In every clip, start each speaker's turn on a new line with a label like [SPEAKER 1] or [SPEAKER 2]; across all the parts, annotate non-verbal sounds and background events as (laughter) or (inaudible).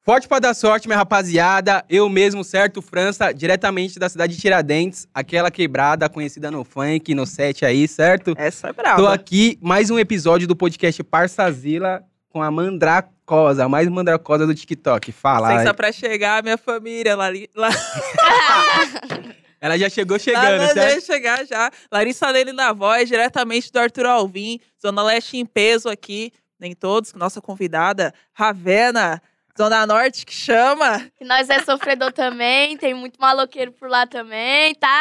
[SPEAKER 1] Esporte para dar sorte, minha rapaziada. Eu mesmo, certo, França, diretamente da cidade de Tiradentes, aquela quebrada conhecida no funk, no set aí, certo?
[SPEAKER 2] Essa é
[SPEAKER 1] Tô
[SPEAKER 2] brava.
[SPEAKER 1] aqui, mais um episódio do podcast Parçazila com a Mandracosa, a mais mandracosa do TikTok.
[SPEAKER 2] Sem só
[SPEAKER 1] Fala.
[SPEAKER 2] pra chegar, minha família. Lari... (laughs) La-
[SPEAKER 1] Ela já chegou
[SPEAKER 2] Lá
[SPEAKER 1] chegando,
[SPEAKER 2] mandei
[SPEAKER 1] certo?
[SPEAKER 2] chegar já. Larissa Lene na voz, diretamente do Arthur Alvim, Zona Leste em peso aqui. Nem todos, com nossa convidada, Ravena, Zona Norte que (laughs) chama.
[SPEAKER 3] Que nós é sofredor também, tem muito maloqueiro por lá também, tá?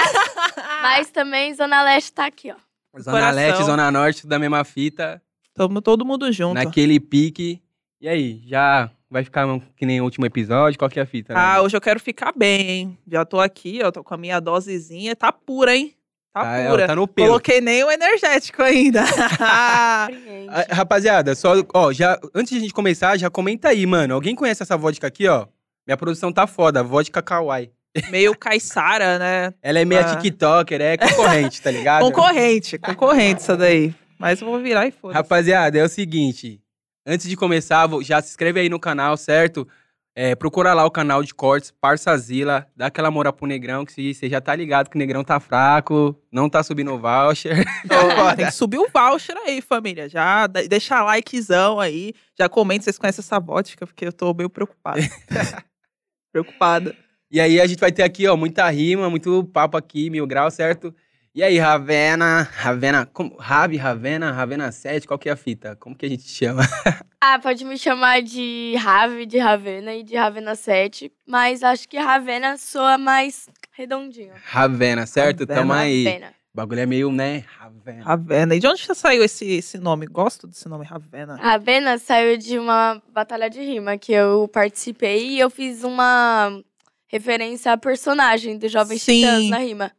[SPEAKER 3] Mas também Zona Leste tá aqui, ó.
[SPEAKER 1] Zona
[SPEAKER 2] Coração.
[SPEAKER 1] Leste, Zona Norte, tudo da mesma fita,
[SPEAKER 2] Tamo todo mundo junto.
[SPEAKER 1] naquele pique. E aí, já vai ficar um- que nem o último episódio? Qual que é a fita? né?
[SPEAKER 2] Ah, hoje eu quero ficar bem, hein? Já tô aqui, ó, tô com a minha dosezinha. Tá pura, hein? Tá
[SPEAKER 1] Tá, ela
[SPEAKER 2] pura.
[SPEAKER 1] tá no pelo.
[SPEAKER 2] Coloquei nem o
[SPEAKER 1] (laughs)
[SPEAKER 2] energético ainda. (laughs)
[SPEAKER 1] Ah, Rapaziada, só, ó, já, antes de a gente começar, já comenta aí, mano. Alguém conhece essa vodka aqui, ó? Minha produção tá foda, vodka kawaii.
[SPEAKER 2] Meio caiçara, né?
[SPEAKER 1] Ela é meia
[SPEAKER 2] Ah.
[SPEAKER 1] tiktoker, é concorrente, tá ligado?
[SPEAKER 2] Concorrente, concorrente essa daí. Mas eu vou virar e foda.
[SPEAKER 1] Rapaziada, é o seguinte. Antes de começar, vou- já se inscreve aí no canal, certo? É, procura lá o canal de cortes, Parçazila. Dá aquela moral pro Negrão, que se- você já tá ligado que o Negrão tá fraco, não tá subindo o voucher.
[SPEAKER 2] Ó, Tem que subir o voucher aí, família. Já de- deixa likezão aí. Já comenta se vocês conhecem essa vodka, porque eu tô meio
[SPEAKER 1] (laughs)
[SPEAKER 2] preocupada. preocupada.
[SPEAKER 1] E aí a gente vai ter aqui, ó, muita rima, muito papo aqui, mil graus, certo? E aí, Ravena, Ravena, como, Ravi, Ravena, Ravena 7, qual que é a fita? Como que a gente chama?
[SPEAKER 3] Ah, pode me chamar de Rave, de Ravena e de Ravena 7, mas acho que Ravena soa mais redondinho.
[SPEAKER 1] Ravena, certo?
[SPEAKER 2] Ravena,
[SPEAKER 1] Tamo aí.
[SPEAKER 3] Ravena.
[SPEAKER 1] O bagulho é meio, né? Ravena.
[SPEAKER 2] Ravena. E de onde já saiu esse, esse nome? Gosto desse nome,
[SPEAKER 3] Ah,
[SPEAKER 2] Ravena.
[SPEAKER 3] Ravena saiu de uma batalha de rima que eu participei e eu fiz uma referência a personagem do Jovem
[SPEAKER 2] Sim.
[SPEAKER 3] Titãs na rima.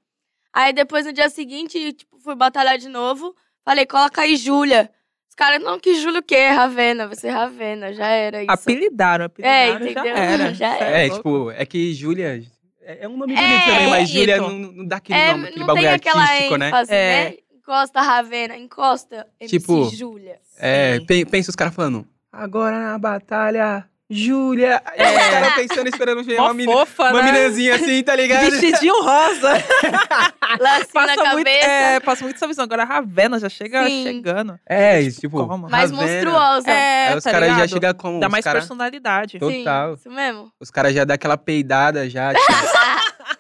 [SPEAKER 3] Aí depois, no dia seguinte, tipo, fui batalhar de novo. Falei, coloca aí Júlia. Os caras, não, que Júlia o quê? Ravena, vai ser Ravena, já era isso. É,
[SPEAKER 2] Apelidaram, apelidaram, já
[SPEAKER 3] entendeu?
[SPEAKER 2] era.
[SPEAKER 3] Já
[SPEAKER 2] Cê
[SPEAKER 1] É,
[SPEAKER 2] louco.
[SPEAKER 1] tipo, é que Júlia. É é um nome
[SPEAKER 3] É,
[SPEAKER 1] bonito também, mas
[SPEAKER 2] bonito.
[SPEAKER 1] Júlia não, não dá aquele
[SPEAKER 3] É,
[SPEAKER 1] nome, aquele
[SPEAKER 3] não tem
[SPEAKER 1] bagulho
[SPEAKER 3] aquela
[SPEAKER 1] artístico, né?
[SPEAKER 3] ênfase,
[SPEAKER 2] É.
[SPEAKER 3] né? Encosta Ravena, encosta MC
[SPEAKER 1] Tipo, (laughs)
[SPEAKER 3] Júlia.
[SPEAKER 1] É,
[SPEAKER 2] Sim.
[SPEAKER 1] pe- pensa os caras falando, agora na batalha, Júlia. É, os caras pensando, esperando chegar uma,
[SPEAKER 2] Mó
[SPEAKER 1] mina,
[SPEAKER 2] fofa,
[SPEAKER 1] uma
[SPEAKER 2] né?
[SPEAKER 1] minazinha assim, tá ligado?
[SPEAKER 2] Vestidinho rosa.
[SPEAKER 1] Ah,
[SPEAKER 3] Lacinho Assim, na
[SPEAKER 2] passa,
[SPEAKER 3] cabeça,
[SPEAKER 2] muito, é, passa muito essa visão. Agora a Ravena já chega
[SPEAKER 3] Sim.
[SPEAKER 2] chegando.
[SPEAKER 1] É, tipo,
[SPEAKER 2] Como?
[SPEAKER 3] mais
[SPEAKER 1] Ravena.
[SPEAKER 3] monstruosa.
[SPEAKER 2] É,
[SPEAKER 3] tá
[SPEAKER 1] Aí os caras já chegam como?
[SPEAKER 2] Dá
[SPEAKER 1] os
[SPEAKER 2] mais
[SPEAKER 1] cara-
[SPEAKER 2] personalidade. (laughs)
[SPEAKER 1] Tô- total.
[SPEAKER 3] Sim, isso mesmo.
[SPEAKER 1] Os caras já dão aquela peidada já,
[SPEAKER 3] (laughs)
[SPEAKER 1] tipo,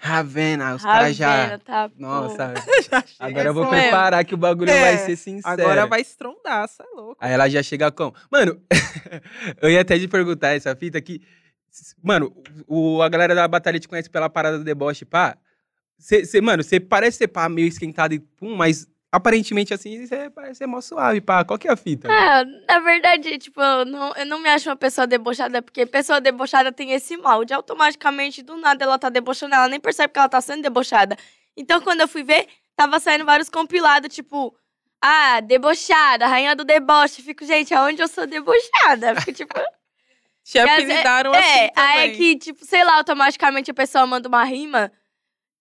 [SPEAKER 1] Ravena, os caras já.
[SPEAKER 3] Ravena, tá, pô.
[SPEAKER 1] Nossa,
[SPEAKER 2] Já chega.
[SPEAKER 1] (laughs) agora eu vou
[SPEAKER 3] Isso mesmo.
[SPEAKER 1] preparar que o bagulho
[SPEAKER 2] É,
[SPEAKER 1] vai ser sincero.
[SPEAKER 2] Agora vai estrondar, cê é louco.
[SPEAKER 1] Aí ela já chega com. Mano, (laughs) eu ia até te perguntar essa fita aqui. Mano, o, a galera da batalha te conhece pela parada do deboche, pá. Cê, cê- mano, você parece ser pá meio esquentado e pum, mas aparentemente assim, você parece ser mó suave, pá. Qual que é a fita?
[SPEAKER 3] Ah, na verdade, tipo, eu não, eu não me acho uma pessoa debochada, porque pessoa debochada tem esse molde. Automaticamente, do nada, ela tá debochando, ela nem percebe que ela tá sendo debochada. Então, quando eu fui ver, tava saindo vários compilados, tipo, ah, debochada, rainha do deboche. Fico, gente, aonde eu sou debochada? Fico, tipo,
[SPEAKER 2] Te
[SPEAKER 3] Quer dizer,
[SPEAKER 2] apelidaram assim
[SPEAKER 3] é, aí é
[SPEAKER 2] também.
[SPEAKER 3] que, tipo, sei lá, automaticamente a pessoa manda uma rima,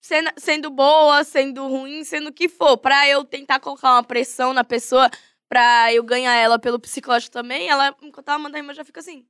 [SPEAKER 3] sendo, sendo boa, sendo ruim, sendo o que for, pra eu tentar colocar uma pressão na pessoa, pra eu ganhar ela pelo psicológico também, ela, enquanto ela manda rima, já fica assim.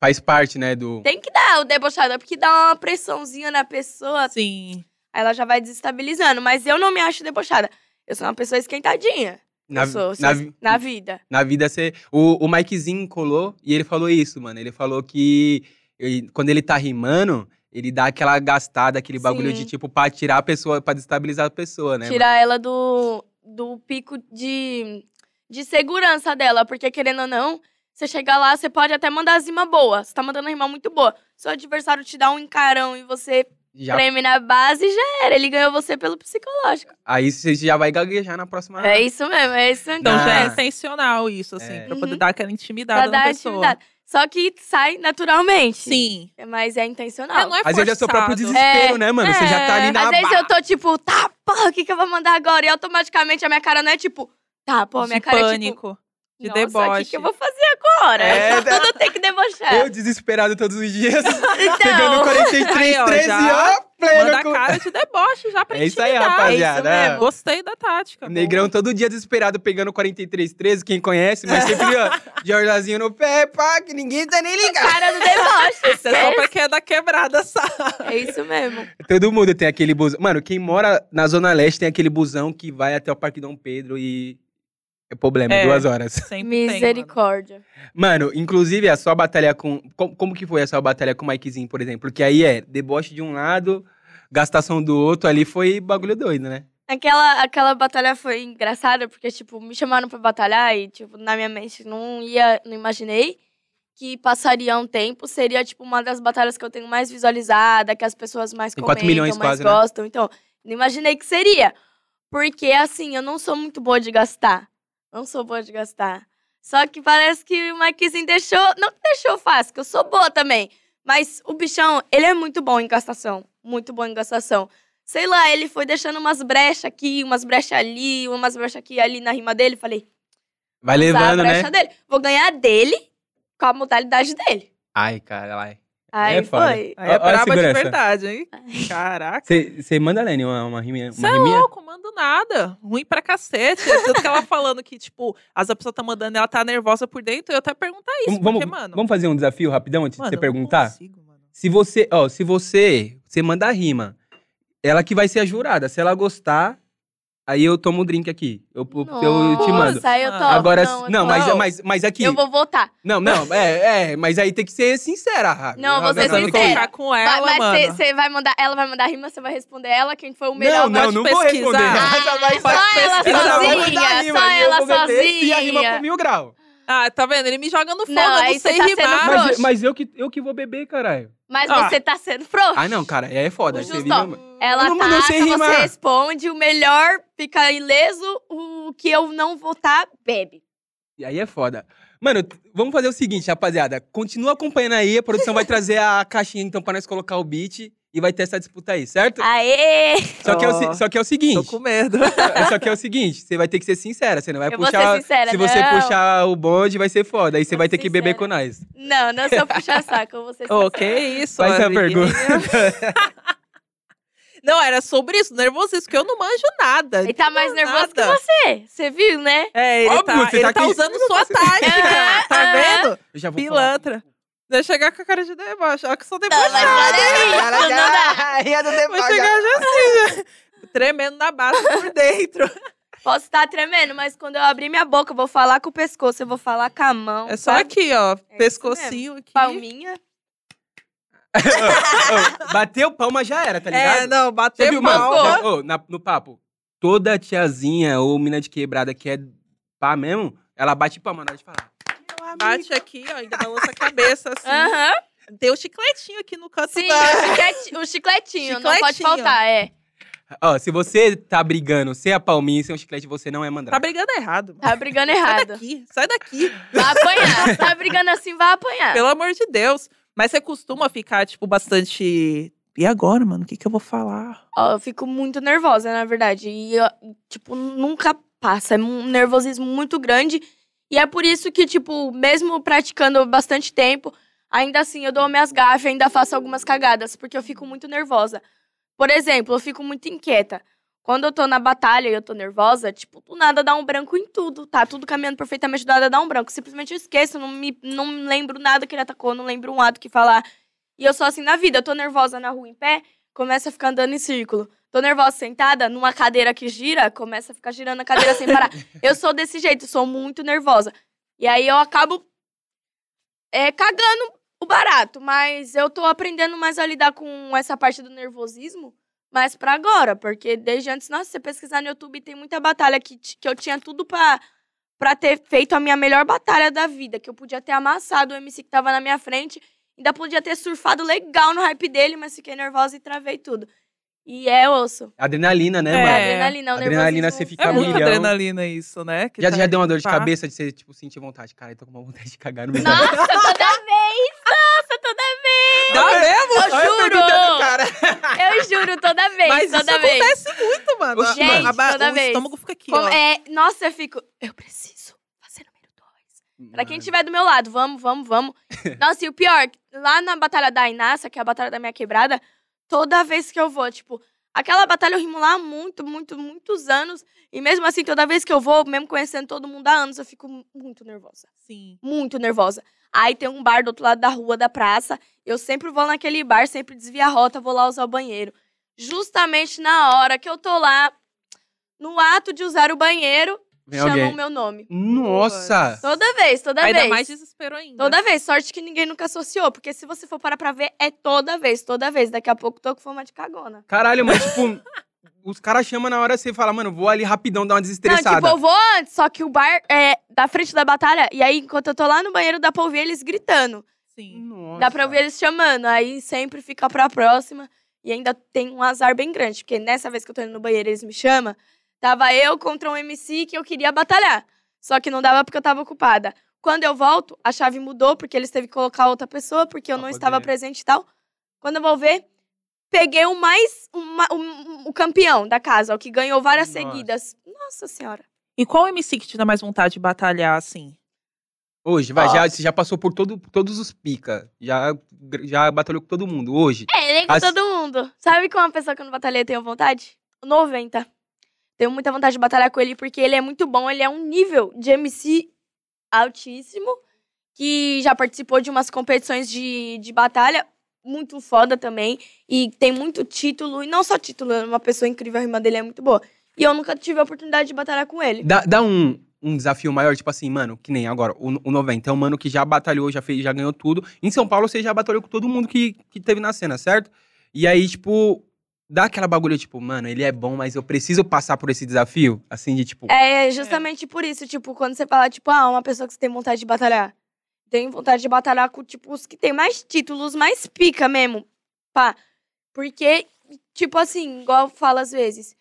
[SPEAKER 1] Faz parte, né, do.
[SPEAKER 3] Tem que dar o debochado, é porque dá uma pressãozinha na pessoa,
[SPEAKER 2] Sim.
[SPEAKER 3] aí ela já vai desestabilizando, mas eu não me acho debochada. Eu sou uma pessoa esquentadinha.
[SPEAKER 1] Na,
[SPEAKER 3] eu sou, sou
[SPEAKER 1] na,
[SPEAKER 3] assim, na vida.
[SPEAKER 1] na vida, você. O, o Mikezinho colou e ele falou isso, mano. Ele falou que ele- quando ele tá rimando, ele dá aquela gastada, aquele bagulho
[SPEAKER 3] Sim.
[SPEAKER 1] de tipo, pra tirar a pessoa, pra destabilizar a pessoa, né?
[SPEAKER 3] tirar ela do, do pico de, de segurança dela, porque querendo ou não, você chega lá, você pode até mandar zima boa, você tá mandando rima muito boa. Seu adversário te dá um encarão e você
[SPEAKER 1] mano? Já
[SPEAKER 3] treme na base, já era. Ele ganhou você pelo psicológico.
[SPEAKER 1] Aí você já vai gaguejar na próxima.
[SPEAKER 3] É isso mesmo, é isso
[SPEAKER 2] Ah. Então
[SPEAKER 1] Ah.
[SPEAKER 2] já é intencional isso, assim,
[SPEAKER 1] É.
[SPEAKER 2] pra
[SPEAKER 3] Uhum.
[SPEAKER 2] poder dar aquela intimidada
[SPEAKER 3] pra
[SPEAKER 2] na
[SPEAKER 3] dar
[SPEAKER 2] pessoa.
[SPEAKER 3] atividade. Só que sai naturalmente.
[SPEAKER 2] Sim.
[SPEAKER 3] Mas é intencional.
[SPEAKER 2] É, não é
[SPEAKER 1] Às vezes é seu próprio
[SPEAKER 2] forçado.
[SPEAKER 1] desespero, né, mano? Você já tá ali
[SPEAKER 2] É,
[SPEAKER 1] na
[SPEAKER 3] Às vezes
[SPEAKER 1] ba-
[SPEAKER 3] eu tô tipo, tá, porra, o que, que eu vou mandar agora? E automaticamente a minha cara não é tipo, tá, pô, minha
[SPEAKER 2] De
[SPEAKER 3] cara é tipo,
[SPEAKER 2] pânico. de
[SPEAKER 3] Nossa, O que
[SPEAKER 2] deboche.
[SPEAKER 3] que eu vou fazer agora?
[SPEAKER 1] É,
[SPEAKER 3] Todo tem que debochar.
[SPEAKER 1] Eu desesperado todos os dias, pegando
[SPEAKER 3] é. (laughs) Então,
[SPEAKER 1] 43,
[SPEAKER 2] Aí, ó,
[SPEAKER 1] 13,
[SPEAKER 2] já
[SPEAKER 1] ó, pleno.
[SPEAKER 2] Manda
[SPEAKER 1] com-
[SPEAKER 2] cara de deboche já pra
[SPEAKER 1] É isso aí,
[SPEAKER 2] intimidar.
[SPEAKER 1] rapaziada.
[SPEAKER 2] É isso mesmo. Gostei da tática.
[SPEAKER 1] Negrão todo dia desesperado, pegando 43, 13, quem conhece, mas sempre, ó,
[SPEAKER 3] (laughs)
[SPEAKER 1] Jordazinho no pé, pá, que ninguém tá nem ligado.
[SPEAKER 3] cara do deboche.
[SPEAKER 2] Isso é só pra quem é da quebrada, sabe?
[SPEAKER 3] É isso mesmo.
[SPEAKER 1] Todo mundo tem aquele busão. Mano, quem mora na Zona Leste tem aquele busão que vai até o Parque Dom Pedro e. É problema,
[SPEAKER 2] É.
[SPEAKER 1] duas horas. (laughs)
[SPEAKER 2] Sempre tem, mano.
[SPEAKER 3] Misericórdia.
[SPEAKER 1] Mano, inclusive a sua batalha com. com- Como, que foi a sua batalha com o Mikezinho, por exemplo? Que aí é deboche de um lado, gastação do outro, ali foi bagulho doido, né?
[SPEAKER 3] Aquela, aquela batalha foi engraçada, porque, tipo, me chamaram pra batalhar e, tipo, na minha mente não ia, não imaginei que passaria um tempo. Seria, tipo, uma das batalhas que eu tenho mais visualizada, que as pessoas mais
[SPEAKER 1] Tem quatro
[SPEAKER 3] comentam,
[SPEAKER 1] milhões
[SPEAKER 3] mais
[SPEAKER 1] quase, né?
[SPEAKER 3] gostam. Então, não imaginei que seria. Porque, assim, eu não sou muito boa de gastar. Não sou boa de gastar. Só que parece que o Marquinhos deixou. Não que deixou fácil, que eu sou boa também. Mas o bichão, ele é muito bom em gastação. Muito bom em gastação. Sei lá, ele foi deixando umas brechas aqui, umas brechas ali, umas brechas aqui ali na rima dele. Falei,
[SPEAKER 1] Vai
[SPEAKER 3] usar a
[SPEAKER 1] levando, né?
[SPEAKER 3] brecha dele. Vou ganhar dele com a modalidade dele.
[SPEAKER 1] Ai, cara, ai.
[SPEAKER 3] Aí
[SPEAKER 1] É foda.
[SPEAKER 3] foi.
[SPEAKER 2] Aí
[SPEAKER 1] Ó-
[SPEAKER 2] é
[SPEAKER 1] ó a
[SPEAKER 2] braba de
[SPEAKER 1] segurança.
[SPEAKER 2] verdade, hein? Caraca.
[SPEAKER 1] Você manda, Lene, uma, uma riminha?
[SPEAKER 2] Você
[SPEAKER 1] Uma
[SPEAKER 2] é
[SPEAKER 1] riminha?
[SPEAKER 2] louco, mando nada. Ruim pra cacete. É Tanto que ela falando que, tipo, as pessoas tá mandando, ela tá nervosa por dentro. Eu até perguntar isso,
[SPEAKER 1] Vamos- vamos,
[SPEAKER 2] porque, mano.
[SPEAKER 1] vamos fazer um desafio rapidão antes
[SPEAKER 2] mano,
[SPEAKER 1] de
[SPEAKER 2] eu
[SPEAKER 1] você
[SPEAKER 2] não
[SPEAKER 1] perguntar?
[SPEAKER 2] consigo, mano.
[SPEAKER 1] Se você, ó, se você, você manda a rima, ela que vai ser a jurada. Se ela gostar, aí eu tomo um drink aqui. Eu, eu- eu te mando.
[SPEAKER 3] Nossa, aí eu
[SPEAKER 2] Ah.
[SPEAKER 3] topo.
[SPEAKER 1] Agora,
[SPEAKER 3] não, eu
[SPEAKER 1] não,
[SPEAKER 3] topo.
[SPEAKER 1] mas, é,
[SPEAKER 2] Não.
[SPEAKER 1] mas, mas aqui.
[SPEAKER 3] Eu vou voltar.
[SPEAKER 1] Não, não, é, é, mas aí tem que ser sincera, Rabi.
[SPEAKER 3] Não, vou ser
[SPEAKER 2] Mas eu
[SPEAKER 1] tem
[SPEAKER 2] vou
[SPEAKER 1] como.
[SPEAKER 3] sincera.
[SPEAKER 2] colocar com
[SPEAKER 3] Vai-
[SPEAKER 2] ela,
[SPEAKER 3] é mas
[SPEAKER 2] mano.
[SPEAKER 3] você vai mandar, ela vai mandar rima, você vai responder ela, quem foi o
[SPEAKER 1] Não,
[SPEAKER 3] melhor.
[SPEAKER 1] não,
[SPEAKER 3] pode
[SPEAKER 1] não vou
[SPEAKER 2] pesquisar.
[SPEAKER 1] responder.
[SPEAKER 3] Ah,
[SPEAKER 1] Ela vai-
[SPEAKER 3] só ela
[SPEAKER 1] ela vai
[SPEAKER 2] sozinha,
[SPEAKER 1] mandar a rima,
[SPEAKER 3] só
[SPEAKER 1] e eu
[SPEAKER 3] ela
[SPEAKER 1] vou meter, E a rima
[SPEAKER 3] sozinha.
[SPEAKER 1] por mil grau.
[SPEAKER 2] Ah, tá vendo? Ele me joga no fogo,
[SPEAKER 3] Não,
[SPEAKER 2] eu não
[SPEAKER 3] aí você
[SPEAKER 2] sei
[SPEAKER 3] tá sendo
[SPEAKER 2] rimar.
[SPEAKER 3] frouxo.
[SPEAKER 1] Mas,
[SPEAKER 3] Frouxo.
[SPEAKER 1] mas eu, que, eu que vou beber, caralho.
[SPEAKER 3] Mas
[SPEAKER 2] Ah.
[SPEAKER 3] você tá sendo frouxo.
[SPEAKER 1] Ah, não, cara, é foda.
[SPEAKER 3] O
[SPEAKER 1] Você
[SPEAKER 3] Justão.
[SPEAKER 1] vive-
[SPEAKER 3] Ela
[SPEAKER 1] Eu não mandei
[SPEAKER 3] tá,
[SPEAKER 1] sem
[SPEAKER 3] você
[SPEAKER 1] rimar.
[SPEAKER 3] responde, o melhor fica ileso, o que eu não votar, bebe.
[SPEAKER 1] E aí é foda. Mano, t- vamos fazer o seguinte, rapaziada. Continua acompanhando aí. A produção vai trazer a caixinha, então, pra nós colocar o beat. E vai ter essa disputa aí, certo?
[SPEAKER 3] Aê!
[SPEAKER 1] Só, que é o,
[SPEAKER 2] Ó.
[SPEAKER 1] se- só que é o
[SPEAKER 2] Tô
[SPEAKER 1] seguinte.
[SPEAKER 2] com medo.
[SPEAKER 3] (laughs)
[SPEAKER 1] Só que é o seguinte, você vai ter que ser sincera. Você não vai
[SPEAKER 3] eu
[SPEAKER 1] puxar.
[SPEAKER 3] vou ser sincera,
[SPEAKER 1] se
[SPEAKER 3] não.
[SPEAKER 1] você puxar o bonde, vai ser foda. Aí você
[SPEAKER 3] Vou
[SPEAKER 1] vai
[SPEAKER 3] ser
[SPEAKER 1] ter que beber
[SPEAKER 3] sincera.
[SPEAKER 1] com nós.
[SPEAKER 3] Não, não sou puxar saco, eu vou ser
[SPEAKER 2] (laughs) Ô,
[SPEAKER 3] sincera.
[SPEAKER 2] que isso,
[SPEAKER 1] Faz é a
[SPEAKER 2] amiguinho.
[SPEAKER 1] pergunta.
[SPEAKER 2] Não, era sobre isso, nervosismo, que eu não manjo nada.
[SPEAKER 3] Ele tá mais
[SPEAKER 2] Não,
[SPEAKER 3] nervoso que
[SPEAKER 2] nada.
[SPEAKER 3] você. Você viu, né?
[SPEAKER 2] É, ele
[SPEAKER 1] Óbvio,
[SPEAKER 2] tá,
[SPEAKER 1] você
[SPEAKER 2] ele
[SPEAKER 1] tá
[SPEAKER 2] tá
[SPEAKER 1] aqui.
[SPEAKER 2] usando sua tática, tá
[SPEAKER 3] É,
[SPEAKER 2] vendo?
[SPEAKER 1] Eu já vou falar.
[SPEAKER 2] (laughs) Pilantra. Deixa eu chegar com a cara de deboche. Olha que eu sou
[SPEAKER 3] Não, mas
[SPEAKER 2] debochada.
[SPEAKER 3] olha isso, não dá.
[SPEAKER 2] Vou chegar já assim, já. (laughs) Tremendo na base por
[SPEAKER 3] (laughs)
[SPEAKER 2] dentro.
[SPEAKER 3] Posso estar tremendo, mas quando eu abrir minha boca, eu vou falar com o pescoço, eu vou falar com a mão.
[SPEAKER 2] É só
[SPEAKER 3] sabe?
[SPEAKER 2] aqui, ó.
[SPEAKER 3] mesmo.
[SPEAKER 2] pescocinho aqui.
[SPEAKER 3] Palminha.
[SPEAKER 1] Ô, Bateu palma já era, tá ligado?
[SPEAKER 2] É, não,
[SPEAKER 1] Você
[SPEAKER 2] bater
[SPEAKER 1] viu, mano?
[SPEAKER 2] mal.
[SPEAKER 1] Já- ô, na- no papo. Toda tiazinha ou mina de quebrada que é pá mesmo, ela bate palma na hora de falar.
[SPEAKER 2] Bate aqui, ó, ainda balança a cabeça assim.
[SPEAKER 3] Aham.
[SPEAKER 2] Tem um chicletinho aqui no canto
[SPEAKER 3] Sim,
[SPEAKER 2] da...
[SPEAKER 3] o, chiclete- o chicletinho, não pode
[SPEAKER 2] Chicletinho.
[SPEAKER 3] faltar, é.
[SPEAKER 1] Ó, se você tá brigando, sem a palminha e sem o chiclete, você não é
[SPEAKER 2] Tá
[SPEAKER 1] mandrake.
[SPEAKER 2] brigando errado. mano.
[SPEAKER 3] Tá brigando
[SPEAKER 2] Sai
[SPEAKER 3] errado.
[SPEAKER 2] daqui, sai daqui.
[SPEAKER 3] Vai apanhar. Tá brigando assim, vai apanhar.
[SPEAKER 2] Pelo amor de Deus. Mas você costuma ficar, tipo, bastante... E agora, mano? O que, que eu vou falar?
[SPEAKER 3] Ó, eu fico muito nervosa, na verdade. E, ó, tipo, nunca passa. É um nervosismo muito grande. E é por isso que, tipo, mesmo praticando bastante tempo, ainda assim eu dou minhas gafas, ainda faço algumas cagadas, porque eu fico muito nervosa. Por exemplo, eu fico muito inquieta. Quando eu tô na batalha e eu tô nervosa, tipo, do nada dá um branco em tudo, tá? Tudo caminhando perfeitamente, do nada dá um branco. Simplesmente eu esqueço, não me não me lembro nada que ele atacou, não lembro um ato que falar. E eu sou assim na vida, eu tô nervosa na rua em pé, começa a ficar andando em círculo. Tô nervosa sentada numa cadeira que gira, começa a ficar girando a cadeira sem parar. Eu sou desse jeito, sou muito nervosa. E aí eu acabo é, cagando o barato, mas eu tô aprendendo mais a lidar com essa parte do nervosismo, mas pra agora, porque desde antes, nossa, se você pesquisar no YouTube, tem muita batalha que, ti- que eu tinha tudo pra, pra ter feito a minha melhor batalha da vida, que eu podia ter amassado o MC que tava na minha frente, ainda podia ter surfado legal no hype dele, mas fiquei nervosa e travei tudo. E é osso.
[SPEAKER 1] Adrenalina, né,
[SPEAKER 2] É,
[SPEAKER 1] mano?
[SPEAKER 3] adrenalina, o
[SPEAKER 1] adrenalina,
[SPEAKER 3] nervosismo
[SPEAKER 1] você fica
[SPEAKER 2] É
[SPEAKER 1] Camilhão.
[SPEAKER 2] muita adrenalina isso, né? Que
[SPEAKER 1] Já,
[SPEAKER 2] tá-
[SPEAKER 1] já deu uma dor de
[SPEAKER 2] pá.
[SPEAKER 1] cabeça de você, tipo, sentir vontade. Cara, eu tô com uma vontade de cagar no meu
[SPEAKER 3] Nossa, toda vez! Nossa, toda
[SPEAKER 2] Dá mesmo?
[SPEAKER 3] vez! Eu juro!
[SPEAKER 1] cara.
[SPEAKER 3] Eu juro, toda vez,
[SPEAKER 2] Mas
[SPEAKER 3] toda
[SPEAKER 2] isso
[SPEAKER 3] vez.
[SPEAKER 2] acontece muito, mano.
[SPEAKER 1] Oxi,
[SPEAKER 2] A- a-
[SPEAKER 3] Gente,
[SPEAKER 2] a-
[SPEAKER 3] toda
[SPEAKER 2] o
[SPEAKER 3] vez. é,
[SPEAKER 2] estômago fica aqui,
[SPEAKER 3] Como-
[SPEAKER 2] ó.
[SPEAKER 3] é, nossa, eu fico. Eu preciso fazer número dois. Pra quem estiver do meu lado, vamos, vamos, vamos.
[SPEAKER 2] (laughs)
[SPEAKER 3] Nossa, e o pior, lá na Batalha da Inácia, que é a Batalha da Minha Quebrada, toda vez que eu vou, tipo, aquela batalha eu rimo lá há muito, muito, muitos anos. E mesmo assim, toda vez que eu vou, mesmo conhecendo todo mundo há anos, eu fico mu- muito nervosa.
[SPEAKER 2] Sim.
[SPEAKER 3] Muito nervosa. Aí tem um bar do outro lado da rua, da praça. Eu sempre vou naquele bar, sempre desvio a rota, vou lá usar o banheiro. Justamente na hora que eu tô lá, no ato de usar o banheiro,
[SPEAKER 1] Vem
[SPEAKER 3] chamam
[SPEAKER 1] alguém.
[SPEAKER 3] o meu nome.
[SPEAKER 1] Nossa!
[SPEAKER 3] Toda vez, toda
[SPEAKER 2] Ainda
[SPEAKER 3] vez.
[SPEAKER 2] mais desespero ainda.
[SPEAKER 3] Toda vez, sorte que ninguém nunca associou, porque se você for parar pra ver, é toda vez, toda vez. Daqui a pouco tô com forma de cagona.
[SPEAKER 1] Caralho, mas tipo, os caras chamam na hora você fala, mano, vou ali rapidão dar uma desestressada.
[SPEAKER 3] Não, tipo, eu vou antes, só que o bar é da frente da batalha, e aí enquanto eu tô lá no banheiro, dá pra ouvir eles gritando.
[SPEAKER 2] Sim.
[SPEAKER 1] Nossa.
[SPEAKER 3] Dá pra ouvir eles chamando, aí sempre fica pra próxima. E ainda tem um azar bem grande, porque nessa vez que eu tô indo no banheiro eles me chamam, tava eu contra um MC que eu queria batalhar. Só que não dava porque eu tava ocupada. Quando eu volto, a chave mudou, porque eles teve que colocar outra pessoa, porque eu
[SPEAKER 1] Pra
[SPEAKER 3] não
[SPEAKER 1] poder-
[SPEAKER 3] estava presente e tal. Quando eu vou ver, peguei o mais. o ma- um, o, o campeão da casa, o que ganhou várias
[SPEAKER 1] Nossa.
[SPEAKER 3] seguidas. Nossa senhora.
[SPEAKER 2] E qual MC que te dá mais vontade de batalhar, assim?
[SPEAKER 1] Hoje, vai,
[SPEAKER 3] Ó.
[SPEAKER 1] já, você já passou por todo, todos os pica. Já, já batalhou com todo mundo. Hoje.
[SPEAKER 3] É, nem com
[SPEAKER 1] As-
[SPEAKER 3] todo mundo. Sabe com uma pessoa que eu não batalhei eu tenho vontade? O 90. Tenho muita vontade de batalhar com ele, porque ele é muito bom, ele é um nível de MC altíssimo, que já participou de umas competições de, de batalha muito foda também, e tem muito título, e não só título, é uma pessoa incrível, a rima dele é muito boa. E eu nunca tive a oportunidade de batalhar com ele.
[SPEAKER 1] Dá, dá um, um desafio maior, tipo assim, mano, que nem agora, o, o 90. É um mano que já batalhou, já fez, já ganhou tudo. Em São Paulo, você já batalhou com todo mundo que, que teve na cena, certo? E aí, tipo, dá aquela bagulho, tipo, mano, ele é bom, mas eu preciso passar por esse desafio. Assim, de tipo.
[SPEAKER 3] É justamente por isso, tipo, quando você fala, tipo, ah, uma pessoa que você tem vontade de batalhar. Tem vontade de batalhar com, tipo, os que tem mais títulos, mais pica mesmo. Pá. Porque, tipo assim, igual eu falo às vezes,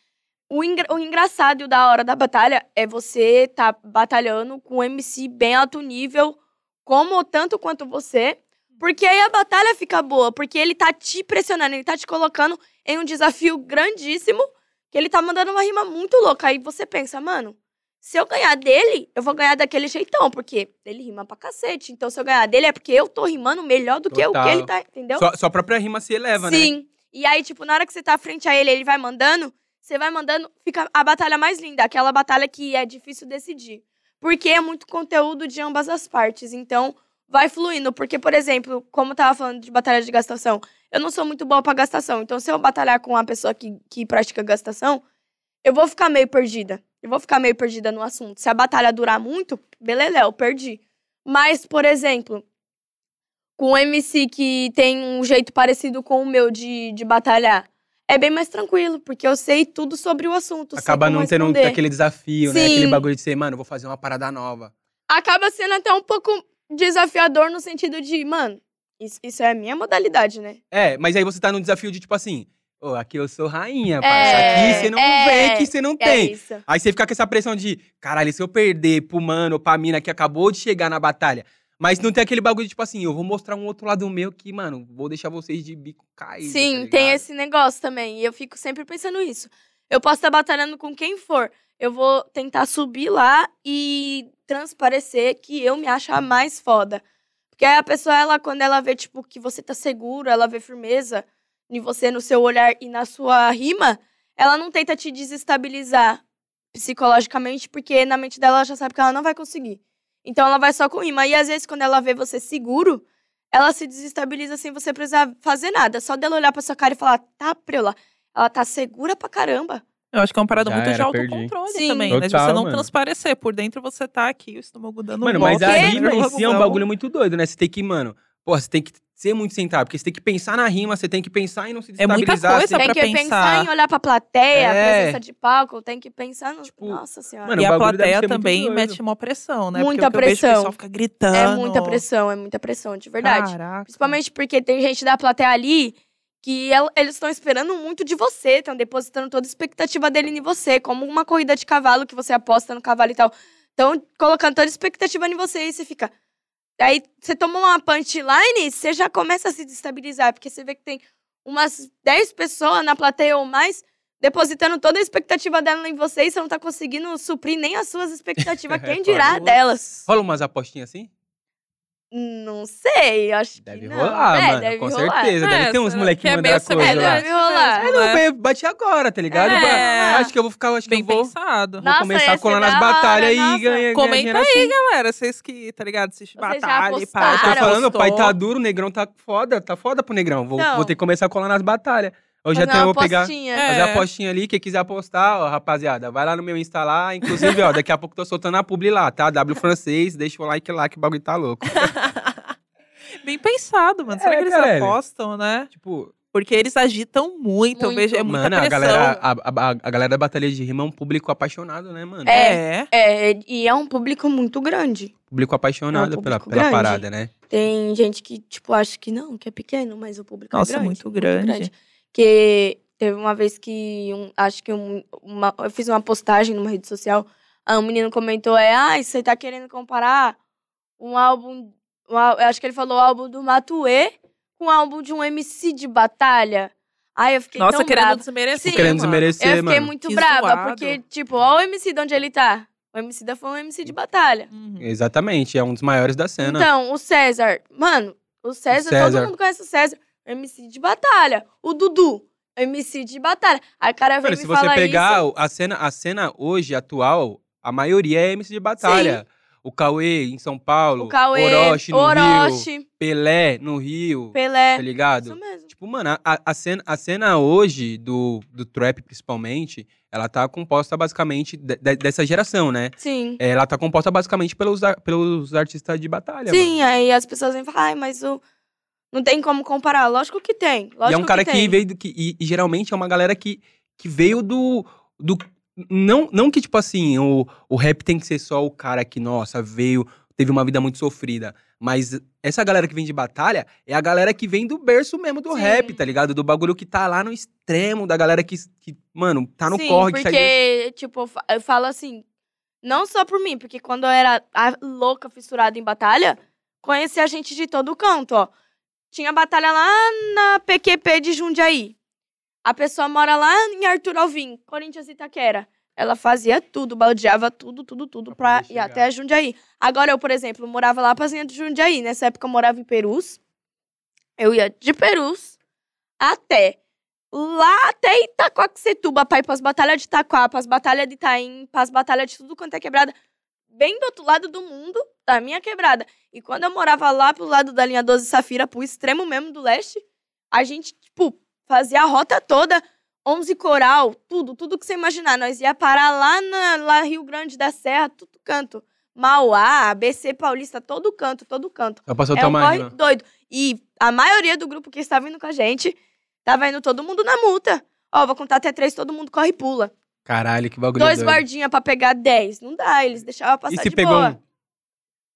[SPEAKER 3] o, engra- o engraçado e o da hora da batalha é você tá batalhando com um MC bem alto nível, como tanto quanto você. Porque aí a batalha fica boa, porque ele tá te pressionando, ele tá te colocando em um desafio grandíssimo que ele tá mandando uma rima muito louca. Aí você pensa, mano, se eu ganhar dele, eu vou ganhar daquele jeitão, porque ele rima pra cacete. Então, se eu ganhar dele, é porque eu tô rimando melhor do que o que
[SPEAKER 1] Total.
[SPEAKER 3] ele tá, entendeu?
[SPEAKER 1] Sua, sua própria rima se eleva, né?
[SPEAKER 3] Sim. E aí, tipo, na hora que você tá frente a ele, ele vai mandando, você vai mandando, fica a batalha mais linda, aquela batalha que é difícil decidir. Porque é muito conteúdo de ambas as partes. Então, vai fluindo. Porque, por exemplo, como eu tava falando de batalha de gastação, eu não sou muito boa pra gastação. Então, se eu batalhar com uma pessoa que, que pratica gastação, eu vou ficar meio perdida. Eu vou ficar meio perdida no assunto. Se a batalha durar muito, beleza, é, eu perdi. Mas, por exemplo, com um MC que tem um jeito parecido com o meu de, de batalhar, é bem mais tranquilo, porque eu sei tudo sobre o assunto. sei
[SPEAKER 1] Acaba
[SPEAKER 3] como
[SPEAKER 1] não tendo um
[SPEAKER 3] responder.
[SPEAKER 1] aquele desafio, né? Aquele
[SPEAKER 3] Sim.
[SPEAKER 1] bagulho de ser, mano, vou fazer uma parada nova.
[SPEAKER 3] Acaba sendo até um pouco desafiador no sentido de, mano, isso, isso é a minha modalidade, né?
[SPEAKER 1] É, mas aí você tá num desafio de tipo assim, ô, aqui eu sou rainha,
[SPEAKER 3] É,
[SPEAKER 1] parça. Aqui você não
[SPEAKER 3] é,
[SPEAKER 1] vem, que você não
[SPEAKER 3] É
[SPEAKER 1] tem.
[SPEAKER 3] isso.
[SPEAKER 1] Aí você fica com essa pressão de, caralho, se eu perder pro mano ou pra mina que acabou de chegar na batalha. Mas não tem aquele bagulho de tipo assim, eu vou mostrar um outro lado meu que, mano, vou deixar vocês de bico caído.
[SPEAKER 3] Sim,
[SPEAKER 1] tá
[SPEAKER 3] tem
[SPEAKER 1] ligado?
[SPEAKER 3] esse negócio também. E eu fico sempre pensando isso. Eu posso estar batalhando com quem for. Eu vou tentar subir lá e transparecer que eu me acho a mais foda. Porque aí a pessoa, ela, quando ela vê, tipo, que você tá seguro, ela vê firmeza em você, no seu olhar e na sua rima, ela não tenta te desestabilizar psicologicamente, porque na mente dela ela já sabe que ela não vai conseguir. Então ela vai só com rima. E às vezes, quando ela vê você seguro, ela se desestabiliza sem você precisar fazer nada. é Só dela olhar pra sua cara e falar, tá, Preula, ela tá segura pra caramba.
[SPEAKER 2] Eu acho que é uma parada
[SPEAKER 1] Já
[SPEAKER 2] muito de
[SPEAKER 1] era, perdi.
[SPEAKER 2] autocontrole
[SPEAKER 3] Sim.
[SPEAKER 2] também, né? De
[SPEAKER 1] Total,
[SPEAKER 2] você não
[SPEAKER 1] mano.
[SPEAKER 2] transparecer. Por dentro você tá aqui, o estômago dando
[SPEAKER 1] Mano, mas
[SPEAKER 2] volta,
[SPEAKER 1] a
[SPEAKER 3] quê?
[SPEAKER 2] né?
[SPEAKER 1] rima em si é um
[SPEAKER 2] Nervosão.
[SPEAKER 1] bagulho muito doido, né? Você tem que, mano, porra, você tem que ser muito centrado, porque você tem que pensar na rima, você tem que pensar e não se
[SPEAKER 2] É muita
[SPEAKER 1] destabilizar.
[SPEAKER 2] coisa
[SPEAKER 1] você tem
[SPEAKER 2] pra
[SPEAKER 3] tem que
[SPEAKER 2] pensar.
[SPEAKER 3] em olhar pra plateia,
[SPEAKER 1] É.
[SPEAKER 3] presença de palco, tem que pensar no...
[SPEAKER 1] Tipo,
[SPEAKER 3] Nossa senhora.
[SPEAKER 1] mano,
[SPEAKER 2] e
[SPEAKER 1] o
[SPEAKER 2] a
[SPEAKER 1] bagulho deve
[SPEAKER 2] plateia
[SPEAKER 1] ser muito
[SPEAKER 2] também
[SPEAKER 1] doido.
[SPEAKER 2] mete uma pressão, né?
[SPEAKER 3] Muita
[SPEAKER 2] Porque o que eu vejo, o
[SPEAKER 3] pressão.
[SPEAKER 2] pessoal fica gritando.
[SPEAKER 3] É muita pressão, é muita pressão, de verdade.
[SPEAKER 2] Caraca.
[SPEAKER 3] Principalmente porque tem gente da plateia ali que el- eles estão esperando muito de você, estão depositando toda a expectativa dele em você, como uma corrida de cavalo que você aposta no cavalo e tal. Estão colocando toda a expectativa em você e você fica. Aí você toma uma punchline, você já começa a se destabilizar, porque você vê que tem umas 10 pessoas na plateia ou mais depositando toda a expectativa dela em você e você não tá conseguindo suprir nem as suas expectativas, quem dirá
[SPEAKER 1] Claro.
[SPEAKER 3] a delas?
[SPEAKER 1] Rola umas apostinhas assim?
[SPEAKER 3] Não sei, acho
[SPEAKER 1] Deve
[SPEAKER 3] que não.
[SPEAKER 1] rolar,
[SPEAKER 3] é,
[SPEAKER 1] mano.
[SPEAKER 3] deve
[SPEAKER 1] com
[SPEAKER 3] rolar.
[SPEAKER 1] certeza. Deve ter uns
[SPEAKER 2] Essa,
[SPEAKER 1] moleque
[SPEAKER 2] que é
[SPEAKER 1] que
[SPEAKER 2] meio
[SPEAKER 1] mandar coisa
[SPEAKER 3] É,
[SPEAKER 2] semelhante
[SPEAKER 1] lá.
[SPEAKER 3] deve rolar.
[SPEAKER 2] mesmo,
[SPEAKER 1] Eu
[SPEAKER 2] né?
[SPEAKER 1] bem- bati agora, tá ligado?
[SPEAKER 2] É.
[SPEAKER 1] Ba- Acho que eu vou ficar, acho que
[SPEAKER 2] Bem
[SPEAKER 1] eu vou,
[SPEAKER 2] pensado.
[SPEAKER 1] vou
[SPEAKER 3] Nossa,
[SPEAKER 1] começar a
[SPEAKER 3] ia ser
[SPEAKER 1] colar nas
[SPEAKER 3] da hora,
[SPEAKER 1] batalhas
[SPEAKER 3] nossa.
[SPEAKER 1] e ganhar.
[SPEAKER 2] Comenta
[SPEAKER 1] assim.
[SPEAKER 2] aí, galera. Vocês que, tá ligado? Vocês
[SPEAKER 3] Vocês já
[SPEAKER 2] batalham e pá.
[SPEAKER 3] apostaram?
[SPEAKER 1] Tá
[SPEAKER 2] já
[SPEAKER 1] falando, o pai tá
[SPEAKER 2] apostou.
[SPEAKER 1] duro, o negrão tá foda, tá foda pro negrão. Vou,
[SPEAKER 3] Então.
[SPEAKER 1] vou ter que começar a colar nas batalhas. Eu já
[SPEAKER 3] Fazer
[SPEAKER 1] tenho,
[SPEAKER 3] uma
[SPEAKER 1] vou pegar,
[SPEAKER 3] apostinha.
[SPEAKER 2] É.
[SPEAKER 1] fazer a apostinha ali, quem quiser apostar, ó, rapaziada, vai lá no meu Insta lá. Inclusive, ó, daqui a pouco tô soltando a publi lá, tá? W francês, deixa o like lá que o bagulho tá
[SPEAKER 3] (laughs)
[SPEAKER 1] louco.
[SPEAKER 2] Bem pensado, mano. Será
[SPEAKER 1] É,
[SPEAKER 2] que eles
[SPEAKER 1] galera.
[SPEAKER 2] apostam, né?
[SPEAKER 1] tipo,
[SPEAKER 2] Porque eles agitam muito. Eu
[SPEAKER 3] Muito.
[SPEAKER 2] vejo, é muita
[SPEAKER 1] mano, a
[SPEAKER 2] pressão.
[SPEAKER 1] galera, a, a, a galera da batalha de rima é um público apaixonado, né, mano?
[SPEAKER 2] É.
[SPEAKER 3] É, e é um público muito grande.
[SPEAKER 1] Público apaixonado
[SPEAKER 3] É um
[SPEAKER 1] pela,
[SPEAKER 3] público
[SPEAKER 1] pela
[SPEAKER 3] grande.
[SPEAKER 1] parada, né?
[SPEAKER 3] Tem gente que, tipo, acha que não, que é pequeno, mas o público
[SPEAKER 2] Nossa,
[SPEAKER 3] é grande.
[SPEAKER 2] muito grande.
[SPEAKER 3] Que teve uma vez que, um- acho que um- uma- eu fiz uma postagem numa rede social, aí um menino comentou, é, ai, você tá querendo comparar um álbum, um ál- eu acho que ele falou o álbum do Matuê com o álbum de um MC de batalha. Ai, eu fiquei
[SPEAKER 2] Nossa,
[SPEAKER 3] tão
[SPEAKER 2] querendo
[SPEAKER 3] brava.
[SPEAKER 2] desmerecer.
[SPEAKER 3] Sim,
[SPEAKER 1] Querendo
[SPEAKER 2] mano.
[SPEAKER 1] desmerecer,
[SPEAKER 3] Eu fiquei
[SPEAKER 1] mano.
[SPEAKER 3] muito
[SPEAKER 2] Que
[SPEAKER 3] brava,
[SPEAKER 2] zoado.
[SPEAKER 3] porque, tipo, ó o MC de onde ele tá. O MC da foi um MC de batalha.
[SPEAKER 2] Uhum.
[SPEAKER 1] Exatamente, é um dos maiores da cena.
[SPEAKER 3] Então, o César, mano, o César,
[SPEAKER 1] César.
[SPEAKER 3] todo mundo conhece o César, MC de batalha. O Dudu, MC de batalha. Aí o cara vem
[SPEAKER 1] Mano,
[SPEAKER 3] me
[SPEAKER 1] se você
[SPEAKER 3] falar
[SPEAKER 1] pegar
[SPEAKER 3] isso.
[SPEAKER 1] o- a cena, a cena hoje atual, a maioria é MC de batalha. O Cauê em São Paulo,
[SPEAKER 3] O Cauê,
[SPEAKER 1] Orochi no Rio,
[SPEAKER 3] Orochi,
[SPEAKER 1] Pelé no Rio, tá
[SPEAKER 3] Pelé. Isso
[SPEAKER 1] ligado?
[SPEAKER 3] mesmo.
[SPEAKER 1] Tipo, mano, a- a, a cena, a cena hoje do, do trap, principalmente, ela tá composta basicamente de- de- dessa geração, né?
[SPEAKER 3] Sim.
[SPEAKER 1] Ela tá composta basicamente pelos, ar- pelos artistas de batalha. mano.
[SPEAKER 3] Sim, aí as pessoas vêm falar, ai, mas o... não tem como comparar. Lógico que tem. Lógico
[SPEAKER 1] e é um cara que,
[SPEAKER 3] tem.
[SPEAKER 1] veio do que. E, e geralmente é uma galera que, que veio do. do não, não que, tipo assim, o, o rap tem que ser só o cara que, nossa, veio, teve uma vida muito sofrida. Mas essa galera que vem de batalha é a galera que vem do berço mesmo do
[SPEAKER 3] Sim.
[SPEAKER 1] rap, tá ligado? Do bagulho que tá lá no extremo, da galera que, que mano, tá no
[SPEAKER 3] Sim,
[SPEAKER 1] corre. que tá...
[SPEAKER 3] porque, tipo, eu fa- eu falo assim, não só por mim, porque quando eu era a louca, fissurada em batalha, conhecia gente de todo canto, ó. Tinha batalha lá na PQP de Jundiaí. A pessoa mora lá em Arthur Alvim, Corinthians e Itaquera. Ela fazia tudo, baldeava tudo, tudo,
[SPEAKER 1] Pra
[SPEAKER 3] tudo pra,
[SPEAKER 1] poder
[SPEAKER 3] ir
[SPEAKER 1] chegar.
[SPEAKER 3] até Jundiaí. Agora eu, por exemplo, morava lá pra de Jundiaí. Nessa época eu morava em Perus. Eu ia de Perus até lá até Itaquaquecetuba, pra ir pras batalhas de Itaquá, pras batalhas de Itaim, pras batalhas de tudo quanto é quebrada, bem do outro lado do mundo, da minha quebrada. E quando eu morava lá pro lado da linha 12 Safira, pro extremo mesmo do leste, a gente, tipo, fazia a rota toda, 11 coral, tudo, tudo que você imaginar. Nós ia parar lá na lá Rio Grande da Serra, tudo canto. Mauá, ABC Paulista, todo canto, todo canto.
[SPEAKER 1] Só passou
[SPEAKER 3] É um
[SPEAKER 1] tomar.
[SPEAKER 3] corre doido. E a maioria do grupo que estava indo com a gente, tava indo todo mundo na multa. Ó, vou contar até três, todo mundo corre e pula.
[SPEAKER 1] Caralho, que bagulho.
[SPEAKER 3] Dois
[SPEAKER 1] doido.
[SPEAKER 3] guardinhas pra pegar dez. Não dá, eles deixavam passar
[SPEAKER 1] E se
[SPEAKER 3] de
[SPEAKER 1] pegou
[SPEAKER 3] boa.
[SPEAKER 1] um?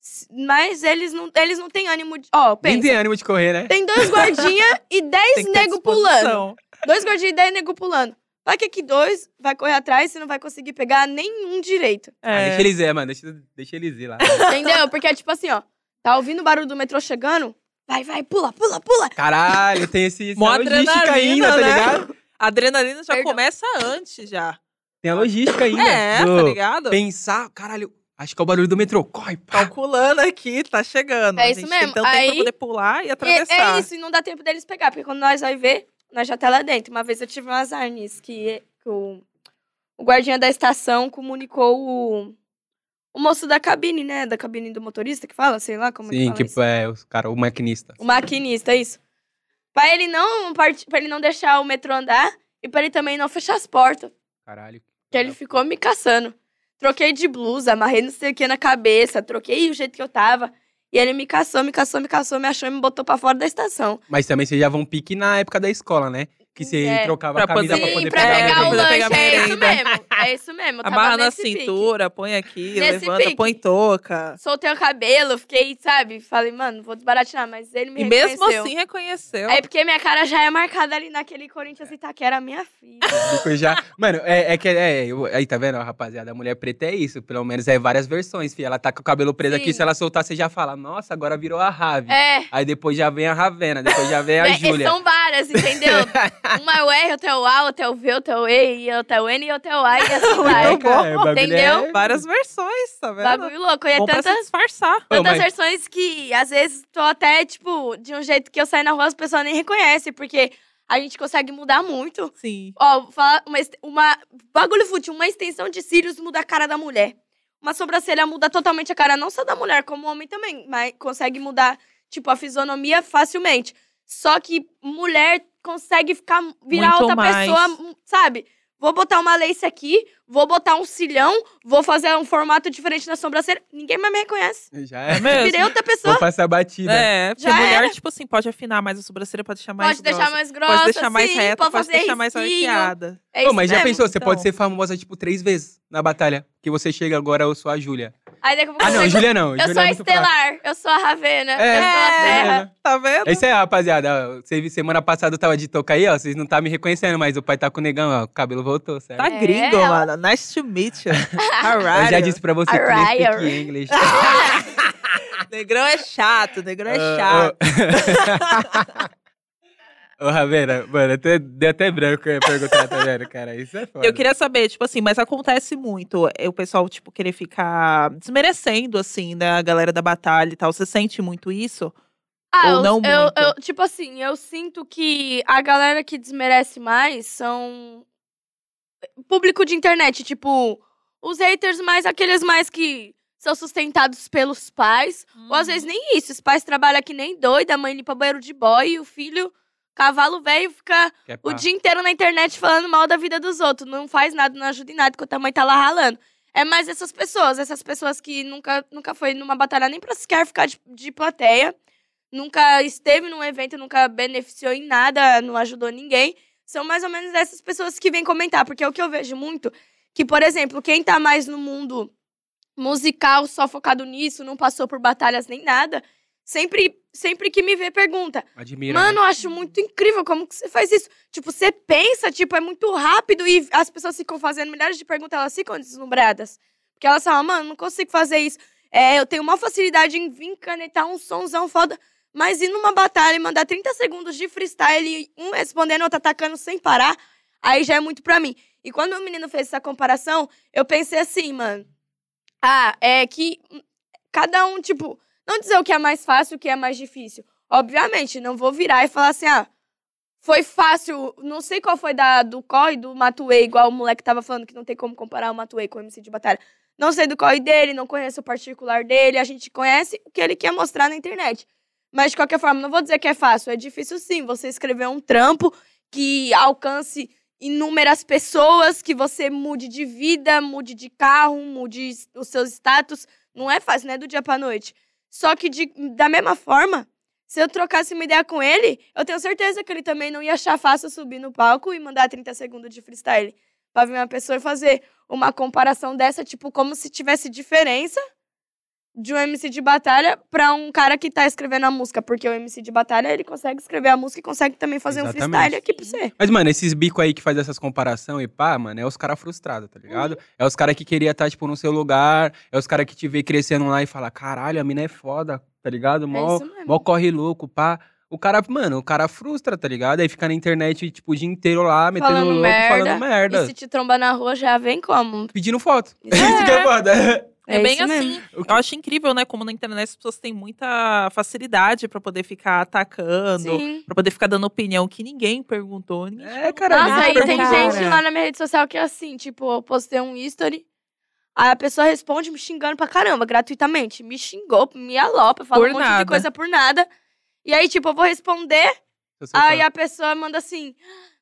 [SPEAKER 3] S- Mas eles não, eles não têm ânimo de... Ó,
[SPEAKER 1] Nem
[SPEAKER 3] pensa.
[SPEAKER 1] tem ânimo de correr, né?
[SPEAKER 3] Tem dois guardinhas e
[SPEAKER 2] Tem
[SPEAKER 3] dez
[SPEAKER 2] que ter
[SPEAKER 3] nego pulando.
[SPEAKER 2] disposição.
[SPEAKER 3] Dois guardinhas e dez nego pulando. Vai que aqui dois vai correr atrás, você não vai conseguir pegar nenhum direito.
[SPEAKER 1] Ah,
[SPEAKER 2] É.
[SPEAKER 1] deixa eles ir, mano. Deixa, deixa eles ir lá.
[SPEAKER 3] Entendeu? Porque é tipo assim, ó. Tá ouvindo o barulho do metrô chegando? Vai, vai, pula, pula, pula.
[SPEAKER 1] Caralho, tem esse, essa
[SPEAKER 2] Mó
[SPEAKER 1] logística
[SPEAKER 2] adrenalina,
[SPEAKER 1] ainda, tá
[SPEAKER 2] né?
[SPEAKER 1] ligado?
[SPEAKER 2] A adrenalina já
[SPEAKER 3] Perdão.
[SPEAKER 2] começa antes, já.
[SPEAKER 1] Tem a logística ainda.
[SPEAKER 2] É,
[SPEAKER 1] do
[SPEAKER 2] tá ligado?
[SPEAKER 1] Pensar, caralho, acho que é o barulho do metrô. Corre, pá.
[SPEAKER 2] Calculando aqui, tá chegando.
[SPEAKER 3] É
[SPEAKER 2] A
[SPEAKER 3] isso
[SPEAKER 2] gente Então
[SPEAKER 3] mesmo.
[SPEAKER 2] Tem tanto tempo pra
[SPEAKER 3] Aí-
[SPEAKER 2] poder pular e
[SPEAKER 3] E-
[SPEAKER 2] atravessar.
[SPEAKER 3] é isso, e não dá tempo deles pegar, porque quando nós vai ver, nós já tá lá dentro. Uma vez eu tive um azar nisso, que, que o, o guardinha da estação comunicou o, o moço da cabine, né? Da cabine do motorista que fala, sei lá como é que
[SPEAKER 1] Sim,
[SPEAKER 3] fala
[SPEAKER 1] que
[SPEAKER 3] isso.
[SPEAKER 1] é os cara, o maquinista.
[SPEAKER 3] O maquinista, é isso. Pra ele não part... pra ele não deixar o metrô andar e pra ele também não fechar as portas.
[SPEAKER 1] Caralho.
[SPEAKER 3] Que ele ficou me caçando. Troquei de blusa, amarrei não sei o que na cabeça, troquei o jeito que eu tava. E ele me caçou, me caçou, me caçou, me achou e me botou pra fora da estação.
[SPEAKER 1] Mas também vocês já vão pique na época da escola, né? Que você
[SPEAKER 3] É.
[SPEAKER 1] trocava a
[SPEAKER 2] Pra
[SPEAKER 1] camisa
[SPEAKER 2] poder-
[SPEAKER 1] pra
[SPEAKER 3] Sim,
[SPEAKER 1] poder
[SPEAKER 3] pra
[SPEAKER 1] pegar,
[SPEAKER 3] pegar,
[SPEAKER 1] o
[SPEAKER 3] o
[SPEAKER 1] bagulho.
[SPEAKER 2] pra pegar
[SPEAKER 3] lanche, é isso
[SPEAKER 2] merenda.
[SPEAKER 3] mesmo. É isso mesmo. Eu tava
[SPEAKER 2] Amarra na
[SPEAKER 3] nesse pique.
[SPEAKER 2] cintura, põe aqui,
[SPEAKER 3] Nesse
[SPEAKER 2] levanta,
[SPEAKER 3] pique.
[SPEAKER 2] põe touca.
[SPEAKER 3] Soltei o cabelo, fiquei, sabe? Falei, mano, vou desbaratinar, mas ele me
[SPEAKER 2] E mesmo
[SPEAKER 3] reconheceu.
[SPEAKER 2] assim reconheceu.
[SPEAKER 3] É porque minha cara já é marcada ali naquele Corinthians Itaquera, minha
[SPEAKER 2] (laughs)
[SPEAKER 3] filha.
[SPEAKER 1] Depois já. Mano, é, é que. É, eu- aí, tá vendo, ó, rapaziada? A mulher preta é isso. Pelo menos é várias versões, filha. Ela tá com o cabelo preso aqui.
[SPEAKER 3] Sim.
[SPEAKER 1] Se ela soltar, você já fala, nossa, agora virou a Rave.
[SPEAKER 3] É.
[SPEAKER 1] Aí depois já vem a Ravena, depois já vem É a
[SPEAKER 3] Né,
[SPEAKER 1] Júlia.
[SPEAKER 3] São
[SPEAKER 1] (laughs)
[SPEAKER 3] várias, entendeu? Uma é o R, outra é o A, outra é o V, outra é o E, e outra é o N e outra é
[SPEAKER 1] (laughs)
[SPEAKER 3] o A e assim vai.
[SPEAKER 2] Muito bom.
[SPEAKER 1] o bagulho
[SPEAKER 3] Entendeu?
[SPEAKER 1] Então é-
[SPEAKER 2] Várias versões, tá vendo?
[SPEAKER 3] Bagulho louco. E é
[SPEAKER 2] Bom pra se
[SPEAKER 3] tantas,
[SPEAKER 2] disfarçar.
[SPEAKER 1] Ô,
[SPEAKER 3] tantas
[SPEAKER 1] mas-
[SPEAKER 3] versões que às vezes tô até, tipo, de um jeito que eu saio na rua as pessoas nem reconhecem, porque a gente consegue mudar muito.
[SPEAKER 2] Sim.
[SPEAKER 3] Ó, vou falar uma, ex- uma. Bagulho fútil, uma extensão de cílios muda a cara da mulher. Uma sobrancelha muda totalmente a cara, não só da mulher, como o homem também, mas consegue mudar, tipo, a fisionomia facilmente. Só que mulher consegue ficar, virar
[SPEAKER 2] Muito
[SPEAKER 3] outra
[SPEAKER 2] mais.
[SPEAKER 3] pessoa, m- sabe? Vou botar uma lace aqui, vou botar um cilhão, vou fazer um formato diferente na sobrancelha. Ninguém mais me reconhece.
[SPEAKER 1] Já
[SPEAKER 2] É
[SPEAKER 1] é.
[SPEAKER 2] mesmo?
[SPEAKER 3] Virei outra pessoa.
[SPEAKER 1] Vou passar batida.
[SPEAKER 2] É, porque
[SPEAKER 3] Já
[SPEAKER 2] mulher, tipo assim, pode afinar mais a sobrancelha, pode deixar mais
[SPEAKER 3] pode deixar
[SPEAKER 2] grossa,
[SPEAKER 3] mais grossa,
[SPEAKER 2] pode deixar mais
[SPEAKER 3] sim,
[SPEAKER 2] reta,
[SPEAKER 3] pode,
[SPEAKER 2] pode,
[SPEAKER 3] fazer
[SPEAKER 2] deixar mais
[SPEAKER 3] risquinho.
[SPEAKER 2] arqueada.
[SPEAKER 3] É
[SPEAKER 1] Ô,
[SPEAKER 3] isso
[SPEAKER 1] mas já
[SPEAKER 3] mesmo.
[SPEAKER 1] pensou, você
[SPEAKER 2] então.
[SPEAKER 1] pode ser famosa, tipo, três vezes na batalha. Que você chega agora, eu sou a Júlia.
[SPEAKER 3] Aí daqui a pouco
[SPEAKER 1] Ah, não,
[SPEAKER 3] você-
[SPEAKER 1] Júlia não.
[SPEAKER 3] Eu
[SPEAKER 1] Júlia
[SPEAKER 3] sou
[SPEAKER 1] é
[SPEAKER 3] a né?
[SPEAKER 1] muito fraca.
[SPEAKER 3] Estelar, eu sou a Ravena,
[SPEAKER 1] É.
[SPEAKER 3] eu sou a
[SPEAKER 2] É.
[SPEAKER 3] Terra.
[SPEAKER 2] Tá vendo?
[SPEAKER 1] É isso aí, rapaziada. ó, Você viu semana passada eu tava de toca aí, ó. Vocês não tá me reconhecendo, mas o pai tá com o negão, ó. O cabelo voltou, certo?
[SPEAKER 2] Tá
[SPEAKER 3] É,
[SPEAKER 2] gringo,
[SPEAKER 3] ela-
[SPEAKER 2] mano. Nice to meet
[SPEAKER 3] (laughs)
[SPEAKER 2] you.
[SPEAKER 1] Eu
[SPEAKER 2] Alright.
[SPEAKER 1] já disse pra você que nem
[SPEAKER 3] Araya.
[SPEAKER 1] speak English.
[SPEAKER 2] Negrão é chato, negrão é
[SPEAKER 1] Ah,
[SPEAKER 2] chato.
[SPEAKER 1] Ô, Ô, Ravena, mano, até, deu até branco eu ia perguntar, tá vendo, cara? Isso é foda.
[SPEAKER 2] Eu queria saber, tipo assim, mas acontece muito é, o pessoal, tipo, querer ficar desmerecendo, assim, né, a galera da batalha e tal. Você sente muito isso?
[SPEAKER 3] Ah,
[SPEAKER 2] Ou
[SPEAKER 3] eu,
[SPEAKER 2] não
[SPEAKER 3] eu-
[SPEAKER 2] muito?
[SPEAKER 3] eu- tipo assim, eu sinto que a galera que desmerece mais são público de internet, tipo, os haters mais aqueles mais que são sustentados pelos pais, ou
[SPEAKER 2] Uhum.
[SPEAKER 3] às vezes nem isso, os pais trabalham que nem doida, a mãe limpa banheiro de boy e o filho cavalo velho fica
[SPEAKER 1] Que é
[SPEAKER 3] o
[SPEAKER 1] pá.
[SPEAKER 3] dia inteiro na internet falando mal da vida dos outros, não faz nada, não ajuda em nada enquanto a mãe tá lá ralando. É mais essas pessoas, essas pessoas que nunca, nunca foi numa batalha nem pra sequer ficar de, de plateia, nunca esteve num evento, nunca beneficiou em nada, não ajudou ninguém. São mais ou menos essas pessoas que vêm comentar, porque é o que eu vejo muito, que, por exemplo, quem tá mais no mundo musical, só focado nisso, não passou por batalhas nem nada, sempre, sempre que me vê pergunta,
[SPEAKER 1] Admiro. né?
[SPEAKER 3] Mano, eu acho muito incrível como que você faz isso. Tipo, você pensa, tipo, é muito rápido e as pessoas ficam fazendo milhares de perguntas, elas ficam deslumbradas. Porque elas falam, mano, não consigo fazer isso. É, eu tenho uma facilidade em vir canetar um sonzão foda, mas ir numa batalha e mandar 30 segundos de freestyle, um respondendo, outro atacando sem parar, aí já é muito pra mim. E quando o menino fez essa comparação, eu pensei assim, mano. Ah, é que hum, cada um, tipo, não dizer o que é mais fácil, o que é mais difícil. Obviamente, não vou virar e falar assim, ah, foi fácil, não sei qual foi da, do COI, do Matuei, igual o moleque tava falando que não tem como comparar o Matuei com o MC de batalha. Não sei do COI dele, não conheço o particular dele, a gente conhece o que ele quer mostrar na internet. Mas, de qualquer forma, não vou dizer que é fácil, é difícil sim você escrever um trampo que alcance inúmeras pessoas, que você mude de vida, mude de carro, mude os seus status. Não é fácil, não é do dia pra noite. Só que, de- da mesma forma, se eu trocasse uma ideia com ele, eu tenho certeza que ele também não ia achar fácil subir no palco e mandar 30 segundos de freestyle. Pra vir uma pessoa e fazer uma comparação dessa, tipo, como se tivesse diferença de um MC de batalha pra um cara que tá escrevendo a música. Porque o MC de batalha, ele consegue escrever a música e consegue também fazer um
[SPEAKER 1] Exatamente.
[SPEAKER 3] freestyle aqui pra você.
[SPEAKER 1] Mas, mano, esses bicos aí que faz essas comparação e pá, mano, é os caras frustrados, tá ligado?
[SPEAKER 3] Uhum.
[SPEAKER 1] É os caras que queria estar, tipo, no seu lugar, é os caras que te vê crescendo lá e fala, caralho, a mina é foda, tá ligado? Mó,
[SPEAKER 3] É isso mesmo.
[SPEAKER 1] mó corre louco, pá. O cara, mano, o cara frustra, tá ligado? Aí fica na internet, tipo, o dia inteiro lá, metendo
[SPEAKER 3] Falando
[SPEAKER 1] louco,
[SPEAKER 3] merda.
[SPEAKER 1] falando merda.
[SPEAKER 3] E se te trombar na rua, já vem como?
[SPEAKER 1] Pedindo foto.
[SPEAKER 3] Isso
[SPEAKER 1] (laughs) Isso que é foda.
[SPEAKER 2] É,
[SPEAKER 3] É
[SPEAKER 2] bem
[SPEAKER 3] isso
[SPEAKER 2] assim.
[SPEAKER 3] mesmo.
[SPEAKER 1] O que-
[SPEAKER 2] Eu acho incrível, né? Como na internet as pessoas têm muita facilidade pra poder ficar atacando,
[SPEAKER 3] Sim.
[SPEAKER 2] pra poder ficar dando opinião que ninguém perguntou. Ninguém
[SPEAKER 1] É, cara.
[SPEAKER 3] Nossa, aí
[SPEAKER 2] ninguém
[SPEAKER 3] tem
[SPEAKER 2] perguntou.
[SPEAKER 3] gente lá na minha rede social que é assim, tipo, eu postei um history, aí a pessoa responde me xingando pra caramba, gratuitamente. Me xingou, me alopa, fala
[SPEAKER 2] Por
[SPEAKER 3] um monte
[SPEAKER 2] nada.
[SPEAKER 3] de coisa por nada. E aí, tipo, eu vou responder,
[SPEAKER 1] tá
[SPEAKER 3] aí a pessoa manda assim,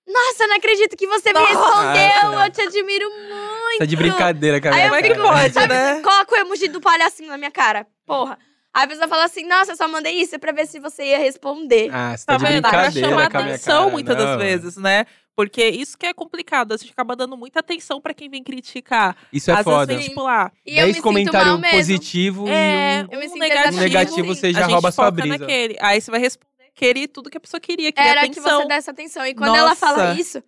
[SPEAKER 3] nossa, não acredito que você me
[SPEAKER 2] Nossa.
[SPEAKER 3] respondeu,
[SPEAKER 1] Nossa.
[SPEAKER 3] eu te admiro muito.
[SPEAKER 1] Tá de brincadeira, cara.
[SPEAKER 3] Aí eu
[SPEAKER 2] Como é que
[SPEAKER 1] Cara,
[SPEAKER 2] pode,
[SPEAKER 3] Sabe,
[SPEAKER 2] né?
[SPEAKER 3] coloca o emoji do palhacinho na minha cara, porra. Aí a pessoa fala assim, nossa, eu só mandei isso é pra ver se você ia responder.
[SPEAKER 1] Ah, você tá,
[SPEAKER 2] Tá
[SPEAKER 1] de
[SPEAKER 2] vendo? Pra
[SPEAKER 1] brincadeira
[SPEAKER 2] chamar
[SPEAKER 1] com a minha
[SPEAKER 2] atenção
[SPEAKER 1] cara,
[SPEAKER 2] muitas
[SPEAKER 1] não,
[SPEAKER 2] das
[SPEAKER 1] mano.
[SPEAKER 2] vezes, né? Porque isso que é complicado, a gente acaba dando muita atenção pra quem vem criticar.
[SPEAKER 1] Isso é
[SPEAKER 2] Às
[SPEAKER 1] foda.
[SPEAKER 2] vezes vem, tipo, lá,
[SPEAKER 3] E eu me
[SPEAKER 1] 10
[SPEAKER 3] sinto mal
[SPEAKER 1] comentários
[SPEAKER 3] mesmo.
[SPEAKER 1] positivos
[SPEAKER 2] é,
[SPEAKER 1] e
[SPEAKER 3] Eu me
[SPEAKER 2] um
[SPEAKER 3] sinto
[SPEAKER 2] negativo,
[SPEAKER 1] um negativo
[SPEAKER 3] sim.
[SPEAKER 1] você
[SPEAKER 2] a
[SPEAKER 1] já
[SPEAKER 2] gente
[SPEAKER 1] rouba sua
[SPEAKER 2] foca
[SPEAKER 1] brisa.
[SPEAKER 2] naquele. Aí você vai responder aquele tudo que a pessoa queria, queria
[SPEAKER 3] Era que
[SPEAKER 2] atenção.
[SPEAKER 3] você desse atenção. E quando ela fala
[SPEAKER 2] Nossa.
[SPEAKER 3] isso,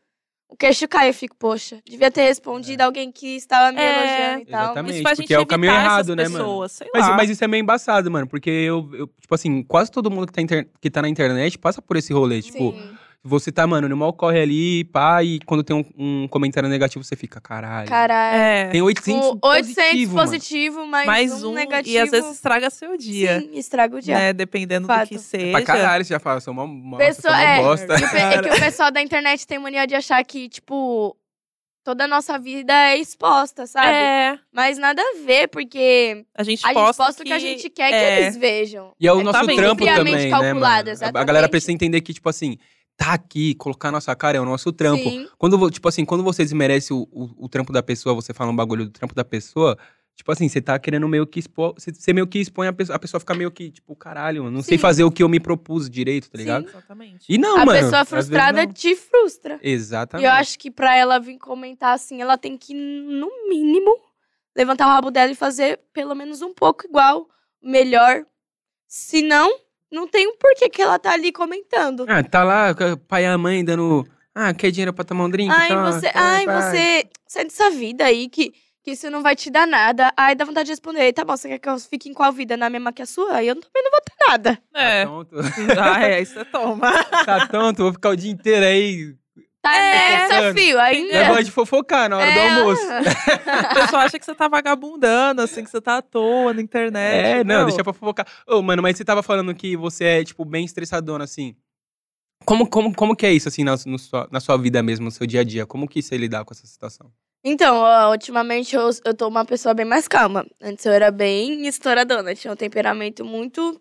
[SPEAKER 3] o queixo cai. Eu fico, poxa, devia ter respondido alguém que estava me
[SPEAKER 2] É.
[SPEAKER 3] elogiando e tal.
[SPEAKER 1] Exatamente.
[SPEAKER 2] Isso faz a
[SPEAKER 1] porque
[SPEAKER 2] gente
[SPEAKER 1] é o caminho
[SPEAKER 2] evitar
[SPEAKER 1] errado,
[SPEAKER 2] essas
[SPEAKER 1] né, mano?
[SPEAKER 2] pessoas, sei
[SPEAKER 1] Mas,
[SPEAKER 2] lá.
[SPEAKER 1] mas isso é meio embaçado, mano, porque eu, eu, tipo assim, quase todo mundo que tá, inter- que tá na internet passa por esse rolê. Tipo,
[SPEAKER 3] Sim.
[SPEAKER 1] você tá, mano, no mal corre ali, pá, e quando tem um, um comentário negativo, você fica, caralho.
[SPEAKER 3] Caralho.
[SPEAKER 2] É,
[SPEAKER 1] Tem 800
[SPEAKER 3] Tipo, 800
[SPEAKER 1] positivo, mano.
[SPEAKER 3] positivo, mais,
[SPEAKER 2] mais
[SPEAKER 3] um,
[SPEAKER 2] um,
[SPEAKER 3] negativo.
[SPEAKER 2] e às vezes estraga seu dia.
[SPEAKER 3] Sim, estraga o dia.
[SPEAKER 2] né? Dependendo do
[SPEAKER 3] Fato.
[SPEAKER 2] que seja.
[SPEAKER 1] Pra caralho, você já fala, sou uma, uma,
[SPEAKER 3] Pessoa-
[SPEAKER 1] sou uma
[SPEAKER 3] é.
[SPEAKER 1] bosta.
[SPEAKER 3] E o pe- É que o pessoal da internet tem mania de achar que, tipo, toda a nossa vida é exposta, sabe?
[SPEAKER 2] É,
[SPEAKER 3] Mas nada a ver, porque
[SPEAKER 2] a gente
[SPEAKER 3] a gente
[SPEAKER 2] posta
[SPEAKER 3] posta o que a gente
[SPEAKER 2] é.
[SPEAKER 3] quer que eles vejam.
[SPEAKER 1] (laughs) E é o
[SPEAKER 2] É
[SPEAKER 1] nosso
[SPEAKER 2] totalmente
[SPEAKER 1] trampo
[SPEAKER 3] friamente
[SPEAKER 1] também, né, mano?
[SPEAKER 3] calculado,
[SPEAKER 1] A- A galera
[SPEAKER 3] exatamente.
[SPEAKER 1] precisa entender que, tipo assim, tá aqui, colocar a nossa cara é o nosso trampo.
[SPEAKER 3] Sim,
[SPEAKER 1] Quando, vo- tipo assim, quando você desmerece o, o, o trampo da pessoa, você fala um bagulho do trampo da pessoa, tipo assim, você tá querendo meio que expor, você, você meio que expõe a pessoa, a pessoa fica meio que, tipo, caralho, mano, não sei
[SPEAKER 3] Sim.
[SPEAKER 1] fazer o que eu me propus direito, tá
[SPEAKER 3] Sim.
[SPEAKER 1] ligado?
[SPEAKER 2] Exatamente.
[SPEAKER 1] E não,
[SPEAKER 3] a
[SPEAKER 1] Ah, mano.
[SPEAKER 3] pessoa
[SPEAKER 1] às vezes
[SPEAKER 3] frustrada
[SPEAKER 1] não.
[SPEAKER 3] te frustra. E
[SPEAKER 1] Exatamente.
[SPEAKER 3] eu acho que pra ela vir comentar assim, ela tem que, no mínimo, levantar o rabo dela e fazer pelo menos um pouco igual, melhor. Se não, não tem um porquê que ela tá ali comentando.
[SPEAKER 1] Ah, tá lá, com o pai e a mãe dando. Ah, quer dinheiro pra tomar um drink?
[SPEAKER 3] Ai,
[SPEAKER 1] Toma,
[SPEAKER 3] você,
[SPEAKER 1] toma,
[SPEAKER 3] ai,
[SPEAKER 1] vai."
[SPEAKER 3] você sai dessa vida aí que, que isso não vai te dar nada. Ai, dá vontade de responder. Tá bom, você quer que eu fique em qual vida? Na mesma que a sua? Aí eu também não vou ter nada.
[SPEAKER 1] Tá
[SPEAKER 2] É.
[SPEAKER 1] tonto,
[SPEAKER 2] (laughs)
[SPEAKER 1] (laughs)
[SPEAKER 2] Ah, é, isso é toma.
[SPEAKER 1] tá tonto, vou ficar o dia inteiro aí.
[SPEAKER 3] Tá
[SPEAKER 2] É.
[SPEAKER 3] nessa, fio, ainda.
[SPEAKER 1] Eu gosto de fofocar na hora
[SPEAKER 3] É,
[SPEAKER 1] do almoço.
[SPEAKER 2] (laughs) O pessoal acha que você tá vagabundando, assim, que você tá à toa na internet.
[SPEAKER 1] É, não, deixa pra fofocar. Ô, mano, mas você tava falando que você é, tipo, bem estressadona, assim. Como, como, como que é isso, assim, na, no sua, na sua vida mesmo, no seu dia a dia? Como que você lidar com essa situação?
[SPEAKER 3] Então, ó, ultimamente eu, eu tô uma pessoa bem mais calma. Antes eu era bem estouradona, tinha um temperamento muito.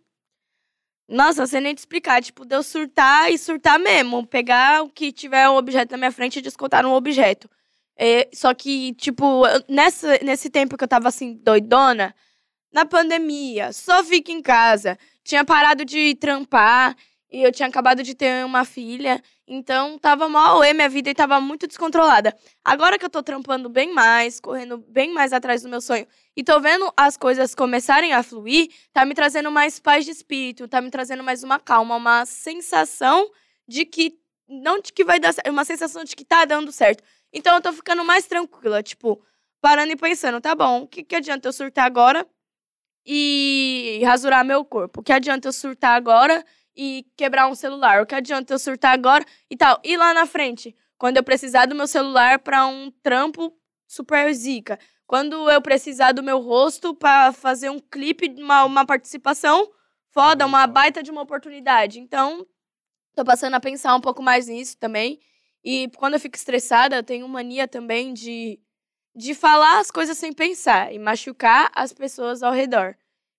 [SPEAKER 3] Nossa, sem nem te explicar. Tipo, de eu surtar e surtar mesmo. Pegar o que tiver um objeto na minha frente e descontar num objeto. É, só que, tipo, eu- nessa, nesse tempo que eu tava assim, doidona, na pandemia, só fica em casa. Tinha parado de trampar e eu tinha acabado de ter uma filha. Então, tava mal, minha vida e tava muito descontrolada. Agora que eu tô trampando bem mais, correndo bem mais atrás do meu sonho e tô vendo as coisas começarem a fluir, tá me trazendo mais paz de espírito, tá me trazendo mais uma calma, uma sensação de que não de que vai dar certo, uma sensação de que tá dando certo. Então eu tô ficando mais tranquila, tipo, parando e pensando, tá bom, o que, que adianta eu surtar agora e rasurar meu corpo? O que adianta eu surtar agora e quebrar um celular? O que adianta eu surtar agora e tal? E lá na frente, quando eu precisar do meu celular pra um trampo super zica. Quando eu precisar do meu rosto pra fazer um clipe, uma, uma participação foda, uma baita de uma oportunidade. Então, tô passando a pensar um pouco mais nisso também. E quando eu fico estressada, eu tenho mania também de, de falar as coisas sem pensar e machucar as pessoas ao redor.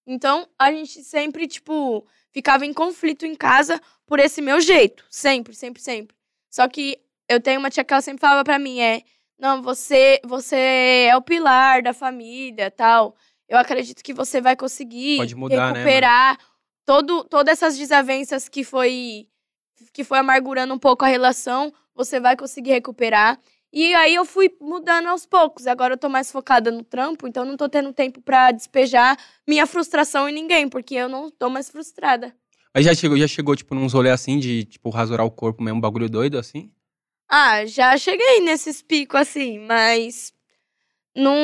[SPEAKER 3] Então, a gente sempre, tipo, ficava em conflito em casa por esse meu jeito. Sempre, sempre, sempre. Só que eu tenho uma tia que ela sempre falava pra mim, é, não, você, você é o pilar da família, tal. Eu acredito que você vai conseguir
[SPEAKER 1] Pode mudar, né,
[SPEAKER 3] recuperar todo, todas essas desavenças que foi que foi amargurando um pouco a relação, você vai conseguir recuperar. E aí eu fui mudando aos poucos. Agora eu tô mais focada no trampo, então não tô tendo tempo pra despejar minha frustração em ninguém, porque eu não tô mais frustrada.
[SPEAKER 1] Mas já chegou, já chegou, tipo, num rolê assim de, tipo, rasurar o corpo mesmo, um bagulho doido, assim?
[SPEAKER 3] Ah, já cheguei nesses picos assim, mas não,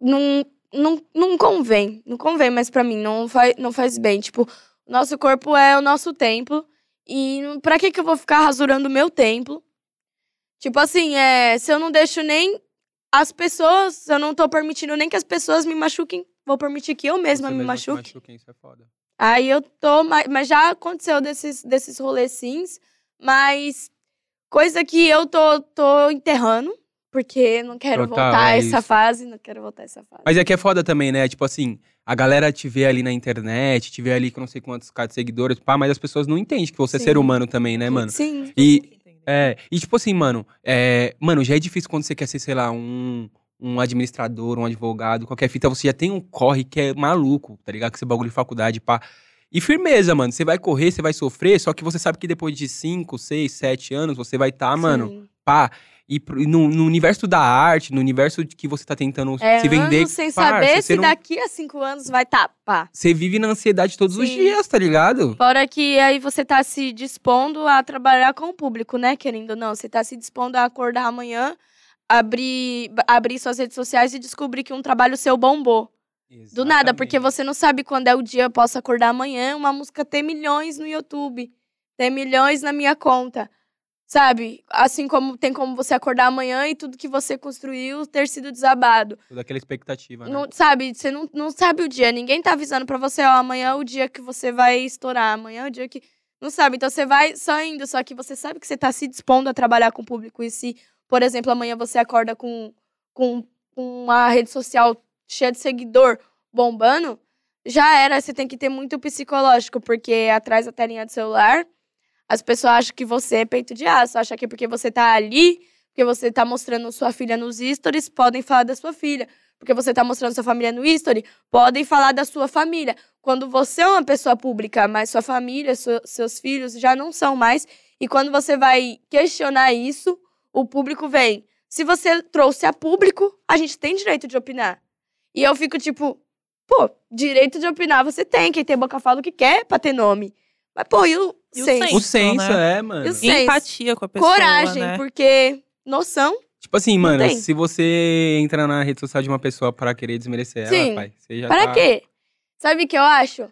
[SPEAKER 3] não, não, não, não convém. Não convém mais pra mim, não faz, não faz bem. Tipo, nosso corpo é o nosso templo e não- pra que que eu vou ficar rasurando o meu templo? Tipo assim, é, se eu não deixo nem as pessoas, se eu não tô permitindo nem que as pessoas me machuquem, vou permitir que eu mesma
[SPEAKER 1] Você
[SPEAKER 3] me
[SPEAKER 1] mesma se
[SPEAKER 3] machuque.
[SPEAKER 1] machuca, isso é foda.
[SPEAKER 3] Aí eu tô. ma- Mas já aconteceu desses, desses rolês sims, mas coisa que eu tô, tô enterrando, porque não quero
[SPEAKER 1] Total,
[SPEAKER 3] voltar a
[SPEAKER 1] é
[SPEAKER 3] essa
[SPEAKER 1] isso.
[SPEAKER 3] fase, não quero voltar a essa fase.
[SPEAKER 1] Mas é que é foda também, né? Tipo assim, a galera te vê ali na internet, te vê ali com não sei quantos K de seguidores, pá, mas as pessoas não entendem que você é
[SPEAKER 3] Sim.
[SPEAKER 1] ser humano também, né, mano?
[SPEAKER 3] Sim.
[SPEAKER 1] E, É, e tipo assim, mano, é, mano, já é difícil quando você quer ser, sei lá, um, um administrador, um advogado, qualquer fita, você já tem um corre que é maluco, tá ligado? Que esse bagulho de faculdade, pá. E firmeza, mano. Você vai correr, você vai sofrer, só que você sabe que depois de 5, 6, 7 anos você vai estar, Ah, mano,
[SPEAKER 3] Sim.
[SPEAKER 1] pá. E pro- no, no universo da arte, no universo de que você tá tentando
[SPEAKER 3] É,
[SPEAKER 1] se vender.
[SPEAKER 3] anos sem
[SPEAKER 1] parça,
[SPEAKER 3] saber
[SPEAKER 1] você
[SPEAKER 3] se
[SPEAKER 1] não-
[SPEAKER 3] daqui a cinco anos vai tá, pá.
[SPEAKER 1] Você vive na ansiedade todos os
[SPEAKER 3] Sim.
[SPEAKER 1] dias, tá ligado?
[SPEAKER 3] Fora que aí você tá se dispondo a trabalhar com o público, né, querendo ou não. Você tá se dispondo a acordar amanhã, abrir, ba- abrir suas redes sociais e descobrir que um trabalho seu bombou. Do nada, porque você não sabe quando é o dia, eu posso acordar amanhã, uma música ter milhões no YouTube, ter milhões na minha conta. Sabe? Assim como tem como você acordar amanhã e tudo que você construiu ter sido desabado.
[SPEAKER 1] Toda aquela expectativa, né?
[SPEAKER 3] Não, sabe, você não, não sabe o dia. Ninguém tá avisando pra você, ó, amanhã é o dia que você vai estourar, amanhã é o dia que. Não sabe. Então você vai só indo, só que você sabe que você tá se dispondo a trabalhar com o público. E se, por exemplo, amanhã você acorda com, com uma rede social cheia de seguidor bombando, já era. Você tem que ter muito psicológico, porque atrás da telinha do celular, as pessoas acham que você é peito de aço, acham que porque você tá ali, porque você tá mostrando sua filha nos stories, podem falar da sua filha porque você tá mostrando sua família no history, podem falar da sua família. Quando você é uma pessoa pública, mas sua família, seu- seus filhos já não são mais, e quando você vai questionar isso, o público vem. Se você trouxe a público, a gente tem direito de opinar. E eu fico tipo, pô, direito de opinar você tem, quem tem boca fala o que quer pra ter nome. Mas, pô, e o,
[SPEAKER 2] E o
[SPEAKER 3] senso?
[SPEAKER 2] senso?
[SPEAKER 1] O senso,
[SPEAKER 3] né?
[SPEAKER 1] é, mano.
[SPEAKER 3] Eu sei. Senso.
[SPEAKER 2] Empatia com a pessoa.
[SPEAKER 3] Coragem,
[SPEAKER 2] né?
[SPEAKER 3] porque noção,
[SPEAKER 1] Tipo assim,
[SPEAKER 3] Não
[SPEAKER 1] mano,
[SPEAKER 3] tem.
[SPEAKER 1] se você entra na rede social de uma pessoa pra querer desmerecer ela,
[SPEAKER 3] Sim.
[SPEAKER 1] pai, você já
[SPEAKER 3] Para
[SPEAKER 1] tá...
[SPEAKER 3] quê? Sabe o que eu acho?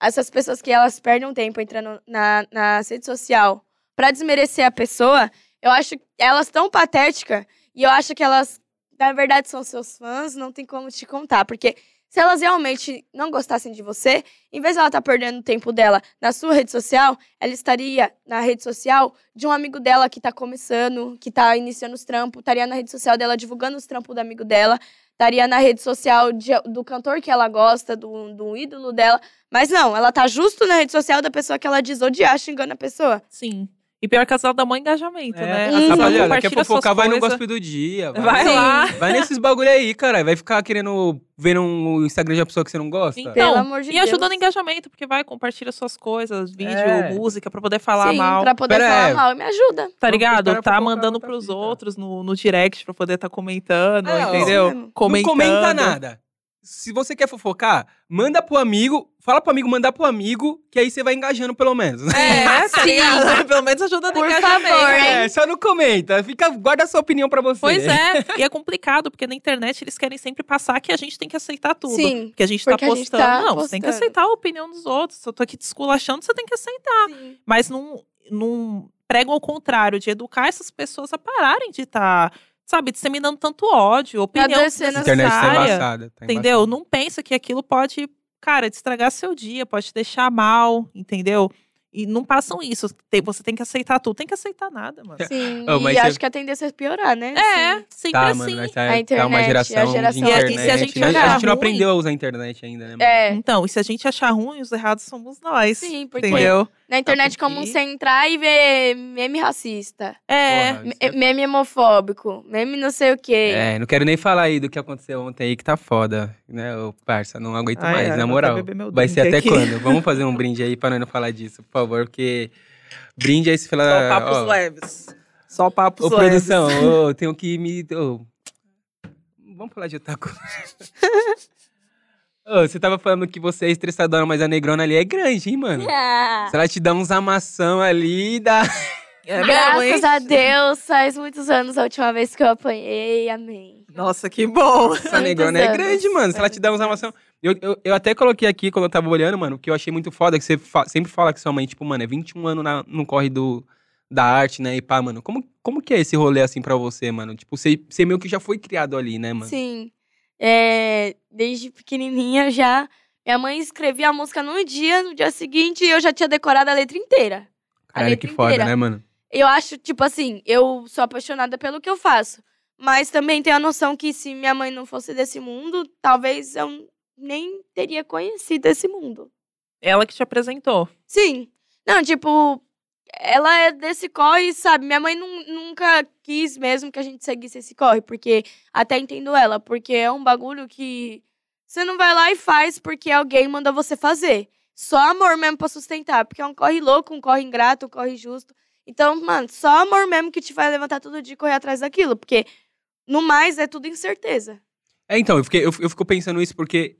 [SPEAKER 3] Essas pessoas que elas perdem um tempo entrando na, na rede social pra desmerecer a pessoa, eu acho que elas tão patéticas e eu acho que elas, na verdade, são seus fãs, não tem como te contar. Porque se elas realmente não gostassem de você, em vez de ela estar perdendo o tempo dela na sua rede social, ela estaria na rede social de um amigo dela que tá começando, que tá iniciando os trampos, estaria na rede social dela divulgando os trampos do amigo dela estaria na rede social de- do cantor que ela gosta, do, do ídolo dela. Mas não, ela tá justo na rede social da pessoa que ela diz odiar, xingando a pessoa.
[SPEAKER 2] Sim. E pior que as dá mó engajamento, né?
[SPEAKER 1] É,
[SPEAKER 2] As
[SPEAKER 3] Hum.
[SPEAKER 2] pessoas
[SPEAKER 1] rapaziada, quer
[SPEAKER 2] compartilham
[SPEAKER 1] fofocar,
[SPEAKER 2] suas
[SPEAKER 1] vai no
[SPEAKER 2] coisas.
[SPEAKER 1] gospel do dia.
[SPEAKER 2] Vai
[SPEAKER 3] Sim.
[SPEAKER 2] lá.
[SPEAKER 1] Vai nesses bagulho aí, cara. Vai ficar querendo ver um Instagram de uma pessoa que você não gosta.
[SPEAKER 2] Então,
[SPEAKER 3] Pelo amor de
[SPEAKER 2] e
[SPEAKER 3] Deus.
[SPEAKER 2] ajuda no engajamento, porque vai, compartilha suas coisas, vídeo,
[SPEAKER 1] É.
[SPEAKER 2] música, pra poder falar
[SPEAKER 3] Sim,
[SPEAKER 2] mal.
[SPEAKER 3] pra poder
[SPEAKER 1] Pera é.
[SPEAKER 3] falar
[SPEAKER 1] aí.
[SPEAKER 3] mal. Me ajuda.
[SPEAKER 2] Tá
[SPEAKER 1] Pro- pro
[SPEAKER 2] ligado?
[SPEAKER 1] cara
[SPEAKER 2] Tá
[SPEAKER 1] fofocar
[SPEAKER 2] mandando
[SPEAKER 1] outra
[SPEAKER 2] pros
[SPEAKER 1] fita.
[SPEAKER 2] outros no, no direct pra poder tá comentando,
[SPEAKER 1] É, ó.
[SPEAKER 2] entendeu?
[SPEAKER 3] Sim, mesmo.
[SPEAKER 2] Comentando.
[SPEAKER 1] Não comenta nada. Se você quer fofocar, manda pro amigo. Fala pro amigo mandar pro amigo, que aí você vai engajando pelo menos.
[SPEAKER 2] É, tá
[SPEAKER 3] Sim.
[SPEAKER 2] ligado? (laughs) né? Pelo menos ajuda no
[SPEAKER 3] Por
[SPEAKER 2] engajamento.
[SPEAKER 3] favor, hein?
[SPEAKER 1] (laughs) É, só não comenta. Fica, guarda a sua opinião pra você.
[SPEAKER 2] Pois é, e é complicado, porque na internet eles querem sempre passar que a gente tem que aceitar tudo.
[SPEAKER 3] Sim.
[SPEAKER 2] Porque a gente tá
[SPEAKER 3] Porque a
[SPEAKER 2] postando.
[SPEAKER 3] gente tá
[SPEAKER 2] não, você tem que
[SPEAKER 3] postando.
[SPEAKER 2] aceitar a opinião dos outros. Se eu tô aqui te esculachando, você tem que aceitar.
[SPEAKER 3] Sim.
[SPEAKER 2] Mas não, não pregam ao contrário, de educar essas pessoas a pararem de estar, sabe, disseminando tanto ódio, opinião
[SPEAKER 3] descendo
[SPEAKER 1] A internet tá
[SPEAKER 2] desnecessária.
[SPEAKER 1] embaçada. tá
[SPEAKER 2] Entendeu?
[SPEAKER 1] embaçada.
[SPEAKER 2] Não pensa que aquilo pode, cara, te estragar seu dia, pode te deixar mal, entendeu? E não passam isso. Tem- Você tem que aceitar tudo. Tem que aceitar nada, mano.
[SPEAKER 3] Sim,
[SPEAKER 1] Oh, mas
[SPEAKER 3] e
[SPEAKER 1] você-
[SPEAKER 3] acho que a tendência é piorar, né?
[SPEAKER 2] É,
[SPEAKER 3] Sim.
[SPEAKER 2] sempre
[SPEAKER 1] Tá,
[SPEAKER 2] assim.
[SPEAKER 1] mano, nós
[SPEAKER 3] A
[SPEAKER 1] tá, tá
[SPEAKER 3] internet,
[SPEAKER 1] uma
[SPEAKER 3] a
[SPEAKER 1] geração,
[SPEAKER 3] geração-
[SPEAKER 1] de
[SPEAKER 3] E a- e
[SPEAKER 1] internet.
[SPEAKER 3] se a
[SPEAKER 2] gente
[SPEAKER 1] né? a
[SPEAKER 2] achar
[SPEAKER 1] gente não
[SPEAKER 2] ruim-
[SPEAKER 1] aprendeu a usar a internet ainda, né? mano?
[SPEAKER 3] É.
[SPEAKER 2] Então, e se a gente achar ruim, os errados somos nós.
[SPEAKER 3] Sim, porque
[SPEAKER 2] entendeu?
[SPEAKER 3] na internet
[SPEAKER 2] Tá,
[SPEAKER 3] como
[SPEAKER 2] porque-
[SPEAKER 3] você entrar e ver meme racista,
[SPEAKER 2] É.
[SPEAKER 1] Porra,
[SPEAKER 3] me-
[SPEAKER 1] isso é
[SPEAKER 3] meme homofóbico, meme não sei o quê.
[SPEAKER 1] É, não quero nem falar aí do que aconteceu ontem aí, que tá foda, né, ô parça? Não aguento
[SPEAKER 2] Ai,
[SPEAKER 1] mais,
[SPEAKER 2] ai,
[SPEAKER 1] na
[SPEAKER 2] vou
[SPEAKER 1] moral.
[SPEAKER 2] até beber meu
[SPEAKER 1] Vai ser
[SPEAKER 2] drink
[SPEAKER 1] até
[SPEAKER 2] aqui.
[SPEAKER 1] quando? Vamos fazer um brinde aí pra nós não falar disso, por favor, porque brinde aí se
[SPEAKER 2] (laughs) Só
[SPEAKER 1] falar.
[SPEAKER 2] papos
[SPEAKER 1] Ah, ó,
[SPEAKER 2] leves. Só papos
[SPEAKER 1] Ô,
[SPEAKER 2] leves.
[SPEAKER 1] produção, ô, eu tenho que me. ô, Vamos falar de outra coisa. Ô, você tava falando que você é estressadona, mas a negrona ali é grande, hein, mano?
[SPEAKER 3] Ah, (laughs)
[SPEAKER 1] Se ela te dá uns amassão ali, dá.
[SPEAKER 2] É
[SPEAKER 1] Tá
[SPEAKER 2] mesmo, hein?
[SPEAKER 3] graças a Deus, faz muitos anos a última vez que eu apanhei, amém.
[SPEAKER 2] Nossa, que bom.
[SPEAKER 1] Essa negrona é
[SPEAKER 3] anos.
[SPEAKER 1] grande, mano. Se ela te dá uns amação. Eu, eu, eu até coloquei aqui quando eu tava olhando, mano, que eu achei muito foda, que você fa- sempre fala que sua mãe, tipo, mano, é 21 anos na- no corre do, da arte, né? E pá, mano, como, como que é esse rolê assim pra você, mano? Tipo, você, você meio que já foi criado ali, né, mano?
[SPEAKER 3] Sim. É, desde pequenininha já. Minha mãe escrevia a música num dia, no dia seguinte eu já tinha decorado a letra inteira.
[SPEAKER 1] Caralho,
[SPEAKER 3] letra
[SPEAKER 1] que foda,
[SPEAKER 3] inteira.
[SPEAKER 1] né, mano?
[SPEAKER 3] Eu acho, tipo assim, eu sou apaixonada pelo que eu faço. Mas também tenho a noção que se minha mãe não fosse desse mundo, talvez eu nem teria conhecido esse mundo.
[SPEAKER 2] Ela que te apresentou.
[SPEAKER 3] Sim. Não, tipo, ela é desse corre, sabe? Minha mãe nun- nunca quis mesmo que a gente seguisse esse corre, porque até entendo ela, porque é um bagulho que você não vai lá e faz porque alguém mandou você fazer. Só amor mesmo pra sustentar. Porque é um corre louco, um corre ingrato, um corre justo. Então, mano, só amor mesmo que te vai levantar todo dia e correr atrás daquilo. Porque no mais é tudo incerteza.
[SPEAKER 1] É, então, eu, fiquei, eu, eu fico pensando isso porque,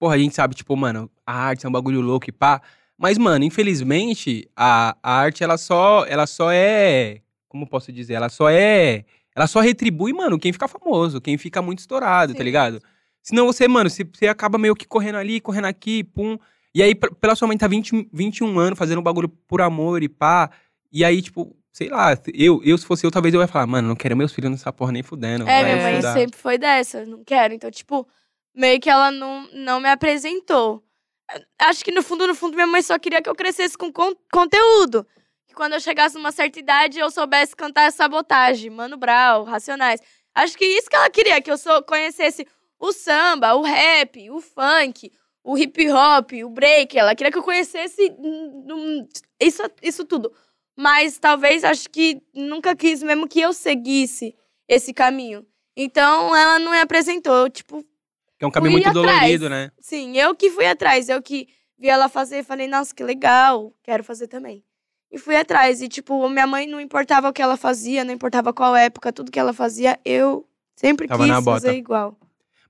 [SPEAKER 1] porra, a gente sabe, tipo, mano, a arte é um bagulho louco e pá. Mas, mano, infelizmente, a, a arte, ela só, ela só é. Como eu posso dizer? Ela só é. Ela só retribui, mano, quem fica famoso, quem fica muito estourado, tá
[SPEAKER 3] Sim.
[SPEAKER 1] ligado? Senão você, mano, você, você acaba meio que correndo ali, correndo aqui, pum. E aí, pra- pela sua mãe tá 20, 21 anos fazendo um bagulho por amor e pá. E aí, tipo, sei lá, eu, eu se fosse eu, talvez eu ia falar, mano, não quero meus filhos nessa porra nem fudendo.
[SPEAKER 3] É,
[SPEAKER 1] vai
[SPEAKER 3] minha mãe
[SPEAKER 1] estudar.
[SPEAKER 3] sempre foi dessa, não quero. Então, tipo, meio que ela não, não me apresentou. Acho que no fundo, no fundo, minha mãe só queria que eu crescesse com con- conteúdo. Que quando eu chegasse numa certa idade, eu soubesse cantar sabotagem, Mano Brau, Racionais. Acho que isso que ela queria, que eu sou, conhecesse o samba, o rap, o funk, o hip hop, o break. Ela queria que eu conhecesse hum, hum, isso, isso tudo. Mas talvez acho que nunca quis mesmo que eu seguisse esse caminho. Então ela não me apresentou. Eu, tipo,
[SPEAKER 1] Que é um caminho
[SPEAKER 3] fui
[SPEAKER 1] muito
[SPEAKER 3] atrás.
[SPEAKER 1] dolorido, né?
[SPEAKER 3] sim, eu que fui atrás, eu que vi ela fazer, falei, nossa, que legal, quero fazer também. E fui atrás. E, tipo, minha mãe não importava o que ela fazia, não importava qual época, tudo que ela fazia, eu sempre
[SPEAKER 1] Tava
[SPEAKER 3] quis
[SPEAKER 1] na bota.
[SPEAKER 3] fazer igual.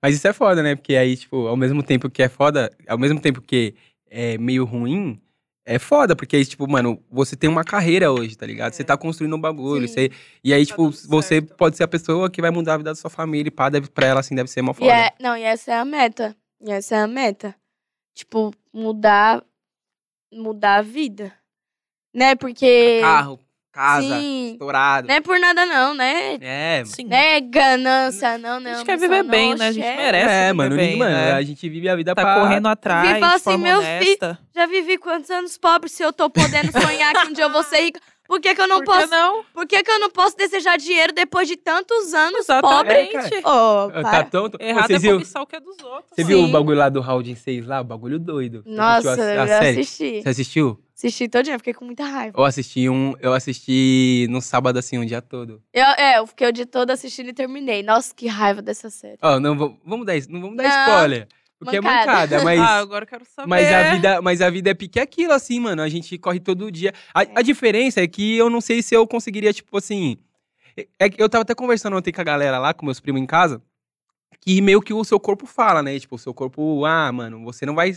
[SPEAKER 1] Mas isso é foda, né? Porque aí, tipo, ao mesmo tempo que é foda, ao mesmo tempo que é meio ruim, é foda, porque aí, tipo, mano, você tem uma carreira hoje, tá ligado? Você tá construindo um bagulho,
[SPEAKER 3] É. Sim.
[SPEAKER 1] você- e aí,
[SPEAKER 2] Tá
[SPEAKER 1] tipo,
[SPEAKER 2] dando
[SPEAKER 1] você
[SPEAKER 2] certo.
[SPEAKER 1] pode ser a pessoa que vai mudar a vida da sua família e pá, deve, pra ela, assim, deve ser mó
[SPEAKER 3] E
[SPEAKER 1] foda.
[SPEAKER 3] é, não, e essa é a meta. E essa é a meta. Tipo, mudar. Mudar a vida. Né? Porque.
[SPEAKER 1] Carro, casa,
[SPEAKER 3] sim.
[SPEAKER 1] estourado.
[SPEAKER 3] Não é por nada, não, né?
[SPEAKER 1] É, mano.
[SPEAKER 2] Sim.
[SPEAKER 3] Não é ganância, não, não.
[SPEAKER 2] a gente quer viver bem, né? A gente merece.
[SPEAKER 1] É,
[SPEAKER 2] viver
[SPEAKER 1] mano,
[SPEAKER 2] bem,
[SPEAKER 1] mano,
[SPEAKER 2] né?
[SPEAKER 1] a gente vive a vida
[SPEAKER 2] Tá
[SPEAKER 1] pra...
[SPEAKER 2] correndo atrás,
[SPEAKER 3] Vivi fala
[SPEAKER 2] de
[SPEAKER 3] assim,
[SPEAKER 2] forma
[SPEAKER 3] meu filho-
[SPEAKER 2] honesta.
[SPEAKER 3] Já vivi quantos anos pobre se eu tô podendo sonhar que um dia eu vou ser rica? Por que, que eu não
[SPEAKER 2] Por que
[SPEAKER 3] posso?
[SPEAKER 2] não?
[SPEAKER 3] Por que, que eu não posso desejar dinheiro depois de tantos anos pobre?
[SPEAKER 1] É,
[SPEAKER 2] Exatamente.
[SPEAKER 1] cara. (laughs)
[SPEAKER 3] Oh,
[SPEAKER 1] Tá
[SPEAKER 3] para.
[SPEAKER 1] tonto.
[SPEAKER 2] Errado
[SPEAKER 1] Vocês
[SPEAKER 2] é
[SPEAKER 1] viu,
[SPEAKER 2] cobiçar o que é dos outros.
[SPEAKER 1] você viu o
[SPEAKER 3] Sim.
[SPEAKER 1] bagulho lá do Round 6 lá? O bagulho doido. Você assistiu
[SPEAKER 3] Nossa,
[SPEAKER 1] a, a
[SPEAKER 3] eu
[SPEAKER 1] série?
[SPEAKER 3] assisti.
[SPEAKER 1] Você assistiu?
[SPEAKER 3] Assisti todo dia, fiquei com muita raiva.
[SPEAKER 1] Eu assisti um. Eu assisti no sábado, assim, um dia todo.
[SPEAKER 3] Eu, é, eu fiquei o dia todo assistindo e terminei. Nossa, que raiva
[SPEAKER 2] (laughs)
[SPEAKER 3] dessa série.
[SPEAKER 1] Ó, não vamos- vamos dar isso. Não vamos dar
[SPEAKER 3] Não.
[SPEAKER 1] spoiler. Porque
[SPEAKER 3] Mancada.
[SPEAKER 1] é mancada, mas.
[SPEAKER 2] (laughs) Ah, agora eu quero saber.
[SPEAKER 1] Mas a, vida, mas a vida é pique aquilo, assim, mano. A gente corre todo dia. A, a diferença é que eu não sei se eu conseguiria, tipo assim. é- é que eu tava até conversando ontem com a galera lá, com meus primos em casa, que meio que o seu corpo fala, né? Tipo, o seu corpo, ah, mano, você não vai,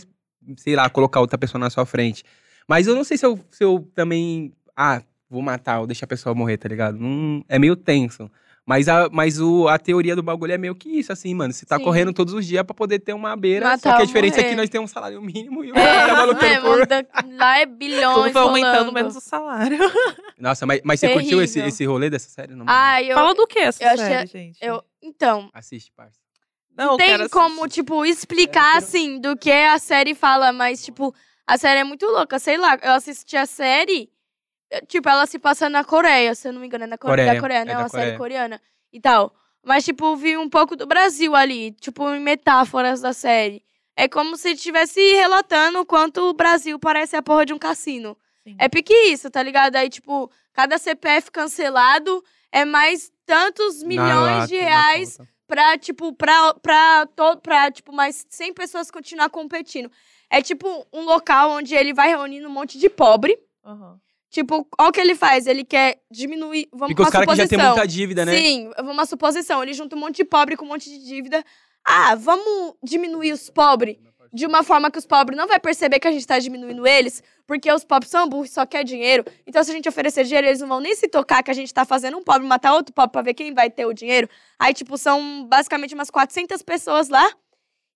[SPEAKER 1] sei lá, colocar outra pessoa na sua frente. Mas eu não sei se eu, se eu também. Ah, vou matar ou deixar a pessoa morrer, tá ligado? Não, é meio tenso. Mas, a, mas o, a teoria do bagulho é meio que isso, assim, mano. Você tá
[SPEAKER 3] Sim.
[SPEAKER 1] correndo todos os dias pra poder ter uma beira. só
[SPEAKER 3] Matar
[SPEAKER 1] que a
[SPEAKER 3] ou
[SPEAKER 1] diferença é que
[SPEAKER 3] morrer.
[SPEAKER 1] nós temos um salário mínimo
[SPEAKER 3] (laughs)
[SPEAKER 1] e o
[SPEAKER 3] É,
[SPEAKER 1] cara
[SPEAKER 2] Tá
[SPEAKER 1] tava lutando
[SPEAKER 3] é,
[SPEAKER 1] por.
[SPEAKER 3] manda- lá é bilhões
[SPEAKER 2] Tudo vai aumentando
[SPEAKER 3] rolando.
[SPEAKER 2] menos o salário.
[SPEAKER 1] Nossa, mas, mas você curtiu esse,
[SPEAKER 3] Terrível.
[SPEAKER 1] esse rolê dessa série? Não,
[SPEAKER 3] Ai, eu,
[SPEAKER 2] Fala do que essa
[SPEAKER 3] eu achei-
[SPEAKER 2] série, gente?
[SPEAKER 3] eu... Então,
[SPEAKER 1] Assiste, parça.
[SPEAKER 2] Não,
[SPEAKER 3] tem
[SPEAKER 2] cara,
[SPEAKER 3] como,
[SPEAKER 2] assim,
[SPEAKER 3] tipo, explicar, assim, do que a série fala, mas, tipo, a série é muito louca. Sei lá, eu assisti a série, eu- tipo, ela se passa na Coreia, se eu não me engano, é na
[SPEAKER 1] Coreia,
[SPEAKER 3] Coreia, da Coreia,
[SPEAKER 1] é
[SPEAKER 3] né? É
[SPEAKER 1] da
[SPEAKER 3] uma série
[SPEAKER 1] Coreia.
[SPEAKER 3] coreana e tal. Mas, tipo, vi um pouco do Brasil ali, tipo, em metáforas da série. É como se estivesse relatando o quanto o Brasil parece a porra de um cassino.
[SPEAKER 2] Sim.
[SPEAKER 3] É pique isso, tá ligado? Aí, tipo, cada CPF cancelado é mais tantos
[SPEAKER 1] Na
[SPEAKER 3] milhões
[SPEAKER 1] lata,
[SPEAKER 3] de
[SPEAKER 1] na
[SPEAKER 3] reais
[SPEAKER 1] conta.
[SPEAKER 3] pra, tipo, pra, pra, to, pra, tipo, mais 100 pessoas continuar competindo. É, tipo, um local onde ele vai reunindo um monte de pobre.
[SPEAKER 2] aham.
[SPEAKER 3] Tipo, olha o que ele faz. Ele quer diminuir... Vamos
[SPEAKER 1] Porque os
[SPEAKER 3] uma
[SPEAKER 1] caras que já
[SPEAKER 3] suposição.
[SPEAKER 1] têm muita dívida, né?
[SPEAKER 3] Sim, uma suposição. Ele junta um monte de pobre com um monte de dívida. Ah, vamos diminuir os pobres de uma forma que os pobres não vai perceber que a gente tá diminuindo eles, porque os pobres são burros, só quer dinheiro. Então, se a gente oferecer dinheiro, eles não vão nem se tocar que a gente tá fazendo um pobre matar outro pobre pra ver quem vai ter o dinheiro. Aí, tipo, são basicamente umas 400 pessoas lá.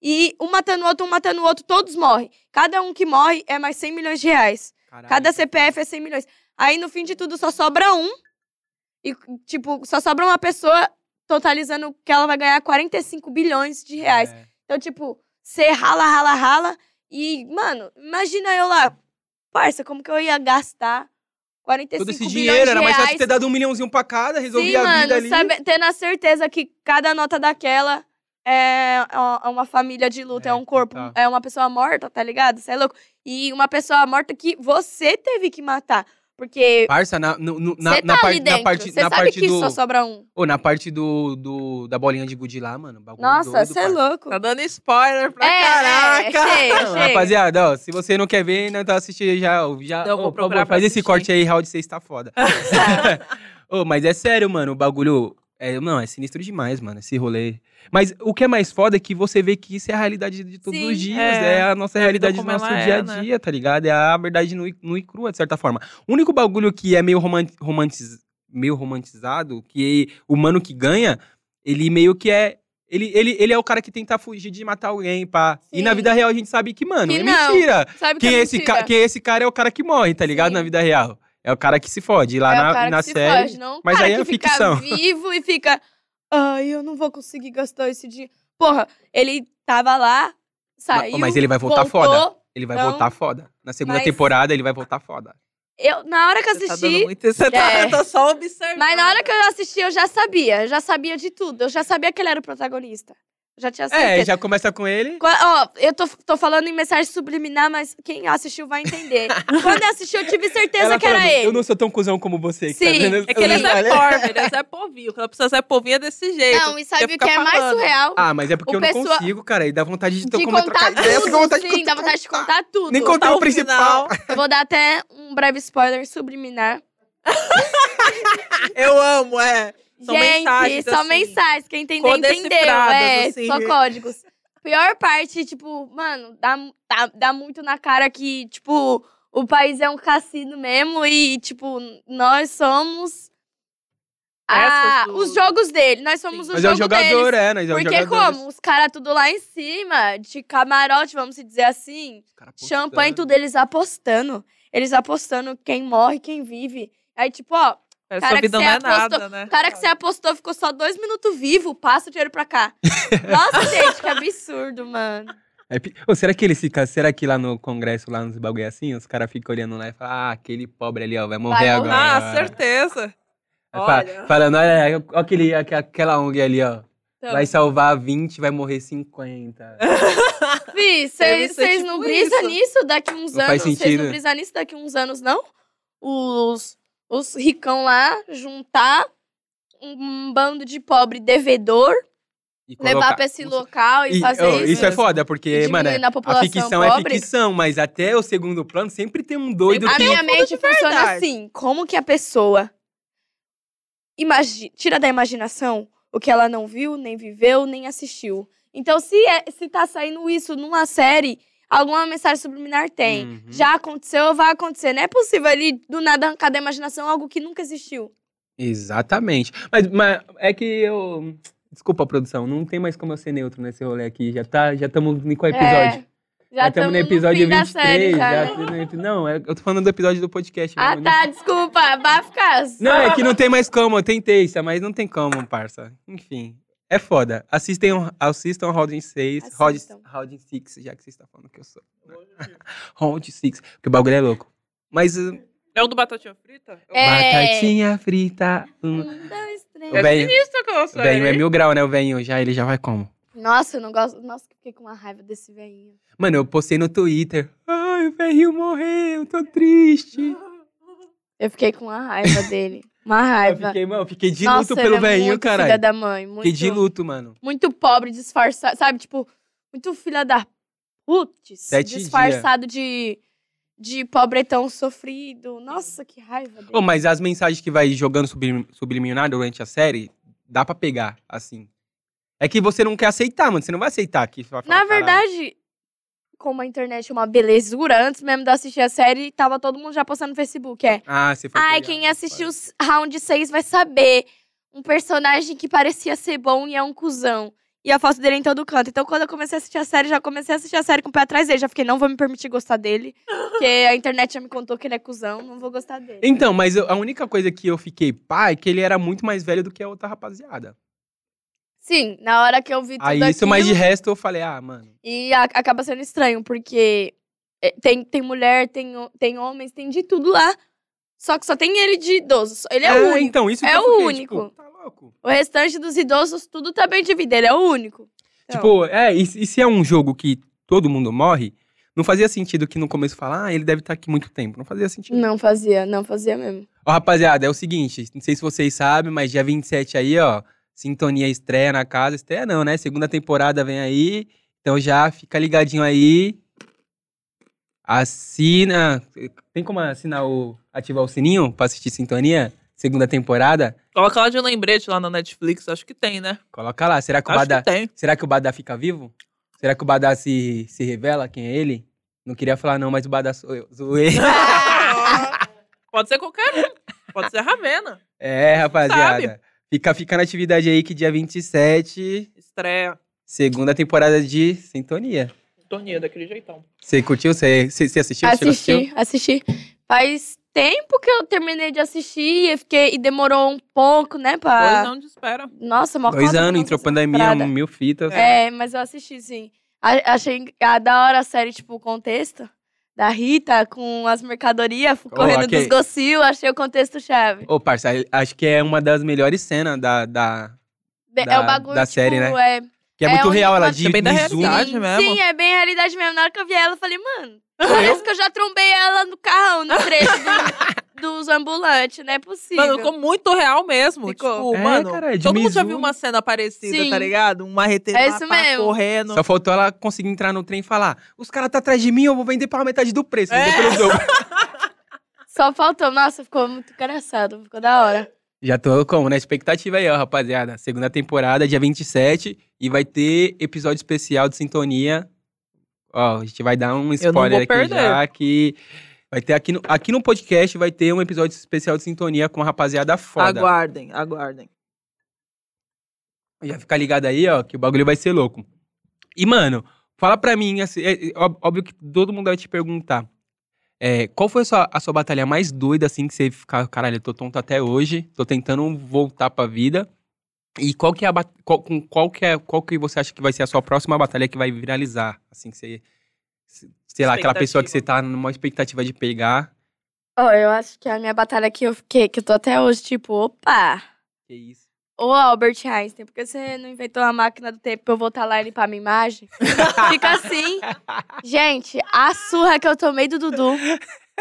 [SPEAKER 3] E um matando o outro, um matando o outro, todos morrem. Cada um que morre é mais 100 milhões de reais.
[SPEAKER 1] Caralho.
[SPEAKER 3] Cada CPF é 100 milhões. Aí, no fim de tudo, só sobra um. E, tipo, só sobra uma pessoa, totalizando que ela vai ganhar 45 bilhões de reais.
[SPEAKER 1] É.
[SPEAKER 3] Então, tipo, você rala, rala, rala. E, mano, imagina eu lá. Parça, como que eu ia gastar 45
[SPEAKER 1] Todo esse
[SPEAKER 3] bilhões
[SPEAKER 1] dinheiro,
[SPEAKER 3] de
[SPEAKER 1] era mais
[SPEAKER 3] reais?
[SPEAKER 1] fácil ter dado um milhãozinho pra cada, resolver
[SPEAKER 3] Sim,
[SPEAKER 1] a
[SPEAKER 3] mano,
[SPEAKER 1] vida ali.
[SPEAKER 3] sabe- tendo a certeza que cada nota daquela é é uma família de luta,
[SPEAKER 1] É,
[SPEAKER 3] é, um corpo,
[SPEAKER 1] total.
[SPEAKER 3] tá é uma pessoa morta, tá ligado? Você é louco? E uma pessoa morta que você teve que matar. Porque
[SPEAKER 1] Parça, na, no- no- na,
[SPEAKER 3] você
[SPEAKER 1] na
[SPEAKER 3] tá
[SPEAKER 1] parte,
[SPEAKER 3] ali dentro.
[SPEAKER 1] na parte,
[SPEAKER 3] Você
[SPEAKER 1] na
[SPEAKER 3] sabe
[SPEAKER 1] parte
[SPEAKER 3] que
[SPEAKER 1] do.
[SPEAKER 3] só sobra um.
[SPEAKER 1] Ô, na parte do, do- da bolinha de gude lá, mano. bagulho
[SPEAKER 3] Nossa,
[SPEAKER 1] doido,
[SPEAKER 3] você é
[SPEAKER 1] parça.
[SPEAKER 3] louco.
[SPEAKER 2] Tá dando spoiler pra
[SPEAKER 3] é,
[SPEAKER 2] caraca!
[SPEAKER 3] É, chega,
[SPEAKER 1] Não,
[SPEAKER 3] chega.
[SPEAKER 1] Rapaziada, ó, se você não quer ver, não tá assistindo já, já
[SPEAKER 2] Então,
[SPEAKER 1] ô,
[SPEAKER 2] vou
[SPEAKER 1] por
[SPEAKER 2] procurar
[SPEAKER 1] favor,
[SPEAKER 2] pra
[SPEAKER 1] faz esse
[SPEAKER 2] assistir.
[SPEAKER 1] corte aí, round 6 tá
[SPEAKER 2] (laughs)
[SPEAKER 1] foda. (laughs) Ô, mas é sério, mano, o bagulho. É, não, é sinistro demais, mano, esse rolê. Mas o que é mais foda é que você vê que isso é a realidade de todos
[SPEAKER 3] Sim,
[SPEAKER 1] os dias.
[SPEAKER 2] é.
[SPEAKER 1] É, a nossa
[SPEAKER 2] É a vida
[SPEAKER 1] realidade do
[SPEAKER 2] como
[SPEAKER 1] nosso
[SPEAKER 2] ela é,
[SPEAKER 1] dia a
[SPEAKER 2] né?
[SPEAKER 1] dia, tá ligado? É a verdade nua e- nua e crua, de certa forma. O único bagulho que é meio, roman- romantiz- meio romantizado, que o mano que ganha, ele meio que é. Ele, ele, ele é o cara que tenta fugir de matar alguém, pá. E na
[SPEAKER 3] Sim.
[SPEAKER 1] vida real a gente sabe que, mano,
[SPEAKER 3] Que
[SPEAKER 1] é
[SPEAKER 3] não.
[SPEAKER 1] mentira.
[SPEAKER 3] Sabe
[SPEAKER 1] Quem
[SPEAKER 3] que
[SPEAKER 1] é,
[SPEAKER 3] eu
[SPEAKER 1] esse
[SPEAKER 3] mentira?
[SPEAKER 1] ca- quem é esse cara é o cara que morre, tá ligado?
[SPEAKER 3] Sim.
[SPEAKER 1] Na vida real. É o cara que se fode. E lá
[SPEAKER 3] é
[SPEAKER 1] na,
[SPEAKER 3] o cara
[SPEAKER 1] na
[SPEAKER 3] que
[SPEAKER 1] série.
[SPEAKER 3] se foge, não o
[SPEAKER 1] mas
[SPEAKER 3] cara
[SPEAKER 1] aí
[SPEAKER 3] que
[SPEAKER 1] é
[SPEAKER 3] fica
[SPEAKER 1] ficção. (laughs)
[SPEAKER 3] vivo e fica... Ai, eu não vou conseguir gastar esse dinheiro. Porra, ele tava lá, saiu,
[SPEAKER 1] mas ele vai voltar
[SPEAKER 3] voltou.
[SPEAKER 1] foda. Ele vai
[SPEAKER 3] Não.
[SPEAKER 1] voltar foda. Na segunda
[SPEAKER 3] Mas-
[SPEAKER 1] temporada, ele vai voltar foda.
[SPEAKER 3] Eu, na hora que eu
[SPEAKER 2] Você tá dando
[SPEAKER 3] assisti...
[SPEAKER 2] muito. Você tá,
[SPEAKER 3] É.
[SPEAKER 2] eu tô só observando.
[SPEAKER 3] mas na hora que eu assisti, eu já sabia. Eu já sabia de tudo. Eu já sabia que ele era o protagonista. Eu já tinha certeza.
[SPEAKER 1] É, já começa com ele.
[SPEAKER 3] Qua- Ó, eu tô, tô falando em mensagem subliminar, mas quem assistiu vai
[SPEAKER 1] (laughs)
[SPEAKER 3] entender. Quando eu assisti, eu tive certeza
[SPEAKER 1] Ela
[SPEAKER 3] que era
[SPEAKER 1] falando, Eu
[SPEAKER 3] ele.
[SPEAKER 1] não sou tão cusão como você. Que tá
[SPEAKER 3] Sim,
[SPEAKER 1] vendo?
[SPEAKER 2] É que eles
[SPEAKER 1] Eu
[SPEAKER 2] é
[SPEAKER 1] falei-
[SPEAKER 2] pobre, eles é povinho. Quando a pessoa é povinha é desse jeito.
[SPEAKER 3] Não, e sabe
[SPEAKER 2] Quer
[SPEAKER 3] o que é
[SPEAKER 2] ficar
[SPEAKER 3] mais
[SPEAKER 2] falando.
[SPEAKER 3] surreal?
[SPEAKER 1] (laughs) Ah, mas é porque
[SPEAKER 3] O
[SPEAKER 1] eu não
[SPEAKER 3] pessoa-
[SPEAKER 1] consigo, cara. E dá vontade de,
[SPEAKER 3] de
[SPEAKER 1] como trocar
[SPEAKER 3] contar
[SPEAKER 1] ideia. fica com
[SPEAKER 3] tudo,
[SPEAKER 1] vontade de
[SPEAKER 3] sim, dá vontade de contar tudo.
[SPEAKER 1] Nem contar
[SPEAKER 2] Tá
[SPEAKER 1] o
[SPEAKER 2] o
[SPEAKER 1] principal.
[SPEAKER 2] final.
[SPEAKER 3] Eu Vou dar até um breve spoiler subliminar.
[SPEAKER 2] Eu amo, é. São
[SPEAKER 3] Gente,
[SPEAKER 2] mensagens,
[SPEAKER 3] só
[SPEAKER 2] assim,
[SPEAKER 3] mensagens. Quem entendeu, entendeu.
[SPEAKER 2] codecifradas,
[SPEAKER 3] É,
[SPEAKER 2] assim.
[SPEAKER 3] só códigos. Pior parte, tipo, mano, dá, dá, dá muito na cara que, tipo, o país é um cassino mesmo e, tipo, nós somos. a-
[SPEAKER 2] Peças do-
[SPEAKER 3] Os jogos dele, nós somos
[SPEAKER 2] Sim.
[SPEAKER 3] o
[SPEAKER 1] Mas é
[SPEAKER 3] jogo
[SPEAKER 1] o jogador,
[SPEAKER 3] deles.
[SPEAKER 1] é. Nós é o
[SPEAKER 3] Porque
[SPEAKER 1] jogador.
[SPEAKER 3] como? Os caras tudo lá em cima, de camarote, vamos dizer assim.
[SPEAKER 1] Cara, postando.
[SPEAKER 3] Champanhe, tudo, eles apostando. Eles apostando quem morre, quem vive. Aí, tipo, ó,
[SPEAKER 2] Parece
[SPEAKER 3] cara
[SPEAKER 2] que a
[SPEAKER 3] que
[SPEAKER 2] vida não
[SPEAKER 3] você
[SPEAKER 2] é
[SPEAKER 3] apostou-
[SPEAKER 2] nada, né?
[SPEAKER 3] o cara que você apostou ficou só dois minutos vivo, passa o dinheiro pra cá. Nossa, gente, que absurdo, mano.
[SPEAKER 1] É pi- Ô, será que eles ficam. Será que lá no congresso, lá nos bagulho assim, os caras ficam olhando lá e falam, ah, aquele pobre ali, ó, vai morrer
[SPEAKER 3] morrer.
[SPEAKER 1] agora.
[SPEAKER 2] Ah, certeza.
[SPEAKER 1] Aí fala-
[SPEAKER 2] Olha.
[SPEAKER 1] Falando, olha, ó aquele, aque- aquela ONG ali, ó.
[SPEAKER 3] Então,
[SPEAKER 1] Vai salvar 20, vai morrer 50.
[SPEAKER 3] Fih,
[SPEAKER 2] Deve
[SPEAKER 3] vocês
[SPEAKER 2] ser
[SPEAKER 3] não
[SPEAKER 2] tipo
[SPEAKER 3] brisam
[SPEAKER 2] isso.
[SPEAKER 3] nisso daqui uns
[SPEAKER 1] Não
[SPEAKER 3] anos?
[SPEAKER 1] faz
[SPEAKER 3] Vocês
[SPEAKER 1] sentido.
[SPEAKER 3] não brisam nisso daqui uns anos, não? Os, os ricão lá juntar um bando de pobre devedor,
[SPEAKER 1] E
[SPEAKER 3] levar
[SPEAKER 1] colocar-
[SPEAKER 3] pra esse local e,
[SPEAKER 1] E,
[SPEAKER 3] fazer
[SPEAKER 1] ô,
[SPEAKER 3] isso.
[SPEAKER 1] isso é foda, porque,
[SPEAKER 3] Diminuir
[SPEAKER 1] mano,
[SPEAKER 3] na
[SPEAKER 1] a
[SPEAKER 3] população
[SPEAKER 1] ficção
[SPEAKER 3] pobre.
[SPEAKER 1] é ficção, mas até o segundo plano sempre tem um doido
[SPEAKER 3] A
[SPEAKER 1] que.
[SPEAKER 3] minha mente funciona
[SPEAKER 2] verdade.
[SPEAKER 3] assim. Como que a pessoa imagi- tira da imaginação o que ela não viu, nem viveu, nem assistiu. Então, se, é, se tá saindo isso numa série, alguma mensagem subliminar tem.
[SPEAKER 1] Uhum.
[SPEAKER 3] Já aconteceu ou vai acontecer. Não é possível ele, do nada, arrancar da imaginação algo que nunca existiu.
[SPEAKER 1] Exatamente. Mas, mas é que eu. Desculpa, produção, não tem mais como eu ser neutro nesse rolê aqui. Já tá, já estamos em qual episódio?
[SPEAKER 3] É, já
[SPEAKER 1] tamo
[SPEAKER 3] estamos no fim da série, já,
[SPEAKER 1] já
[SPEAKER 3] né?
[SPEAKER 1] tamo no epi- Não, é- eu tô falando do episódio do podcast.
[SPEAKER 3] Ah,
[SPEAKER 1] mesmo, né?
[SPEAKER 3] tá. Desculpa. Vai ficar.
[SPEAKER 1] Não, é que não tem mais como, eu tentei, Isa, mas não tem como, parça. Enfim, é foda. Assistem, o- assistam Round 6, Round
[SPEAKER 3] Assistam.
[SPEAKER 1] Round 6, já que vocês estão falando que eu sou. né? (laughs) Round 6, porque o bagulho é louco. Mas uh,
[SPEAKER 2] É o do batatinha frita?
[SPEAKER 3] É.
[SPEAKER 1] batatinha frita.
[SPEAKER 3] Um,
[SPEAKER 1] hum.
[SPEAKER 3] dois, três.
[SPEAKER 1] O velho
[SPEAKER 2] sinistro que eu
[SPEAKER 1] o velho é mil grau, né? O velho já, ele já vai como?
[SPEAKER 3] Nossa, eu não gosto. Nossa, fiquei com uma raiva desse velhinho.
[SPEAKER 1] Mano, eu postei no Twitter. Ai, o velho morreu, tô triste.
[SPEAKER 3] Eu fiquei com uma raiva dele. Uma
[SPEAKER 1] Eu
[SPEAKER 3] raiva.
[SPEAKER 1] fiquei, mano, eu fiquei de
[SPEAKER 3] Nossa,
[SPEAKER 1] luto
[SPEAKER 3] ele
[SPEAKER 1] pelo
[SPEAKER 3] é
[SPEAKER 1] velhinho,
[SPEAKER 3] muito Filha
[SPEAKER 1] caralho.
[SPEAKER 3] da mãe. Muito,
[SPEAKER 1] Fiquei de luto, mano.
[SPEAKER 3] muito pobre, disfarçado. Sabe, tipo, muito filha da putz.
[SPEAKER 1] Sete
[SPEAKER 3] Disfarçado de, de pobretão sofrido. Nossa, que raiva dele.
[SPEAKER 1] Ô, mas as mensagens que vai jogando sublim- subliminar durante a série, dá pra pegar, assim. É que você não quer aceitar, mano. Você não vai aceitar que vai falar,
[SPEAKER 3] Na
[SPEAKER 1] "Caralho".
[SPEAKER 3] verdade, como a internet é uma belezura, antes mesmo de assistir a série, tava todo mundo já postando no Facebook. É.
[SPEAKER 1] Ah, você foi
[SPEAKER 3] Ai,
[SPEAKER 1] pegar,
[SPEAKER 3] quem
[SPEAKER 1] né,
[SPEAKER 3] assistiu s- Round 6 vai saber. Um personagem que parecia ser bom e é um cuzão. E a foto dele em todo canto. Então, quando eu comecei a assistir a série, já comecei a assistir a série com o pé atrás dele. Já fiquei, não vou me permitir gostar dele. Porque a internet já me contou que ele é cuzão, não vou gostar dele.
[SPEAKER 1] Então, mas eu- a única coisa que eu fiquei pá é que ele era muito mais velho do que a outra rapaziada.
[SPEAKER 3] Sim, na hora que eu vi tudo
[SPEAKER 1] Aí Ah, isso,
[SPEAKER 3] aquilo,
[SPEAKER 1] mas de resto eu falei, ah, mano.
[SPEAKER 3] E a- acaba sendo estranho, porque é, tem, tem mulher, tem, ho- tem homens, tem de tudo lá. Só que só tem ele de idoso. Só- Ele é, o único.
[SPEAKER 1] Então, isso
[SPEAKER 3] É
[SPEAKER 1] que eu
[SPEAKER 3] o
[SPEAKER 1] fiquei,
[SPEAKER 3] único.
[SPEAKER 1] Tipo, tá louco.
[SPEAKER 3] O restante dos idosos, tudo tá bem dividido. Ele é o único. Então,
[SPEAKER 1] Tipo, é, e, se- e se é um jogo que todo mundo morre, Não fazia sentido que no começo falar, ah, ele deve estar aqui muito tempo. Não fazia sentido.
[SPEAKER 3] Não fazia, não fazia mesmo.
[SPEAKER 1] Ó, rapaziada, é o seguinte, não sei se vocês sabem, mas dia 27 aí, ó, Sintonia estreia na casa. Estreia não, né? Segunda temporada vem aí. Então já fica ligadinho aí. Assina. Tem como assinar o. ativar o sininho pra assistir Sintonia? Segunda temporada?
[SPEAKER 2] Coloca lá de lembrete lá na Netflix, acho que tem, né?
[SPEAKER 1] Coloca lá. Será que o
[SPEAKER 2] Acho
[SPEAKER 1] Badá.
[SPEAKER 2] que tá. tem.
[SPEAKER 1] Será que o Badá fica vivo? Será que o Badá se, se revela quem é ele? Não queria falar, não, mas o Badá sou eu. Zoei.
[SPEAKER 2] (laughs) Pode ser qualquer um. Pode ser a Ravena.
[SPEAKER 1] É, rapaziada. Fica, fica na atividade aí que dia 27,
[SPEAKER 2] Estreia.
[SPEAKER 1] segunda temporada de Sintonia.
[SPEAKER 2] Toninha, daquele jeitão.
[SPEAKER 1] Você curtiu? Você você- você assistiu? Você chegou a assistir?
[SPEAKER 3] assisti, assisti. Faz tempo que eu terminei de assistir e, fiquei, e demorou um pouco, né?
[SPEAKER 2] Dois
[SPEAKER 3] Pra...
[SPEAKER 2] anos de espera.
[SPEAKER 3] Nossa, mó
[SPEAKER 1] Dois
[SPEAKER 3] cota
[SPEAKER 1] anos,
[SPEAKER 3] pra
[SPEAKER 1] entrou
[SPEAKER 3] fazer
[SPEAKER 1] pandemia,
[SPEAKER 3] temporada.
[SPEAKER 1] mil fitas.
[SPEAKER 3] É, mas eu assisti, sim. A- achei a da hora a série, tipo, o contexto da Rita com as mercadorias correndo
[SPEAKER 1] ok.
[SPEAKER 3] dos gocil, achei o contexto chave.
[SPEAKER 1] Ô, parça, acho que é uma das melhores cenas da. da...
[SPEAKER 3] Be-
[SPEAKER 1] Da-
[SPEAKER 3] é o bagulho,
[SPEAKER 1] da
[SPEAKER 3] tipo,
[SPEAKER 1] série, né?
[SPEAKER 3] é...
[SPEAKER 1] Que é,
[SPEAKER 3] É
[SPEAKER 1] muito
[SPEAKER 3] onde
[SPEAKER 1] real, ela
[SPEAKER 3] pode-
[SPEAKER 1] de,
[SPEAKER 2] É bem da
[SPEAKER 1] de zoom.
[SPEAKER 2] realidade.
[SPEAKER 3] sim,
[SPEAKER 2] mesmo?
[SPEAKER 3] Sim, é bem realidade mesmo. Na hora que eu vi ela, eu falei, mano, parece que eu já trombei ela no carrão, no trecho
[SPEAKER 2] (laughs)
[SPEAKER 3] do- dos ambulantes, não é possível.
[SPEAKER 2] Mano, ficou muito real mesmo.
[SPEAKER 3] Ficou.
[SPEAKER 2] Tipo,
[SPEAKER 1] É,
[SPEAKER 2] mano,
[SPEAKER 1] cara, é de
[SPEAKER 2] todo mundo já
[SPEAKER 1] Mizu.
[SPEAKER 2] viu uma cena parecida,
[SPEAKER 3] Sim.
[SPEAKER 2] tá ligado? Um marreteiro
[SPEAKER 3] É
[SPEAKER 2] lá,
[SPEAKER 3] isso
[SPEAKER 2] pá,
[SPEAKER 3] mesmo.
[SPEAKER 2] correndo.
[SPEAKER 1] Só faltou ela conseguir entrar no trem e falar: os caras tá atrás de mim, eu vou vender pela metade do preço.
[SPEAKER 2] É.
[SPEAKER 1] vender pelo dobro."
[SPEAKER 3] Só faltou. Nossa, ficou muito engraçado, ficou da hora.
[SPEAKER 1] Já tô com na expectativa aí, ó, rapaziada. Segunda temporada, dia 27, e vai ter episódio especial de sintonia. Ó, a gente vai dar um
[SPEAKER 2] não vou
[SPEAKER 1] spoiler aqui
[SPEAKER 2] perder.
[SPEAKER 1] já que vai ter aqui no, aqui no podcast vai ter um episódio especial de sintonia com a rapaziada foda.
[SPEAKER 2] Aguardem, aguardem.
[SPEAKER 1] Já fica ligado aí, ó, que o bagulho vai ser louco. E, mano, fala pra mim, assim, é, é, ó- óbvio que todo mundo vai te perguntar. é, qual foi a sua, a sua batalha mais doida, assim, que você fica, caralho, eu tô tonto até hoje, tô tentando voltar pra vida. E qual que é a bat- qual, com qual que é qual que você acha que vai ser a sua próxima batalha que vai viralizar, assim que você sei lá, aquela pessoa que você tá numa expectativa de pegar.
[SPEAKER 3] Ó, eu acho que a minha batalha que eu fiquei, que eu tô até hoje, tipo, opa...
[SPEAKER 1] Que é isso?
[SPEAKER 3] Ô, Albert Einstein, porque você não inventou a máquina do tempo pra eu voltar lá e limpar
[SPEAKER 2] (laughs)
[SPEAKER 3] minha imagem? Fica (laughs) assim. Gente, a surra que eu tomei do Dudu.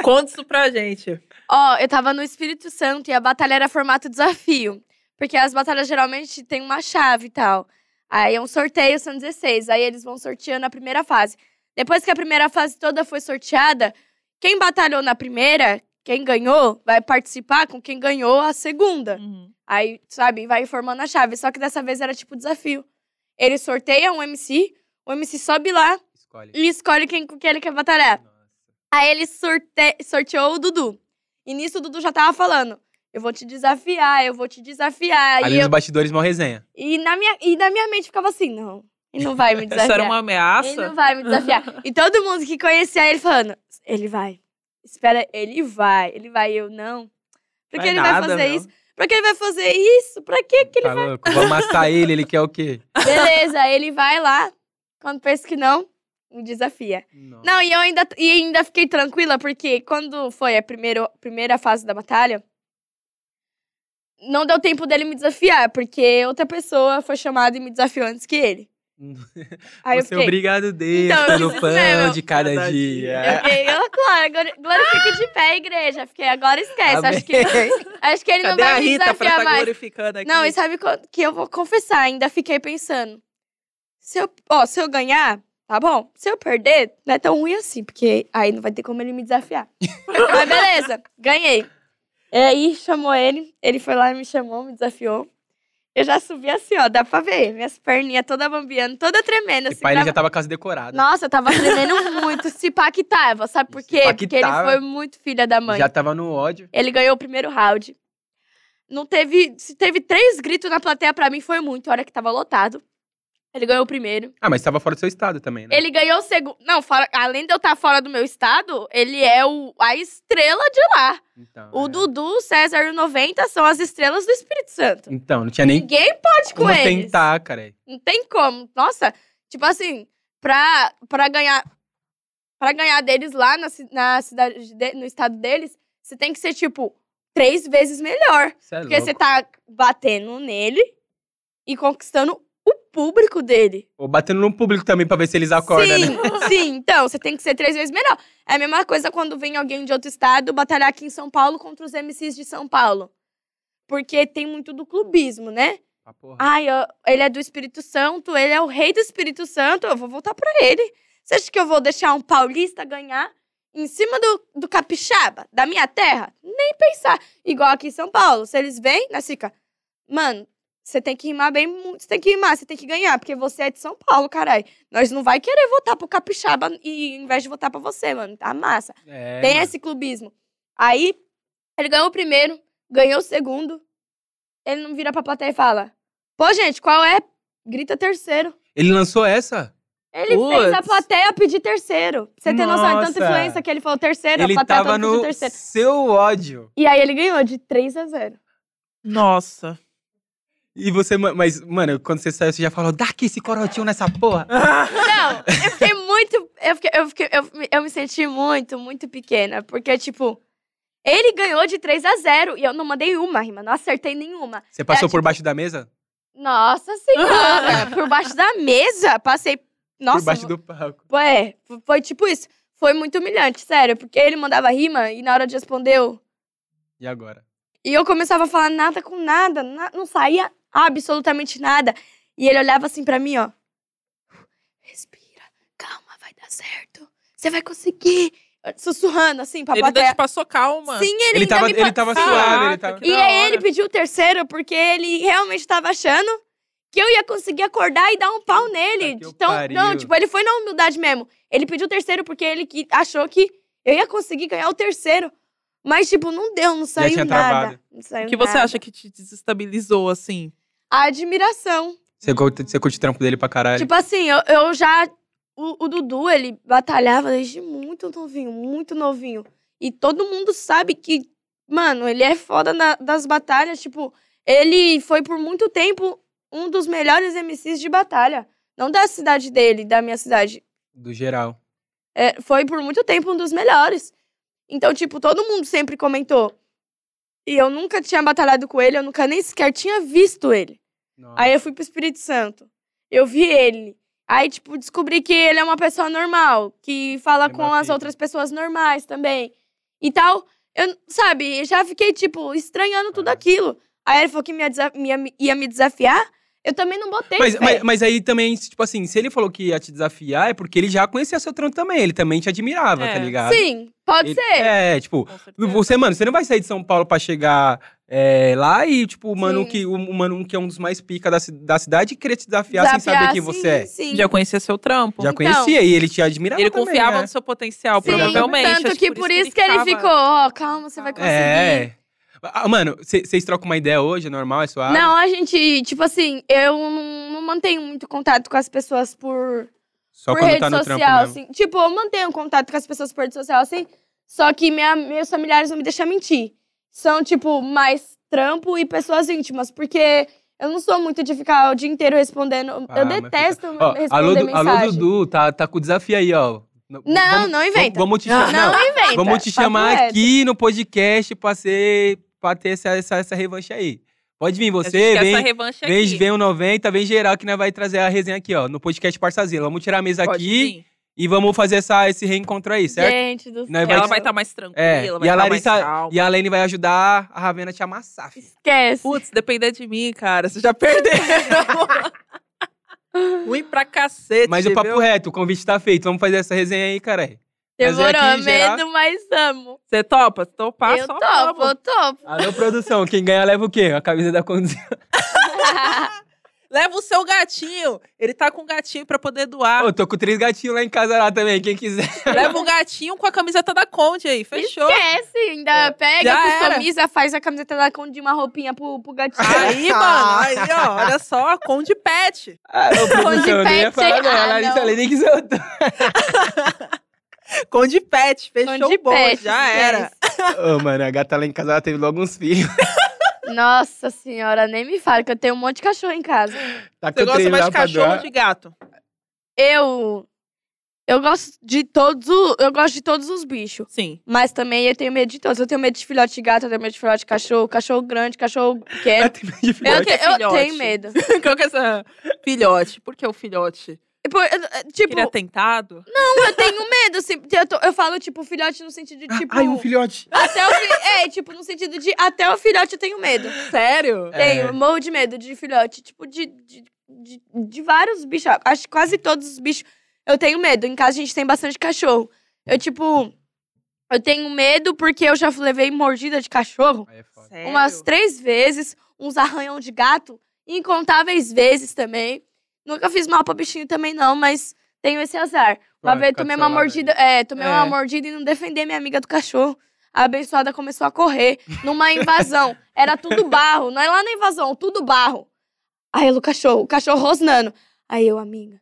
[SPEAKER 2] Conta isso pra gente.
[SPEAKER 3] Ó, eu tava no Espírito Santo e a batalha era formato desafio. Porque as batalhas geralmente tem uma chave e tal. Aí é um sorteio, são 16. Aí eles vão sorteando a primeira fase. Depois que a primeira fase toda foi sorteada, quem batalhou na primeira, quem ganhou, vai participar com quem ganhou a segunda. Aí, sabe, vai formando a chave. Só que dessa vez era tipo desafio. Ele sorteia um MC, o MC sobe lá
[SPEAKER 1] Escolhe.
[SPEAKER 3] e escolhe quem com quem ele quer batalhar. Aí ele sorte... sorteou o Dudu. E nisso o Dudu já tava falando: Eu vou te desafiar, eu vou te desafiar.
[SPEAKER 1] Ali
[SPEAKER 3] E,
[SPEAKER 1] nos
[SPEAKER 3] eu...
[SPEAKER 1] bastidores mó resenha.
[SPEAKER 3] e, na minha... e na minha mente ficava assim: Não, ele não vai me
[SPEAKER 2] (laughs) Essa
[SPEAKER 3] desafiar.
[SPEAKER 2] era uma
[SPEAKER 3] Ele
[SPEAKER 2] ameaça?
[SPEAKER 3] não vai me desafiar. E todo mundo que conhecia ele falando, ele vai. Espera, ele vai, ele vai. Eu não. Pra que
[SPEAKER 2] Vai
[SPEAKER 3] ele
[SPEAKER 2] nada,
[SPEAKER 3] vai fazer
[SPEAKER 2] meu.
[SPEAKER 3] isso? Pra que ele vai fazer isso? Pra que que ele
[SPEAKER 1] Tá louco? Vou amassar ele, ele quer o quê?
[SPEAKER 2] (laughs)
[SPEAKER 3] Beleza, ele vai lá. Quando pensa que não, me desafia. Não, e eu ainda, e ainda fiquei tranquila, porque quando foi a primeira, primeira fase da batalha, não deu tempo dele me desafiar, porque outra pessoa foi chamada e me desafiou antes
[SPEAKER 2] (laughs)
[SPEAKER 3] que ele. Aí
[SPEAKER 1] Você é
[SPEAKER 3] eu fiquei.
[SPEAKER 1] obrigado Deus
[SPEAKER 3] Então, eu
[SPEAKER 1] pelo
[SPEAKER 3] fiz isso
[SPEAKER 1] pão
[SPEAKER 3] mesmo.
[SPEAKER 1] de cada,
[SPEAKER 2] Cada
[SPEAKER 1] dia.
[SPEAKER 2] é.
[SPEAKER 3] Eu fiquei, eu, claro, agora, agora fica de pé, igreja. Fiquei, agora esquece. Acho que, (laughs) acho que
[SPEAKER 2] Cadê
[SPEAKER 3] ele não
[SPEAKER 2] a
[SPEAKER 3] vai me
[SPEAKER 2] Rita pra
[SPEAKER 3] desafiar
[SPEAKER 2] tá
[SPEAKER 3] mais.
[SPEAKER 2] glorificando
[SPEAKER 1] É
[SPEAKER 2] aqui?
[SPEAKER 3] Não, e sabe co- que eu vou confessar, ainda fiquei pensando. Se eu, ó, se eu ganhar, tá bom. Se eu perder, não é tão ruim assim, porque aí não vai ter como ele
[SPEAKER 1] (laughs)
[SPEAKER 3] me desafiar. Mas beleza, ganhei. E aí chamou ele, ele foi lá e me chamou, me desafiou. Eu já subi assim, ó, dá pra ver. Minhas perninhas toda bambeando, toda tremendo.
[SPEAKER 1] Esse
[SPEAKER 3] Assim,
[SPEAKER 1] pai ele
[SPEAKER 3] grava-
[SPEAKER 1] já tá tava quase decorado.
[SPEAKER 3] Nossa, eu tava tremendo muito. Se pá que tava, sabe por
[SPEAKER 1] Se
[SPEAKER 3] quê?
[SPEAKER 1] pá que
[SPEAKER 3] Porque ele
[SPEAKER 1] tava.
[SPEAKER 3] foi muito filha da mãe.
[SPEAKER 1] Já tava no ódio.
[SPEAKER 3] Ele ganhou o primeiro round. Não teve. Se teve três gritos na plateia, pra mim foi muito, a hora que tava lotado. Ele ganhou o primeiro.
[SPEAKER 1] Ah, mas tava fora do seu estado também, né?
[SPEAKER 3] Ele ganhou o segundo. Não, fora- além de eu estar fora do meu estado, ele é o- a estrela de lá.
[SPEAKER 1] Então,
[SPEAKER 3] O
[SPEAKER 1] é.
[SPEAKER 3] Dudu, o César e o 90 são as estrelas do Espírito Santo.
[SPEAKER 1] Então, não tinha nem
[SPEAKER 3] Ninguém pode com
[SPEAKER 1] como
[SPEAKER 3] eles.
[SPEAKER 1] tentar, cara.
[SPEAKER 3] Não tem como. Nossa, tipo assim, pra, pra ganhar pra ganhar deles lá na, ci- na cidade, de- no estado deles, você tem que ser, tipo, três vezes melhor.
[SPEAKER 1] Cê é
[SPEAKER 3] Porque
[SPEAKER 1] louco.
[SPEAKER 3] você tá batendo nele e conquistando o público dele.
[SPEAKER 1] Ou batendo no público também pra ver se eles acordam,
[SPEAKER 3] sim,
[SPEAKER 1] né?
[SPEAKER 3] sim. Então, você tem que ser três vezes melhor. É a mesma coisa quando vem alguém de outro estado batalhar aqui em São Paulo contra os MCs de São Paulo. Porque tem muito do clubismo, né?
[SPEAKER 1] Ah, porra.
[SPEAKER 3] Ai, ó, ele é do Espírito Santo, ele é o rei do Espírito Santo, eu vou voltar pra ele. Você acha que eu vou deixar um paulista ganhar em cima do, do capixaba, da minha terra? Nem pensar. Igual aqui em São Paulo, se eles vêm, na fica, mano, você tem que rimar bem muito, você tem que rimar, você tem que ganhar, porque você é de São Paulo, caralho. Nós não vai querer votar pro capixaba e, em vez de votar pra você, mano, tá massa.
[SPEAKER 1] É,
[SPEAKER 3] Tem
[SPEAKER 1] mano.
[SPEAKER 3] esse clubismo. Aí, ele ganhou o primeiro, ganhou o segundo. Ele não vira pra plateia e fala: Pô, gente, qual é? Grita terceiro.
[SPEAKER 1] Ele lançou essa?
[SPEAKER 3] Ele fez a
[SPEAKER 2] Putz.
[SPEAKER 3] plateia pedir terceiro. Pra você ter noção de tanta
[SPEAKER 1] Nossa.
[SPEAKER 3] influência que ele falou terceiro,
[SPEAKER 1] ele
[SPEAKER 3] a plateia
[SPEAKER 1] tava
[SPEAKER 3] toda pediu
[SPEAKER 1] no
[SPEAKER 3] terceiro.
[SPEAKER 1] seu ódio.
[SPEAKER 3] E aí ele ganhou de 3 a 0. é (laughs)
[SPEAKER 2] Nossa.
[SPEAKER 1] E você, ma- mas, mano, quando você saiu, você já falou, dá aqui esse corotinho nessa porra.
[SPEAKER 3] Não, (laughs) eu fiquei muito. Eu, fiquei, eu, fiquei, eu, me- eu me senti muito, muito pequena. Porque, tipo, ele ganhou de 3 a 0 e eu não mandei uma rima, não acertei nenhuma.
[SPEAKER 1] Você passou
[SPEAKER 3] É,
[SPEAKER 1] por
[SPEAKER 3] tipo-
[SPEAKER 1] baixo da mesa?
[SPEAKER 3] Nossa senhora! (laughs) por baixo da mesa, passei. Nossa,
[SPEAKER 1] por baixo do palco.
[SPEAKER 3] Pô, É, f- foi tipo isso. Foi muito humilhante, sério, porque ele mandava rima e na hora de responder eu.
[SPEAKER 1] E agora?
[SPEAKER 3] E eu começava a falar nada com nada, na- não saía absolutamente nada. E ele olhava assim pra mim, ó. Respira, calma, vai dar certo. Você vai conseguir. Sussurrando assim pra
[SPEAKER 2] Ele ainda
[SPEAKER 3] plateia.
[SPEAKER 2] te passou calma.
[SPEAKER 3] Sim, ele,
[SPEAKER 1] tá Ele
[SPEAKER 3] ainda
[SPEAKER 1] tava, ele tava
[SPEAKER 3] me pa- Ah, Sim.
[SPEAKER 1] suado, ele
[SPEAKER 2] Caraca,
[SPEAKER 1] tava...
[SPEAKER 2] que-
[SPEAKER 3] E
[SPEAKER 2] da
[SPEAKER 3] aí ele
[SPEAKER 2] hora.
[SPEAKER 3] pediu o terceiro porque ele realmente tava achando que eu ia conseguir acordar e dar um pau nele.
[SPEAKER 1] que eu
[SPEAKER 3] Então,
[SPEAKER 1] pariu.
[SPEAKER 3] não, tipo, ele foi na humildade mesmo. Ele pediu o terceiro porque ele que- achou que eu ia conseguir ganhar o terceiro. Mas, tipo, não deu, não saiu
[SPEAKER 1] tinha
[SPEAKER 3] nada.
[SPEAKER 1] travado.
[SPEAKER 3] Não saiu
[SPEAKER 2] O que você
[SPEAKER 3] nada.
[SPEAKER 2] acha que te desestabilizou, assim?
[SPEAKER 3] A admiração.
[SPEAKER 1] Você curte, você curte o trampo dele pra caralho.
[SPEAKER 3] Tipo assim, eu, eu já. O, o Dudu, ele batalhava desde muito novinho, muito novinho. E todo mundo sabe que, mano, ele é foda na- das batalhas. Tipo, ele foi por muito tempo um dos melhores MCs de batalha. Não da cidade dele, da minha cidade.
[SPEAKER 1] Do geral.
[SPEAKER 3] É, foi por muito tempo um dos melhores. Então, tipo, todo mundo sempre comentou. E eu nunca tinha batalhado com ele, eu nunca nem sequer tinha visto ele.
[SPEAKER 1] Nossa.
[SPEAKER 3] Aí eu fui pro Espírito Santo. Eu vi ele. Aí, tipo, descobri que ele é uma pessoa normal, que fala
[SPEAKER 1] É
[SPEAKER 3] com
[SPEAKER 1] uma
[SPEAKER 3] as
[SPEAKER 1] fita.
[SPEAKER 3] outras pessoas normais também. E tal. Eu, sabe, eu já fiquei, tipo, estranhando tudo
[SPEAKER 1] Ah.
[SPEAKER 3] aquilo. Aí ele falou que me ia, desa- me ia me- ia me desafiar. Eu também não botei.
[SPEAKER 1] Mas,
[SPEAKER 3] fé.
[SPEAKER 1] mas, mas aí também, tipo assim, se ele falou que ia te desafiar, é porque ele já conhecia seu trampo também. Ele também te admirava,
[SPEAKER 2] É.
[SPEAKER 1] tá ligado?
[SPEAKER 3] Sim, pode
[SPEAKER 1] Ele-
[SPEAKER 3] ser.
[SPEAKER 1] É, tipo,
[SPEAKER 2] Com certeza.
[SPEAKER 1] você, mano, você não vai sair de São Paulo pra chegar é, lá e, tipo, o mano,
[SPEAKER 3] Sim.
[SPEAKER 1] que, o mano que é um dos mais pica da, ci- da cidade querer te desafiar, sem saber quem
[SPEAKER 3] sim,
[SPEAKER 1] você é.
[SPEAKER 3] Sim.
[SPEAKER 2] Já conhecia seu trampo.
[SPEAKER 1] Já
[SPEAKER 3] Então,
[SPEAKER 1] conhecia e ele te admirava.
[SPEAKER 2] Ele
[SPEAKER 1] também,
[SPEAKER 2] confiava
[SPEAKER 1] né?
[SPEAKER 2] no seu potencial,
[SPEAKER 3] Sim,
[SPEAKER 2] provavelmente.
[SPEAKER 3] Tanto
[SPEAKER 2] Acho
[SPEAKER 3] que por isso que ele,
[SPEAKER 2] ficava-
[SPEAKER 3] ficou, ó, calma, você vai conseguir.
[SPEAKER 1] É. Ah, Mano, vocês trocam uma ideia hoje? É normal? É suave?
[SPEAKER 3] Não, a gente, tipo assim, eu não, não mantenho muito contato com as pessoas por
[SPEAKER 1] Só
[SPEAKER 3] por
[SPEAKER 1] quando
[SPEAKER 3] rede
[SPEAKER 1] tá no
[SPEAKER 3] social,
[SPEAKER 1] trampo mesmo.
[SPEAKER 3] assim. Tipo, eu mantenho contato com as pessoas por rede social, assim. Só que minha- meus familiares não me deixam mentir. São, tipo, mais trampo e pessoas íntimas. Porque eu não sou muito de ficar o dia inteiro respondendo.
[SPEAKER 1] Ah,
[SPEAKER 3] eu
[SPEAKER 1] mas
[SPEAKER 3] detesto
[SPEAKER 1] Ó,
[SPEAKER 3] (laughs) responder
[SPEAKER 1] alô, Du- alô,
[SPEAKER 3] mensagem.
[SPEAKER 1] Dudu, tá, tá com desafio aí, ó. Não,
[SPEAKER 3] não inventa.
[SPEAKER 1] Vamos te
[SPEAKER 2] Não,
[SPEAKER 1] chamar.
[SPEAKER 3] Não, inventa.
[SPEAKER 1] Vamos te
[SPEAKER 3] papo
[SPEAKER 1] chamar
[SPEAKER 3] reto.
[SPEAKER 1] aqui no podcast pra, ser, pra ter essa, essa, essa revanche aí. Pode vir
[SPEAKER 2] A gente
[SPEAKER 1] você,
[SPEAKER 2] quer essa
[SPEAKER 1] vem,
[SPEAKER 2] revanche aqui.
[SPEAKER 1] vem, vem o 90, vem geral que nós vai trazer a resenha aqui, ó, no podcast Parçazinha. Vamos tirar a mesa
[SPEAKER 2] Pode
[SPEAKER 1] aqui
[SPEAKER 2] vir.
[SPEAKER 1] e vamos fazer essa, esse reencontro aí, certo?
[SPEAKER 3] Gente do
[SPEAKER 1] Nós
[SPEAKER 3] céu.
[SPEAKER 1] vai-
[SPEAKER 2] Ela vai estar mais tranquila,
[SPEAKER 1] É,
[SPEAKER 2] vai
[SPEAKER 1] e a
[SPEAKER 2] tá mais
[SPEAKER 1] Larissa
[SPEAKER 2] calma.
[SPEAKER 1] e a Lene vai ajudar a Ravena a te amassar. filho.
[SPEAKER 3] Esquece.
[SPEAKER 2] Putz, depender de mim, cara. Vocês já (laughs) perderam. Ruim pra cacete,
[SPEAKER 1] Mas o papo
[SPEAKER 2] viu?
[SPEAKER 1] reto, o convite tá feito. Vamos fazer essa resenha aí, cara. Mas é
[SPEAKER 3] Demorou,
[SPEAKER 1] aqui, Tá geral-
[SPEAKER 3] medo, mas amo.
[SPEAKER 2] Você topa? Topar
[SPEAKER 3] eu
[SPEAKER 2] só
[SPEAKER 3] topo,
[SPEAKER 2] vamos.
[SPEAKER 3] eu topo.
[SPEAKER 1] (laughs) Alô, produção, quem ganhar leva o quê? A camisa da condição.
[SPEAKER 2] Leva o seu gatinho. Ele tá com um gatinho pra poder doar.
[SPEAKER 1] Eu tô com três gatinhos lá em casa lá também, quem quiser.
[SPEAKER 2] Leva o gatinho com a camiseta da Conde aí. Fechou.
[SPEAKER 3] Esquece,
[SPEAKER 1] É.
[SPEAKER 3] ainda pega,
[SPEAKER 2] Já era.
[SPEAKER 3] customiza, faz a camiseta da Conde de uma roupinha pro, pro gatinho. (laughs)
[SPEAKER 2] Aí, mano, aí, ó, olha só, Conde Pet.
[SPEAKER 1] Ah, ô,
[SPEAKER 3] Onde
[SPEAKER 1] produção, eu nem ia
[SPEAKER 3] pede,
[SPEAKER 1] falar, não.
[SPEAKER 3] ah,
[SPEAKER 1] A Larissa
[SPEAKER 3] não.
[SPEAKER 1] Lene que soltou.
[SPEAKER 2] Conde Pet, fechou
[SPEAKER 3] Conde
[SPEAKER 2] o bolo,
[SPEAKER 3] Pet,
[SPEAKER 2] já
[SPEAKER 3] esquece.
[SPEAKER 2] era.
[SPEAKER 1] Ô, mano, a gata lá em casa, ela teve logo uns filhos. (laughs)
[SPEAKER 3] Nossa senhora, nem me fala que eu tenho um monte de cachorro em casa.
[SPEAKER 1] Tá
[SPEAKER 2] Você
[SPEAKER 1] com
[SPEAKER 2] gosta
[SPEAKER 1] três
[SPEAKER 2] mais
[SPEAKER 1] lá
[SPEAKER 2] de
[SPEAKER 1] pra
[SPEAKER 2] cachorro ou
[SPEAKER 1] doar.
[SPEAKER 2] de gato?
[SPEAKER 3] Eu. Eu gosto de todos, o- eu gosto de todos os bichos.
[SPEAKER 2] Sim. (laughs)
[SPEAKER 3] Mas também eu tenho medo de todos. Eu tenho medo de filhote de gato, eu tenho medo de filhote de cachorro, cachorro grande, cachorro
[SPEAKER 1] Ela
[SPEAKER 3] pequeno.
[SPEAKER 1] tem medo de
[SPEAKER 3] Eu,
[SPEAKER 1] filhote.
[SPEAKER 2] Filhote é
[SPEAKER 3] te- eu
[SPEAKER 2] filhote.
[SPEAKER 3] tenho medo.
[SPEAKER 2] Qual que é essa filhote? Por que o filhote?
[SPEAKER 3] E, pô, eu- eu- Tipo,
[SPEAKER 2] Ele é tentado?
[SPEAKER 3] não, eu tenho medo. Assim, eu, tô- eu falo, tipo, filhote no sentido
[SPEAKER 2] Ah,
[SPEAKER 3] de, tipo...
[SPEAKER 1] Ai, um filhote.
[SPEAKER 3] até o fi- É, tipo, no sentido de até o filhote eu tenho medo.
[SPEAKER 2] Sério?
[SPEAKER 1] É.
[SPEAKER 3] Tenho, morro de medo de filhote. Tipo, de, de, de, de vários bichos. Acho que quase todos os bichos eu tenho medo. Em casa a gente tem bastante cachorro. Eu, tipo, eu tenho medo porque eu já levei mordida de cachorro
[SPEAKER 1] Aí é foda.
[SPEAKER 2] Sério?
[SPEAKER 3] umas três vezes, uns arranhão de gato, incontáveis vezes também. Nunca fiz mal pra bichinho também, não, mas tenho esse azar. Uma
[SPEAKER 1] Vai
[SPEAKER 3] vez
[SPEAKER 1] ficar do
[SPEAKER 3] tomei
[SPEAKER 1] seu
[SPEAKER 3] uma
[SPEAKER 1] lado aí.
[SPEAKER 3] mordida. É, tomei uma
[SPEAKER 2] É.
[SPEAKER 3] mordida e não defender minha amiga do cachorro. A abençoada começou a correr numa invasão. Era tudo barro. Não é lá na invasão, tudo barro. Aí ela, o cachorro, o cachorro rosnando. Aí eu, amiga,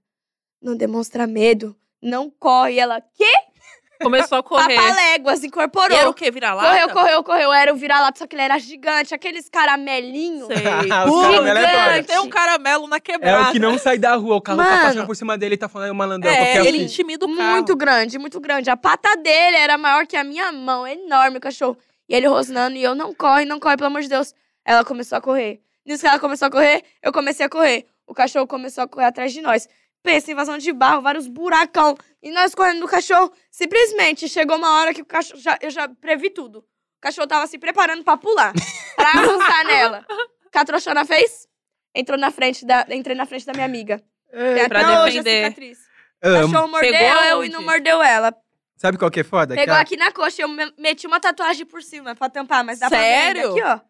[SPEAKER 3] não demonstra medo, não corre. Ela, que?
[SPEAKER 2] Começou a correr.
[SPEAKER 3] Papaléguas,
[SPEAKER 2] E
[SPEAKER 3] incorporou.
[SPEAKER 2] era o quê? Vira-lata?
[SPEAKER 3] Correu, correu, correu. Era o vira-lata, só que ele era gigante. Aqueles caramelinhos.
[SPEAKER 2] Sei.
[SPEAKER 1] Ah, os
[SPEAKER 2] Puta,
[SPEAKER 1] caramelo é
[SPEAKER 3] foda.
[SPEAKER 2] Tem um caramelo na
[SPEAKER 1] É
[SPEAKER 2] quebrada.
[SPEAKER 1] o que não sai da rua. O carro tá
[SPEAKER 3] Mano.
[SPEAKER 1] passando por cima dele e tá falando, aí o malandrão.
[SPEAKER 2] É,
[SPEAKER 1] qualquer
[SPEAKER 2] ele
[SPEAKER 1] um.
[SPEAKER 2] intimida o carro.
[SPEAKER 3] Muito grande, muito grande. A pata dele era maior que a minha mão. Enorme o cachorro. E ele rosnando. E eu, não corre, não corre, pelo amor de Deus. Ela começou a correr. Nisso que ela começou a correr, eu comecei a correr. O cachorro começou a correr atrás de nós. Pensa, invasão de barro, vários buracão. E nós correndo do cachorro. Simplesmente chegou uma hora que o cachorro. já- eu já previ tudo. O cachorro tava se preparando pra pular.
[SPEAKER 2] (laughs)
[SPEAKER 3] pra avançar nela. O que a trouxona fez? Entrou na frente da, entrei na frente da minha amiga.
[SPEAKER 1] É.
[SPEAKER 3] Tem
[SPEAKER 2] Pra
[SPEAKER 3] até hoje a
[SPEAKER 2] defender.
[SPEAKER 3] cicatriz. O
[SPEAKER 1] Amo.
[SPEAKER 3] cachorro mordeu
[SPEAKER 2] Pegou
[SPEAKER 3] eu e
[SPEAKER 2] aonde?
[SPEAKER 3] não mordeu ela.
[SPEAKER 1] Sabe qual que é foda?
[SPEAKER 3] Pegou
[SPEAKER 1] Que a-
[SPEAKER 3] aqui na coxa, eu me- meti uma tatuagem por cima pra tampar, mas dá
[SPEAKER 2] Sério?
[SPEAKER 3] pra ver ainda aqui,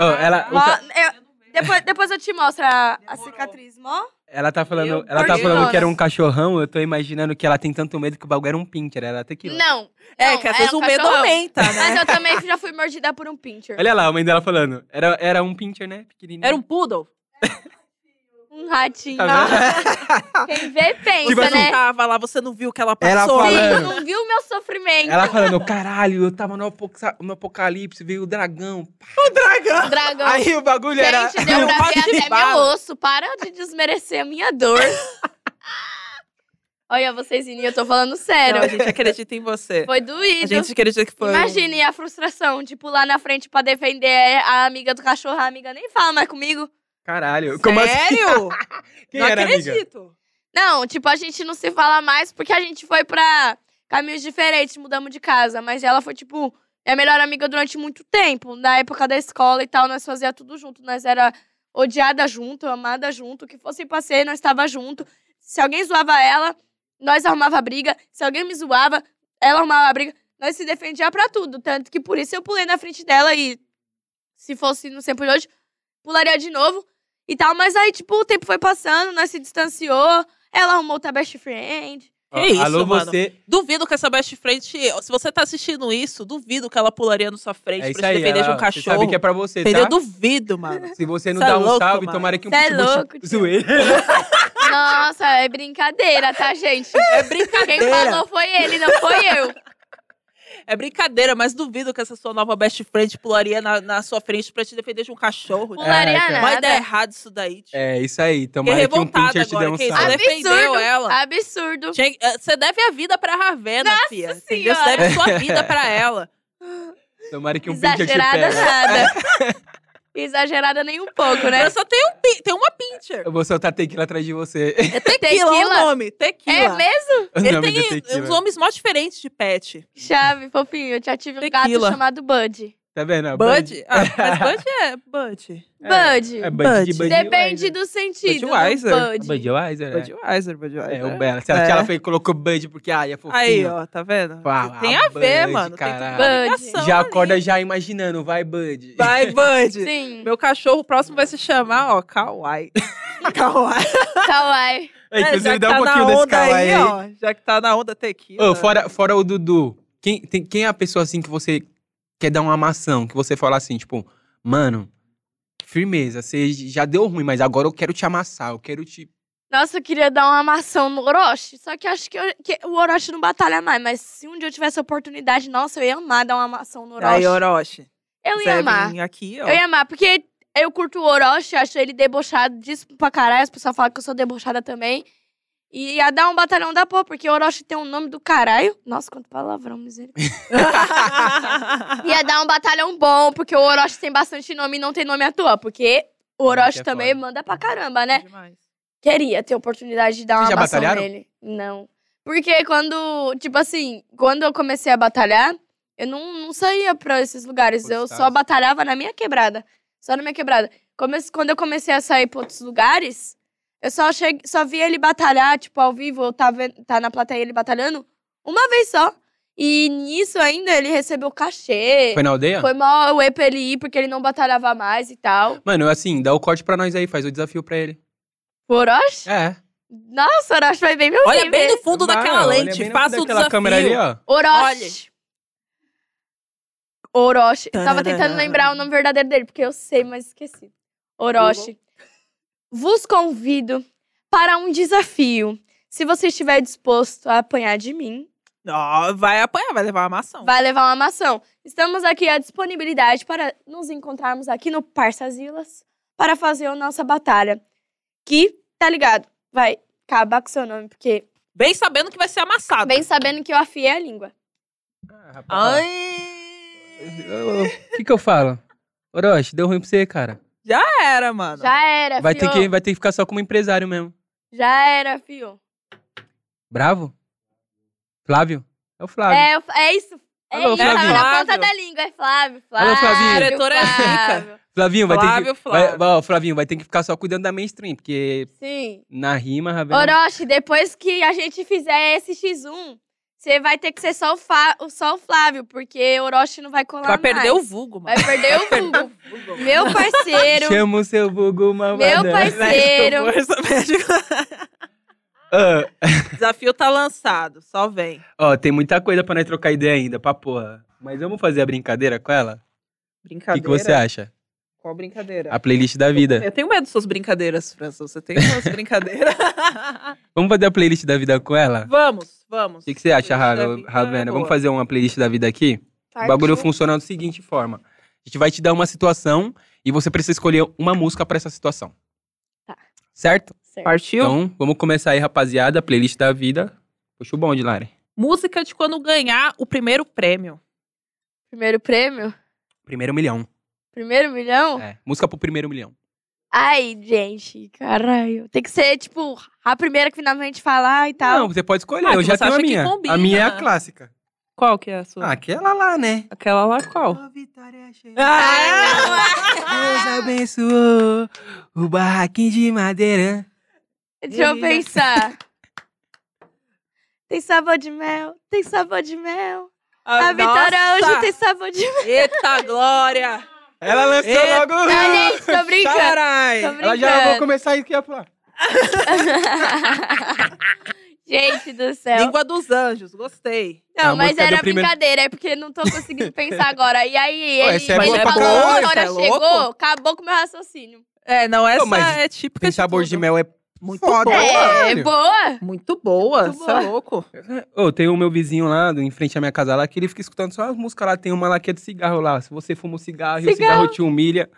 [SPEAKER 3] ó.
[SPEAKER 1] Ó, ela,
[SPEAKER 3] Ó,
[SPEAKER 1] outra-
[SPEAKER 3] eu- depois, depois eu te mostro a, a
[SPEAKER 2] Demorou.
[SPEAKER 3] cicatriz, mó.
[SPEAKER 1] ela tá falando,
[SPEAKER 2] Meu
[SPEAKER 1] ela tá
[SPEAKER 3] Deus.
[SPEAKER 1] falando que era um cachorrão, eu tô imaginando que ela tem tanto medo que o bagulho era um pincher, era tequila.
[SPEAKER 3] Não.
[SPEAKER 2] É,
[SPEAKER 3] não,
[SPEAKER 2] que às
[SPEAKER 3] era
[SPEAKER 2] vezes
[SPEAKER 3] um
[SPEAKER 2] o medo
[SPEAKER 3] cachorrão.
[SPEAKER 2] aumenta,
[SPEAKER 3] (laughs)
[SPEAKER 2] né?
[SPEAKER 3] Mas eu também já fui mordida por um pincher.
[SPEAKER 1] Olha lá, a mãe dela falando. Era, era um pincher, né? Pequenininho.
[SPEAKER 2] Era um poodle?
[SPEAKER 3] Um ratinho.
[SPEAKER 1] Tá vendo?
[SPEAKER 3] (laughs) Quem vê, pensa,
[SPEAKER 1] Tipo
[SPEAKER 2] Você
[SPEAKER 1] assim,
[SPEAKER 2] não
[SPEAKER 3] né?
[SPEAKER 2] tava lá, você não viu que ela
[SPEAKER 1] Ela
[SPEAKER 2] passou.
[SPEAKER 1] falando.
[SPEAKER 3] Sim, não viu o meu sofrimento.
[SPEAKER 1] Ela falando, caralho, eu tava no, apoca- no apocalipse, veio o dragão.
[SPEAKER 3] O Dragão.
[SPEAKER 1] Aí o bagulho era.
[SPEAKER 3] Gente, deu pra
[SPEAKER 2] passo de
[SPEAKER 3] ver até meu
[SPEAKER 2] bala.
[SPEAKER 3] osso. Para de desmerecer a minha
[SPEAKER 1] (laughs)
[SPEAKER 3] dor. Olha, vocês e eu tô falando
[SPEAKER 2] Não, a
[SPEAKER 3] sério.
[SPEAKER 2] gente acredita em você.
[SPEAKER 3] Foi
[SPEAKER 2] A
[SPEAKER 3] doído.
[SPEAKER 2] gente acredita que foi. um-
[SPEAKER 3] Imagine a frustração de pular na frente pra defender a amiga do cachorro. A amiga nem fala mais comigo.
[SPEAKER 1] Caralho, como assim? (laughs)
[SPEAKER 2] Sério?
[SPEAKER 1] Quem
[SPEAKER 2] não
[SPEAKER 1] era, amiga?
[SPEAKER 2] acredito.
[SPEAKER 3] Não, tipo, a gente não se fala mais porque a gente foi pra caminhos diferentes, mudamos de casa. Mas ela foi, tipo, minha melhor amiga durante muito tempo. Na época da escola e tal, nós fazia tudo junto. Nós era odiada junto, amada junto. O que fosse passeio, nós estava junto. Se alguém zoava ela, nós arrumava briga. Se alguém me zoava, ela arrumava briga. Nós se defendia pra tudo. Tanto que por isso eu pulei na frente dela e se fosse no tempo de hoje, pularia de novo e tal. Mas aí, tipo, o tempo foi passando, nós se distanciou. Ela arrumou outra best friend.
[SPEAKER 1] Ó,
[SPEAKER 2] Que isso,
[SPEAKER 1] Alô,
[SPEAKER 2] mano?
[SPEAKER 1] você.
[SPEAKER 2] Duvido que essa best friend. Se você tá assistindo isso, duvido que ela pularia na sua frente
[SPEAKER 1] É isso
[SPEAKER 2] pra te
[SPEAKER 1] aí,
[SPEAKER 2] defender de
[SPEAKER 1] ela,
[SPEAKER 2] um
[SPEAKER 1] você sabe
[SPEAKER 2] cachorro.
[SPEAKER 1] que é pra você,
[SPEAKER 2] Entendeu?
[SPEAKER 1] tá? (laughs)
[SPEAKER 2] Duvido, mano.
[SPEAKER 1] Se você não
[SPEAKER 2] Cê é
[SPEAKER 1] dá um
[SPEAKER 2] louco,
[SPEAKER 1] salve,
[SPEAKER 2] mano.
[SPEAKER 1] tomara que um
[SPEAKER 3] Cê é
[SPEAKER 1] pitbull te- um
[SPEAKER 3] louco, tio.
[SPEAKER 1] zoeira.
[SPEAKER 3] Nossa, é brincadeira, tá, gente? É brincadeira. Quem falou foi ele, não foi eu.
[SPEAKER 2] É brincadeira, mas duvido que essa sua nova best friend pularia na, na sua frente pra te defender de um cachorro.
[SPEAKER 1] É,
[SPEAKER 3] Pularia
[SPEAKER 1] cara.
[SPEAKER 2] Vai dar
[SPEAKER 3] nada.
[SPEAKER 2] errado isso daí, tio.
[SPEAKER 1] É, isso aí.
[SPEAKER 2] Fiquei
[SPEAKER 1] Tomara que um
[SPEAKER 2] revoltada
[SPEAKER 1] pincher te dê
[SPEAKER 2] agora.
[SPEAKER 1] um
[SPEAKER 2] que isso,
[SPEAKER 1] salve.
[SPEAKER 3] sabe.
[SPEAKER 2] defendeu
[SPEAKER 3] Absurdo.
[SPEAKER 2] ela.
[SPEAKER 3] Absurdo.
[SPEAKER 2] Tinha- eh, Você deve a vida pra Ravena, fia. Entendeu? Você
[SPEAKER 3] Senhora.
[SPEAKER 1] (laughs)
[SPEAKER 2] deve sua vida pra ela.
[SPEAKER 1] Tomara que um pincher te
[SPEAKER 3] Exagerada
[SPEAKER 1] pega.
[SPEAKER 3] nada. Exagerada nem um pouco, né?
[SPEAKER 2] Eu só tenho um pi- tem uma pincher.
[SPEAKER 1] Eu vou soltar tequila atrás de você. (laughs)
[SPEAKER 2] É tequila,
[SPEAKER 3] Tequila?
[SPEAKER 2] é o nome. Tequila.
[SPEAKER 3] É mesmo?
[SPEAKER 1] O
[SPEAKER 2] Ele
[SPEAKER 1] nome do
[SPEAKER 2] tem
[SPEAKER 1] tequila.
[SPEAKER 2] uns nomes mó diferentes de pet.
[SPEAKER 3] Chave, fofinho. Eu já tive um
[SPEAKER 2] Tequila.
[SPEAKER 3] gato chamado Bud.
[SPEAKER 1] Tá vendo?
[SPEAKER 2] Bud? Ah,
[SPEAKER 1] (laughs)
[SPEAKER 2] mas Bud é Bud.
[SPEAKER 3] Bud.
[SPEAKER 1] É Bud de
[SPEAKER 2] Bud.
[SPEAKER 1] Bud
[SPEAKER 3] Depende do sentido.
[SPEAKER 2] Budweiser.
[SPEAKER 3] do Bud.
[SPEAKER 1] Budweiser, né?
[SPEAKER 2] né? Budweiser, Budweiser.
[SPEAKER 1] É, o Bela. Se ela,
[SPEAKER 2] É.
[SPEAKER 1] se ela foi, colocou Bud porque, ai, é fofinho.
[SPEAKER 2] Aí, ó, tá vendo?
[SPEAKER 1] Fala,
[SPEAKER 2] tem a ver,
[SPEAKER 1] Bud,
[SPEAKER 2] mano. Tem
[SPEAKER 1] caralho.
[SPEAKER 2] toda uma
[SPEAKER 3] Bud.
[SPEAKER 2] ligação
[SPEAKER 1] Já
[SPEAKER 2] ali.
[SPEAKER 1] acorda já imaginando, vai, Bud. (laughs)
[SPEAKER 2] Vai, Bud.
[SPEAKER 3] Sim.
[SPEAKER 2] Meu cachorro próximo vai se chamar,
[SPEAKER 1] (laughs)
[SPEAKER 2] ó, Kawaii. Kawaii.
[SPEAKER 3] Kawaii.
[SPEAKER 1] É,
[SPEAKER 2] já
[SPEAKER 1] inclusive,
[SPEAKER 2] que
[SPEAKER 1] dá um
[SPEAKER 2] tá
[SPEAKER 1] pouquinho
[SPEAKER 2] na
[SPEAKER 1] desse
[SPEAKER 2] onda
[SPEAKER 1] cala aí. hein?
[SPEAKER 2] ó. Já que tá na onda tequila.
[SPEAKER 1] Ô, fora, fora o Dudu, quem, tem, quem é a pessoa, assim, que você quer dar uma mação? Que você fala assim, tipo, mano, firmeza, você já deu ruim, mas agora eu quero te amassar, eu quero te...
[SPEAKER 3] Nossa, eu queria dar uma maçã no Orochi. Só que acho que, eu- que o Orochi não batalha mais. Mas se um dia eu tivesse a oportunidade, nossa, eu ia amar dar uma maçã no Orochi.
[SPEAKER 2] Tá Aí, Orochi.
[SPEAKER 3] eu
[SPEAKER 2] Zé
[SPEAKER 3] ia amar.
[SPEAKER 2] vem aqui, ó.
[SPEAKER 3] Eu ia amar, porque eu curto o Orochi, acho ele debochado disso pra caralho. As pessoas falam que eu sou debochada também. E ia dar um batalhão da porra, porque Orochi tem um nome do caralho. Nossa, quanto palavrão, misericórdia.
[SPEAKER 2] (laughs)
[SPEAKER 3] ia dar um batalhão bom, porque o Orochi tem bastante nome e não tem nome à toa. Porque o
[SPEAKER 1] que
[SPEAKER 3] Orochi
[SPEAKER 1] é
[SPEAKER 3] também
[SPEAKER 1] foda.
[SPEAKER 3] manda pra caramba, né?
[SPEAKER 2] Demais.
[SPEAKER 3] Queria ter oportunidade de dar
[SPEAKER 1] Vocês
[SPEAKER 3] uma
[SPEAKER 1] já
[SPEAKER 3] bação
[SPEAKER 1] batalharam?
[SPEAKER 3] nele. Não. Porque quando, tipo assim, quando eu comecei a batalhar, eu não, não saía pra esses lugares.
[SPEAKER 1] Outros
[SPEAKER 3] eu só
[SPEAKER 1] estados.
[SPEAKER 3] batalhava na minha quebrada. Só na minha quebrada. Comece- quando eu comecei a sair pra outros lugares, eu só, cheguei, só vi ele batalhar, tipo, ao vivo, eu tava ven- tá na plateia ele batalhando, uma vez só. E nisso ainda ele recebeu
[SPEAKER 2] É,
[SPEAKER 3] cachê.
[SPEAKER 1] Foi na aldeia?
[SPEAKER 3] Foi mal o EP ele ir, porque ele não batalhava mais e tal.
[SPEAKER 1] Mano, assim, dá o corte pra nós aí, faz o desafio pra ele.
[SPEAKER 3] O Orochi?
[SPEAKER 1] É.
[SPEAKER 3] Nossa, o Orochi vai bem meu
[SPEAKER 2] Olha
[SPEAKER 3] bem,
[SPEAKER 2] bem
[SPEAKER 3] né?
[SPEAKER 2] no fundo daquela
[SPEAKER 1] Vai, olha
[SPEAKER 2] lente,
[SPEAKER 1] bem
[SPEAKER 2] faça o
[SPEAKER 1] naquela
[SPEAKER 2] desafio.
[SPEAKER 1] câmera ali, ó.
[SPEAKER 3] Orochi. Orochi. Eu tava
[SPEAKER 2] Tarará.
[SPEAKER 3] tentando lembrar o nome verdadeiro dele, porque eu sei, mas esqueci. Orochi. Vos convido para um desafio. Se você estiver disposto a apanhar de mim,
[SPEAKER 2] Ó, vai apanhar, vai levar uma maçã.
[SPEAKER 3] vai levar uma maçã. Estamos aqui à disponibilidade para nos encontrarmos aqui no Parçasilas para fazer a nossa batalha. Que, tá ligado, vai acabar com seu nome, porque
[SPEAKER 2] Bem sabendo que vai ser amassado.
[SPEAKER 3] vem sabendo que eu afiei a língua.
[SPEAKER 1] Ah, rapaz.
[SPEAKER 2] Ai.
[SPEAKER 1] O que que eu falo? Orochi, deu ruim pra você, cara.
[SPEAKER 2] Já era, mano.
[SPEAKER 3] Já era,
[SPEAKER 1] Vai
[SPEAKER 3] fio.
[SPEAKER 1] ter, que, vai ter que ficar só como empresário mesmo.
[SPEAKER 3] Já era, fio.
[SPEAKER 1] Bravo? Flávio? É o Flávio.
[SPEAKER 3] É, o Fla- é isso. É
[SPEAKER 1] Alô,
[SPEAKER 3] isso,
[SPEAKER 1] Flávio.
[SPEAKER 3] tava na ponta
[SPEAKER 2] Flávio.
[SPEAKER 3] da língua, é Flávio. Flávio.
[SPEAKER 1] Alô, Flavinho.
[SPEAKER 2] Diretora é
[SPEAKER 3] Flávio.
[SPEAKER 1] Flavinho, vai ter
[SPEAKER 2] Flávio,
[SPEAKER 1] que... vai-
[SPEAKER 2] Flávio.
[SPEAKER 1] ó, Flavinho, vai ter que ficar só cuidando da mainstream, porque
[SPEAKER 3] Sim.
[SPEAKER 1] na rima, Ravena...
[SPEAKER 3] Orochi, depois que a gente fizer esse X1, você vai ter que ser só o, Fa- o- só o Flávio, porque Orochi não vai colar
[SPEAKER 2] Vai perder o
[SPEAKER 3] mais.
[SPEAKER 2] vulgo, mano.
[SPEAKER 3] Vai perder o vulgo.
[SPEAKER 2] Vulgo.
[SPEAKER 3] Meu parceiro.
[SPEAKER 1] Chama o seu vulgo malvadão.
[SPEAKER 3] Meu pai- parceiro.
[SPEAKER 2] Médico, força, médico.
[SPEAKER 1] Ah,
[SPEAKER 2] Desafio tá lançado, só vem.
[SPEAKER 1] Ó, tem muita coisa pra nós trocar ideia ainda, pra porra. Mas vamos fazer a brincadeira com ela? O que,
[SPEAKER 2] Brincadeira.
[SPEAKER 1] que você acha?
[SPEAKER 2] Qual brincadeira?
[SPEAKER 1] A playlist da vida.
[SPEAKER 2] Eu tenho medo das suas brincadeiras, França. Você tem suas (laughs) brincadeiras?
[SPEAKER 1] Vamos fazer a playlist da vida com ela?
[SPEAKER 2] vamos, vamos.
[SPEAKER 1] O que, que você acha,
[SPEAKER 2] Playlist da
[SPEAKER 1] Ra-
[SPEAKER 2] vida é
[SPEAKER 1] Ravena?
[SPEAKER 2] boa.
[SPEAKER 1] Vamos fazer uma playlist da vida aqui?
[SPEAKER 3] Tá
[SPEAKER 1] O bagulho funciona da seguinte forma: a gente vai te dar uma situação e você precisa escolher uma música pra essa situação.
[SPEAKER 3] Tá.
[SPEAKER 1] Certo?
[SPEAKER 3] Certo.
[SPEAKER 2] Partiu?
[SPEAKER 1] Então, vamos começar aí, rapaziada. Playlist da vida. Puxa o bonde, Lari.
[SPEAKER 2] Música de quando ganhar o primeiro prêmio.
[SPEAKER 3] Primeiro prêmio?
[SPEAKER 1] Primeiro milhão.
[SPEAKER 3] Primeiro milhão?
[SPEAKER 1] É. Música pro primeiro milhão.
[SPEAKER 3] Ai, gente, caralho. Tem que ser, tipo, a primeira que finalmente falar e tal.
[SPEAKER 1] Não, você pode escolher.
[SPEAKER 2] Ah,
[SPEAKER 1] eu
[SPEAKER 2] que
[SPEAKER 1] já
[SPEAKER 2] você
[SPEAKER 1] tenho a
[SPEAKER 2] acha que
[SPEAKER 1] minha.
[SPEAKER 2] combina.
[SPEAKER 1] A minha é a clássica.
[SPEAKER 2] Qual que é a sua?
[SPEAKER 1] Ah, aquela lá, né?
[SPEAKER 2] Aquela lá qual?
[SPEAKER 1] Sua vitória chegou.
[SPEAKER 2] (laughs) Ah,
[SPEAKER 1] Deus abençoou o barraquinho de madeira.
[SPEAKER 3] Deixa eu pensar. tem sabor de mel, tem sabor de mel. A vitória hoje tem sabor de mel.
[SPEAKER 2] Eita, Glória!
[SPEAKER 1] Ela lançou
[SPEAKER 2] Eita,
[SPEAKER 1] logo.
[SPEAKER 3] Não, Tá, gente, tô brincando.
[SPEAKER 2] Carai!
[SPEAKER 3] Tô
[SPEAKER 1] Ela "Ah, já vou
[SPEAKER 3] brincando.
[SPEAKER 1] começar aqui a falar.
[SPEAKER 3] (laughs) gente do céu.
[SPEAKER 2] Língua dos anjos, gostei.
[SPEAKER 1] A
[SPEAKER 3] Não, mas
[SPEAKER 1] É música do
[SPEAKER 3] era
[SPEAKER 1] primeiro-
[SPEAKER 3] brincadeira, é porque não tô conseguindo pensar agora. E aí,
[SPEAKER 1] Ué,
[SPEAKER 3] ele
[SPEAKER 1] essa é
[SPEAKER 3] ele
[SPEAKER 2] boa pra
[SPEAKER 3] falou,
[SPEAKER 1] caralho,
[SPEAKER 3] a hora
[SPEAKER 2] essa é
[SPEAKER 3] chegou,
[SPEAKER 2] louco.
[SPEAKER 3] acabou com o meu raciocínio.
[SPEAKER 2] É, não, essa
[SPEAKER 1] mas
[SPEAKER 2] é típica
[SPEAKER 1] Tem
[SPEAKER 2] de
[SPEAKER 1] sabor de
[SPEAKER 2] tudo.
[SPEAKER 1] mel é
[SPEAKER 2] Muito
[SPEAKER 1] foda.
[SPEAKER 2] boa.
[SPEAKER 3] É,
[SPEAKER 1] caralho.
[SPEAKER 3] boa.
[SPEAKER 2] Muito boa,
[SPEAKER 3] Muito
[SPEAKER 2] você
[SPEAKER 3] boa.
[SPEAKER 2] é louco.
[SPEAKER 1] Ô, tem o meu vizinho lá, do- em frente à minha casa lá, que ele fica escutando só as músicas lá. Tem uma lá que é de cigarro lá. Se você fuma um cigarro, e o cigarro te humilha.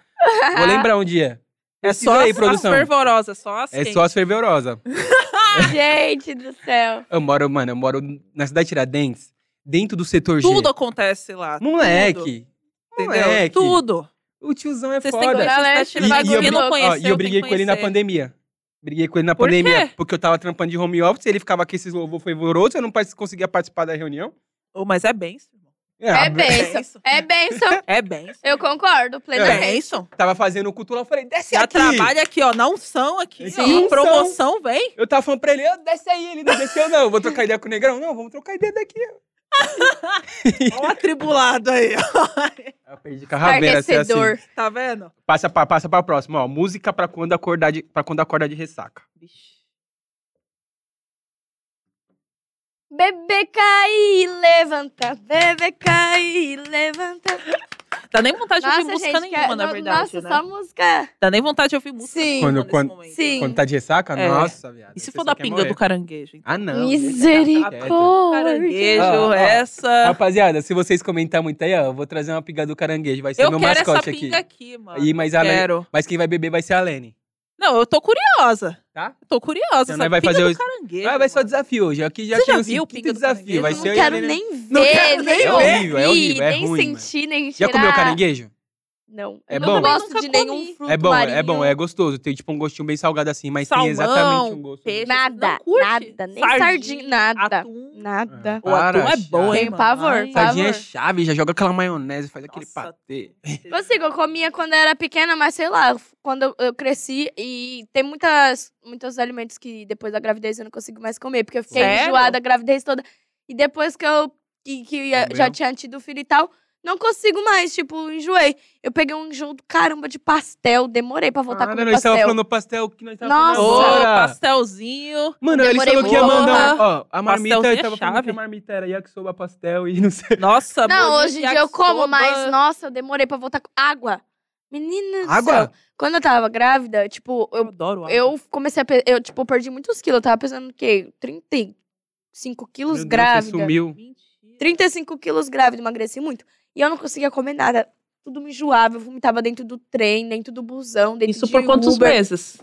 [SPEAKER 1] Vou lembrar um
[SPEAKER 2] (laughs)
[SPEAKER 1] dia.
[SPEAKER 2] É
[SPEAKER 1] Pesquisa
[SPEAKER 2] só
[SPEAKER 1] aí,
[SPEAKER 2] as,
[SPEAKER 1] produção.
[SPEAKER 2] as fervorosas, só assim. as
[SPEAKER 1] É
[SPEAKER 2] quentes.
[SPEAKER 1] só as fervorosas. Ah!
[SPEAKER 3] gente do céu.
[SPEAKER 1] Eu moro, mano, eu moro na cidade de Tiradentes, dentro do setor G.
[SPEAKER 2] Tudo acontece lá.
[SPEAKER 1] Moleque!
[SPEAKER 2] tudo, entendeu?
[SPEAKER 1] Moleque!
[SPEAKER 2] Tudo.
[SPEAKER 1] O tiozão é
[SPEAKER 2] Vocês têm que
[SPEAKER 1] foda.
[SPEAKER 2] olhar
[SPEAKER 3] Galera,
[SPEAKER 2] vocês tão
[SPEAKER 3] vai
[SPEAKER 2] tirando-
[SPEAKER 3] eu
[SPEAKER 2] quem
[SPEAKER 1] brin-
[SPEAKER 2] não
[SPEAKER 1] ó,
[SPEAKER 2] conheceu,
[SPEAKER 1] e eu
[SPEAKER 2] tem
[SPEAKER 1] briguei
[SPEAKER 2] que
[SPEAKER 1] com ele na
[SPEAKER 2] conhecer.
[SPEAKER 1] pandemia. Briguei com ele na
[SPEAKER 2] Por
[SPEAKER 1] pandemia.
[SPEAKER 2] quê?
[SPEAKER 1] Porque eu tava trampando de home office, ele ficava com esses louvor fervoroso, eu não pa- conseguia participar da reunião. Ah,
[SPEAKER 2] Oh, mas é benção. irmão.
[SPEAKER 3] É
[SPEAKER 1] bem.
[SPEAKER 3] benção.
[SPEAKER 2] benção.
[SPEAKER 3] É benção.
[SPEAKER 2] É benção.
[SPEAKER 3] Eu concordo
[SPEAKER 2] É
[SPEAKER 3] plenamente.
[SPEAKER 2] benção.
[SPEAKER 1] Tava fazendo o culto lá, eu falei, desce
[SPEAKER 2] Já
[SPEAKER 1] aqui!
[SPEAKER 2] trabalha aqui, ó, na unção aqui.
[SPEAKER 1] Sim,
[SPEAKER 2] ó.
[SPEAKER 1] unção.
[SPEAKER 2] Promoção, vem.
[SPEAKER 1] Eu tava falando pra ele, "Ô, desce aí, ele não desceu não. Vou trocar ideia com o Negrão? Não, vamos trocar ideia daqui.
[SPEAKER 2] Ó, o atribulado aí, ó. (laughs)
[SPEAKER 1] Eu perdi com a raveira, assim, assim.
[SPEAKER 3] Enardecedor.
[SPEAKER 2] Tá vendo?
[SPEAKER 1] Passa pra, passa pra próxima, ó. Música pra quando, acordar de, pra quando acorda de ressaca.
[SPEAKER 2] Vixe.
[SPEAKER 3] Bebê cai, levanta. Bebê cai, levanta.
[SPEAKER 2] Dá nem vontade de ouvir
[SPEAKER 3] Nossa,
[SPEAKER 2] música
[SPEAKER 3] gente, que-
[SPEAKER 2] nenhuma, na
[SPEAKER 3] no-
[SPEAKER 2] verdade.
[SPEAKER 3] Nossa,
[SPEAKER 2] né?
[SPEAKER 3] só música.
[SPEAKER 2] Dá nem vontade de ouvir música.
[SPEAKER 3] Sim.
[SPEAKER 2] nenhuma
[SPEAKER 1] Quando-
[SPEAKER 2] nesse
[SPEAKER 1] quando-
[SPEAKER 2] momento.
[SPEAKER 3] Sim.
[SPEAKER 1] Quando tá de ressaca?
[SPEAKER 2] É.
[SPEAKER 1] Nossa, viado.
[SPEAKER 2] E se
[SPEAKER 1] essa
[SPEAKER 2] for da
[SPEAKER 1] quer
[SPEAKER 2] pinga
[SPEAKER 1] morrer.
[SPEAKER 2] do caranguejo? então?
[SPEAKER 1] Ah, não.
[SPEAKER 3] Misericórdia.
[SPEAKER 2] Caranguejo,
[SPEAKER 1] Ah, ah.
[SPEAKER 2] essa.
[SPEAKER 1] Rapaziada, se vocês comentarem muito aí, ó, eu vou trazer uma pinga do caranguejo. Vai ser
[SPEAKER 2] eu
[SPEAKER 1] meu
[SPEAKER 2] quero essa
[SPEAKER 1] é mascote
[SPEAKER 2] pinga
[SPEAKER 1] aqui.
[SPEAKER 2] aqui, mano.
[SPEAKER 1] E, mas, a Lene-
[SPEAKER 2] quero.
[SPEAKER 1] mas quem vai beber vai ser a Lene.
[SPEAKER 2] Não, eu tô curiosa.
[SPEAKER 1] Tá?
[SPEAKER 2] Eu tô curiosa.
[SPEAKER 1] Então,
[SPEAKER 2] sabe?
[SPEAKER 1] nós vai
[SPEAKER 2] Pinga
[SPEAKER 1] fazer
[SPEAKER 2] do
[SPEAKER 1] os-
[SPEAKER 2] caranguejo.
[SPEAKER 1] Ah, vai ser o
[SPEAKER 2] mano.
[SPEAKER 1] desafio hoje. Aqui já
[SPEAKER 2] Você já
[SPEAKER 1] tem um
[SPEAKER 2] viu o Pinga
[SPEAKER 1] quinto
[SPEAKER 2] do
[SPEAKER 1] desafio.
[SPEAKER 2] Caranguejo?
[SPEAKER 1] Vai
[SPEAKER 2] Mas
[SPEAKER 3] Eu não
[SPEAKER 1] ser eu e a né?
[SPEAKER 3] quero
[SPEAKER 1] Helena.
[SPEAKER 3] nem ver,
[SPEAKER 1] Não quero nem ouvir,
[SPEAKER 3] nem
[SPEAKER 1] é horrível, é
[SPEAKER 3] nem
[SPEAKER 1] ruim, mano.
[SPEAKER 3] sentir, nem
[SPEAKER 1] Já
[SPEAKER 3] cheirar.
[SPEAKER 1] comeu caranguejo?
[SPEAKER 3] Não.
[SPEAKER 1] É
[SPEAKER 3] eu
[SPEAKER 1] bom?
[SPEAKER 3] não gosto
[SPEAKER 2] Nunca
[SPEAKER 3] de
[SPEAKER 2] comi.
[SPEAKER 3] nenhum fruto
[SPEAKER 1] É bom,
[SPEAKER 3] marinho.
[SPEAKER 1] é bom, é gostoso. Tem tipo um gostinho bem salgado assim, mas
[SPEAKER 2] Salmão,
[SPEAKER 1] tem exatamente um gosto.
[SPEAKER 2] peixe.
[SPEAKER 3] Nada,
[SPEAKER 2] Não curte?
[SPEAKER 3] nada, nem
[SPEAKER 2] Sardinha,
[SPEAKER 3] sardinha, nada.
[SPEAKER 2] Atum.
[SPEAKER 1] Ah.
[SPEAKER 3] Nada.
[SPEAKER 2] O atum
[SPEAKER 1] Para,
[SPEAKER 2] é bom, hein?
[SPEAKER 3] Tem pavor,
[SPEAKER 2] mano? Ai,
[SPEAKER 3] pavor.
[SPEAKER 1] Tadinha é chave, já joga aquela maionese, faz aquele
[SPEAKER 2] Nossa.
[SPEAKER 1] patê.
[SPEAKER 3] Consigo, Tipo assim, eu comia quando eu era pequena, mas sei lá, f- quando eu- eu cresci e tem muitas, muitos alimentos que depois da gravidez eu não consigo mais comer, porque eu fiquei
[SPEAKER 2] Sério?
[SPEAKER 3] enjoada a gravidez toda. E depois que eu que, que eu
[SPEAKER 1] Comeu?
[SPEAKER 3] já tinha tido filho e tal, não consigo mais, tipo, enjoei. Eu peguei um enjoo do caramba de pastel, demorei pra voltar
[SPEAKER 1] Ah,
[SPEAKER 3] com
[SPEAKER 1] não, nós
[SPEAKER 3] pastel.
[SPEAKER 1] tava falando pastel que nós tava
[SPEAKER 2] Ô,
[SPEAKER 3] Nossa.
[SPEAKER 1] falando agora.
[SPEAKER 2] pastelzinho.
[SPEAKER 1] Mano, ele
[SPEAKER 3] Demorei
[SPEAKER 1] falou que ia
[SPEAKER 2] muito.
[SPEAKER 1] mandar. um- Ó, a marmita,
[SPEAKER 2] Pastelzinho
[SPEAKER 1] eu
[SPEAKER 2] é
[SPEAKER 1] tava falando que
[SPEAKER 2] chave.
[SPEAKER 1] a marmita era yakisoba pastel e não sei.
[SPEAKER 2] Nossa,
[SPEAKER 3] não,
[SPEAKER 2] bolinho
[SPEAKER 3] hoje em
[SPEAKER 2] de
[SPEAKER 3] dia eu como,
[SPEAKER 2] yakisoba.
[SPEAKER 3] mas nossa, eu demorei pra voltar com água. Menina do
[SPEAKER 1] Água?
[SPEAKER 3] céu. Quando eu tava grávida, tipo, eu
[SPEAKER 2] Eu adoro água.
[SPEAKER 3] Eu comecei a. pe- Eu, tipo, perdi muitos quilos. Eu tava pesando o quê? 35
[SPEAKER 1] Meu
[SPEAKER 3] quilos
[SPEAKER 1] Deus, Você
[SPEAKER 3] grávida.
[SPEAKER 1] sumiu.
[SPEAKER 2] Mentira.
[SPEAKER 3] 35 quilos grávida, emagreci muito. E eu não conseguia comer nada. Tudo me enjoava. Eu vomitava dentro do trem, dentro do busão, dentro
[SPEAKER 2] Isso
[SPEAKER 3] de
[SPEAKER 2] por quantos
[SPEAKER 3] Uber.
[SPEAKER 2] meses?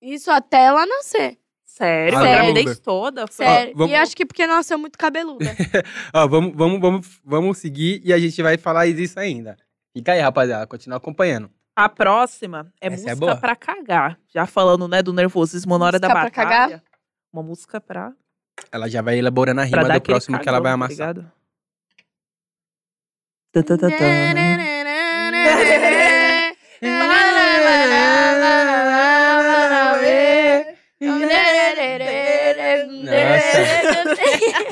[SPEAKER 3] Isso até ela nascer.
[SPEAKER 2] Sério,
[SPEAKER 1] Ah,
[SPEAKER 2] a
[SPEAKER 1] Sério.
[SPEAKER 2] gravidez toda. foi-
[SPEAKER 3] Sério.
[SPEAKER 1] vamos-
[SPEAKER 3] E eu acho que porque nasceu muito cabeluda.
[SPEAKER 1] (laughs) Ó, vamos, vamos, vamos, vamos seguir e a gente vai falar disso ainda. Fica aí, rapaziada. Continua acompanhando.
[SPEAKER 2] A próxima
[SPEAKER 1] Essa
[SPEAKER 2] é
[SPEAKER 1] é
[SPEAKER 2] música
[SPEAKER 1] boa.
[SPEAKER 2] pra cagar. Já falando, né, do nervosismo na hora da
[SPEAKER 3] Música
[SPEAKER 2] batalha.
[SPEAKER 3] pra
[SPEAKER 2] Uma música pra,
[SPEAKER 1] Ela já vai elaborando a
[SPEAKER 2] pra
[SPEAKER 1] rima
[SPEAKER 2] dar
[SPEAKER 1] do
[SPEAKER 2] aquele
[SPEAKER 1] próximo que ela vai
[SPEAKER 2] cagão, tá
[SPEAKER 1] amassar.
[SPEAKER 2] ligado? Tã,
[SPEAKER 1] Tá,
[SPEAKER 2] tã, tã,
[SPEAKER 3] (laughs)
[SPEAKER 2] tã.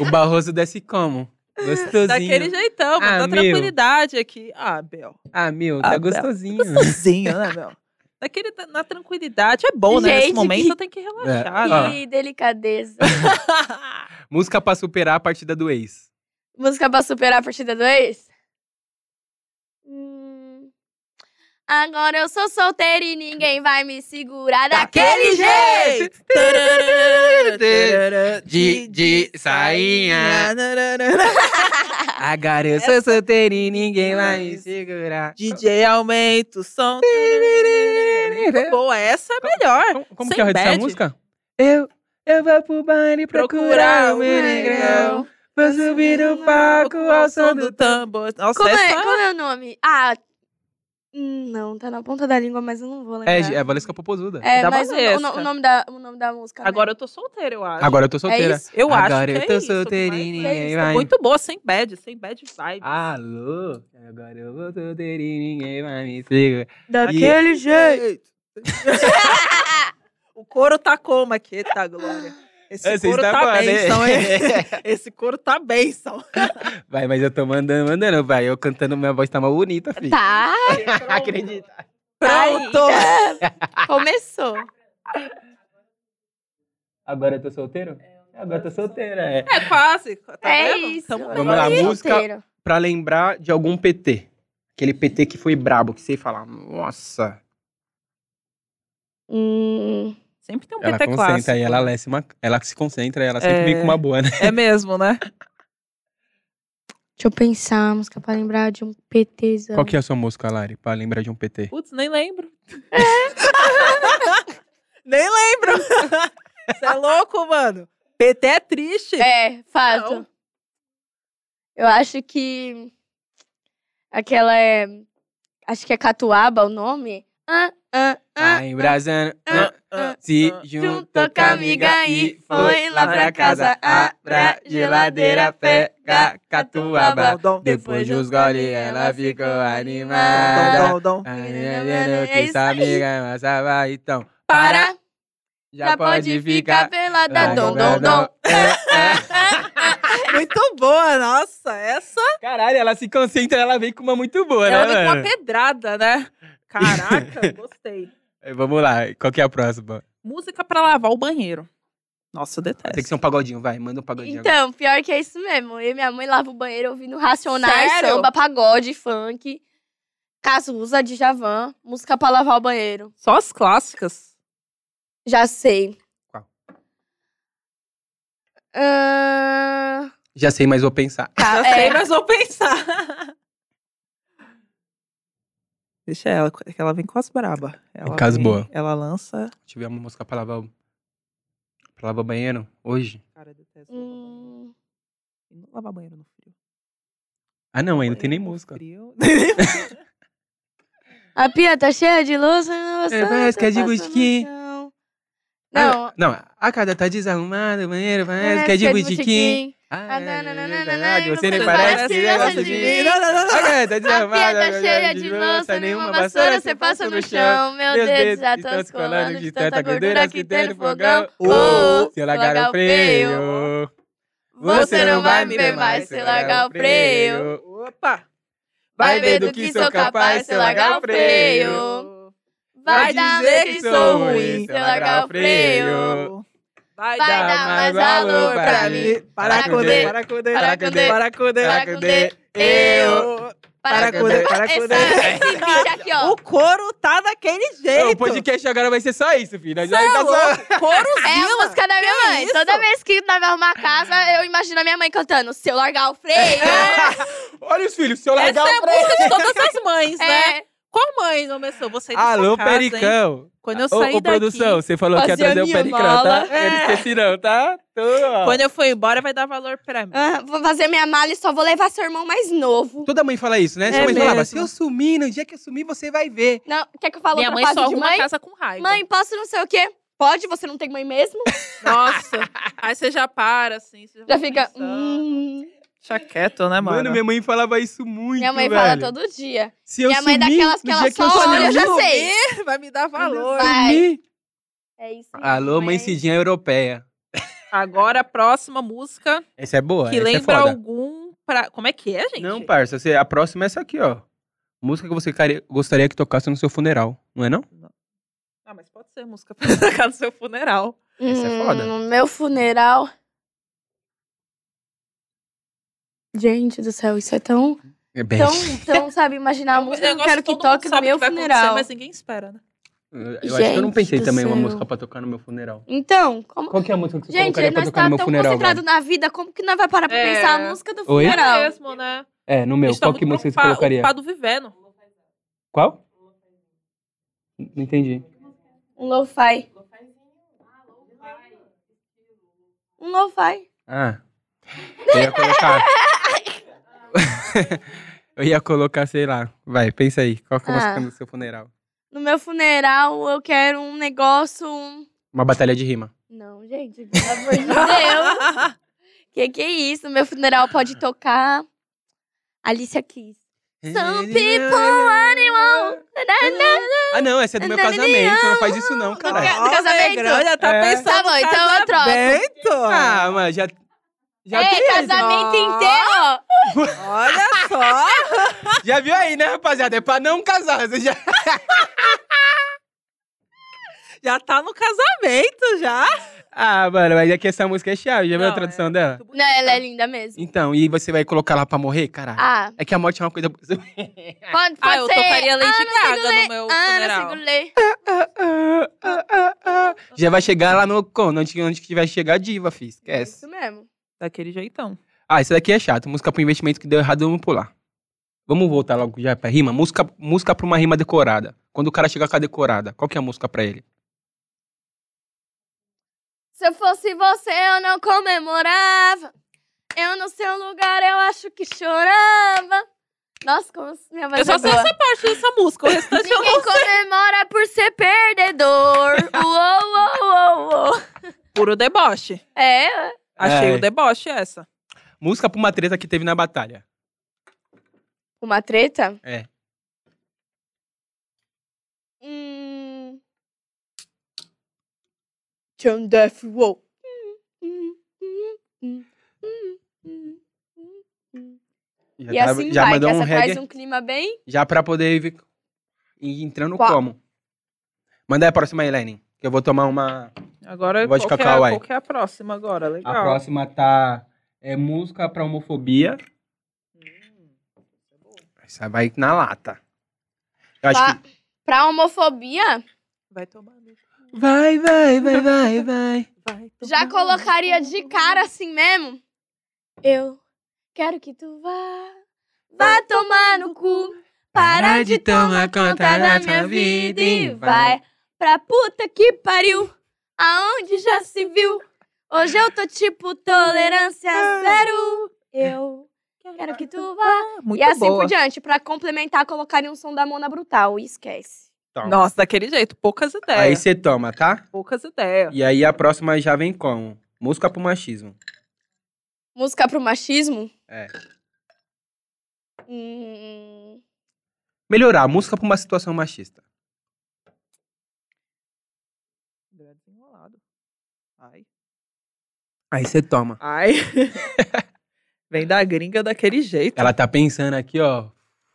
[SPEAKER 1] o Barroso desce
[SPEAKER 2] (laughs)
[SPEAKER 1] como? Gostosinho.
[SPEAKER 2] Daquele jeitão,
[SPEAKER 1] Ah,
[SPEAKER 2] mas da
[SPEAKER 1] meu.
[SPEAKER 2] tranquilidade aqui. Ah, Bel.
[SPEAKER 1] Ah, meu,
[SPEAKER 2] Ah,
[SPEAKER 1] tá
[SPEAKER 2] Bel.
[SPEAKER 1] gostosinho.
[SPEAKER 2] Sozinho, né, Bel? Daquele, na tranquilidade. É bom, né? Nesse
[SPEAKER 3] Gente,
[SPEAKER 2] momento
[SPEAKER 3] que-
[SPEAKER 2] eu tenho que relaxar.
[SPEAKER 1] Ah.
[SPEAKER 3] Que delicadeza.
[SPEAKER 2] né?
[SPEAKER 1] Música pra superar a partida do ex.
[SPEAKER 3] Música pra superar a partida 2? Hum. Agora eu sou solteira e ninguém vai me segurar (laughs) daquele jeito.
[SPEAKER 1] De- de sainha. Agora eu sou solteiro e ninguém
[SPEAKER 2] vai me
[SPEAKER 1] segurar.
[SPEAKER 2] DJ aumenta o som. Boa, essa é a melhor.
[SPEAKER 1] Como, como
[SPEAKER 2] Sem
[SPEAKER 1] que é o resto dessa
[SPEAKER 2] bad.
[SPEAKER 1] música? Eu, eu vou pro baile
[SPEAKER 2] procurar o meu negrão.
[SPEAKER 1] Vou
[SPEAKER 2] subir o palco ao som do tambor. Nossa,
[SPEAKER 3] Como é,
[SPEAKER 2] essa...
[SPEAKER 3] como é o nome? Ah, hum, não, tá na ponta da língua, mas eu não vou lembrar.
[SPEAKER 1] É, é Valesca Popozuda.
[SPEAKER 3] É,
[SPEAKER 2] da
[SPEAKER 3] mas o, o, no-
[SPEAKER 2] Valesca.
[SPEAKER 3] o nome da, o nome da música. né?
[SPEAKER 2] Agora eu tô solteira, eu acho.
[SPEAKER 1] Agora eu tô solteira.
[SPEAKER 3] É isso?
[SPEAKER 2] eu acho
[SPEAKER 1] Agora
[SPEAKER 2] que
[SPEAKER 1] eu
[SPEAKER 2] é
[SPEAKER 1] tô
[SPEAKER 2] isso,
[SPEAKER 1] solteira
[SPEAKER 2] mas
[SPEAKER 1] e
[SPEAKER 2] é
[SPEAKER 1] ninguém
[SPEAKER 2] isso.
[SPEAKER 1] vai-
[SPEAKER 2] Muito boa, sem bad, sem bad vibe.
[SPEAKER 1] Alô, agora eu vou solteiro e ninguém vai me segurar.
[SPEAKER 2] Daquele jeito. o couro tá como aqui, tá, Glória? Esse
[SPEAKER 1] É, vocês
[SPEAKER 2] couro tá,
[SPEAKER 1] tá foda,
[SPEAKER 2] benção, hein?
[SPEAKER 1] hein?
[SPEAKER 2] Esse couro tá benção.
[SPEAKER 1] Vai, mas eu tô mandando, mandando, vai. Eu cantando, minha voz tá mais bonita, filho.
[SPEAKER 3] Tá,
[SPEAKER 1] Acredita.
[SPEAKER 2] Pronto.
[SPEAKER 3] começou.
[SPEAKER 1] Agora eu tô solteiro? Agora É, eu tô solteira, é.
[SPEAKER 2] É quase. Tá
[SPEAKER 3] é
[SPEAKER 2] vendo?
[SPEAKER 3] isso.
[SPEAKER 2] Tamo
[SPEAKER 1] Então, Vamos lá,
[SPEAKER 2] bem.
[SPEAKER 1] música.
[SPEAKER 3] Solteiro.
[SPEAKER 1] Pra lembrar de algum PT. Aquele PT que foi brabo, que você fala, nossa.
[SPEAKER 3] Hum,
[SPEAKER 2] Sempre tem um
[SPEAKER 1] Ela
[SPEAKER 2] PT clássico.
[SPEAKER 1] concentra e ela lesse uma, ela se concentra e ela sempre
[SPEAKER 2] É.
[SPEAKER 1] vem com uma boa, né?
[SPEAKER 2] É mesmo, né?
[SPEAKER 3] deixa eu pensar, música pra lembrar de um PTzão.
[SPEAKER 1] Qual que é a sua música, Lari, pra lembrar de um PT?
[SPEAKER 2] Putz, nem lembro.
[SPEAKER 3] É.
[SPEAKER 2] (laughs) nem lembro. Você é louco, mano. PT é triste.
[SPEAKER 3] (laughs) É, fato.
[SPEAKER 2] Não.
[SPEAKER 3] Eu acho que aquela é. Acho que é Catuaba o nome. Ah, ah, ah.
[SPEAKER 1] Tá embrasando,
[SPEAKER 3] ah,
[SPEAKER 2] ah,
[SPEAKER 1] se
[SPEAKER 2] ah.
[SPEAKER 1] juntou com a amiga e foi lá pra casa. Abra a geladeira, pega a catuaba.
[SPEAKER 2] Dom,
[SPEAKER 1] Depois de uns goles, ela ficou animada. Tá
[SPEAKER 2] dom, dom, dom.
[SPEAKER 1] Entendendo
[SPEAKER 3] É
[SPEAKER 1] que
[SPEAKER 3] isso
[SPEAKER 1] sua amiga mas vai, então.
[SPEAKER 3] Para,
[SPEAKER 1] já pode ficar.
[SPEAKER 3] pelada, dom,
[SPEAKER 1] Lá,
[SPEAKER 3] dom, dom.
[SPEAKER 2] Muito boa, nossa. Essa
[SPEAKER 1] Caralho, ela se concentra, ela vem com uma muito boa, né,
[SPEAKER 2] ela vem com uma
[SPEAKER 1] mano?
[SPEAKER 2] pedrada, né?
[SPEAKER 1] (laughs)
[SPEAKER 2] Caraca, gostei.
[SPEAKER 1] Eh, Vamos lá, qual que é a próxima?
[SPEAKER 2] Música pra lavar o banheiro. Nossa, eu detesto.
[SPEAKER 1] Tem que ser um pagodinho, vai, manda um pagodinho agora.
[SPEAKER 3] Então, pior que é isso mesmo. Eu e minha mãe lava o banheiro ouvindo Racionais,
[SPEAKER 2] Sério?
[SPEAKER 3] samba, pagode, funk, Cazuza, Djavan, música pra lavar o banheiro.
[SPEAKER 2] Só as clássicas.
[SPEAKER 3] Já sei.
[SPEAKER 1] Qual?
[SPEAKER 3] Ahn.
[SPEAKER 1] Já sei, mas vou
[SPEAKER 2] (laughs) né?
[SPEAKER 1] pensar.
[SPEAKER 3] Tá,
[SPEAKER 2] Já
[SPEAKER 3] é.
[SPEAKER 2] sei, mas vou pensar. Deixa ela, é que ela vem com as braba. Ela
[SPEAKER 1] Casa
[SPEAKER 2] vem-
[SPEAKER 1] boa.
[SPEAKER 2] Ela lança.
[SPEAKER 1] Tivemos uma música pra lavar, o- pra lavar banheiro hoje.
[SPEAKER 2] Cara, eu detesto lavar banheiro.
[SPEAKER 3] Hum,
[SPEAKER 2] E não lavar banheiro no frio.
[SPEAKER 1] Ah, não, ainda tem nem
[SPEAKER 2] Banheiro no
[SPEAKER 1] música.
[SPEAKER 2] um frio. (laughs)
[SPEAKER 3] a pia tá cheia de louça. não
[SPEAKER 1] É, parece que é de
[SPEAKER 3] passa no
[SPEAKER 1] botiquim.
[SPEAKER 3] chão. Não,
[SPEAKER 1] Ah, não, a casa tá desarrumada, o banheiro parece
[SPEAKER 3] parece
[SPEAKER 1] que é de
[SPEAKER 3] que
[SPEAKER 1] botiquim.
[SPEAKER 3] Ah,
[SPEAKER 1] Ah,
[SPEAKER 3] não, não, não, não,
[SPEAKER 1] verdade,
[SPEAKER 3] não,
[SPEAKER 1] Você nem
[SPEAKER 3] não
[SPEAKER 1] parece que gosta de
[SPEAKER 3] gosta de
[SPEAKER 1] mim.
[SPEAKER 2] Não, não, não, não.
[SPEAKER 1] A casa tá
[SPEAKER 3] A pia
[SPEAKER 1] desarrumada,
[SPEAKER 3] tá cheia de louça, nenhuma vassoura você passa no chão. Meu
[SPEAKER 1] Meus
[SPEAKER 3] dedo
[SPEAKER 1] dedos
[SPEAKER 3] já
[SPEAKER 1] estão
[SPEAKER 3] estão
[SPEAKER 1] se colando
[SPEAKER 3] descolando de tanta gordura que tem no fogão.
[SPEAKER 1] fogão.
[SPEAKER 3] Oh,
[SPEAKER 1] Se largar o freio, você não vai me ver mais. Se largar o freio,
[SPEAKER 2] Opa!
[SPEAKER 1] vai ver do que sou capaz. Se largar o freio,
[SPEAKER 3] Vai dar
[SPEAKER 2] dizer
[SPEAKER 3] mais
[SPEAKER 2] que sou ruim,
[SPEAKER 3] ruim, se largar o freio.
[SPEAKER 2] Vai
[SPEAKER 3] Vai
[SPEAKER 2] dar
[SPEAKER 3] dar mais valor pra mim.
[SPEAKER 2] Paracudê, paracudê,
[SPEAKER 3] Paracudê,
[SPEAKER 2] paracudê,
[SPEAKER 3] paracudê,
[SPEAKER 2] eu. Paracudê, paracudê.
[SPEAKER 3] Essa- (laughs) Esse bicho aqui, ó.
[SPEAKER 2] O couro tá daquele jeito.
[SPEAKER 1] O
[SPEAKER 2] (laughs)
[SPEAKER 1] podcast agora vai ser só isso, filho. A gente
[SPEAKER 2] Cê
[SPEAKER 1] vai
[SPEAKER 2] é
[SPEAKER 1] tá só-
[SPEAKER 2] louco, Corozila.
[SPEAKER 3] É a música da minha
[SPEAKER 2] Que
[SPEAKER 3] mãe.
[SPEAKER 2] isso?
[SPEAKER 3] Toda vez que nós vamos arrumar a casa, eu imagino a minha mãe cantando Se eu largar o freio. né?"
[SPEAKER 1] Olha os filhos, se eu
[SPEAKER 2] Essa
[SPEAKER 1] largar
[SPEAKER 2] é
[SPEAKER 1] o
[SPEAKER 2] a música de todas as mães, né?
[SPEAKER 3] é,
[SPEAKER 2] Qual mãe começou? Você é
[SPEAKER 1] Alô,
[SPEAKER 2] casa, hein?
[SPEAKER 1] Pericão.
[SPEAKER 2] Quando eu
[SPEAKER 1] Ô,
[SPEAKER 2] saí
[SPEAKER 1] ô, produção,
[SPEAKER 2] daqui,
[SPEAKER 1] você falou que ia
[SPEAKER 3] fazia
[SPEAKER 1] trazer o
[SPEAKER 3] minha
[SPEAKER 1] Pericão,
[SPEAKER 3] mala.
[SPEAKER 1] tá? Eu não esqueci não, tá? Tô, ó.
[SPEAKER 2] É. quando eu for embora, vai dar valor pra mim.
[SPEAKER 3] ah, vou fazer minha mala e só vou levar seu irmão mais novo.
[SPEAKER 1] Toda mãe fala isso, né? Sua
[SPEAKER 2] É
[SPEAKER 1] mãe falava, se
[SPEAKER 2] mesmo.
[SPEAKER 1] eu sumir, no dia que eu sumir, você vai ver.
[SPEAKER 3] Não, quer que eu fale
[SPEAKER 2] Minha
[SPEAKER 3] outra
[SPEAKER 2] mãe
[SPEAKER 3] frase
[SPEAKER 2] só
[SPEAKER 3] de
[SPEAKER 2] arruma a
[SPEAKER 3] mãe?
[SPEAKER 2] casa com raiva.
[SPEAKER 3] Mãe, posso não sei o quê? Pode? Você não tem mãe mesmo?
[SPEAKER 2] Nossa. Aí você já para, assim. Você
[SPEAKER 3] Já
[SPEAKER 2] vai
[SPEAKER 3] fica...
[SPEAKER 2] pensando.
[SPEAKER 3] Hum.
[SPEAKER 2] Deixa quieto, né,
[SPEAKER 1] Mano,
[SPEAKER 2] mano?
[SPEAKER 1] minha mãe falava isso muito,
[SPEAKER 3] Minha mãe
[SPEAKER 1] velho.
[SPEAKER 3] fala todo dia.
[SPEAKER 1] Se eu
[SPEAKER 3] minha mãe é
[SPEAKER 1] sumir,
[SPEAKER 3] daquelas que
[SPEAKER 1] no
[SPEAKER 3] ela
[SPEAKER 1] dia que
[SPEAKER 3] só
[SPEAKER 1] eu
[SPEAKER 3] olha,
[SPEAKER 1] sumir,
[SPEAKER 3] eu já
[SPEAKER 1] eu
[SPEAKER 3] sei.
[SPEAKER 2] Vai me dar valor.
[SPEAKER 3] Vai.
[SPEAKER 1] sumir.
[SPEAKER 3] É isso aí,
[SPEAKER 1] Alô, mãe
[SPEAKER 3] mãe
[SPEAKER 1] Cidinha europeia.
[SPEAKER 2] Agora, a próxima música
[SPEAKER 1] Essa é boa,
[SPEAKER 2] que
[SPEAKER 1] essa é
[SPEAKER 2] lembra
[SPEAKER 1] foda.
[SPEAKER 2] algum... Pra... Como é que é, gente?
[SPEAKER 1] Não, parça, você- a próxima é essa aqui, ó. Música que você care- gostaria que tocasse no seu funeral, não é não?
[SPEAKER 2] Ah, mas pode ser música pra (laughs) tocar no seu funeral.
[SPEAKER 1] Essa é foda.
[SPEAKER 3] No Hum, meu funeral. Gente do céu, isso é tão.
[SPEAKER 1] É bem...
[SPEAKER 3] Tão, tão sabe, imaginar
[SPEAKER 2] um
[SPEAKER 3] a música. Eu quero que toque no meu funeral.
[SPEAKER 2] Mas ninguém espera, né?
[SPEAKER 1] (laughs) Eu acho que eu não
[SPEAKER 3] Gente
[SPEAKER 1] pensei
[SPEAKER 3] do
[SPEAKER 1] também uma
[SPEAKER 3] céu.
[SPEAKER 1] música pra tocar no meu funeral.
[SPEAKER 3] Então, como.
[SPEAKER 1] Qual que é a música que você
[SPEAKER 3] Gente,
[SPEAKER 1] colocaria pra
[SPEAKER 3] nós
[SPEAKER 1] tocar no
[SPEAKER 3] tá
[SPEAKER 1] meu
[SPEAKER 3] tão
[SPEAKER 1] funeral?
[SPEAKER 3] concentrado na vida, como que nós vai parar pra
[SPEAKER 2] É.
[SPEAKER 3] pensar a música do
[SPEAKER 1] Oi?
[SPEAKER 3] funeral?
[SPEAKER 2] mesmo, né?
[SPEAKER 1] É, no meu, qual que música você colocaria?
[SPEAKER 2] ocupado vivendo.
[SPEAKER 1] Qual? Não entendi.
[SPEAKER 3] Um lo-fi. Um lo-fi.
[SPEAKER 1] Ah. Eu ia
[SPEAKER 3] (laughs)
[SPEAKER 1] colocar. (laughs) eu ia colocar, sei lá. Vai, pensa aí. Qual que é a música
[SPEAKER 3] Ah.
[SPEAKER 1] do seu funeral?
[SPEAKER 3] No meu funeral, eu quero um negócio. um-
[SPEAKER 1] Uma batalha de rima.
[SPEAKER 3] Não, gente, pelo
[SPEAKER 2] (laughs)
[SPEAKER 3] amor de Deus. Que que é isso? No meu funeral pode tocar Alicia Keys. Some people
[SPEAKER 1] animal. é Ah, não, essa é do meu casamento. Não faz isso, não,
[SPEAKER 3] Do
[SPEAKER 1] cara.
[SPEAKER 3] ca- do Tá casamento?
[SPEAKER 2] é. Olha, tá
[SPEAKER 1] É.
[SPEAKER 2] pensando
[SPEAKER 3] Tá bom, então eu troco.
[SPEAKER 2] Bento.
[SPEAKER 1] Ah, mas já. Já,
[SPEAKER 3] é,
[SPEAKER 1] tem,
[SPEAKER 3] casamento
[SPEAKER 2] Ó.
[SPEAKER 3] inteiro!
[SPEAKER 2] Olha só.
[SPEAKER 1] já viu aí, né, rapaziada? É pra não casar. Você já...
[SPEAKER 2] Já tá no casamento, já.
[SPEAKER 1] Ah, mano, mas é que essa música é chave. Já viu a
[SPEAKER 2] Não,
[SPEAKER 1] tradução
[SPEAKER 2] é
[SPEAKER 1] dela?
[SPEAKER 2] muito bonito.
[SPEAKER 3] Não, ela é linda mesmo.
[SPEAKER 1] Então, e você vai colocar lá pra morrer? Caralho.
[SPEAKER 3] Ah,
[SPEAKER 1] É que a morte é uma coisa.
[SPEAKER 3] pode, pode
[SPEAKER 2] Ah, eu
[SPEAKER 3] ser. Ah,
[SPEAKER 2] tocaria Lady
[SPEAKER 3] Ana
[SPEAKER 2] Gaga
[SPEAKER 3] Segulê,
[SPEAKER 2] no meu
[SPEAKER 3] Ana
[SPEAKER 2] funeral.
[SPEAKER 3] Segulê.
[SPEAKER 1] Ah, Já vai chegar lá no Con, onde, onde que vai chegar a diva, fi. Esquece.
[SPEAKER 3] Isso mesmo.
[SPEAKER 2] Daquele jeitão.
[SPEAKER 1] Ah, isso daqui é chato. Música pro investimento que deu errado, vamos pular. Vamos voltar logo já pra rima. Música, música pra uma rima decorada. Quando o cara chegar com a decorada, qual que é a música pra ele?
[SPEAKER 3] Se eu fosse você, eu não comemorava. Eu no seu lugar, eu acho que chorava. Nossa, como minha voz
[SPEAKER 2] Eu só
[SPEAKER 3] é
[SPEAKER 2] sei
[SPEAKER 3] boa.
[SPEAKER 2] essa parte dessa música. O restante eu
[SPEAKER 3] Ninguém comemora por ser perdedor. Uou, uou, uou, uou.
[SPEAKER 2] Puro deboche.
[SPEAKER 3] É,
[SPEAKER 2] Achei
[SPEAKER 1] É.
[SPEAKER 2] o deboche essa.
[SPEAKER 1] Música pra uma treta que teve na batalha.
[SPEAKER 3] Uma treta?
[SPEAKER 1] É.
[SPEAKER 3] Hum. John Death Row. Hum,
[SPEAKER 1] Já,
[SPEAKER 3] E
[SPEAKER 1] tá-
[SPEAKER 3] assim
[SPEAKER 1] já
[SPEAKER 3] vai,
[SPEAKER 1] mandou
[SPEAKER 3] que
[SPEAKER 1] um
[SPEAKER 3] essa
[SPEAKER 1] reggae.
[SPEAKER 3] traz um clima bem.
[SPEAKER 1] Já pra poder ir, ir entrando
[SPEAKER 3] Qual?
[SPEAKER 1] como. Manda a próxima, Helene. Que eu vou tomar uma.
[SPEAKER 2] Agora,
[SPEAKER 1] Voz de
[SPEAKER 2] qual, que é,
[SPEAKER 1] cacau, uai.
[SPEAKER 2] qual que é a próxima agora? Legal.
[SPEAKER 1] A próxima tá. É música pra homofobia.
[SPEAKER 2] Hum, isso é bom.
[SPEAKER 1] Essa vai na lata. Eu acho
[SPEAKER 3] Tá.
[SPEAKER 1] que.
[SPEAKER 3] Pra homofobia,
[SPEAKER 2] Vai tomar no cu,
[SPEAKER 1] Vai, vai, vai, vai, vai.
[SPEAKER 2] vai tomar
[SPEAKER 3] já
[SPEAKER 2] no
[SPEAKER 3] colocaria
[SPEAKER 2] cu.
[SPEAKER 3] de cara assim mesmo. Eu quero que tu vá. Vá tomar no cu. Para de tomar conta da minha vida e vai pra puta que pariu. Aonde já se viu? Hoje eu tô tipo tolerância zero. Eu quero que tu vá.
[SPEAKER 2] Muito
[SPEAKER 3] e assim
[SPEAKER 2] boa.
[SPEAKER 3] por diante, pra complementar, colocarem um som da Mona Brutal. E esquece.
[SPEAKER 1] Toma.
[SPEAKER 2] Nossa, daquele jeito. Poucas
[SPEAKER 3] É.
[SPEAKER 2] ideias.
[SPEAKER 1] Aí você toma, tá?
[SPEAKER 2] Poucas ideias.
[SPEAKER 1] E aí a próxima já vem com música pro machismo.
[SPEAKER 3] Música pro machismo?
[SPEAKER 1] É.
[SPEAKER 3] Hum,
[SPEAKER 1] Melhorar, música pra uma situação machista.
[SPEAKER 2] Ai.
[SPEAKER 1] Aí você toma.
[SPEAKER 2] Ai. (laughs) Vem da gringa daquele jeito.
[SPEAKER 1] Ela tá pensando aqui, ó.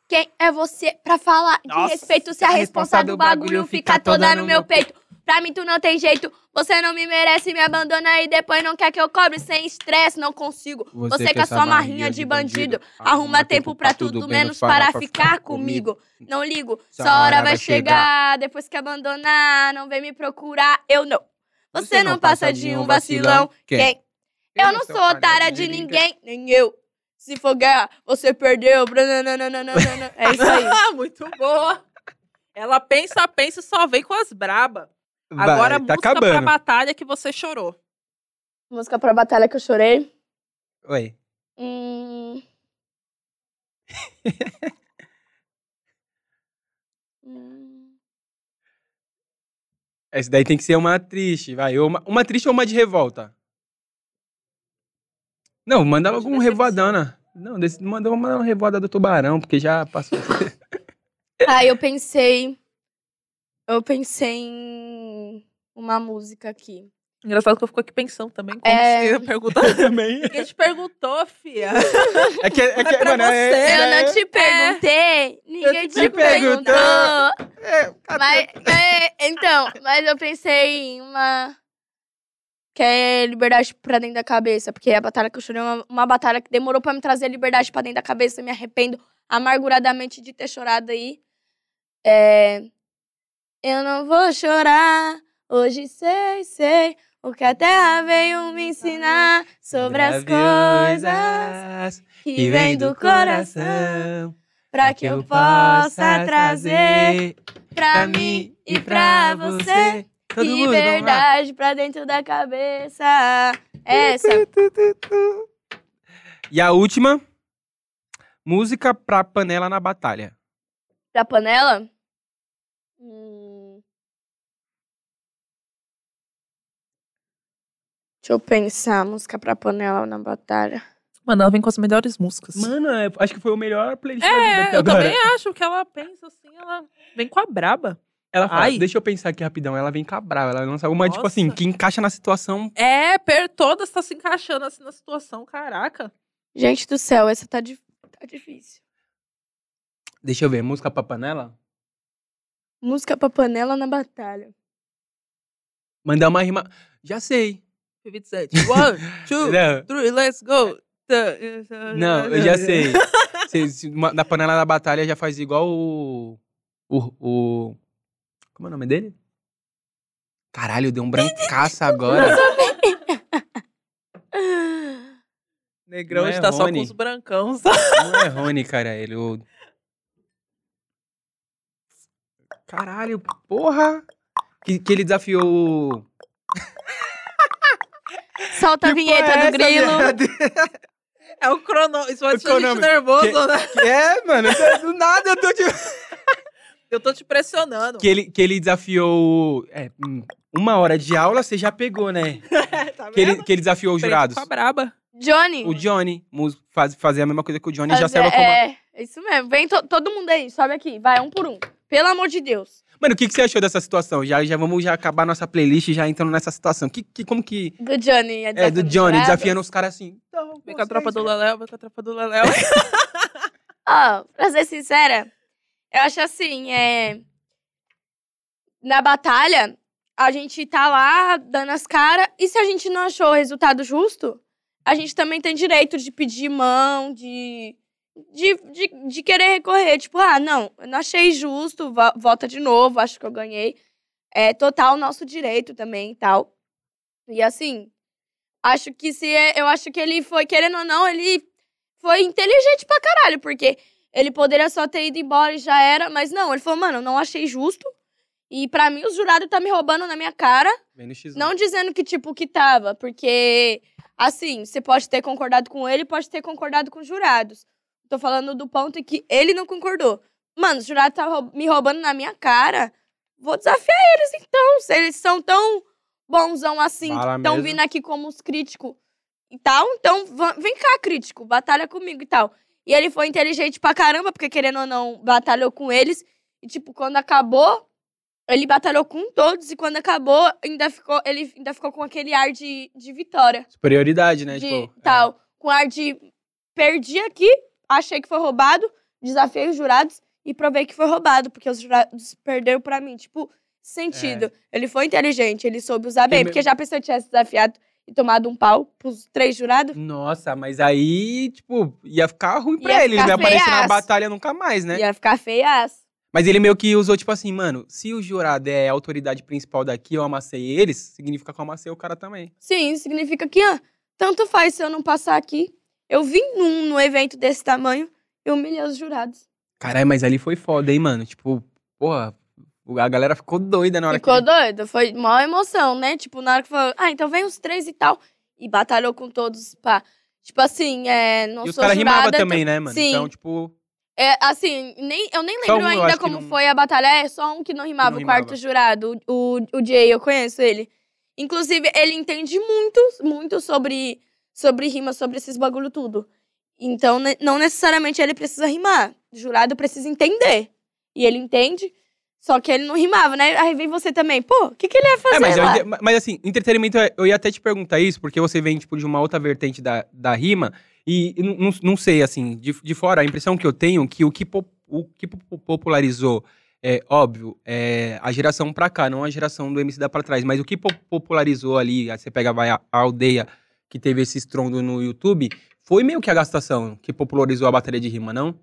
[SPEAKER 3] Quem é você pra falar de
[SPEAKER 2] Nossa,
[SPEAKER 3] respeito se a responsa do tá bagulho fica toda no meu peito? Pra mim, tu não tem jeito. Você não me merece, me abandona e depois não quer que eu cobre. Sem estresse, não consigo. Você com a sua marrinha de bandido. Arruma tempo pra tudo, menos para ficar comigo. Não ligo,
[SPEAKER 1] Só
[SPEAKER 3] só a hora vai chegar. Depois que abandonar, não vem me procurar. Eu não. Você não passa de um vacilão. Quem? Eu não sou otária de ninguém, nem eu. Se for guerra, você perdeu. Branananananana. É isso
[SPEAKER 1] (laughs)
[SPEAKER 3] aí.
[SPEAKER 2] Muito boa. Ela pensa, pensa e só vem com as braba. Agora,
[SPEAKER 1] Vai, tá
[SPEAKER 2] música pra
[SPEAKER 1] acabando.
[SPEAKER 2] batalha que você chorou.
[SPEAKER 3] (laughs) Música pra batalha que eu chorei.
[SPEAKER 1] Oi.
[SPEAKER 3] (laughs) Hum. Hum.
[SPEAKER 1] Essa daí tem que ser uma triste, vai. Ou Uma, uma triste ou uma de revolta? Não, manda
[SPEAKER 2] De
[SPEAKER 1] logo um
[SPEAKER 2] decepção.
[SPEAKER 1] revoadana. Não, desse, manda, vamos mandar uma revoada do tubarão, porque já
[SPEAKER 3] (laughs)
[SPEAKER 1] passou.
[SPEAKER 3] Aí Ah, eu pensei. Eu pensei em uma música aqui.
[SPEAKER 2] Engraçado que eu fico aqui pensando também. Como
[SPEAKER 3] É.
[SPEAKER 2] se
[SPEAKER 3] (laughs)
[SPEAKER 2] perguntando.
[SPEAKER 1] Também.
[SPEAKER 2] Quem te perguntou, fia?
[SPEAKER 1] É que, é que
[SPEAKER 2] pra
[SPEAKER 1] mano, é-
[SPEAKER 2] você,
[SPEAKER 1] é-
[SPEAKER 3] Eu não te perguntei, ninguém te,
[SPEAKER 1] te
[SPEAKER 3] perguntou.
[SPEAKER 1] perguntou. é,
[SPEAKER 3] Mas, é, então, mas eu pensei em uma. Que é liberdade pra dentro da cabeça. Porque a batalha que eu chorei é uma, uma batalha que demorou pra me trazer liberdade pra dentro da cabeça. Eu me arrependo amarguradamente de ter chorado aí. É, eu não vou chorar, hoje sei, sei. O que a terra veio me ensinar sobre as coisas que vem do coração. Pra que eu possa trazer pra mim e pra você liberdade pra dentro da cabeça. Essa.
[SPEAKER 1] E a última, música pra panela na batalha.
[SPEAKER 3] Pra panela? Hum. Deixa eu pensar, música pra panela na batalha.
[SPEAKER 2] Mano, ela vem com as melhores músicas.
[SPEAKER 1] Mano, é- acho que foi o melhor playlist da vida
[SPEAKER 2] É,
[SPEAKER 1] até
[SPEAKER 2] eu
[SPEAKER 1] agora.
[SPEAKER 2] também acho que ela pensa assim, ela vem com a braba.
[SPEAKER 1] Ela fala,
[SPEAKER 2] Ai.
[SPEAKER 1] deixa eu pensar aqui rapidão. Ela vem cabral, ela lança alguma, tipo
[SPEAKER 2] Nossa.
[SPEAKER 1] assim, que encaixa na situação.
[SPEAKER 2] É, per todas tá se encaixando assim na situação, caraca.
[SPEAKER 3] Gente do céu, essa tá, di- tá difícil.
[SPEAKER 1] Deixa eu ver, música pra panela?
[SPEAKER 3] Música pra panela na batalha.
[SPEAKER 1] Mandar uma rima. Já sei.
[SPEAKER 2] 27. tipo,
[SPEAKER 1] (laughs)
[SPEAKER 2] One, two,
[SPEAKER 1] Não,
[SPEAKER 2] three, let's go.
[SPEAKER 1] é-
[SPEAKER 2] Tá,
[SPEAKER 1] não, eu já
[SPEAKER 2] (laughs)
[SPEAKER 1] sei. Se- se uma- Na panela da batalha já faz igual o. O. o- Como é o nome dele? Caralho, deu um brancaço
[SPEAKER 2] (laughs)
[SPEAKER 1] agora.
[SPEAKER 2] Negrão
[SPEAKER 1] Não é
[SPEAKER 2] está tá só com
[SPEAKER 1] Rony.
[SPEAKER 2] os brancão. (laughs)
[SPEAKER 1] Não é Rony, cara, ele. o- Caralho, porra! Que, que ele desafiou o.
[SPEAKER 3] Solta a vinheta do grilo.
[SPEAKER 2] É o crono. Isso vai
[SPEAKER 1] O
[SPEAKER 2] deixar a gente
[SPEAKER 1] cronômetro.
[SPEAKER 2] nervoso,
[SPEAKER 1] Que-
[SPEAKER 2] né?
[SPEAKER 1] É, mano, do nada eu tô te.
[SPEAKER 2] Eu tô te pressionando.
[SPEAKER 1] Que ele, que ele desafiou. o- É, hum, uma hora de aula você já pegou,
[SPEAKER 3] (laughs)
[SPEAKER 1] né?
[SPEAKER 2] (laughs) tá
[SPEAKER 1] Que ele, que ele desafiou os
[SPEAKER 2] Frente
[SPEAKER 1] jurados.
[SPEAKER 2] Com a braba.
[SPEAKER 3] Johnny.
[SPEAKER 1] O Johnny mus- faz, fazer a mesma coisa que o Johnny já
[SPEAKER 3] Fazer-
[SPEAKER 1] saiu como.
[SPEAKER 3] É, é isso mesmo. Vem to- todo mundo aí, sobe aqui. Vai, um por um. Pelo amor de Deus.
[SPEAKER 1] Mano, o que, que você achou dessa situação? Já, já vamos já acabar nossa playlist já entrando nessa situação. Que, que, como que.
[SPEAKER 3] Do Johnny.
[SPEAKER 1] É, do
[SPEAKER 3] desafiando
[SPEAKER 1] Johnny,
[SPEAKER 3] jurados.
[SPEAKER 1] desafiando os caras assim. Então,
[SPEAKER 2] Vem com a
[SPEAKER 1] vocês-
[SPEAKER 2] tropa do Leléu, vem com a tropa do (laughs) Leléu.
[SPEAKER 3] Ó, pra ser sincera, eu acho assim, é... Na batalha, a gente tá lá dando as caras. E se a gente não achou o resultado justo, a gente também tem direito de pedir mão, de... De, de, de querer recorrer, tipo, ah, não, eu não achei justo, vo- volta de novo, acho que eu ganhei. É total nosso direito também e tal. E assim, acho que se. é- Eu acho que ele foi, querendo ou não, ele foi inteligente pra caralho, porque Ele poderia só ter ido embora e já era, mas não, ele falou, mano, eu não achei justo. E pra mim, os jurados tá me roubando na minha cara.
[SPEAKER 1] Vem no X1.
[SPEAKER 3] Não dizendo que, tipo, que tava, porque, assim, você pode ter concordado com ele, pode ter concordado com os jurados. Tô falando do ponto em que ele não concordou. Mano, os jurados tá rou- me roubando na minha cara. Vou desafiar eles, então. Se eles são tão bonzão assim,
[SPEAKER 1] Fala
[SPEAKER 3] estão
[SPEAKER 1] mesmo.
[SPEAKER 3] vindo aqui como os críticos e tal, então va- vem cá, crítico, batalha comigo e tal. E ele foi inteligente pra caramba, porque querendo ou não, batalhou com eles. E, tipo, quando acabou, ele batalhou com todos e quando acabou, ainda ficou, ele ainda ficou com aquele ar de, de vitória.
[SPEAKER 1] Superioridade, né?
[SPEAKER 3] de
[SPEAKER 1] tipo, é.
[SPEAKER 3] tal. Com ar de perdi aqui, achei que foi roubado, desafiei os jurados e provei que foi roubado, porque os jurados perderam pra mim. Tipo, sentido. Ele foi inteligente, ele soube usar bem,
[SPEAKER 1] Tem É. me-
[SPEAKER 3] porque já pensou se eu tivesse desafiado e tomado um pau pros três jurados?
[SPEAKER 1] Nossa, mas aí, tipo, ia ficar ruim pra
[SPEAKER 3] Ia
[SPEAKER 1] ele. Ele
[SPEAKER 3] ficar
[SPEAKER 1] não ia aparecer na
[SPEAKER 3] feiaço.
[SPEAKER 1] batalha nunca mais, né?
[SPEAKER 3] Ia ficar feiaço.
[SPEAKER 1] Mas ele meio que usou, tipo assim, mano, se o jurado é a autoridade principal daqui, eu amacei eles, significa que eu amacei o cara também.
[SPEAKER 3] Sim, significa que, ah, tanto faz se eu não passar aqui. Eu vim num, num evento desse tamanho e humilhei os jurados.
[SPEAKER 1] Caralho, mas ali foi foda, hein, mano? Tipo, porra, a galera ficou doida na hora
[SPEAKER 3] Ficou
[SPEAKER 1] que...
[SPEAKER 3] doido, foi maior emoção, né? Tipo, na hora que falou, ah, então vem os três e tal. E batalhou com todos, pá. Tipo assim, é, não
[SPEAKER 1] E os
[SPEAKER 3] sou
[SPEAKER 1] caras rimavam
[SPEAKER 3] jurada,
[SPEAKER 1] também, né, mano?
[SPEAKER 3] Sim.
[SPEAKER 1] Então, tipo,
[SPEAKER 3] É, assim, nem, eu nem
[SPEAKER 1] Só
[SPEAKER 3] lembro
[SPEAKER 1] um, eu
[SPEAKER 3] ainda
[SPEAKER 1] acho que
[SPEAKER 3] como
[SPEAKER 1] não-
[SPEAKER 3] foi a batalha. É, só um que não rimava,
[SPEAKER 1] não
[SPEAKER 3] o quarto
[SPEAKER 1] rimava.
[SPEAKER 3] jurado, o, o, o Jay, eu conheço ele. Inclusive, ele entende muito, muito sobre, sobre rima, sobre esses bagulho tudo. Então, ne- não necessariamente ele precisa rimar. O jurado precisa entender. E ele entende, só que ele não rimava, né? Aí vem você também. Pô, o que, que ele ia fazer
[SPEAKER 1] É, mas, eu
[SPEAKER 3] lá?
[SPEAKER 1] ente- ma- mas assim, entretenimento, é- eu ia até te perguntar isso, porque você vem, tipo, de uma outra vertente da, da rima, e e não, não- não sei, assim, de, de fora, a impressão que eu tenho é que o que, po- o que po- popularizou, é óbvio, é a geração pra cá, não a geração do MC da pra trás, mas o que po- popularizou ali, aí você pega vai, a, a aldeia que teve esse estrondo no YouTube, foi meio que a gastação que popularizou a batalha de rima, não?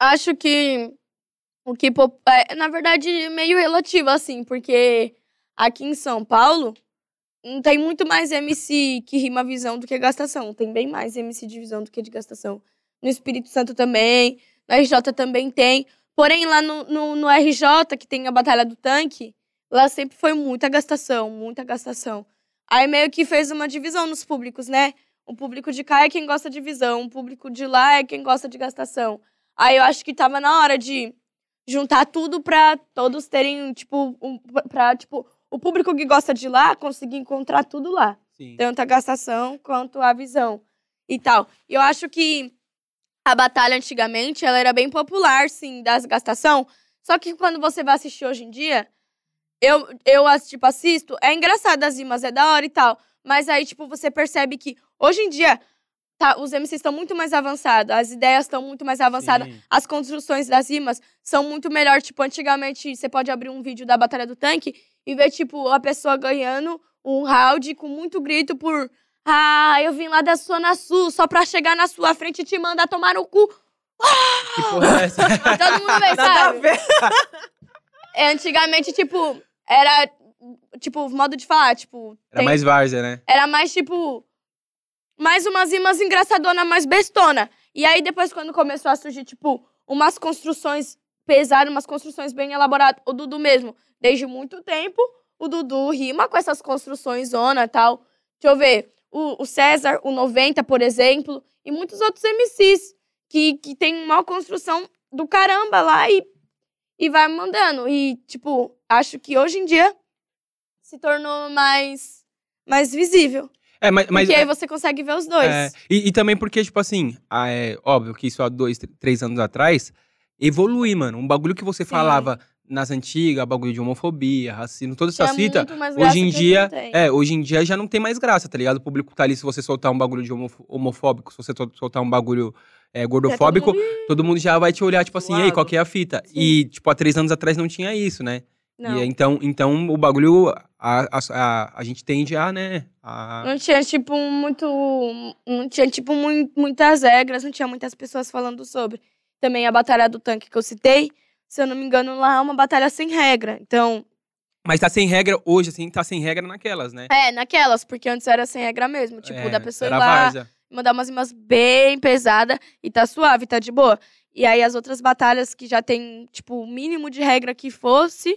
[SPEAKER 3] acho que o que pop- é, na verdade meio relativo assim, porque aqui em São Paulo não tem muito mais MC que rima visão do que gastação, tem bem mais MC de visão do que de gastação. No Espírito Santo também, no RJ também tem. Porém, lá no, no, no RJ, que tem a Batalha do Tanque, lá sempre foi muita gastação, muita gastação. Aí meio que fez uma divisão nos públicos, né? O público de cá é quem gosta de visão, o público de lá é quem gosta de gastação. Aí eu acho que tava na hora de juntar tudo pra todos terem, tipo, um, pra, tipo, o público que gosta de lá conseguir encontrar tudo lá.
[SPEAKER 1] Sim.
[SPEAKER 3] Tanto a gastação quanto a visão e tal. E eu acho que a batalha antigamente, ela era bem popular, sim, das gastação. Só que quando você vai assistir hoje em dia, eu, eu as- tipo, assisto, é engraçado as rimas, é da hora e tal. Mas aí, tipo, você percebe que hoje em dia tá, os MCs estão muito mais avançados, as ideias estão muito mais avançadas
[SPEAKER 1] Sim.
[SPEAKER 3] as construções das rimas são muito melhor. Tipo, antigamente você pode abrir um vídeo da Batalha do Tanque e ver, tipo, a pessoa ganhando um round com muito grito por. Ah, eu vim lá da Zona Sul só pra chegar na sua frente e te mandar tomar no cu.
[SPEAKER 1] Que porra é
[SPEAKER 3] (gasps)
[SPEAKER 1] essa?
[SPEAKER 3] E Todo
[SPEAKER 2] (laughs)
[SPEAKER 3] mundo vem,
[SPEAKER 2] Nada a
[SPEAKER 3] sabe?
[SPEAKER 2] ver.
[SPEAKER 3] É, antigamente, tipo, era. Tipo, modo de falar, tipo.
[SPEAKER 1] Era
[SPEAKER 3] tem-
[SPEAKER 1] mais várzea, né?
[SPEAKER 3] era mais tipo. Mais umas rimas engraçadona, mais bestona. E aí depois, quando começou a surgir, tipo, umas construções pesadas, umas construções bem elaboradas. O Dudu mesmo, desde muito tempo, o Dudu rima com essas construções zona tal. Deixa eu ver. O, o César, o 90, por exemplo, e muitos outros MCs que, que tem uma construção do caramba lá e, e vai mandando. E, tipo, acho que hoje em dia se tornou mais, mais visível.
[SPEAKER 1] É, mas, mas
[SPEAKER 3] Porque aí você consegue ver os dois.
[SPEAKER 1] É, e, e também porque, tipo assim, ah, é, óbvio que isso há dois, tr- três anos atrás, evolui, mano. Um bagulho que você
[SPEAKER 3] Sim.
[SPEAKER 1] falava nas antigas, bagulho de homofobia, racismo, toda
[SPEAKER 3] Tinha
[SPEAKER 1] essa fita.
[SPEAKER 3] é muito mais graça
[SPEAKER 1] Hoje em
[SPEAKER 3] que
[SPEAKER 1] dia,
[SPEAKER 3] não tem.
[SPEAKER 1] é, hoje em dia já não tem mais graça, tá ligado? O público tá ali, se você soltar um bagulho de homof- homofóbico, se você to- soltar um bagulho é, gordofóbico,
[SPEAKER 3] Já todo mundo-
[SPEAKER 1] todo mundo já vai te olhar, tipo assim, ei,
[SPEAKER 2] Zoado.
[SPEAKER 1] qual que é a fita? E, tipo, há três anos atrás não tinha isso, né?
[SPEAKER 3] Não,
[SPEAKER 1] E, então, então, o bagulho, a, a, a, a gente tende a, né? A,
[SPEAKER 3] não tinha, tipo, muito. Não tinha, tipo, mui- muitas regras, não tinha muitas pessoas falando sobre. Também a batalha do tanque que eu citei, se eu não me engano, lá é uma batalha sem regra. Então,
[SPEAKER 1] Mas tá sem regra hoje, assim, tá sem regra naquelas, né?
[SPEAKER 3] é, naquelas, porque antes era sem regra mesmo. Tipo,
[SPEAKER 1] É,
[SPEAKER 3] da pessoa ir
[SPEAKER 1] era
[SPEAKER 3] lá,
[SPEAKER 1] várzea.
[SPEAKER 3] mandar umas rimas bem pesada e tá suave, tá de boa. E aí as outras batalhas que já tem, tipo, o mínimo de regra que fosse,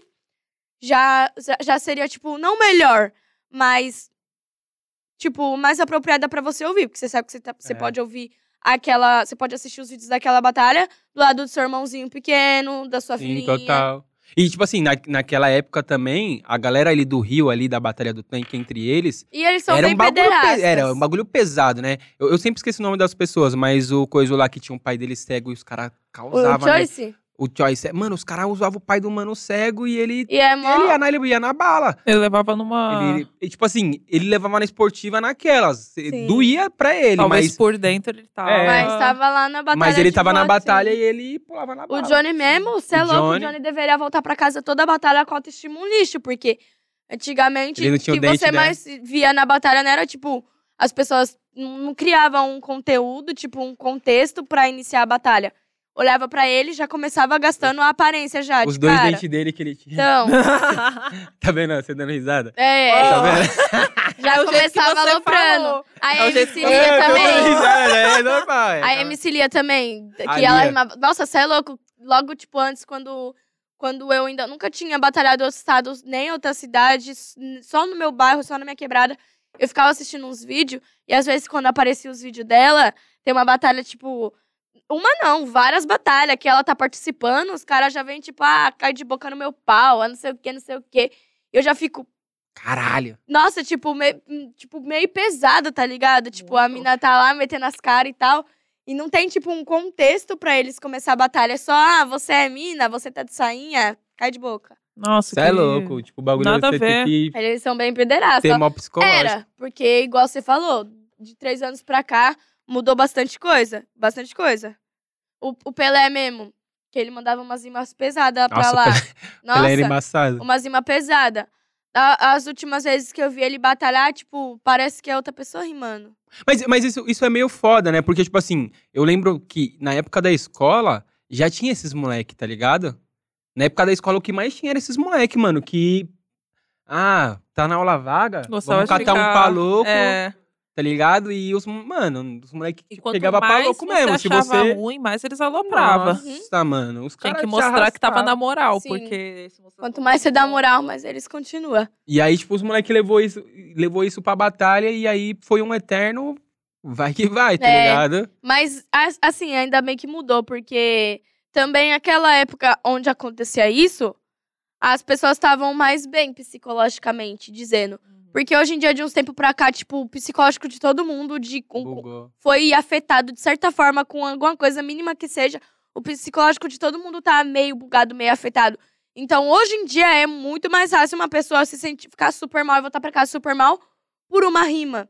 [SPEAKER 3] já, já- já seria, tipo, não melhor, mas, tipo, mais apropriada pra você ouvir. Porque você sabe que você, tá- você
[SPEAKER 1] É.
[SPEAKER 3] pode ouvir aquela... Você pode assistir os vídeos daquela batalha do lado do seu irmãozinho pequeno, da sua
[SPEAKER 1] Sim,
[SPEAKER 3] filhinha.
[SPEAKER 1] total. E, tipo assim, na, naquela época também, a galera ali do Rio, ali da Batalha do Tanque, entre eles,
[SPEAKER 3] E eles são
[SPEAKER 1] era, um
[SPEAKER 3] bem
[SPEAKER 1] bagulho
[SPEAKER 3] pederastas.
[SPEAKER 1] pe- era um bagulho pesado, né? Eu, eu sempre esqueço o nome das pessoas, mas o coisa lá que tinha um pai dele cego e os caras
[SPEAKER 3] O
[SPEAKER 1] causavam. né?
[SPEAKER 3] Joyce.
[SPEAKER 1] O Choice. Mano, os caras usavam o pai do mano cego e ele.
[SPEAKER 3] E é mó...
[SPEAKER 1] Ele ia na, ele ia na bala.
[SPEAKER 2] Ele levava numa.
[SPEAKER 3] Ah.
[SPEAKER 1] Ele, e, tipo assim, ele levava na esportiva naquelas.
[SPEAKER 3] Sim.
[SPEAKER 1] Doía pra ele,
[SPEAKER 2] Talvez
[SPEAKER 1] mas.
[SPEAKER 2] por dentro ele tava.
[SPEAKER 1] É.
[SPEAKER 3] Mas tava lá na batalha.
[SPEAKER 1] Mas ele
[SPEAKER 3] de
[SPEAKER 1] tava na
[SPEAKER 3] boa,
[SPEAKER 1] batalha
[SPEAKER 3] assim.
[SPEAKER 1] e ele pulava na
[SPEAKER 2] Tá
[SPEAKER 1] bala.
[SPEAKER 3] O Johnny mesmo, você é
[SPEAKER 1] O
[SPEAKER 3] louco, o
[SPEAKER 1] Johnny-
[SPEAKER 3] Johnny deveria voltar pra casa toda a batalha com a autoestima um lixo, porque antigamente
[SPEAKER 1] Ele não tinha
[SPEAKER 3] o
[SPEAKER 1] o
[SPEAKER 3] que
[SPEAKER 1] dente,
[SPEAKER 3] você
[SPEAKER 1] né?
[SPEAKER 3] mais via na batalha não era tipo as pessoas não não criavam um conteúdo, tipo um contexto pra iniciar a batalha. Olhava pra ele e já começava gastando a aparência já,
[SPEAKER 1] Os
[SPEAKER 3] de
[SPEAKER 1] dois
[SPEAKER 3] cara.
[SPEAKER 1] dentes dele que ele tinha.
[SPEAKER 3] Então,
[SPEAKER 1] (laughs) Tá vendo? Você dando risada.
[SPEAKER 2] (laughs)
[SPEAKER 3] é,
[SPEAKER 1] Tá
[SPEAKER 2] Oh.
[SPEAKER 1] vendo?
[SPEAKER 3] já
[SPEAKER 2] É o jeito que
[SPEAKER 3] começava
[SPEAKER 2] você
[SPEAKER 3] aloprando.
[SPEAKER 2] falou.
[SPEAKER 3] A
[SPEAKER 2] É o jeito
[SPEAKER 3] MC
[SPEAKER 2] que
[SPEAKER 3] Lia
[SPEAKER 2] você
[SPEAKER 1] É, eu tô
[SPEAKER 3] também.
[SPEAKER 1] dando risada, né? É normal.
[SPEAKER 3] (laughs)
[SPEAKER 1] é.
[SPEAKER 3] A MC Lia também, que
[SPEAKER 1] A
[SPEAKER 3] ela
[SPEAKER 1] Lia.
[SPEAKER 3] rimava. Nossa, você é louco. Logo, tipo, antes, quando, quando eu ainda nunca tinha batalhado outros estados, nem outras cidades, n- só no meu bairro, só na minha quebrada, eu ficava assistindo uns vídeos, e às vezes, quando aparecia os vídeos dela, tem uma batalha, tipo. Uma não, várias batalhas que ela tá participando, os caras já vêm, tipo, ah, cai de boca no meu pau, ah, não sei o quê, não sei o quê. Eu já fico,
[SPEAKER 1] Caralho.
[SPEAKER 3] nossa, tipo, meio, tipo, meio pesado, tá ligado? Tipo, a
[SPEAKER 2] Muito.
[SPEAKER 3] mina tá lá metendo as caras e tal. E não tem, tipo, um contexto pra eles começar a batalha. É só, ah, você é mina, você tá de sainha, cai de boca.
[SPEAKER 2] (laughs) Nossa,
[SPEAKER 1] Você é
[SPEAKER 2] que-
[SPEAKER 1] louco. Tipo, o bagulho
[SPEAKER 2] Nada
[SPEAKER 1] você
[SPEAKER 2] a
[SPEAKER 1] tem
[SPEAKER 2] ver.
[SPEAKER 1] que
[SPEAKER 3] Aí Eles são bem pederastas.
[SPEAKER 1] ter mal psicológico.
[SPEAKER 3] Era, porque, igual você falou, de três anos pra cá, mudou bastante coisa. Bastante coisa. O, o Pelé mesmo, que ele mandava umas rimas pesadas pra
[SPEAKER 1] Nossa,
[SPEAKER 3] lá.
[SPEAKER 1] o Pelé-
[SPEAKER 3] Nossa,
[SPEAKER 1] Ela era embaçada.
[SPEAKER 3] uma rima pesada. A- As últimas vezes que eu vi ele batalhar, tipo, parece que é outra pessoa rimando.
[SPEAKER 1] Mas, mas isso, isso é meio foda, né? Porque, tipo assim, eu lembro que na época da escola já tinha esses moleque, tá ligado? Na época da escola o que mais tinha era esses moleque, mano, que. Ah, tá na aula vaga,
[SPEAKER 2] Gostava
[SPEAKER 1] vamos catar
[SPEAKER 2] de
[SPEAKER 1] um
[SPEAKER 2] ficar-
[SPEAKER 1] paluco,
[SPEAKER 2] É.
[SPEAKER 1] tá ligado? E os, mano, os moleque
[SPEAKER 2] E
[SPEAKER 1] que
[SPEAKER 2] quanto
[SPEAKER 1] pegava
[SPEAKER 2] mais
[SPEAKER 1] paluco
[SPEAKER 2] você
[SPEAKER 1] mesmo. Se
[SPEAKER 2] achava
[SPEAKER 1] você.
[SPEAKER 2] ruim, mais eles alopravam.
[SPEAKER 1] Nossa, mano, os
[SPEAKER 2] Tinha
[SPEAKER 1] caras
[SPEAKER 2] que
[SPEAKER 1] te
[SPEAKER 2] mostrar que tava
[SPEAKER 1] arrastavam.
[SPEAKER 2] na moral,
[SPEAKER 3] Sim.
[SPEAKER 2] porque... se você-
[SPEAKER 3] Quanto mais você dá moral, mais eles continuam.
[SPEAKER 1] E aí, tipo, os moleque levou isso, levou isso pra batalha e aí foi um eterno vai que vai, tá
[SPEAKER 3] É.
[SPEAKER 1] ligado?
[SPEAKER 3] Mas, as- assim, ainda bem que mudou, porque também aquela época onde acontecia isso, as pessoas estavam mais bem psicologicamente, dizendo. Porque hoje em dia, de uns tempos pra cá, tipo, o psicológico de todo mundo de, com-
[SPEAKER 1] Bugou.
[SPEAKER 3] foi afetado, de certa forma, com alguma coisa mínima que seja. O psicológico de todo mundo tá meio bugado, meio afetado. Então, hoje em dia, é muito mais fácil uma pessoa se sentir, ficar super mal e voltar pra casa super mal por uma rima.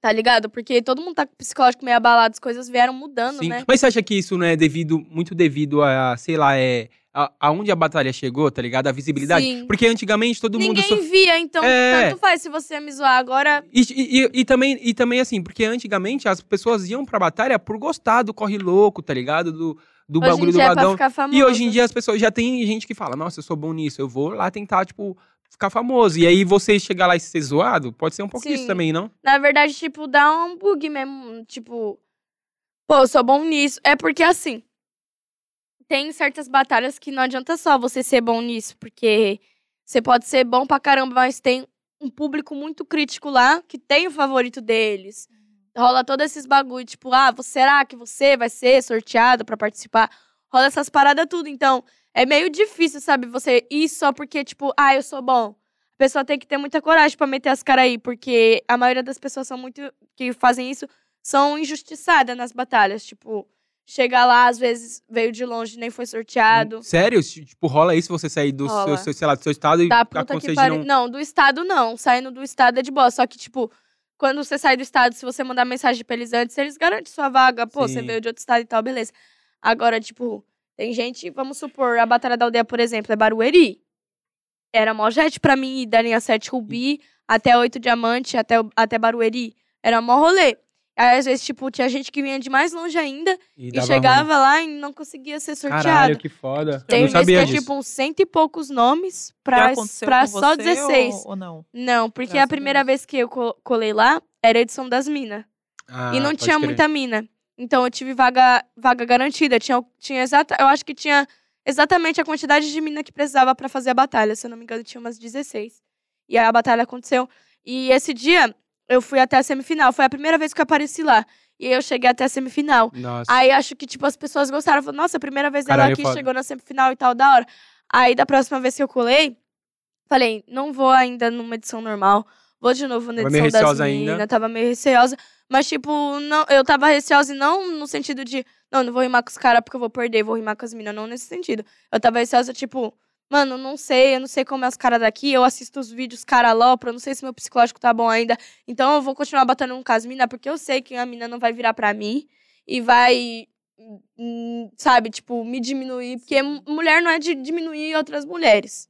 [SPEAKER 3] Tá ligado? Porque todo mundo tá com o psicológico meio abalado, as coisas vieram mudando,
[SPEAKER 1] Sim.
[SPEAKER 3] né?
[SPEAKER 1] Mas você acha que isso não é devido, muito devido a, sei lá, é. a- Aonde a, batalha chegou, tá ligado? A visibilidade.
[SPEAKER 3] Sim.
[SPEAKER 1] Porque antigamente todo mundo.
[SPEAKER 3] Ninguém
[SPEAKER 1] só-
[SPEAKER 3] via, então
[SPEAKER 1] É.
[SPEAKER 3] tanto faz se você me zoar agora.
[SPEAKER 1] E, e- e- e também, e também assim, porque antigamente as pessoas iam pra batalha por gostar do corre louco, tá ligado? Do, do
[SPEAKER 3] hoje em
[SPEAKER 1] bagulho do
[SPEAKER 3] dia é pra
[SPEAKER 1] vagão.
[SPEAKER 3] ficar famoso.
[SPEAKER 1] E hoje em dia as pessoas já tem gente que fala, nossa, eu sou bom nisso, eu vou lá tentar, tipo, ficar famoso. E aí você chegar lá e ser zoado, pode ser um pouco
[SPEAKER 3] Sim.
[SPEAKER 1] isso também, não?
[SPEAKER 3] Na verdade, tipo, dá um bug mesmo. Tipo, pô, eu sou bom nisso. É porque assim. Tem certas batalhas que não adianta só você ser bom nisso, porque você pode ser bom pra caramba, mas tem um público muito crítico lá que tem o favorito deles. Rola todos esses bagulho, tipo, ah, vo- será que você vai ser sorteado pra participar? Rola essas paradas tudo. Então, é meio difícil, sabe, você ir só porque, tipo, ah, eu sou bom. A pessoa tem que ter muita coragem pra meter as caras aí, porque a maioria das pessoas são muito que fazem isso são injustiçadas nas batalhas. Tipo, chega lá, às vezes veio de longe, nem foi sorteado.
[SPEAKER 1] Sério? Tipo, rola isso você sair do seu,
[SPEAKER 3] Rola.
[SPEAKER 1] seu, sei lá, do seu estado e
[SPEAKER 3] Da
[SPEAKER 1] ficar
[SPEAKER 3] puta
[SPEAKER 1] com
[SPEAKER 3] que
[SPEAKER 1] vocês
[SPEAKER 3] pariu.
[SPEAKER 1] não-
[SPEAKER 3] Não, do estado não. Saindo do estado é de boa. Só que, tipo, quando você sai do estado, se você mandar mensagem pra eles antes, eles garantem sua vaga. Pô, você
[SPEAKER 1] Sim.
[SPEAKER 3] veio de outro estado e tal, beleza. Agora, tipo, tem gente, vamos supor, a Batalha da Aldeia, por exemplo, é Barueri. Era mó jet pra mim ir da linha 7 Rubi até 8 Diamante, até, o- até Barueri. Era mó rolê. Aí, às vezes, tipo, tinha gente que vinha de mais longe ainda
[SPEAKER 1] E,
[SPEAKER 3] e,
[SPEAKER 1] dava
[SPEAKER 3] chegava lá e não conseguia ser
[SPEAKER 1] ruim.
[SPEAKER 3] sorteado.
[SPEAKER 1] Caralho, que foda. eu
[SPEAKER 3] Tem
[SPEAKER 1] não
[SPEAKER 3] vezes que
[SPEAKER 1] sabia
[SPEAKER 3] é
[SPEAKER 1] disso.
[SPEAKER 3] tipo uns cento e poucos nomes
[SPEAKER 2] Já
[SPEAKER 3] pra,
[SPEAKER 2] aconteceu
[SPEAKER 3] pra
[SPEAKER 2] com
[SPEAKER 3] só
[SPEAKER 2] você
[SPEAKER 3] 16.
[SPEAKER 2] Ou, ou não?
[SPEAKER 3] Não, porque
[SPEAKER 2] Graças
[SPEAKER 3] a primeira
[SPEAKER 2] a Deus.
[SPEAKER 3] vez que eu co- colei lá era a edição das minas. e não
[SPEAKER 1] Ah, pode
[SPEAKER 3] tinha
[SPEAKER 1] crer.
[SPEAKER 3] muita mina. Então eu tive vaga, vaga garantida. Tinha, tinha exata, eu acho que tinha exatamente a quantidade de mina que precisava pra fazer a batalha. Se eu não me engano, tinha umas 16. E aí a batalha aconteceu. E esse dia eu fui até a semifinal. Foi a primeira vez que eu apareci lá. E eu cheguei até a semifinal.
[SPEAKER 1] Nossa.
[SPEAKER 3] Aí acho que, tipo, as pessoas gostaram. Falaram, nossa, primeira vez
[SPEAKER 1] Caralho,
[SPEAKER 3] ela aqui,
[SPEAKER 1] foda.
[SPEAKER 3] chegou na semifinal e tal, da hora. Aí da próxima vez que eu colei, falei, não vou ainda numa edição normal. Vou de novo na
[SPEAKER 1] Tava meio
[SPEAKER 3] edição das
[SPEAKER 1] receosa ainda.
[SPEAKER 3] meninas. Tava meio receosa. Mas, tipo, não, eu tava receosa e não no sentido de, não, não vou rimar com os caras porque eu vou perder, vou rimar com as meninas. Não nesse sentido. Eu tava receosa, tipo, mano, não sei, eu não sei como é os caras daqui. Eu assisto os vídeos cara lopra, eu não sei se meu psicológico tá bom ainda. Então eu vou continuar batendo um com as minas, porque eu sei que a mina não vai virar pra mim e vai, hum, sabe, tipo, me diminuir. Porque mu- mulher não é de diminuir outras mulheres.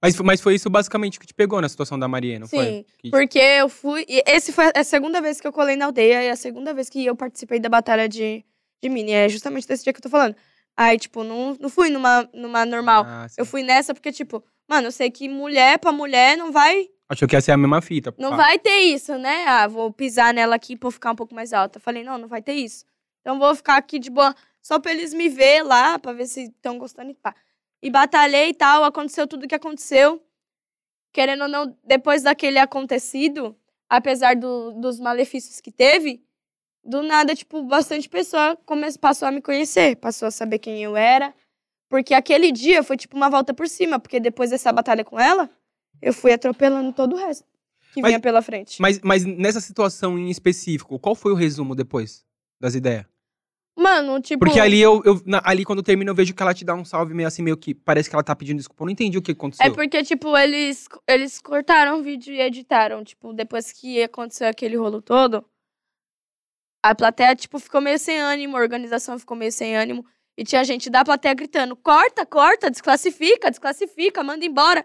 [SPEAKER 1] Mas, mas foi isso basicamente que te pegou na situação da Maria, não foi?
[SPEAKER 3] Sim,
[SPEAKER 1] Que- tipo,
[SPEAKER 3] porque eu fui. e Esse foi a segunda vez que eu colei na aldeia e a segunda vez que eu participei da batalha de, de mini. É justamente desse dia que eu tô falando. Aí, tipo, não, não fui numa, numa normal.
[SPEAKER 1] Ah, sim.
[SPEAKER 3] Eu fui nessa porque, tipo, mano, eu sei que mulher pra mulher não vai
[SPEAKER 1] Achou que ia ser a mesma fita.
[SPEAKER 3] Não
[SPEAKER 1] pá.
[SPEAKER 3] vai ter isso, né? Ah, vou pisar nela aqui pra eu ficar um pouco mais alta. Falei, não, não vai ter isso. Então vou ficar aqui de boa, só pra eles me ver lá, pra ver se estão gostando e pá. E batalhei e tal, aconteceu tudo o que aconteceu. Querendo ou não, depois daquele acontecido, apesar do- dos malefícios que teve, do nada, tipo, bastante pessoa come- passou a me conhecer, passou a saber quem eu era. Porque aquele dia foi tipo uma volta por cima, porque depois dessa batalha com ela, eu fui atropelando todo o resto que
[SPEAKER 1] Mas-
[SPEAKER 3] vinha pela frente.
[SPEAKER 1] Mas, mas nessa situação em específico, qual foi o resumo depois das ideias?
[SPEAKER 3] Mano, tipo.
[SPEAKER 1] Porque ali eu, eu- na- ali quando termina eu vejo que ela te dá um salve meio assim meio que parece que ela tá pedindo desculpa. Eu não entendi o que aconteceu.
[SPEAKER 3] É porque, tipo, eles, eles cortaram o vídeo e editaram. Tipo, depois que aconteceu aquele rolo todo, a plateia, tipo, ficou meio sem ânimo, a organização ficou meio sem ânimo. E tinha gente da plateia gritando: corta, corta, desclassifica, desclassifica, manda embora.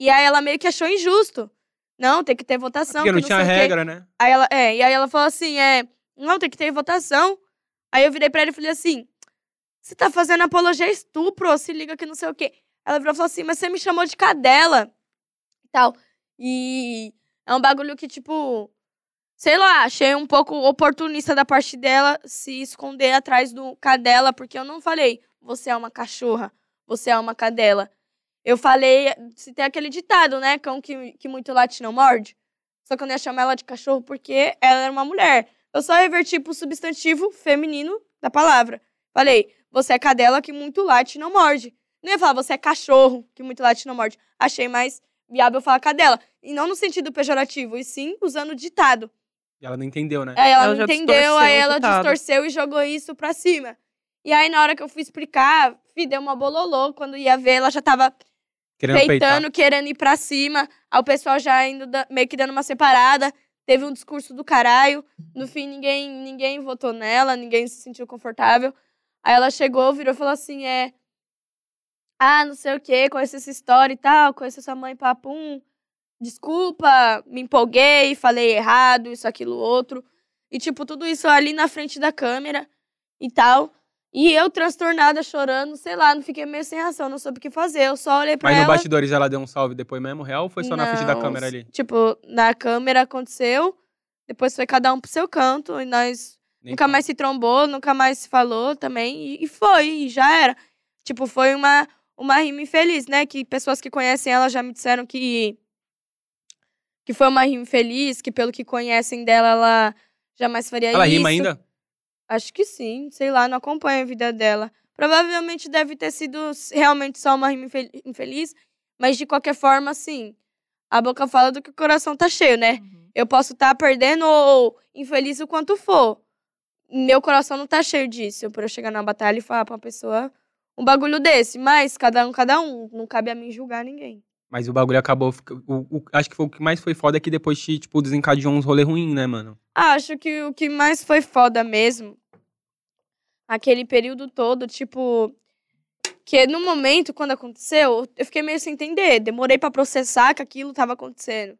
[SPEAKER 3] E aí ela meio que achou injusto. Não, tem que ter votação.
[SPEAKER 1] Porque não
[SPEAKER 3] que
[SPEAKER 1] tinha
[SPEAKER 3] sei o quê.
[SPEAKER 1] regra, né?
[SPEAKER 3] Aí ela, é, e aí ela falou assim, é, não, tem que ter votação. Aí eu virei pra ela e falei assim, você tá fazendo apologia a estupro, se liga que não sei o quê. Ela virou e falou assim, mas você me chamou de cadela e tal. E é um bagulho que, tipo, sei lá, achei um pouco oportunista da parte dela se esconder atrás do cadela, porque eu não falei, você é uma cachorra, você é uma cadela. Eu falei, se tem aquele ditado, né, cão que, que muito late não morde. Só que eu não ia chamar ela de cachorro porque ela era uma mulher. Eu só reverti pro substantivo feminino da palavra. Falei, você é cadela que muito late não morde. Não ia falar, você é cachorro que muito late não morde. Achei mais viável falar cadela. E não no sentido pejorativo, e sim usando o ditado.
[SPEAKER 1] E ela não entendeu, né?
[SPEAKER 3] Aí ela,
[SPEAKER 2] Ela
[SPEAKER 3] não
[SPEAKER 2] já
[SPEAKER 3] entendeu,
[SPEAKER 2] distorceu
[SPEAKER 3] aí
[SPEAKER 2] o
[SPEAKER 3] ela
[SPEAKER 2] ditado.
[SPEAKER 3] distorceu e jogou isso pra cima. E aí, na hora que eu fui explicar, fi, deu uma bololô. Quando ia ver, ela já tava
[SPEAKER 1] Querendo peitar.
[SPEAKER 3] peitando, querendo ir pra cima. Aí o pessoal já indo da- meio que dando uma separada. Teve um discurso do caralho. No fim, ninguém, ninguém votou nela, ninguém se sentiu confortável. Aí ela chegou, virou e falou assim: é. Ah, não sei o quê, conheço essa história e tal, conheço sua mãe, papum. Desculpa, me empolguei, falei errado, isso, aquilo, outro. E, tipo, tudo isso ali na frente da câmera e tal. E eu transtornada, chorando, sei lá, não fiquei meio sem reação, não soube o que fazer. Eu só olhei pra
[SPEAKER 1] Mas no
[SPEAKER 3] ela.
[SPEAKER 1] bastidores ela deu um salve depois mesmo, real? Ou foi só na frente da
[SPEAKER 3] Não,
[SPEAKER 1] câmera ali?
[SPEAKER 3] Tipo, na câmera aconteceu, depois foi cada um pro seu canto, e nós
[SPEAKER 1] Nem
[SPEAKER 3] nunca
[SPEAKER 1] fala.
[SPEAKER 3] mais se trombou, nunca mais se falou também, e, e foi, e já era. Tipo, foi uma, uma rima infeliz, né? Que pessoas que conhecem ela já me disseram que. que foi uma rima infeliz, que pelo que conhecem dela, ela jamais faria
[SPEAKER 1] Ela
[SPEAKER 3] isso.
[SPEAKER 1] rima ainda?
[SPEAKER 3] Acho que sim, sei lá, não acompanho a vida dela. Provavelmente deve ter sido s- realmente só uma rima infel- infeliz, mas de qualquer forma, assim, a boca fala do que o coração tá cheio, né?
[SPEAKER 2] Uhum.
[SPEAKER 3] Eu posso estar perdendo ou infeliz o quanto for. Meu coração não tá cheio disso pra eu chegar na batalha e falar pra uma pessoa um bagulho desse, mas cada um, cada um, não cabe a mim julgar ninguém.
[SPEAKER 1] Mas o bagulho acabou. fica- o- o- acho que foi o que mais foi foda é que depois te, tipo, desencadeou uns rolê ruim, né, mano?
[SPEAKER 3] Acho que o que mais foi foda mesmo, aquele período todo, tipo. Que no momento, quando aconteceu, eu fiquei meio sem entender. Demorei pra processar que aquilo tava acontecendo.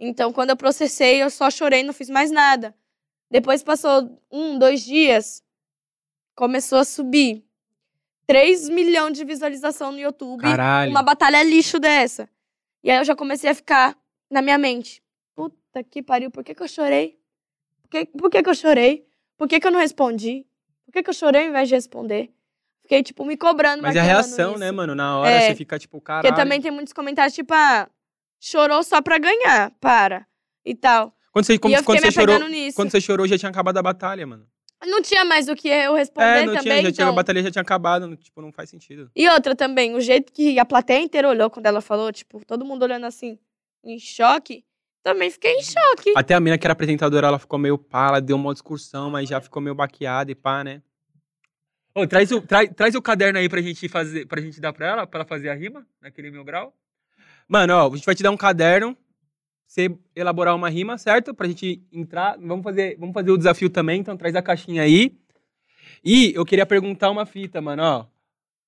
[SPEAKER 3] Então, quando eu processei, eu só chorei e não fiz mais nada. Depois passou um, dois dias, começou a subir. 3 milhões de visualização no YouTube
[SPEAKER 1] Caralho.
[SPEAKER 3] uma batalha lixo dessa. E aí eu já comecei a ficar na minha mente. Puta que pariu, por que, que eu chorei? Por que, por que, que eu chorei? Por que, que eu não respondi? Por que, que eu chorei ao invés de responder? Fiquei, tipo, me cobrando.
[SPEAKER 1] Mas é a
[SPEAKER 3] martelando
[SPEAKER 1] reação,
[SPEAKER 3] isso.
[SPEAKER 1] né, mano? Na hora
[SPEAKER 3] É.
[SPEAKER 1] você fica tipo, caralho.
[SPEAKER 3] Porque também tem muitos comentários, tipo, ah, chorou só pra ganhar, para. E tal.
[SPEAKER 1] Quando você, como-
[SPEAKER 3] e eu fiquei
[SPEAKER 1] quando
[SPEAKER 3] me
[SPEAKER 1] você
[SPEAKER 3] apegando
[SPEAKER 1] chorou,
[SPEAKER 3] nisso.
[SPEAKER 1] quando você chorou, já tinha acabado a batalha, mano.
[SPEAKER 3] Não tinha mais o que eu responder
[SPEAKER 1] é, não
[SPEAKER 3] também,
[SPEAKER 1] tinha, já tinha, a
[SPEAKER 3] então.
[SPEAKER 1] batalha já tinha acabado, não- tipo, não faz sentido.
[SPEAKER 3] E outra também, o jeito que a plateia inteira olhou quando ela falou, tipo, todo mundo olhando assim, em choque, também fiquei em choque.
[SPEAKER 1] Até Uhum. a mina que era apresentadora, ela ficou meio pá, ela deu uma discursão, mas já ficou meio baqueada e pá, né? Ô, traz o, traz, traz o caderno aí pra gente fazer, pra gente dar pra ela, pra ela fazer a rima, naquele mil grau. Mano, ó, a gente vai te dar um caderno, pra você elaborar uma rima, certo? Pra gente entrar, vamos fazer, vamos fazer o desafio também, então traz a caixinha aí. E eu queria perguntar uma fita, mano, ó.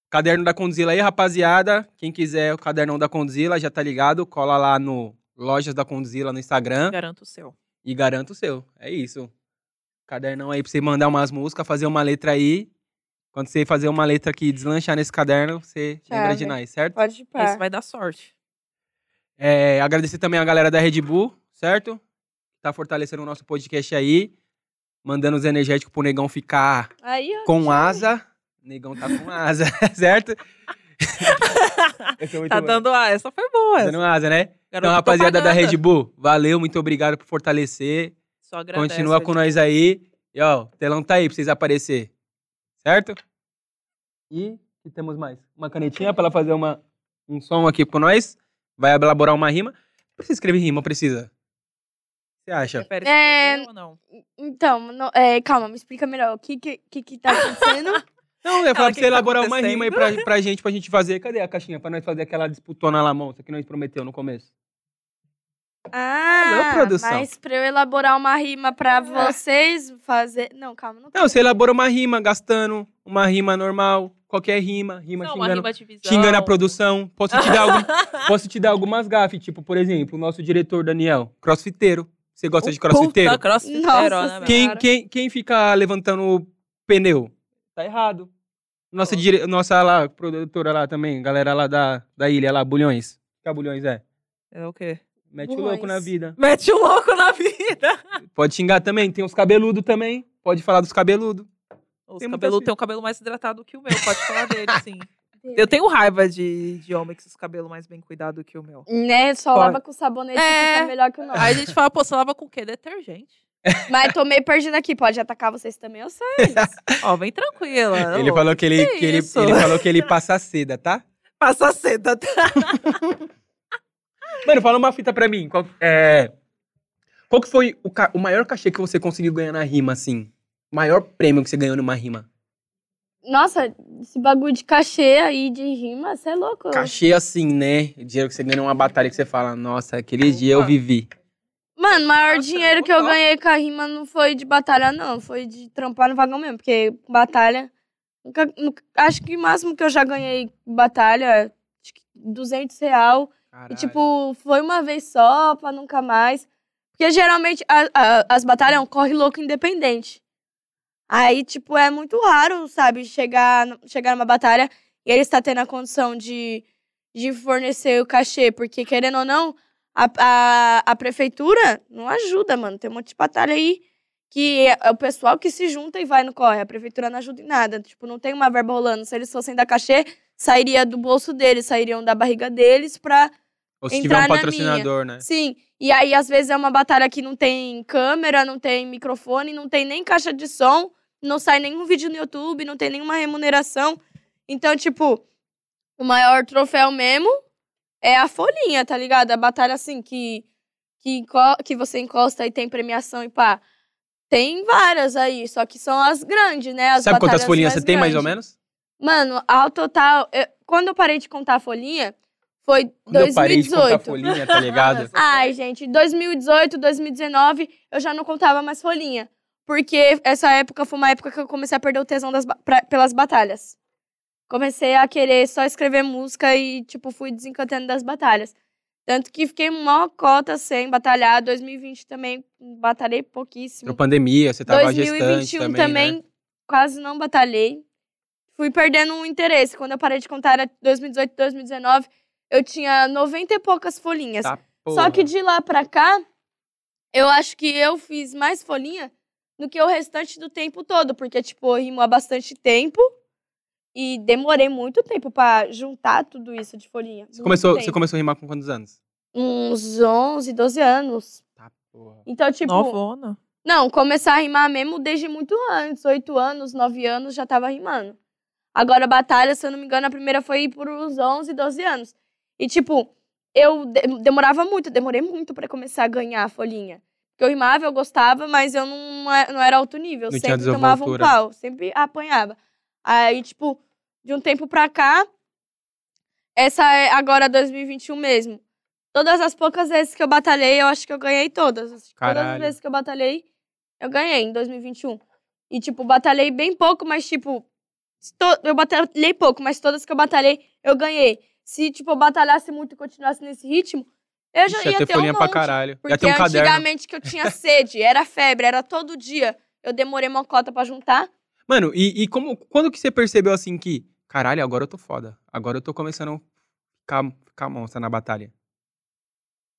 [SPEAKER 1] Caderno da Condzilla aí, rapaziada. Quem quiser o cadernão da Condzilla, já tá ligado, cola lá no Lojas da Condzilla no Instagram
[SPEAKER 2] Garanto o seu.
[SPEAKER 1] e garanto o seu. É isso. Cadernão aí pra você mandar umas músicas, fazer uma letra aí. Quando você fazer uma letra que deslanchar nesse caderno, você
[SPEAKER 3] Chave.
[SPEAKER 1] lembra de nós, certo?
[SPEAKER 3] Pode
[SPEAKER 2] Isso
[SPEAKER 3] parar.
[SPEAKER 2] vai dar sorte.
[SPEAKER 1] É, agradecer também a galera da Red Bull, certo? Tá fortalecendo o nosso podcast aí. Mandando os energéticos pro negão ficar
[SPEAKER 3] Aí, ó.
[SPEAKER 1] com asa. Negão tá com asa, (laughs)
[SPEAKER 2] (laughs)
[SPEAKER 1] certo? Eu sou muito
[SPEAKER 2] Tá
[SPEAKER 1] bom.
[SPEAKER 2] dando ah, essa foi boa.
[SPEAKER 1] dando asa, né?
[SPEAKER 2] Garoto
[SPEAKER 1] Então, rapaziada da
[SPEAKER 2] propaganda.
[SPEAKER 1] Red Bull, valeu, muito obrigado por fortalecer.
[SPEAKER 2] Só agradece,
[SPEAKER 1] Continua com nós aí. E ó, o telão tá aí pra vocês aparecer. Certo? E o que temos mais? Uma canetinha pra ela fazer uma, um som aqui com nós. Vai elaborar uma rima. Precisa escrever rima, precisa. Você acha?
[SPEAKER 2] Prefere
[SPEAKER 3] É,
[SPEAKER 2] escrever ou não?
[SPEAKER 3] Então, não- é, calma, me explica melhor. O que que, que, que tá acontecendo?
[SPEAKER 1] Não, eu ia falar
[SPEAKER 2] o
[SPEAKER 1] pra você
[SPEAKER 2] que que tá
[SPEAKER 1] elaborar uma
[SPEAKER 2] acontecendo?
[SPEAKER 1] rima aí pra, pra gente, pra gente fazer. Cadê a caixinha? Pra nós fazer aquela disputona lá, monta, que nós prometeu no começo.
[SPEAKER 3] (laughs) ah,
[SPEAKER 1] Alô, é produção.
[SPEAKER 3] mas pra eu elaborar uma rima pra vocês fazer... Não, calma, não tá.
[SPEAKER 1] Não, você elabora uma rima gastando, uma rima normal, qualquer rima, rima
[SPEAKER 2] Não, uma
[SPEAKER 1] xingando.
[SPEAKER 2] rima de visão.
[SPEAKER 1] xingando a produção. Posso
[SPEAKER 2] (laughs)
[SPEAKER 1] te dar, algum-
[SPEAKER 2] Tá
[SPEAKER 1] posso te dar algumas gafes, tipo, por exemplo, o nosso diretor Daniel, crossfiteiro. Você gosta de crossfiteiro?
[SPEAKER 2] Puta crossfiteiro, né,
[SPEAKER 3] Nossa
[SPEAKER 2] meu?
[SPEAKER 1] Quem,
[SPEAKER 3] Cara.
[SPEAKER 1] quem, quem fica levantando o pneu? Tá errado. Nossa,
[SPEAKER 2] Pô.
[SPEAKER 1] dire... Nossa lá, produtora lá também, galera lá da, da ilha, lá, Bulhões. Que Bulhões é?
[SPEAKER 2] É o quê?
[SPEAKER 1] Mete o
[SPEAKER 3] Bulhões.
[SPEAKER 1] louco na vida.
[SPEAKER 2] Mete o louco na vida.
[SPEAKER 1] Pode xingar também, tem os cabeludos também. Pode falar dos cabeludos.
[SPEAKER 2] Os
[SPEAKER 1] Tem muita
[SPEAKER 2] cabelos
[SPEAKER 1] gente.
[SPEAKER 2] tem um cabelo mais hidratado que o meu, pode falar (laughs) dele, sim. Eu tenho raiva de, de homem que tem os cabelos mais bem cuidados que o meu.
[SPEAKER 3] Né, só
[SPEAKER 1] Pode.
[SPEAKER 3] lava com sabonete
[SPEAKER 2] É.
[SPEAKER 3] que fica melhor que o nosso.
[SPEAKER 2] Aí a gente fala, pô, você lava com o quê? Detergente.
[SPEAKER 3] Mas tô meio perdida aqui, pode atacar vocês também, eu sei.
[SPEAKER 1] (laughs)
[SPEAKER 2] Ó, vem tranquila.
[SPEAKER 1] Ele
[SPEAKER 2] ô.
[SPEAKER 1] falou que ele, que ele,
[SPEAKER 2] isso?
[SPEAKER 1] ele falou que ele passa seda, tá?
[SPEAKER 2] Passa a seda. tá?
[SPEAKER 1] Mano, fala uma fita pra mim. Qual, é, qual que foi o, ca- o maior cachê que você conseguiu ganhar na rima, assim? O maior prêmio que você ganhou numa rima?
[SPEAKER 3] Nossa, esse bagulho de cachê aí, de rima, você é louco.
[SPEAKER 1] Cachê assim, né? O dinheiro que você ganha numa batalha que você fala, nossa, aquele dia eu vivi.
[SPEAKER 3] Mano, o maior
[SPEAKER 2] Nossa,
[SPEAKER 3] dinheiro que eu
[SPEAKER 2] mudou.
[SPEAKER 3] ganhei com a rima não foi de batalha, não. Foi de trampar no vagão mesmo, porque batalha... nunca- nunca- acho que o máximo que eu já ganhei em batalha é acho que 200 real. E, tipo, foi uma vez só, pra nunca mais. Porque geralmente a- a- as batalhas é um corre louco independente. Aí, tipo, é muito raro, sabe, chegar, n- chegar numa batalha e eles tá tendo a condição de, de fornecer o cachê. Porque, querendo ou não, a, a, a prefeitura não ajuda, mano. Tem um monte de batalha aí que é, é o pessoal que se junta e vai no corre. A prefeitura não ajuda em nada. Tipo, não tem uma verba rolando. Se eles fossem dar cachê, sairia do bolso deles, sairiam da barriga deles pra
[SPEAKER 1] Ou se tiver um
[SPEAKER 3] entrar na
[SPEAKER 1] patrocinador, né?
[SPEAKER 3] Sim, e aí às vezes é uma batalha que não tem câmera, não tem microfone, não tem nem caixa de som, não sai nenhum vídeo no YouTube, não tem nenhuma remuneração. Então, tipo, o maior troféu mesmo é a folhinha, tá ligado? A batalha assim que que, enco- que você encosta e tem premiação e pá. Tem várias aí, só que são as grandes, né? As
[SPEAKER 1] Sabe quantas
[SPEAKER 3] batalhas
[SPEAKER 1] folhinhas você tem, mais ou menos?
[SPEAKER 3] grandes. Mano, ao total, eu- quando eu parei de contar a folhinha, foi
[SPEAKER 1] Quando eu parei de
[SPEAKER 3] 2018.
[SPEAKER 1] contar folhinha, tá
[SPEAKER 3] (laughs)
[SPEAKER 1] ligado?
[SPEAKER 3] Ai, gente, 2018, 2019, eu já não contava mais folhinha. Porque essa época foi uma época que eu comecei a perder o tesão das ba- pra- pelas batalhas. Comecei a querer só escrever música e, tipo, fui desencantando das batalhas. Tanto que fiquei mó cota sem batalhar. 2020 também batalhei pouquíssimo.
[SPEAKER 1] Deu pandemia, você tava gestante
[SPEAKER 3] 2021
[SPEAKER 1] também,
[SPEAKER 3] também,
[SPEAKER 1] né?
[SPEAKER 3] quase não batalhei. Fui perdendo o interesse. Quando eu parei de contar, era 2018, 2019, eu tinha 90 e poucas folhinhas.
[SPEAKER 1] Tá,
[SPEAKER 3] Só que de lá pra cá, eu acho que eu fiz mais folhinha do que o restante do tempo todo, porque, tipo, eu rimo há bastante tempo e demorei muito tempo pra juntar tudo isso de folhinha.
[SPEAKER 1] Você
[SPEAKER 3] Muito
[SPEAKER 1] começou,
[SPEAKER 3] tempo.
[SPEAKER 1] você começou a rimar com quantos anos?
[SPEAKER 3] Uns 11, 12 anos.
[SPEAKER 1] Tá, porra.
[SPEAKER 3] Então, tipo...
[SPEAKER 2] Novona.
[SPEAKER 3] Não, começar a rimar mesmo desde muito antes. Oito anos, nove anos, já tava rimando. Agora, batalha, se eu não me engano, a primeira foi por uns 11, 12 anos. E, tipo, eu de- demorava muito, eu demorei muito pra começar a ganhar a folhinha. Porque eu rimava, eu gostava, mas eu não, é- não era alto nível.
[SPEAKER 1] Não tinha
[SPEAKER 3] sempre tomava um
[SPEAKER 1] desenvoltura.
[SPEAKER 3] pau, sempre apanhava. Aí, tipo, de um tempo pra cá, essa é agora 2021 mesmo. Todas as poucas vezes que eu batalhei, eu acho que eu ganhei todas. Todas as
[SPEAKER 1] Caralho.
[SPEAKER 3] vezes que eu batalhei, eu ganhei em 2021. E, tipo, batalhei bem pouco, mas, tipo, to- eu batalhei pouco, mas todas que eu batalhei, eu ganhei. Se, tipo, eu batalhasse muito e continuasse nesse ritmo, eu já
[SPEAKER 1] Ixi,
[SPEAKER 3] ia ter um
[SPEAKER 1] folhinha pra
[SPEAKER 3] monte.
[SPEAKER 1] caralho. Ia
[SPEAKER 3] Porque
[SPEAKER 1] ter um caderno.
[SPEAKER 3] antigamente que eu tinha sede, era febre, era todo dia. Eu demorei uma cota pra juntar.
[SPEAKER 1] Mano, e, e como, quando que você percebeu assim que, caralho, agora eu tô foda. Agora eu tô começando a ficar, ficar monstra na batalha.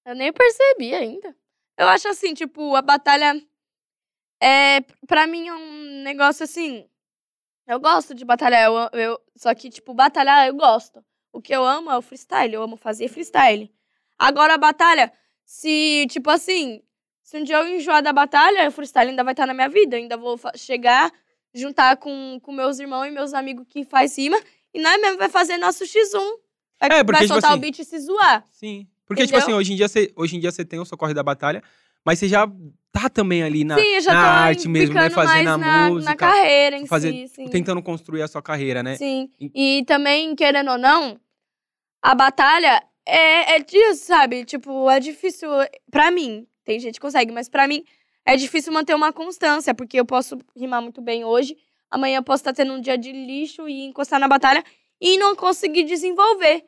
[SPEAKER 3] Eu nem percebi ainda. Eu acho assim, tipo, a batalha é para mim é um negócio assim. Eu gosto de batalhar, eu, eu só que tipo, batalhar eu gosto. O que eu amo é o freestyle, eu amo fazer freestyle. Agora a batalha, se tipo assim, se um dia eu enjoar da batalha, o freestyle ainda vai estar na minha vida, eu ainda vou fa- chegar juntar com, com meus irmãos e meus amigos que faz rima e nós mesmo vai fazer nosso X1. Vai,
[SPEAKER 1] É, porque,
[SPEAKER 3] vai
[SPEAKER 1] tipo
[SPEAKER 3] soltar
[SPEAKER 1] assim,
[SPEAKER 3] o beat e se zoar.
[SPEAKER 1] Sim. Porque,
[SPEAKER 3] Entendeu?
[SPEAKER 1] tipo assim, hoje em, dia você, hoje em dia você tem o socorre da batalha, mas você já tá também ali na,
[SPEAKER 3] Sim, eu já
[SPEAKER 1] na
[SPEAKER 3] tô
[SPEAKER 1] arte mesmo, né?
[SPEAKER 3] implicando
[SPEAKER 1] Fazendo
[SPEAKER 3] mais
[SPEAKER 1] a
[SPEAKER 3] na,
[SPEAKER 1] música,
[SPEAKER 3] na carreira em
[SPEAKER 1] fazendo-
[SPEAKER 3] si, sim.
[SPEAKER 1] tentando construir a sua carreira, né?
[SPEAKER 3] Sim.
[SPEAKER 1] E-
[SPEAKER 3] E também, querendo ou não, a batalha é, é disso, sabe? Tipo, é difícil. Pra mim, tem gente que consegue, mas pra mim é difícil manter uma constância, porque eu posso rimar muito bem hoje, amanhã eu posso estar tendo um dia de lixo e encostar na batalha e não conseguir desenvolver.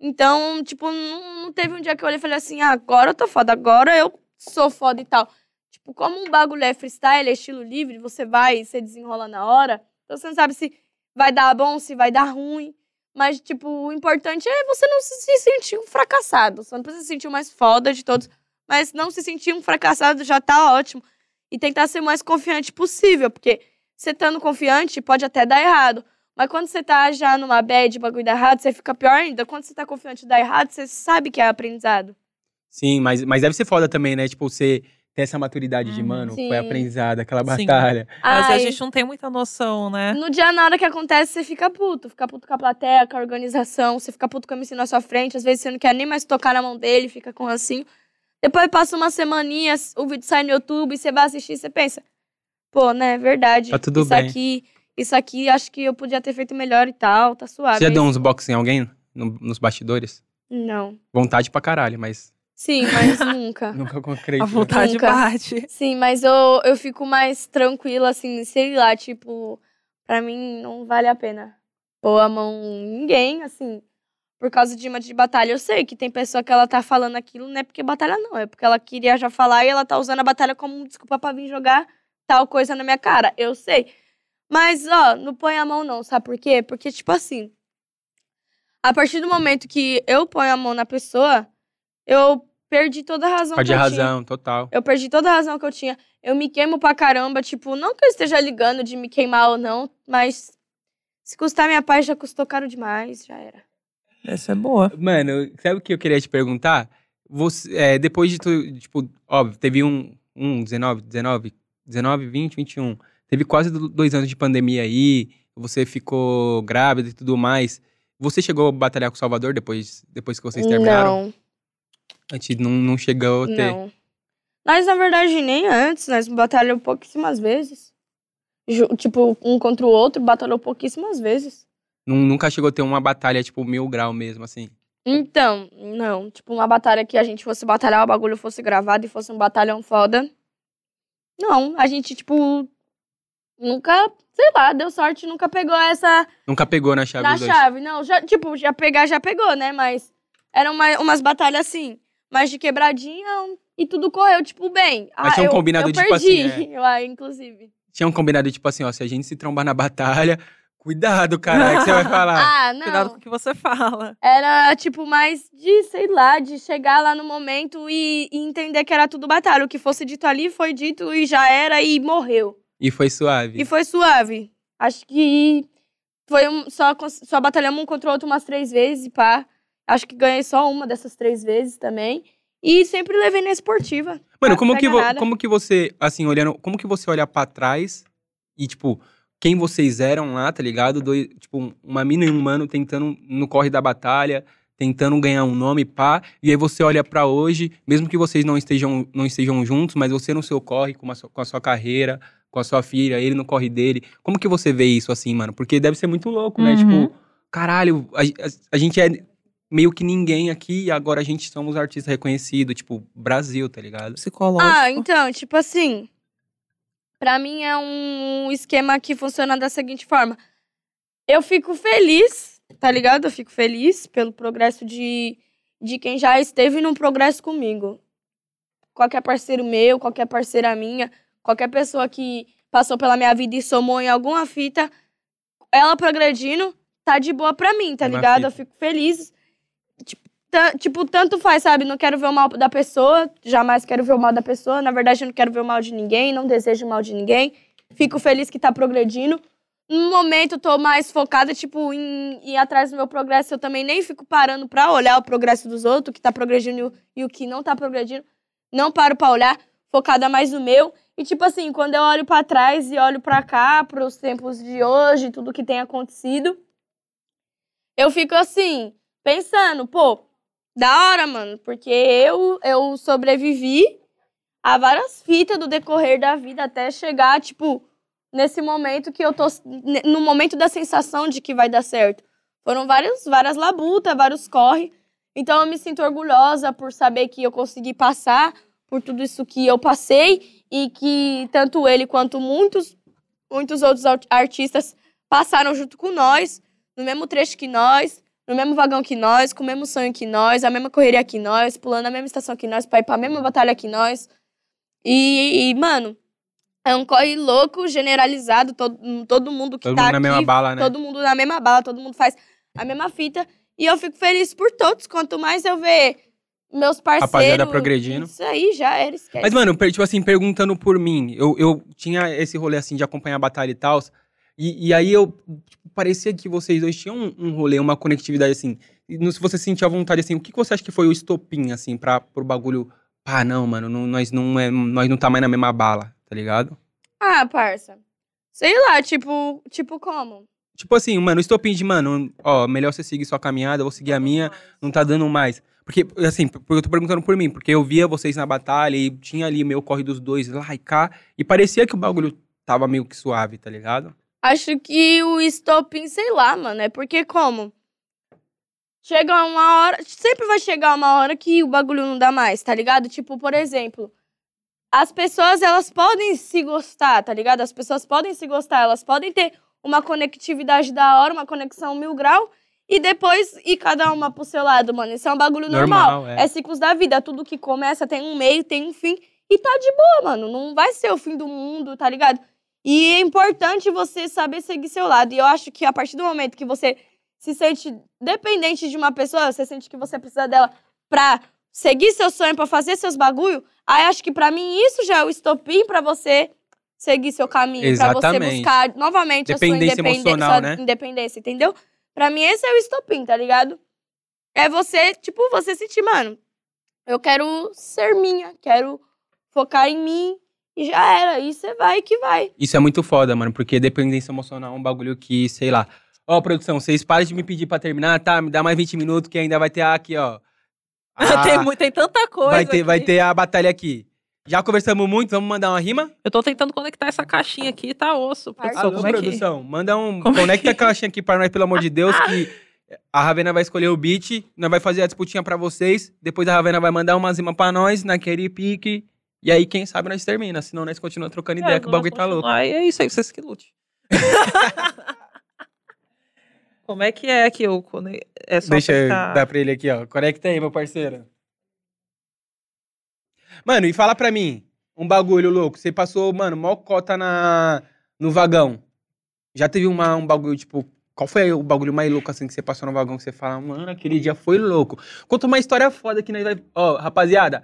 [SPEAKER 3] Então, tipo, não, não teve um dia que eu olhei e falei assim, ah, agora eu tô foda, agora eu sou foda e tal. Tipo, como um bagulho é freestyle, é estilo livre, você vai, você desenrola na hora. Então você não sabe se vai dar bom, se vai dar ruim. Mas, tipo, o importante é você não se, se sentir um fracassado. Você não precisa se sentir o mais foda de todos. Mas não se sentir um fracassado já tá ótimo. E tentar ser o mais confiante possível. Porque você estando confiante, pode até dar errado. Mas quando você tá já numa bad, bagulho dá errado, você fica pior ainda. Quando você tá confiante e dá errado, você sabe que é aprendizado.
[SPEAKER 1] Sim, mas, mas deve ser foda também, né? Tipo, você ter essa maturidade de,
[SPEAKER 2] Uhum.
[SPEAKER 1] mano,
[SPEAKER 3] Sim.
[SPEAKER 1] foi aprendizado, aquela
[SPEAKER 2] Sim.
[SPEAKER 1] batalha.
[SPEAKER 2] Mas Ah, a
[SPEAKER 3] Ai,
[SPEAKER 2] gente não tem muita noção, né?
[SPEAKER 3] No dia, na hora que acontece, você fica puto. Fica puto com a plateia, com a organização. Você fica puto com o MC na sua frente. Às vezes você não quer nem mais tocar na mão dele, fica com rancinho. Depois passa uma semaninha, o vídeo sai no YouTube, você vai assistir, você pensa... Pô, né? Verdade.
[SPEAKER 1] Tá tudo
[SPEAKER 3] isso
[SPEAKER 1] bem.
[SPEAKER 3] Aqui, isso aqui, acho que eu podia ter feito melhor e tal. Tá suave.
[SPEAKER 1] Você é um já
[SPEAKER 3] Mas-
[SPEAKER 1] deu uns box em alguém no- nos bastidores?
[SPEAKER 3] Não.
[SPEAKER 1] Vontade pra caralho, mas
[SPEAKER 3] (laughs) Sim,
[SPEAKER 1] (laughs)
[SPEAKER 3] mas nunca.
[SPEAKER 1] nunca
[SPEAKER 2] A
[SPEAKER 1] concreto.
[SPEAKER 2] vontade
[SPEAKER 3] Nunca.
[SPEAKER 2] bate.
[SPEAKER 3] (laughs) Sim, mas eu, eu fico mais tranquila, assim, sei lá, tipo, pra mim não vale a pena pôr a mão em ninguém, assim, por causa de uma de batalha. Eu sei que tem pessoa que ela tá falando aquilo, não é porque batalha, não, é porque ela queria já falar e ela tá usando a batalha como desculpa pra vir jogar tal coisa na minha cara. Eu sei. Mas, ó, não põe a mão, não, sabe por quê? Porque, tipo assim, a partir do momento que eu ponho a mão na pessoa, eu perdi toda a razão
[SPEAKER 1] Pode
[SPEAKER 3] que eu tinha.
[SPEAKER 1] razão, total.
[SPEAKER 3] Eu perdi toda a razão que eu tinha. Eu me queimo pra caramba. Tipo, não que eu esteja ligando de me queimar ou não, mas se custar minha paz já custou caro demais, já era.
[SPEAKER 2] Essa é boa.
[SPEAKER 1] Mano, sabe o que eu queria te perguntar? Você, é, depois de tu, tipo, óbvio, teve um, um 19, 19, 19, 20, 21. Teve quase do- dois anos de pandemia aí, você ficou grávida e tudo mais. Você chegou a batalhar com o Salvador depois, depois que vocês terminaram?
[SPEAKER 3] não,
[SPEAKER 1] Antes não, não chegou a ter.
[SPEAKER 3] não. Nós, na verdade, nem antes. Nós batalhamos pouquíssimas vezes. Ju- tipo, um contra o outro, batalhou pouquíssimas vezes.
[SPEAKER 1] Nun- Nunca chegou a ter uma batalha, tipo, mil grau mesmo, assim.
[SPEAKER 3] Então, não. Tipo, uma batalha que a gente fosse batalhar, o bagulho fosse gravado e fosse um batalhão foda. Não, a gente, tipo, nunca, sei lá, deu sorte, nunca pegou essa
[SPEAKER 1] Nunca pegou na chave
[SPEAKER 3] na
[SPEAKER 1] dos dois.
[SPEAKER 3] chave, não. Já, tipo, já pegar, já pegou, né? Mas eram uma- umas batalhas assim, mais de quebradinha um- e tudo correu, tipo, bem.
[SPEAKER 1] Mas tinha um combinado
[SPEAKER 3] eu
[SPEAKER 1] de, tipo,
[SPEAKER 3] (laughs) perdi,
[SPEAKER 1] assim,
[SPEAKER 3] eu, ah, inclusive.
[SPEAKER 1] Tinha um combinado, tipo assim, ó, se a gente se trombar na batalha, (laughs) Cuidado, caralho, que você vai falar.
[SPEAKER 3] (laughs) Ah,
[SPEAKER 2] Cuidado com
[SPEAKER 3] não.
[SPEAKER 2] o que você fala.
[SPEAKER 3] Era, tipo, mais de, sei lá, de chegar lá no momento e, e entender que era tudo batalha. O que fosse dito ali foi dito e já era e morreu.
[SPEAKER 1] E foi suave.
[SPEAKER 3] E foi suave. Acho que foi um, só, cons- só batalhamos um contra o outro umas três vezes, pá. Acho que ganhei só uma dessas três vezes também. E sempre levei na esportiva.
[SPEAKER 1] Mano,
[SPEAKER 3] Tá,
[SPEAKER 1] como
[SPEAKER 3] tá
[SPEAKER 1] que, vo-
[SPEAKER 3] enganada.
[SPEAKER 1] como que você, assim, olhando, como que você olha pra trás e, tipo, quem vocês eram lá, tá ligado? Dois, tipo, um- uma mina e um mano tentando no corre da batalha, tentando ganhar um nome, pá. E aí você olha pra hoje, mesmo que vocês não estejam, não estejam juntos, mas você no seu corre, com, uma sua- com a sua carreira, com a sua filha, ele no corre dele. Como que você vê isso, assim, mano? Porque deve ser muito louco, né?
[SPEAKER 2] Uhum.
[SPEAKER 1] Tipo, caralho, a, a- a gente é meio que ninguém aqui e agora a gente somos artistas reconhecidos, tipo, Brasil, tá ligado?
[SPEAKER 2] Psicológico.
[SPEAKER 3] Ah, então, tipo assim. Pra mim é um esquema que funciona da seguinte forma. Eu fico feliz, tá ligado? Eu fico feliz pelo progresso de, de quem já esteve num progresso comigo. Qualquer parceiro meu, qualquer parceira minha, qualquer pessoa que passou pela minha vida e somou em alguma fita, ela progredindo, tá de boa pra mim, tá
[SPEAKER 1] É uma
[SPEAKER 3] ligado? Eu
[SPEAKER 1] fita.
[SPEAKER 3] fico feliz. Tipo, tan- Tipo, tanto faz, sabe? Não quero ver o mal da pessoa, jamais quero ver o mal da pessoa. Na verdade, eu não quero ver o mal de ninguém, não desejo o mal de ninguém. Fico feliz que tá progredindo. No momento, eu tô mais focada, tipo, em ir atrás do meu progresso. Eu também nem fico parando pra olhar o progresso dos outros, o que tá progredindo e o- e o que não tá progredindo. Não paro pra olhar, focada mais no meu. E, tipo assim, quando eu olho pra trás e olho pra cá, pros tempos de hoje, tudo que tem acontecido, eu fico assim, pensando, pô, da hora, mano, porque eu, eu sobrevivi a várias fitas do decorrer da vida até chegar, tipo, nesse momento que eu tô. ne- No momento da sensação de que vai dar certo. Foram vários, várias labutas, vários corre. Então eu me sinto orgulhosa por saber que eu consegui passar por tudo isso que eu passei e que tanto ele quanto muitos, muitos outros au- artistas passaram junto com nós, no mesmo trecho que nós, no mesmo vagão que nós, com o mesmo sonho que nós, a mesma correria que nós, pulando a mesma estação que nós, pra ir pra mesma batalha que nós. E, e, mano, é um corre louco, generalizado, todo, todo mundo que
[SPEAKER 1] Todo
[SPEAKER 3] tá
[SPEAKER 1] mundo
[SPEAKER 3] aqui
[SPEAKER 1] na mesma bala, né?
[SPEAKER 3] Todo mundo na mesma bala, todo mundo faz a mesma fita. E eu fico feliz por todos. Quanto mais eu ver meus parceiros.
[SPEAKER 1] Rapaziada progredindo.
[SPEAKER 3] Isso aí já era, esquece.
[SPEAKER 1] Mas, mano, per- tipo assim, perguntando por mim, eu, eu tinha esse rolê assim de acompanhar a batalha e tal. E, e aí eu tipo, parecia que vocês dois tinham um, um rolê, uma conectividade assim. E no- se você sentia vontade, assim, o que que você acha que foi o estopim, assim, pra, pro bagulho? Pá, não, mano, não- nós, não é, nós não tá mais na mesma bala, tá ligado?
[SPEAKER 3] Ah, parça. Sei lá, tipo, tipo como?
[SPEAKER 1] Tipo assim, mano, o estopim de, mano, ó, melhor você seguir sua caminhada, eu vou seguir a minha. não tá dando mais. Porque, assim, por- eu tô perguntando por mim, porque eu via vocês na batalha e tinha ali meu corre dos dois lá e cá, e parecia que o bagulho tava meio que suave, tá ligado?
[SPEAKER 3] Acho que o estopim, sei lá, mano. É porque como? Chega uma hora. Sempre vai chegar uma hora que o bagulho não dá mais, tá ligado? Tipo, por exemplo, as pessoas, elas podem se gostar, tá ligado? As pessoas podem se gostar, elas podem ter uma conectividade da hora, uma conexão mil grau, e depois ir cada uma pro seu lado, mano. Isso é um bagulho normal. É ciclos da vida. Tudo que começa tem um meio, tem um fim. E tá de boa, mano. Não vai ser o fim do mundo, tá ligado? E é importante você saber seguir seu lado. E eu acho que a partir do momento que você se sente dependente de uma pessoa, você sente que você precisa dela pra seguir seu sonho, pra fazer seus bagulho, aí acho que pra mim isso já é o estopim pra você seguir seu caminho, pra você
[SPEAKER 1] Exatamente.
[SPEAKER 3] buscar novamente a
[SPEAKER 1] Dependência
[SPEAKER 3] sua, independe-
[SPEAKER 1] emocional,
[SPEAKER 3] sua
[SPEAKER 1] né?
[SPEAKER 3] independência, entendeu? Pra mim esse é o estopim, tá ligado? É você, tipo, você sentir, mano, eu quero ser minha, quero focar em mim e já era. E você vai que vai.
[SPEAKER 1] Isso é muito foda, mano, porque dependência emocional é um bagulho que, sei lá. Ó, produção, vocês parem de me pedir pra terminar, tá? Me dá mais 20 minutos que ainda vai ter a aqui, ó.
[SPEAKER 2] (laughs) (laughs) tem,
[SPEAKER 1] Ah,
[SPEAKER 2] mu- tem tanta coisa.
[SPEAKER 1] vai, ter,
[SPEAKER 2] aqui.
[SPEAKER 1] vai ter a batalha aqui. Já conversamos muito, vamos mandar uma rima?
[SPEAKER 2] Eu tô tentando conectar essa caixinha aqui e tá osso. Pessoal,
[SPEAKER 1] Alô,
[SPEAKER 2] como é que...
[SPEAKER 1] produção, manda um.
[SPEAKER 2] Como é Ah!
[SPEAKER 1] conecta a caixinha aqui para nós, pelo amor de
[SPEAKER 2] (laughs)
[SPEAKER 1] Deus, que a Ravena vai escolher o beat, nós vai fazer a disputinha pra vocês, depois a Ravena vai mandar uma zima pra nós, naquele pique, e aí quem sabe nós termina, senão nós continuamos trocando ideia, que o bagulho tá louco.
[SPEAKER 2] É, Aí é isso aí, vocês
[SPEAKER 1] (laughs)
[SPEAKER 2] que lute. como é que é que eu... cone- É só
[SPEAKER 1] Deixa eu
[SPEAKER 2] apertar-
[SPEAKER 1] dar pra ele aqui, ó. Conecta aí, meu parceiro. Mano, e fala pra mim, um bagulho louco, você passou, mano, mó cota na, no vagão. Já teve uma, um bagulho, tipo, qual foi o bagulho mais louco assim que você passou no vagão que você fala, mano, aquele dia foi louco? Conta uma história foda que nós vai. Ó, rapaziada,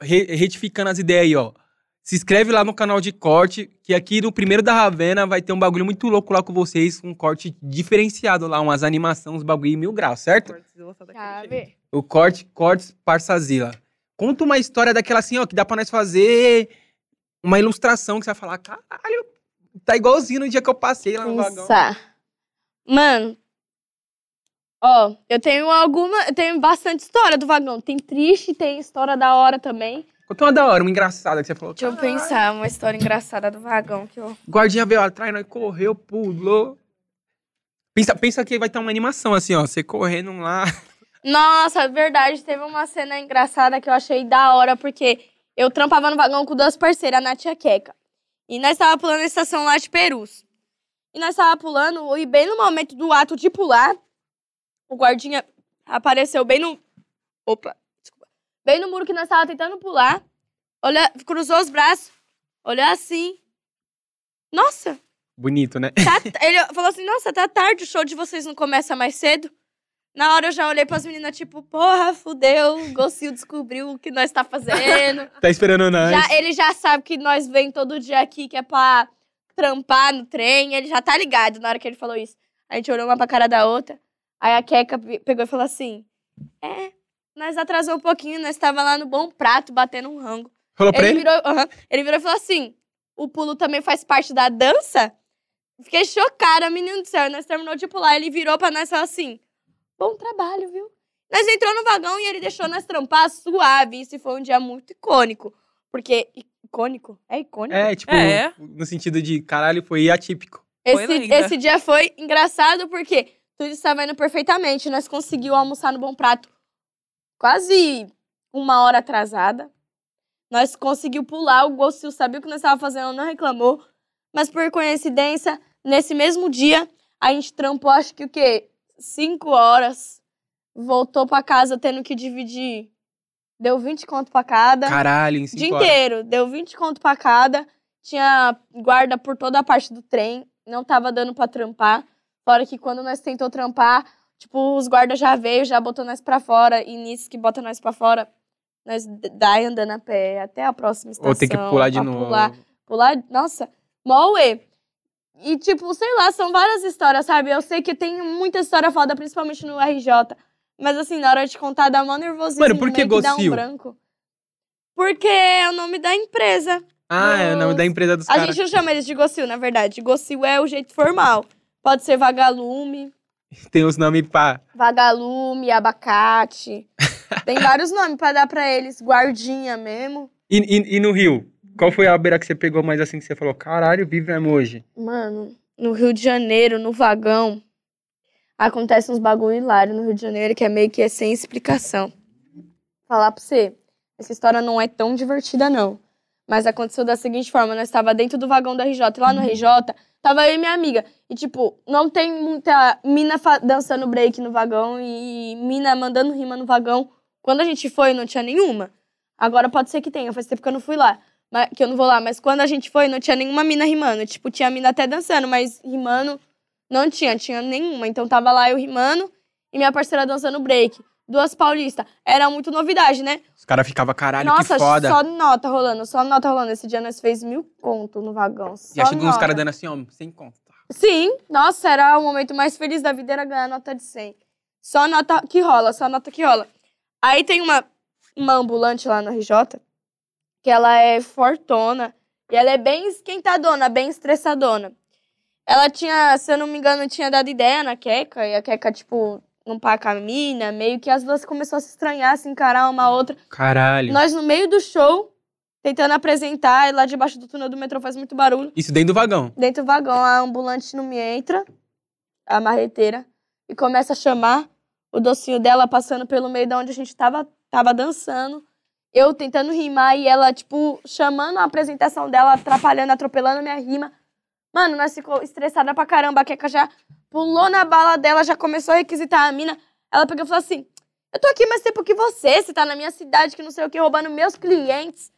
[SPEAKER 1] re- retificando as ideias aí, ó. Se inscreve lá no canal de corte, que aqui no primeiro da Ravena vai ter um bagulho muito louco lá com vocês, um corte diferenciado lá, umas animações, uns bagulho em mil graus, certo?
[SPEAKER 2] Godzilla tá daquele jeito.
[SPEAKER 3] Sabe?
[SPEAKER 1] O corte, cortes, parçazila. Conta uma história daquela assim, ó, que dá pra nós fazer uma ilustração que você vai falar, caralho, tá igualzinho no dia que eu passei lá tá no vagão.
[SPEAKER 3] Pensar. Mano. Ó, eu tenho alguma. Eu tenho bastante história do vagão. Tem triste, tem história da hora também.
[SPEAKER 1] Conta uma da hora, uma engraçada que você falou.
[SPEAKER 3] Deixa eu pensar uma história engraçada do vagão que eu.
[SPEAKER 1] Guardinha veio atrás, nós correu, pulou. Pensa, pensa que vai ter uma animação assim, ó. Você correndo lá. (laughs)
[SPEAKER 3] Nossa, verdade, teve uma cena engraçada que eu achei da hora, porque eu trampava no vagão com duas parceiras, a Nath e a Queca. E nós tava pulando na estação lá de Perus. E nós tava pulando, e bem no momento do ato de pular, o guardinha apareceu bem no. Opa, desculpa. Bem no muro que nós tava tentando pular. Olha, cruzou os braços, olhou assim. Nossa,
[SPEAKER 1] Bonito, né? (laughs)
[SPEAKER 3] Tá- ele falou assim: Nossa, tá tarde, o show de vocês não começa mais cedo. Na hora eu já olhei pras meninas, tipo, porra, fudeu, o Gocinho descobriu o que nós
[SPEAKER 1] (laughs)
[SPEAKER 3] tá fazendo.
[SPEAKER 1] Tá esperando nós.
[SPEAKER 3] Já- ele já sabe que nós vem todo dia aqui, que é pra trampar no trem, ele já tá ligado na hora que ele falou isso. A gente olhou uma pra cara da outra, aí a Keca pe- pegou e falou assim: É, nós atrasou um pouquinho, nós tava lá no Bom Prato batendo um rango.
[SPEAKER 1] Falou pra ele?
[SPEAKER 3] Ele virou, aham. ele virou e falou assim: o pulo também faz parte da dança? Fiquei chocada, menino do céu. Nós terminou de pular, ele virou pra nós e falou assim: bom trabalho, viu? Nós entrou no vagão e ele deixou nós trampar suave. Isso foi um dia muito icônico. Porque. Icônico? É icônico?
[SPEAKER 1] É, tipo,
[SPEAKER 2] É.
[SPEAKER 1] no sentido de caralho, foi atípico.
[SPEAKER 2] Foi
[SPEAKER 3] Esse,
[SPEAKER 2] linda.
[SPEAKER 3] esse dia foi engraçado porque tudo estava indo perfeitamente. Nós conseguimos almoçar no Bom Prato quase uma hora atrasada. Nós conseguimos pular, o Gossil sabia o que nós estávamos fazendo, não reclamou. Mas por coincidência, nesse mesmo dia, a gente trampou acho que o quê? Cinco horas. Voltou pra casa tendo que dividir. Deu 20 conto pra cada
[SPEAKER 1] Caralho, em cinco
[SPEAKER 3] dia
[SPEAKER 1] horas.
[SPEAKER 3] inteiro. Deu 20 conto pra cada. Tinha guarda por toda a parte do trem. Não tava dando pra trampar. Fora que quando nós tentou trampar, tipo, os guardas já veio, já botou nós pra fora. E nisso que bota nós pra fora, nós d- dá e andando a pé até a próxima estação.
[SPEAKER 1] Ou tem que pular de
[SPEAKER 3] pra
[SPEAKER 1] novo.
[SPEAKER 3] Pular, pular, Tipo, nossa, mó uê. E, tipo, sei lá, são várias histórias, sabe? Eu sei que tem muita história foda, principalmente no RJ. Mas, assim, na hora de contar, dá mó nervosismo.
[SPEAKER 1] Mano, por que
[SPEAKER 3] meio dá um
[SPEAKER 1] Gossil?
[SPEAKER 3] branco. Porque é o nome da empresa.
[SPEAKER 1] Ah, é o nome da empresa dos
[SPEAKER 3] A
[SPEAKER 1] caras.
[SPEAKER 3] gente não chama eles de Gossil, na verdade. Gossil é o jeito formal. Pode ser vagalume,
[SPEAKER 1] Tem os nomes pá.
[SPEAKER 3] vagalume,
[SPEAKER 1] (laughs)
[SPEAKER 3] abacate. tem vários nomes pra dar pra eles. Guardinha mesmo.
[SPEAKER 1] E, e- e no Rio? Qual foi a beira que você pegou mais assim que você falou, caralho, vivemos hoje?
[SPEAKER 3] Mano, no Rio de Janeiro, no vagão, acontece uns bagulho hilário no Rio de Janeiro que é meio que é sem explicação. Falar pra você, essa história não é tão divertida, não. Mas aconteceu da seguinte forma: nós estava dentro do vagão da RJ, e lá no RJ, tava eu e minha amiga. E, tipo, não tem muita mina fa- dançando break no vagão e mina mandando rima no vagão. Quando a gente foi, não tinha nenhuma. Agora pode ser que tenha, faz tempo que eu não fui lá mas- que eu não vou lá, mas quando a gente foi, não tinha nenhuma mina rimando. Tipo, tinha mina até dançando, mas rimando não tinha, tinha nenhuma. Então tava lá eu rimando e minha parceira dançando break. Duas paulistas. Era muito novidade, né?
[SPEAKER 1] Os caras ficavam, caralho,
[SPEAKER 3] Nossa,
[SPEAKER 1] que foda.
[SPEAKER 3] só nota rolando, só nota rolando. Esse dia nós fez mil conto no vagão. Só
[SPEAKER 1] Já chegou uns
[SPEAKER 3] nota.
[SPEAKER 1] caras dando assim, ó, sem conta.
[SPEAKER 3] Sim, nossa, era o momento mais feliz da vida, era ganhar nota de 100. Só nota que rola, só nota que rola. Aí tem uma, uma ambulante lá no RJ, que ela é fortona, e ela é bem esquentadona, bem estressadona. Ela tinha, se eu não me engano, tinha dado ideia na Queca, e a Queca, tipo, não paca a mina, meio que as duas começaram a se estranhar, se encarar uma a outra.
[SPEAKER 1] Caralho.
[SPEAKER 3] Nós no meio do show, tentando apresentar, e lá debaixo do túnel do metrô faz muito barulho.
[SPEAKER 1] Isso dentro do vagão.
[SPEAKER 3] Dentro do vagão, a ambulante não me entra, a marreteira, e começa a chamar o docinho dela passando pelo meio da onde a gente tava, tava dançando. Eu tentando rimar e ela, tipo, chamando a apresentação dela, atrapalhando, atropelando minha rima. Mano, nós ficou estressada pra caramba. A Keka já pulou na bala dela, já começou a requisitar a mina. Ela pegou e falou assim: Eu tô aqui mais tempo que você, você tá na minha cidade, que não sei o que, roubando meus clientes.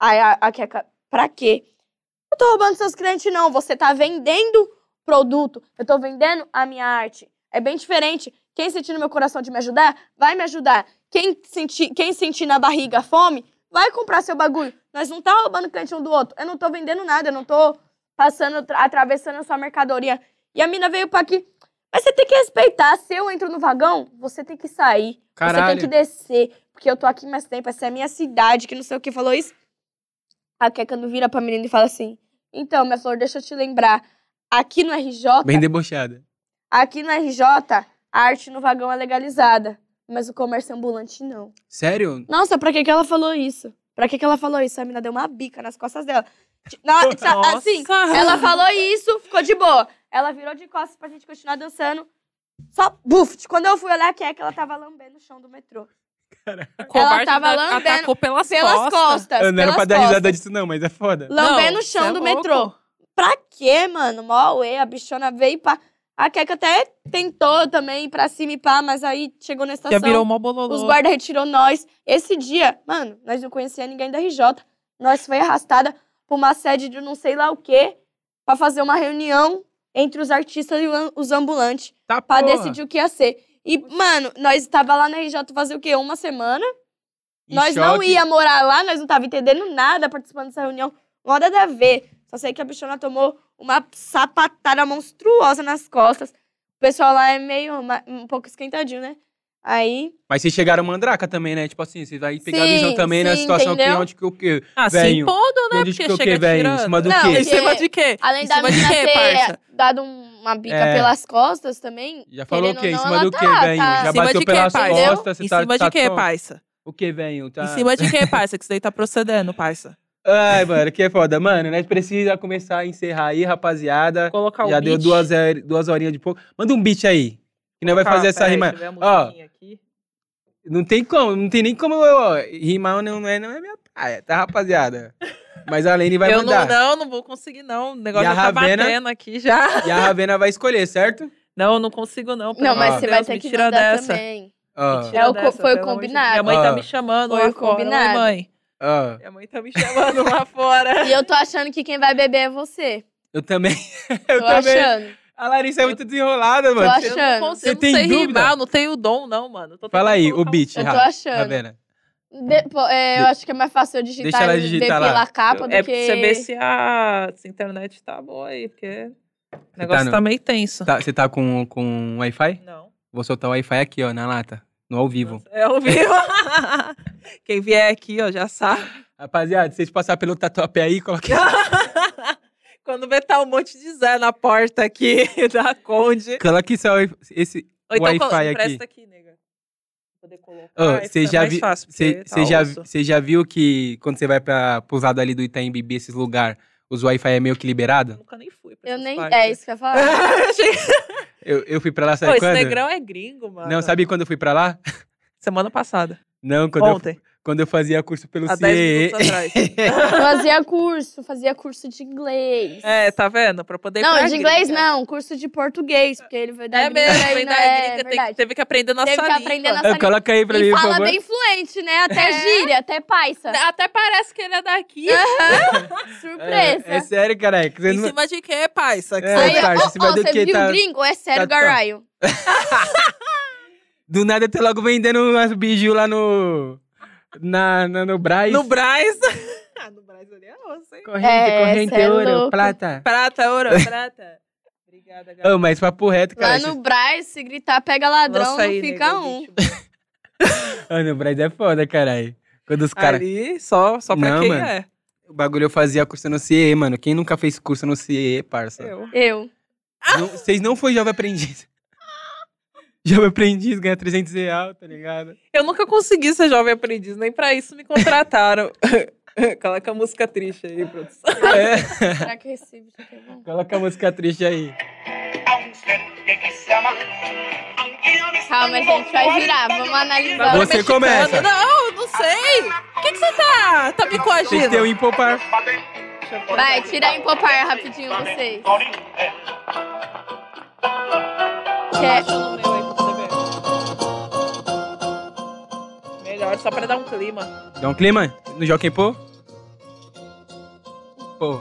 [SPEAKER 3] Aí a, a Keka, pra quê? Eu tô roubando seus clientes, não. Você tá vendendo produto, eu tô vendendo a minha arte. É bem diferente. Quem sentir no meu coração de me ajudar, vai me ajudar. Quem sentir, quem sentir na barriga a fome, vai comprar seu bagulho. Nós não tá roubando cliente um do outro. Eu não tô vendendo nada, eu não tô passando, tra- atravessando a sua mercadoria. E a mina veio pra aqui. Mas você tem que respeitar. Se eu entro no vagão, você tem que sair. Você tem
[SPEAKER 1] Caralho.
[SPEAKER 3] que descer. Porque eu tô aqui mais tempo. Essa é a minha cidade, que não sei o que falou isso. A Keca é não vira pra menina e fala assim: Então, minha flor, deixa eu te lembrar. Aqui no RJ.
[SPEAKER 1] Bem debochada.
[SPEAKER 3] Aqui no RJ, a arte no vagão é legalizada. Mas o comércio ambulante não.
[SPEAKER 1] Sério?
[SPEAKER 3] Nossa, pra que, que ela falou isso? Pra que, que ela falou isso? A mina deu uma bica nas costas dela. Ti- na- sa-
[SPEAKER 2] Nossa.
[SPEAKER 3] assim, ela falou isso, ficou de boa. Ela virou de costas pra gente continuar dançando. Só, buf! Quando eu fui olhar, que é que ela tava lambendo o chão do metrô.
[SPEAKER 2] O covarde
[SPEAKER 3] tava
[SPEAKER 2] ainda
[SPEAKER 3] lambendo
[SPEAKER 2] atacou pelas,
[SPEAKER 3] Pelas
[SPEAKER 2] costas.
[SPEAKER 3] costas.
[SPEAKER 1] Eu não era
[SPEAKER 3] pelas
[SPEAKER 1] pra dar
[SPEAKER 3] costas.
[SPEAKER 1] risada disso, não, mas é foda.
[SPEAKER 3] Lambendo
[SPEAKER 2] Não,
[SPEAKER 3] o chão
[SPEAKER 2] cê é
[SPEAKER 3] do
[SPEAKER 2] louco.
[SPEAKER 3] metrô. Pra quê, mano? Mó uê, a bichona veio pra... A Keca até tentou também ir pra cima e pá, mas aí chegou na
[SPEAKER 2] Já
[SPEAKER 3] estação.
[SPEAKER 2] virou um mó
[SPEAKER 3] Os
[SPEAKER 2] bololô.
[SPEAKER 3] guardas retirou nós. Esse dia, mano, nós não conhecia ninguém da RJ. Nós foi arrastada pra uma sede de não sei lá o quê, pra fazer uma reunião entre os artistas e o- os ambulantes,
[SPEAKER 1] Tá,
[SPEAKER 3] pra
[SPEAKER 1] porra.
[SPEAKER 3] decidir o que ia ser. E, mano, nós tava lá na RJ fazer o quê? Uma semana.
[SPEAKER 1] Em
[SPEAKER 3] nós não
[SPEAKER 1] choque.
[SPEAKER 3] ia morar lá, nós não tava entendendo nada participando dessa reunião. Nada a ver. Só sei que a bichona tomou uma sapatada monstruosa nas costas. O pessoal lá é meio ma- um pouco esquentadinho, né? Aí
[SPEAKER 1] Mas vocês chegaram mandraca também, né? Tipo assim, vocês vai pegar a
[SPEAKER 3] Sim,
[SPEAKER 1] visão também na
[SPEAKER 3] sim,
[SPEAKER 1] situação que
[SPEAKER 3] entendeu?
[SPEAKER 1] onde que o quê?
[SPEAKER 2] Ah, se
[SPEAKER 1] Venho.
[SPEAKER 2] impondo, né?
[SPEAKER 1] Onde que
[SPEAKER 2] Porque
[SPEAKER 1] eu
[SPEAKER 2] chega
[SPEAKER 1] que venho? Em
[SPEAKER 2] tirando.
[SPEAKER 1] cima do
[SPEAKER 3] Não,
[SPEAKER 1] quê?
[SPEAKER 2] Em cima de quê?
[SPEAKER 3] Além
[SPEAKER 2] Em
[SPEAKER 3] da
[SPEAKER 2] cima de
[SPEAKER 3] menina
[SPEAKER 2] quê,
[SPEAKER 3] ter
[SPEAKER 2] parça?
[SPEAKER 3] dado um, uma bica
[SPEAKER 1] É.
[SPEAKER 3] pelas costas também.
[SPEAKER 1] Já falou o
[SPEAKER 3] querendo
[SPEAKER 1] quê? Em
[SPEAKER 3] ou não,
[SPEAKER 1] cima
[SPEAKER 3] ela
[SPEAKER 1] do quê,
[SPEAKER 3] tá-
[SPEAKER 1] velho?
[SPEAKER 3] tá-
[SPEAKER 1] Já
[SPEAKER 2] Em cima
[SPEAKER 1] bateu
[SPEAKER 2] de quê,
[SPEAKER 1] pelas
[SPEAKER 2] pai?
[SPEAKER 1] costas, você
[SPEAKER 2] Em
[SPEAKER 1] tá...
[SPEAKER 2] cima
[SPEAKER 1] tá
[SPEAKER 2] de quê,
[SPEAKER 1] tonto.
[SPEAKER 2] parça?
[SPEAKER 1] O que, velho? Tá...
[SPEAKER 2] Em cima de quê, parça? Que isso daí tá procedendo, parça.
[SPEAKER 1] Ai, mano, que é foda. Mano, nós precisamos começar a encerrar aí, rapaziada.
[SPEAKER 2] Colocar
[SPEAKER 1] Já deu duas, hor- duas horinhas de pouco. Manda um beat aí. Que nós vai
[SPEAKER 2] Ah,
[SPEAKER 1] fazer essa rima. Ó. Não tem como, não tem nem como eu, ó, rimar, não é, não é minha praia, tá, rapaziada? Mas a Lene vai
[SPEAKER 2] eu
[SPEAKER 1] mandar.
[SPEAKER 2] não, não, não vou conseguir, não. O negócio
[SPEAKER 1] E a
[SPEAKER 2] já tá
[SPEAKER 1] Ravena?
[SPEAKER 2] batendo aqui já.
[SPEAKER 1] E a Ravena vai escolher, certo?
[SPEAKER 2] Não, não consigo, não. pelo
[SPEAKER 3] Não, mas
[SPEAKER 2] amor de
[SPEAKER 3] você vai
[SPEAKER 2] Deus,
[SPEAKER 3] ter
[SPEAKER 2] me
[SPEAKER 3] que
[SPEAKER 2] tira
[SPEAKER 3] mandar
[SPEAKER 2] dessa.
[SPEAKER 3] também.
[SPEAKER 1] Ó,
[SPEAKER 2] Me tira
[SPEAKER 3] É o co-
[SPEAKER 2] dessa,
[SPEAKER 3] foi o
[SPEAKER 2] pelo amor de Deus.
[SPEAKER 3] combinado.
[SPEAKER 2] Minha mãe tá
[SPEAKER 1] Ah.
[SPEAKER 2] me chamando
[SPEAKER 3] Foi
[SPEAKER 2] lá
[SPEAKER 3] o
[SPEAKER 2] fora. Oi,
[SPEAKER 3] combinado.
[SPEAKER 2] mãe.
[SPEAKER 1] ó.
[SPEAKER 2] Minha mãe tá me (laughs) chamando lá fora.
[SPEAKER 3] E eu tô achando que quem vai beber é você.
[SPEAKER 1] Eu também. (laughs) eu
[SPEAKER 3] tô
[SPEAKER 1] também.
[SPEAKER 3] achando.
[SPEAKER 1] A Larissa é muito desenrolada,
[SPEAKER 3] Eu
[SPEAKER 1] mano.
[SPEAKER 3] acho-
[SPEAKER 1] Cê-
[SPEAKER 2] Eu não, consigo,
[SPEAKER 1] Você
[SPEAKER 2] eu não
[SPEAKER 1] tem
[SPEAKER 2] sei
[SPEAKER 1] dúvida?
[SPEAKER 2] rimar, eu não tenho dom, não, mano. Tô
[SPEAKER 1] Fala aí,
[SPEAKER 2] tentando
[SPEAKER 1] o
[SPEAKER 2] colocar
[SPEAKER 1] beat,
[SPEAKER 2] um-
[SPEAKER 3] Eu tô
[SPEAKER 1] Ra-
[SPEAKER 3] achando.
[SPEAKER 1] Ravena.
[SPEAKER 3] De- pô, é, eu
[SPEAKER 1] De-
[SPEAKER 3] acho que é mais fácil eu digitar,
[SPEAKER 1] Deixa ela
[SPEAKER 3] e
[SPEAKER 1] digitar
[SPEAKER 3] ver
[SPEAKER 1] lá.
[SPEAKER 3] pela capa do
[SPEAKER 2] É pra
[SPEAKER 3] que...
[SPEAKER 2] você ver se a se a internet tá boa aí, porque o negócio
[SPEAKER 1] no-
[SPEAKER 2] tá meio tenso.
[SPEAKER 1] Tá, você tá com, com Wi-Fi?
[SPEAKER 2] Não.
[SPEAKER 1] Vou soltar o Wi-Fi aqui, ó, na lata. No ao vivo.
[SPEAKER 2] É ao vivo. (laughs) Quem vier aqui, ó, já sabe. (laughs)
[SPEAKER 1] Rapaziada, se vocês passarem pelo tatuapé aí, coloquem.
[SPEAKER 2] Quando vê, tá um monte de Zé na porta aqui (laughs) da Conde.
[SPEAKER 1] Coloque só esse.
[SPEAKER 2] Ou então,
[SPEAKER 1] Wi-Fi
[SPEAKER 2] colo-
[SPEAKER 1] aqui.
[SPEAKER 2] empresta aqui, nega. Pra poder colocar.
[SPEAKER 1] Ô,
[SPEAKER 2] Aí
[SPEAKER 1] cê
[SPEAKER 2] fica
[SPEAKER 1] já
[SPEAKER 2] mais
[SPEAKER 1] vi-
[SPEAKER 2] fácil,
[SPEAKER 1] Você
[SPEAKER 2] porque tá
[SPEAKER 1] já,
[SPEAKER 2] osso.
[SPEAKER 1] cê já viu que quando você vai pra pousada ali do Itaim Bibi, esses lugares, os Wi-Fi é meio que
[SPEAKER 2] Eu
[SPEAKER 1] liberado?
[SPEAKER 2] nunca nem fui pra
[SPEAKER 3] Eu
[SPEAKER 2] essas
[SPEAKER 3] nem...
[SPEAKER 2] partes.
[SPEAKER 3] É isso que eu
[SPEAKER 2] (laughs)
[SPEAKER 3] ia falar.
[SPEAKER 2] Achei-
[SPEAKER 1] Eu, eu fui pra lá,
[SPEAKER 2] Pô,
[SPEAKER 1] sabe
[SPEAKER 2] esse
[SPEAKER 1] quando?
[SPEAKER 2] negrão é gringo, mano.
[SPEAKER 1] Não, sabe quando eu fui pra lá?
[SPEAKER 2] Semana passada.
[SPEAKER 1] Não, quando, eu, é
[SPEAKER 2] Ontem.
[SPEAKER 1] quando eu fazia curso pelo
[SPEAKER 2] Há 10
[SPEAKER 1] CIE.
[SPEAKER 2] minutos
[SPEAKER 1] (laughs)
[SPEAKER 2] atrás.
[SPEAKER 3] Eu fazia curso, fazia curso de inglês.
[SPEAKER 2] É, tá vendo? Pra poder ir
[SPEAKER 3] não,
[SPEAKER 2] pra
[SPEAKER 3] de inglês
[SPEAKER 2] gringa.
[SPEAKER 3] não, curso de português, porque ele veio da
[SPEAKER 2] É
[SPEAKER 3] gringa
[SPEAKER 2] mesmo,
[SPEAKER 3] aí,
[SPEAKER 2] ainda
[SPEAKER 3] não
[SPEAKER 2] é,
[SPEAKER 3] é
[SPEAKER 2] gringa, tem que-
[SPEAKER 3] verdade.
[SPEAKER 2] teve que aprender nossa
[SPEAKER 3] Teve que
[SPEAKER 2] língua.
[SPEAKER 3] aprender
[SPEAKER 1] (laughs)
[SPEAKER 3] nossa
[SPEAKER 1] É, Coloca aí pra
[SPEAKER 3] E
[SPEAKER 1] mim, por
[SPEAKER 3] fala
[SPEAKER 1] favor.
[SPEAKER 3] bem fluente, né? Até gíria, até paisa.
[SPEAKER 2] Até parece que ele é daqui.
[SPEAKER 3] Surpresa.
[SPEAKER 1] (laughs) É, é sério, caralho. que Você
[SPEAKER 2] Em
[SPEAKER 1] não...
[SPEAKER 2] cima de quê, parça? Que
[SPEAKER 1] É,
[SPEAKER 2] você-
[SPEAKER 3] Aí, ó,
[SPEAKER 1] parça,
[SPEAKER 3] ó,
[SPEAKER 1] se vai
[SPEAKER 3] ó,
[SPEAKER 1] do
[SPEAKER 3] você
[SPEAKER 1] que
[SPEAKER 3] viu
[SPEAKER 1] tá-
[SPEAKER 3] o gringo? É
[SPEAKER 1] tá-
[SPEAKER 3] sério,
[SPEAKER 1] tá.
[SPEAKER 3] Garaio.
[SPEAKER 1] Do nada eu tô logo vendendo umas biju lá no. Na, na- no Braz. (laughs)
[SPEAKER 2] No Braz. ah, no Braz ali é osso, hein?
[SPEAKER 1] Corrente,
[SPEAKER 3] É,
[SPEAKER 1] corrente,
[SPEAKER 3] cê é
[SPEAKER 1] ouro,
[SPEAKER 3] louco.
[SPEAKER 1] plata.
[SPEAKER 2] Prata, ouro, prata. Obrigada, galera.
[SPEAKER 1] Ô, mas papo reto, cara.
[SPEAKER 3] Lá no Braz, se gritar pega ladrão,
[SPEAKER 2] Lança aí,
[SPEAKER 3] não fica
[SPEAKER 2] nego,
[SPEAKER 3] um.
[SPEAKER 2] beat, mano.
[SPEAKER 1] esses- Ô, no Braz é foda, caralho. Quando os caras.
[SPEAKER 2] Ali, só, só pra
[SPEAKER 1] Não,
[SPEAKER 2] quem
[SPEAKER 1] mano.
[SPEAKER 2] é.
[SPEAKER 1] O bagulho eu fazia curso no CIE, mano. Quem nunca fez curso no CIE, parça?
[SPEAKER 2] Eu.
[SPEAKER 3] Eu.
[SPEAKER 1] Não- Vocês não foi jovem aprendiz. (laughs) jovem aprendiz ganha 300 reais, tá
[SPEAKER 3] (laughs)
[SPEAKER 1] ligado?
[SPEAKER 2] Eu nunca consegui ser jovem aprendiz, nem pra isso me
[SPEAKER 3] (laughs)
[SPEAKER 2] contrataram. Coloca a música triste aí, produção.
[SPEAKER 1] É.
[SPEAKER 3] Será que eu recebo? Será que é bom?
[SPEAKER 1] Coloca a música triste aí.
[SPEAKER 3] Calma, gente, vai virar. Vamos analisar.
[SPEAKER 1] Você
[SPEAKER 3] Mexicano.
[SPEAKER 1] começa.
[SPEAKER 2] Não, não sei. O que que você tá, tá
[SPEAKER 1] Tem que
[SPEAKER 2] me
[SPEAKER 1] ter um o
[SPEAKER 2] coagindo?
[SPEAKER 1] Impopar.
[SPEAKER 3] Vai, tira em popar rapidinho vocês. Que é-
[SPEAKER 2] Melhor, só pra dar um clima.
[SPEAKER 1] Dá um clima no Joaquim Pô? Pô.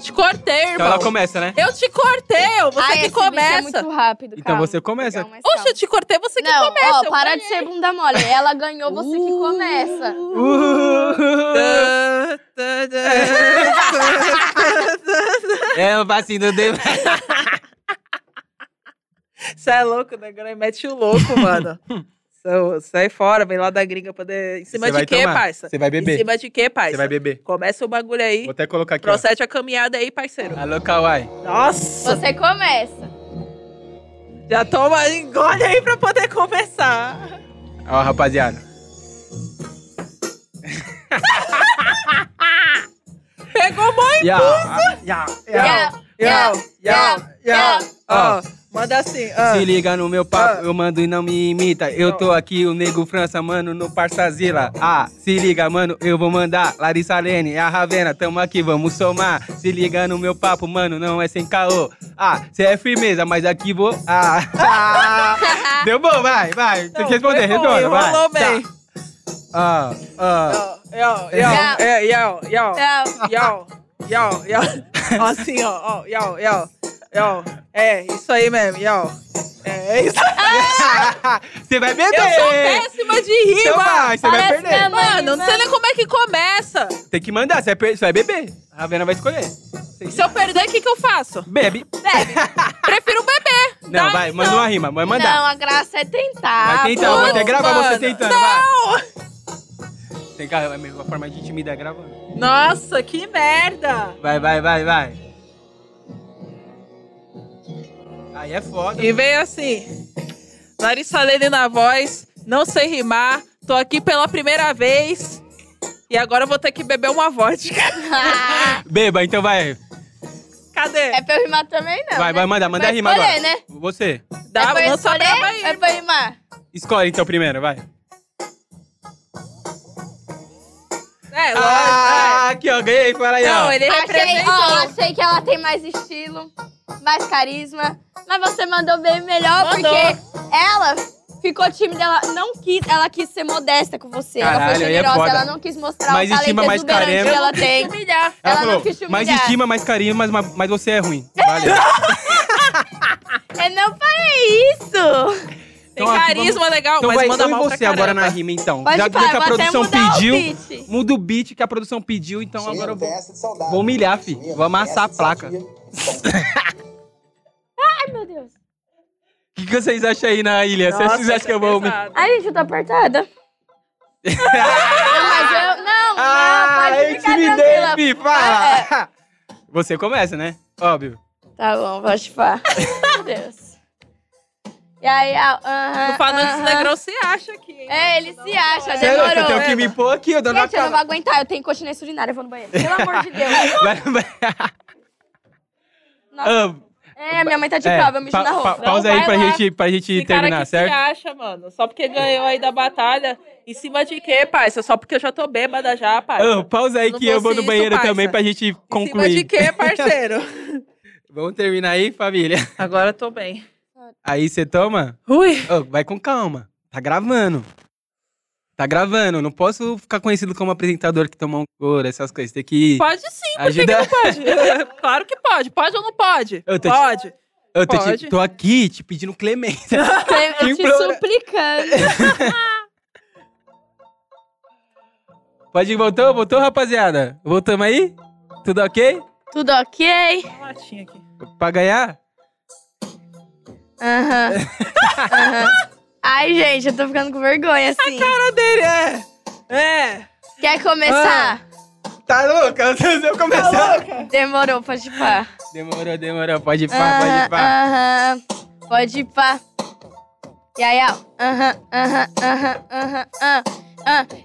[SPEAKER 2] te cortei,
[SPEAKER 1] Então
[SPEAKER 2] irmão.
[SPEAKER 1] ela começa, né?
[SPEAKER 2] Eu te cortei, eu, você
[SPEAKER 3] Ai,
[SPEAKER 2] que
[SPEAKER 3] esse bicho É
[SPEAKER 2] começa.
[SPEAKER 3] muito rápido,
[SPEAKER 1] Então
[SPEAKER 3] calma.
[SPEAKER 1] você começa.
[SPEAKER 3] Calma, mas
[SPEAKER 2] Oxe,
[SPEAKER 3] calma.
[SPEAKER 2] eu te cortei, você que
[SPEAKER 3] Não,
[SPEAKER 2] começa.
[SPEAKER 3] ó,
[SPEAKER 2] eu
[SPEAKER 3] para de
[SPEAKER 2] ganhei.
[SPEAKER 3] ser bunda mole. Ela ganhou, você que
[SPEAKER 2] Uh.
[SPEAKER 3] começa.
[SPEAKER 1] Uhul.
[SPEAKER 2] Tã, tã, tã.
[SPEAKER 1] É um passinho do dedo.
[SPEAKER 2] Você é louco, né? Agora mete o louco,
[SPEAKER 1] (laughs)
[SPEAKER 2] mano. So, sai fora, vem lá da gringa poder. Em cima
[SPEAKER 1] Você vai
[SPEAKER 2] de quê,
[SPEAKER 1] tomar.
[SPEAKER 2] parça?
[SPEAKER 1] Você vai
[SPEAKER 2] Em
[SPEAKER 1] beber.
[SPEAKER 2] cima de quê,
[SPEAKER 1] Você
[SPEAKER 2] parça?
[SPEAKER 1] vai beber.
[SPEAKER 2] Começa o bagulho aí.
[SPEAKER 1] Vou até colocar aqui. ó.
[SPEAKER 2] Procede a caminhada aí, parceiro.
[SPEAKER 1] Alô, Kawai.
[SPEAKER 2] Nossa!
[SPEAKER 3] Você começa.
[SPEAKER 2] Já toma, engole aí pra poder conversar.
[SPEAKER 1] Ó, rapaziada.
[SPEAKER 2] Pegou muito!
[SPEAKER 1] Yau, yau, yau,
[SPEAKER 3] Yeah,
[SPEAKER 1] yau, yau, yau. Ó,
[SPEAKER 2] manda assim. ó.
[SPEAKER 1] Se liga no meu papo,
[SPEAKER 2] Ah.
[SPEAKER 1] eu mando e não me imita. Eu tô aqui, o Nego França, mano, no Parçazila. Ah, se liga, mano, eu vou mandar. Larissa Lene, a Ravena, tamo aqui, vamos somar. Se liga no meu papo, mano, não é sem caô. Ah, cê é firmeza, mas aqui vou.
[SPEAKER 2] (laughs)
[SPEAKER 1] Ah,
[SPEAKER 3] (laughs)
[SPEAKER 1] ah. Deu bom, vai, vai. Tem
[SPEAKER 2] Não,
[SPEAKER 1] que responder,
[SPEAKER 2] foi bom,
[SPEAKER 1] retorno, vai.
[SPEAKER 2] Rolou
[SPEAKER 1] Tá.
[SPEAKER 2] bem.
[SPEAKER 1] Ah,
[SPEAKER 2] (laughs)
[SPEAKER 1] ah.
[SPEAKER 2] Ó, Yo, yo, é, yo, yo,
[SPEAKER 3] yeah.
[SPEAKER 1] (laughs)
[SPEAKER 2] yo, yo, yo. Ó, Assim, ó, ó, yo, yo, yo. É, isso aí mesmo, yo. É, é isso.
[SPEAKER 1] Você vai beber!
[SPEAKER 2] Eu sou péssima de
[SPEAKER 1] Então
[SPEAKER 2] rima.
[SPEAKER 1] vai, você vai
[SPEAKER 3] Parece
[SPEAKER 1] perder.
[SPEAKER 3] mesmo.
[SPEAKER 2] Mano, não sei nem como é que começa.
[SPEAKER 1] Tem que mandar, você vai, per- você vai beber. A Ravena vai escolher.
[SPEAKER 2] Se eu perder, o que, que eu faço?
[SPEAKER 1] Bebe.
[SPEAKER 2] Tá, Prefiro beber. tá?
[SPEAKER 1] Não,
[SPEAKER 2] Dá-
[SPEAKER 1] vai, manda um uma rima, vai mandar.
[SPEAKER 3] Não, a graça é tentar.
[SPEAKER 1] Vai tentar, vou até
[SPEAKER 2] putz,
[SPEAKER 1] gravar você
[SPEAKER 2] mano.
[SPEAKER 1] tentando, vai. Tem carro, é a mesma forma de intimidar gravando.
[SPEAKER 2] Nossa, que merda.
[SPEAKER 1] Vai, vai, vai, vai. Aí é foda.
[SPEAKER 2] E veio assim. Larissa Lene na voz, não sei rimar, tô aqui pela primeira vez. E agora eu vou ter que beber uma vodka. (laughs)
[SPEAKER 3] Ah,
[SPEAKER 1] Beba, então vai.
[SPEAKER 2] Cadê?
[SPEAKER 3] (laughs) é pra eu rimar também, não.
[SPEAKER 1] vai,
[SPEAKER 3] né?
[SPEAKER 1] vai, manda, manda
[SPEAKER 3] Vai
[SPEAKER 1] a rima
[SPEAKER 3] escolher,
[SPEAKER 1] agora.
[SPEAKER 3] né?
[SPEAKER 1] Você.
[SPEAKER 3] é
[SPEAKER 2] Dá,
[SPEAKER 3] pra eu
[SPEAKER 2] lança a
[SPEAKER 3] escolher,
[SPEAKER 2] braba aí.
[SPEAKER 3] é pra eu rimar.
[SPEAKER 1] Escolhe então primeiro, vai.
[SPEAKER 2] É, lógico.
[SPEAKER 1] Ah, aqui, ó, ganhei, fala aí,
[SPEAKER 2] é.
[SPEAKER 1] ó.
[SPEAKER 2] Não, ele
[SPEAKER 3] Achei,
[SPEAKER 2] representou.
[SPEAKER 3] ó, achei que ela tem mais estilo, mais carisma. Mas você mandou bem melhor,
[SPEAKER 2] Mandou.
[SPEAKER 3] porque ela ficou tímida, ela não quis, ela quis ser modesta com você. ela
[SPEAKER 1] Caralho,
[SPEAKER 3] foi
[SPEAKER 1] aí é
[SPEAKER 3] generosa,
[SPEAKER 1] foda.
[SPEAKER 3] ela não quis mostrar
[SPEAKER 1] Mais
[SPEAKER 3] o talento
[SPEAKER 1] estima, mais
[SPEAKER 3] exuberante
[SPEAKER 1] carema.
[SPEAKER 3] que ela (laughs) tem.
[SPEAKER 2] Humilhar.
[SPEAKER 3] Ela não
[SPEAKER 1] falou,
[SPEAKER 3] quis te
[SPEAKER 1] mais
[SPEAKER 3] humilhar."
[SPEAKER 1] estima, mais carinho, mas, mas você é
[SPEAKER 3] (laughs)
[SPEAKER 1] ruim. Valeu.
[SPEAKER 3] Eu não falei isso!
[SPEAKER 2] Tem
[SPEAKER 1] Então aqui
[SPEAKER 2] carisma legal,
[SPEAKER 1] Então
[SPEAKER 2] mas
[SPEAKER 1] vai,
[SPEAKER 2] manda
[SPEAKER 1] eu e
[SPEAKER 2] mal pra
[SPEAKER 1] você agora
[SPEAKER 2] caramba.
[SPEAKER 1] na rima, então.
[SPEAKER 3] Pode
[SPEAKER 1] Já já
[SPEAKER 3] ir pra-
[SPEAKER 1] que a
[SPEAKER 3] vou até
[SPEAKER 1] produção
[SPEAKER 3] mudar
[SPEAKER 1] pediu,
[SPEAKER 3] o beat.
[SPEAKER 1] muda o beat que a produção pediu, então
[SPEAKER 4] Cheio
[SPEAKER 1] agora eu vou...
[SPEAKER 4] dessa de saudade.
[SPEAKER 1] Vou humilhar, fi.
[SPEAKER 4] Minha
[SPEAKER 1] Vou amassar a
[SPEAKER 4] dessa de
[SPEAKER 1] placa.
[SPEAKER 4] sadia.
[SPEAKER 3] Ai, meu Deus.
[SPEAKER 1] O que, que vocês acham aí na ilha?
[SPEAKER 2] Nossa,
[SPEAKER 1] vocês acham que eu vou. me-
[SPEAKER 2] pesado.
[SPEAKER 3] Ai, gente, eu tô
[SPEAKER 1] (laughs)
[SPEAKER 3] apertada. Não, mas eu... Não,
[SPEAKER 1] ah,
[SPEAKER 3] não,
[SPEAKER 1] eu
[SPEAKER 3] pode ficar
[SPEAKER 1] intimidei,
[SPEAKER 3] tranquila. É,
[SPEAKER 1] fi, fala! Você começa, né? Óbvio.
[SPEAKER 3] Tá bom, vou chupar. meu Deus. E aí, a... aham,
[SPEAKER 2] Tô falando
[SPEAKER 3] aham.
[SPEAKER 2] esse negrão se acha aqui, hein?
[SPEAKER 3] Ah, É, ele se acha,
[SPEAKER 1] Sério,
[SPEAKER 3] demorou.
[SPEAKER 1] eu tenho que me pôr aqui, eu dou na
[SPEAKER 3] Gente, eu não vou
[SPEAKER 1] cara.
[SPEAKER 3] aguentar, eu tenho continência urinária, eu vou no banheiro. Pelo amor de Deus.
[SPEAKER 1] Vai, vai.
[SPEAKER 3] Nossa.
[SPEAKER 1] Ah,
[SPEAKER 3] É, minha mãe tá de
[SPEAKER 1] é,
[SPEAKER 3] prova, eu mijo
[SPEAKER 1] pa-
[SPEAKER 3] na
[SPEAKER 1] pa-
[SPEAKER 3] roupa.
[SPEAKER 1] pausa
[SPEAKER 2] Não,
[SPEAKER 1] aí
[SPEAKER 2] vai
[SPEAKER 1] pra
[SPEAKER 2] lá.
[SPEAKER 1] gente, pra gente
[SPEAKER 2] Esse cara
[SPEAKER 1] terminar,
[SPEAKER 2] que se
[SPEAKER 1] certo?
[SPEAKER 2] acha, mano. Só porque ganhou aí da batalha. Em cima de quê, parça? Só porque eu já tô bêbada já, parça.
[SPEAKER 1] Ah, pausa aí
[SPEAKER 2] Se não
[SPEAKER 1] que eu vou
[SPEAKER 2] fosse
[SPEAKER 1] no
[SPEAKER 2] isso,
[SPEAKER 1] banheiro
[SPEAKER 2] parça.
[SPEAKER 1] também pra gente
[SPEAKER 2] Em cima de
[SPEAKER 1] concluir.
[SPEAKER 2] quê, parceiro?
[SPEAKER 1] Vamos terminar aí, família?
[SPEAKER 2] (laughs) Agora eu tô bem.
[SPEAKER 1] Aí você toma?
[SPEAKER 2] Ui.
[SPEAKER 1] Ô, vai com calma. Tá gravando. Tá gravando. Não posso ficar conhecido como apresentador que toma um couro, essas coisas. Tem que.
[SPEAKER 2] Pode sim, por que, que
[SPEAKER 1] Ajuda-
[SPEAKER 2] não
[SPEAKER 1] (laughs)
[SPEAKER 2] pode? claro que pode. Pode ou não pode?
[SPEAKER 1] Eu tô te-
[SPEAKER 2] Pode.
[SPEAKER 1] Eu tô,
[SPEAKER 2] Pode.
[SPEAKER 1] te- tô aqui te pedindo clemência. (laughs)
[SPEAKER 3] Eu te
[SPEAKER 1] Implora.
[SPEAKER 3] suplicando.
[SPEAKER 1] Pode ir, voltou? Voltou, rapaziada? Voltamos aí? Tudo ok?
[SPEAKER 3] Tudo ok?
[SPEAKER 2] Uma latinha aqui.
[SPEAKER 1] Pra ganhar?
[SPEAKER 3] Aham. Aham. Ai, gente, eu tô ficando com vergonha, assim.
[SPEAKER 2] Cara dele, é. É.
[SPEAKER 3] Quer começar?
[SPEAKER 1] Tá louca? (laughs) Se eu
[SPEAKER 3] Tá
[SPEAKER 1] começar.
[SPEAKER 3] Demorou, pode ir pá.
[SPEAKER 1] demorou, demorou. Pode ir, pá, pode ir,
[SPEAKER 3] Aham,
[SPEAKER 1] pá.
[SPEAKER 3] aham. Pode ir pá. E aí, ó. Aham, aham, aham, aham, aham. aham.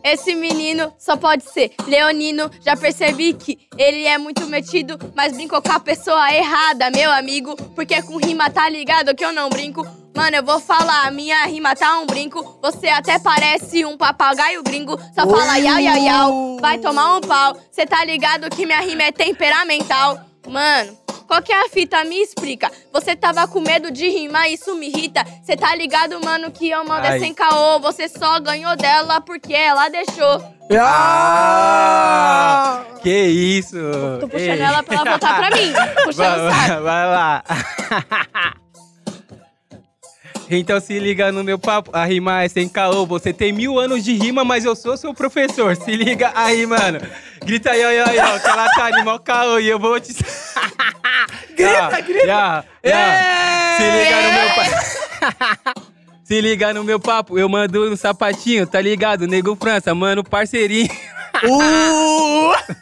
[SPEAKER 3] Esse menino só pode ser leonino. Já percebi que ele é muito metido, mas brincou com a pessoa errada, meu amigo. Porque com rima tá ligado que eu não brinco. Mano, eu vou falar, minha rima tá um brinco. Você até parece um papagaio gringo. Só fala iau, iau, iau. Vai tomar um pau. Cê tá ligado que minha rima é temperamental. Mano, Qual que é a fita? Me explica. Você tava com medo de rimar, isso me irrita. Cê tá ligado, mano, que eu mando é
[SPEAKER 1] Ai.
[SPEAKER 3] sem caô. Você só ganhou dela porque ela deixou.
[SPEAKER 1] Ah! Que isso!
[SPEAKER 3] Tô puxando ela pra ela voltar
[SPEAKER 1] (laughs)
[SPEAKER 3] pra mim. Puxando o
[SPEAKER 1] vai,
[SPEAKER 3] saco.
[SPEAKER 1] vai, vai lá. Então se liga no meu papo, a rima é sem caô. Você tem mil anos de rima, mas eu sou seu professor. Se liga aí, mano. Grita yo, yo, yo, que ela tá animal caô e eu vou te... (laughs) grita, grita! Se liga no meu papo. (laughs) Se liga no meu papo, eu mando no sapatinho, tá ligado? Nego França, mano, parceirinho. (laughs)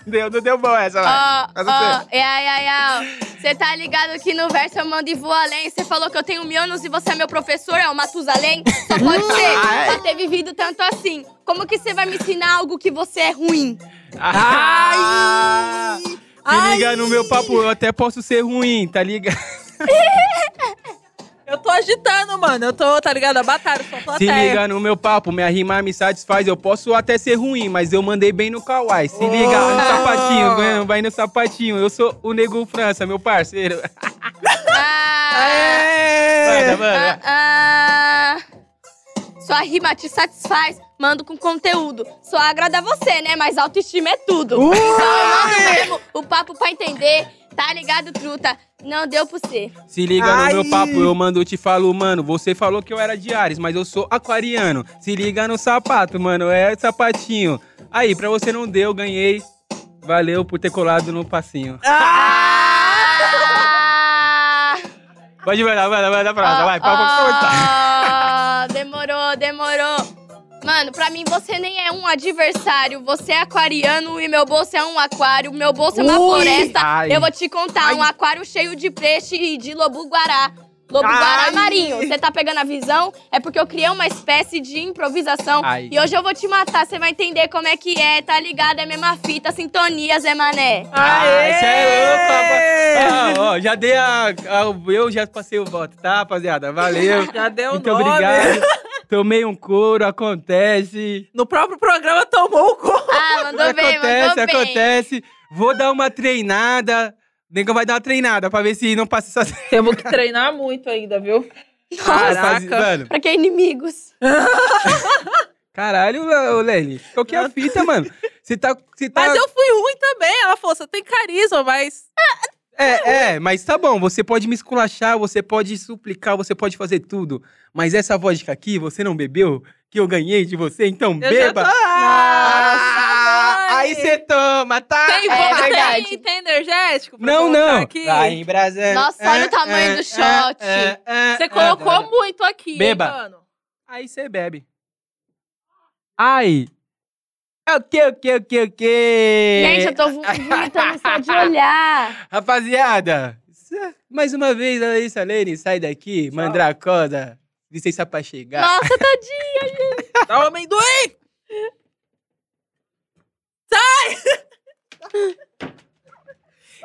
[SPEAKER 1] Deu, não deu bom essa, vai.
[SPEAKER 3] Ó,
[SPEAKER 1] Faz
[SPEAKER 3] ó, é,
[SPEAKER 1] você.
[SPEAKER 3] ai, ai, ai. Você tá ligado que no verso eu mando e vou além. Você falou que eu tenho mil anos e você é meu professor, é o Matusalém? Só pode
[SPEAKER 1] Hum,
[SPEAKER 3] ser, pra ter vivido tanto assim. Como que você vai me ensinar algo que você
[SPEAKER 1] (laughs)
[SPEAKER 3] é ruim?
[SPEAKER 1] Ai! Se liga no meu papo, eu até posso ser ruim, tá ligado?
[SPEAKER 2] Eu tô agitando, mano. Eu tô, tá ligado? Abatalho, sou
[SPEAKER 1] Se
[SPEAKER 2] plateia.
[SPEAKER 1] liga no meu papo, minha rima me satisfaz. Eu posso até ser ruim, mas eu mandei bem no kawaii. Se liga no sapatinho, vai- vai no sapatinho. Eu sou o Nego França, meu parceiro.
[SPEAKER 3] Ah,
[SPEAKER 1] (laughs) Manda, manda.
[SPEAKER 3] ah, ah. Sua rima te satisfaz, mando com conteúdo. Só agrada você, né? Mas autoestima é tudo. Então eu mando mesmo o papo pra entender. Tá ligado, truta? Não deu pra você.
[SPEAKER 1] Se liga no meu papo, eu mando, te falo, mano. Você falou que eu era de Ares, mas eu sou aquariano. Se liga no sapato, mano, é sapatinho. Aí, pra você não deu, ganhei. Valeu por ter colado no passinho.
[SPEAKER 3] Ah!
[SPEAKER 1] Pode mandar, manda, manda pra lá,
[SPEAKER 3] Ó,
[SPEAKER 1] vai, pode
[SPEAKER 3] ó,
[SPEAKER 1] cortar.
[SPEAKER 3] Ah, Demorou, demorou. Mano, pra mim você nem é um adversário. Você é aquariano e meu bolso é um aquário. Meu bolso é uma
[SPEAKER 2] Ui!
[SPEAKER 3] floresta.
[SPEAKER 1] Ai.
[SPEAKER 3] Eu vou te contar, um aquário cheio de peixe e de lobo-guará. Lobo-guará
[SPEAKER 2] Ai!
[SPEAKER 3] marinho. Você tá pegando a visão? É porque eu criei uma espécie de improvisação.
[SPEAKER 1] Ai.
[SPEAKER 3] E hoje eu vou te matar, você vai entender como é que é. Tá ligado? É a mesma fita, sintonia, Zé Mané.
[SPEAKER 1] Ai, Ah, cê é
[SPEAKER 2] Aê!
[SPEAKER 1] louco, rapaz. Ah, ó, já dei a, a- Eu já passei o voto, tá, rapaziada?
[SPEAKER 3] (laughs)
[SPEAKER 1] Valeu.
[SPEAKER 2] Já
[SPEAKER 3] É
[SPEAKER 2] deu
[SPEAKER 1] Muito
[SPEAKER 2] nome.
[SPEAKER 1] obrigado. Tomei um couro, acontece.
[SPEAKER 2] No próprio programa tomou o corpo.
[SPEAKER 3] Ah, mandou bem,
[SPEAKER 1] acontece,
[SPEAKER 3] mandou bem.
[SPEAKER 1] acontece. Vou dar uma treinada. Negão vai dar uma treinada pra ver se não passa essa.
[SPEAKER 2] Temos que treinar muito ainda, viu?
[SPEAKER 1] Faz- (laughs)
[SPEAKER 2] Caraca.
[SPEAKER 1] Mano,
[SPEAKER 3] Pra que inimigos?
[SPEAKER 1] caralho, ô, Lely. Qual que é a fita, mano? Você tá. Você tá...
[SPEAKER 2] Mas eu fui ruim também. Ela falou, você tem carisma, mas...
[SPEAKER 1] É, é, mas tá bom. Você pode me esculachar, você pode suplicar, você pode fazer tudo. Mas essa vodka aqui, você não bebeu? Que eu ganhei de você, então
[SPEAKER 2] Eu
[SPEAKER 1] beba.
[SPEAKER 2] já tô...
[SPEAKER 1] Ah,
[SPEAKER 2] Nossa, mãe.
[SPEAKER 1] aí você toma, tá?
[SPEAKER 2] Tem,
[SPEAKER 3] É
[SPEAKER 2] vo-
[SPEAKER 3] verdade.
[SPEAKER 2] tem, tem energético? pra
[SPEAKER 1] Não, É,
[SPEAKER 2] colocar
[SPEAKER 1] não.
[SPEAKER 2] Aqui?
[SPEAKER 1] Vai em Brasília.
[SPEAKER 3] Nossa, olha o tamanho do shot.
[SPEAKER 1] é,
[SPEAKER 2] Você colocou um- muito aqui, hein,
[SPEAKER 1] Beba.
[SPEAKER 2] mano.
[SPEAKER 1] Aí você bebe. Ai. É o que, o que, o que, o que?
[SPEAKER 3] Gente, eu tô vo- vomitando só
[SPEAKER 1] (laughs)
[SPEAKER 3] de olhar.
[SPEAKER 1] Rapaziada, s- mais uma vez, Larissa Lene, sai daqui, mandracosa. Licença pra chegar.
[SPEAKER 3] Nossa, tadinho.
[SPEAKER 2] Dá o amendoim! (laughs) Sai!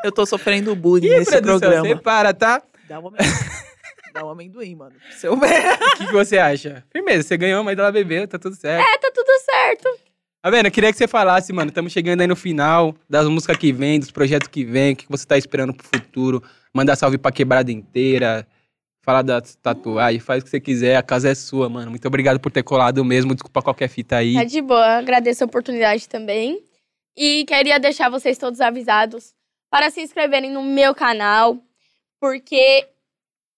[SPEAKER 2] Eu tô sofrendo bullying
[SPEAKER 1] Ih,
[SPEAKER 2] nesse
[SPEAKER 1] produção,
[SPEAKER 2] programa.
[SPEAKER 1] você para, tá?
[SPEAKER 2] Dá o amendoim. Dá um o amendoim, mano. pro Seu bem.
[SPEAKER 1] O que, que você acha? Firmeza, você ganhou, mas ela bebeu, tá tudo certo.
[SPEAKER 3] É, tá tudo certo.
[SPEAKER 1] Tá vendo? Eu queria que você falasse, mano. Estamos chegando aí no final das músicas que vem, dos projetos que vem, o que você tá esperando pro futuro. Mandar salve pra quebrada inteira. Falar da tatuagem, faz o que você quiser, a casa é sua, mano. Muito obrigado por ter colado mesmo. Desculpa qualquer fita aí.
[SPEAKER 3] Tá de boa. Agradeço a oportunidade também. E queria deixar vocês todos avisados para se inscreverem no meu canal, porque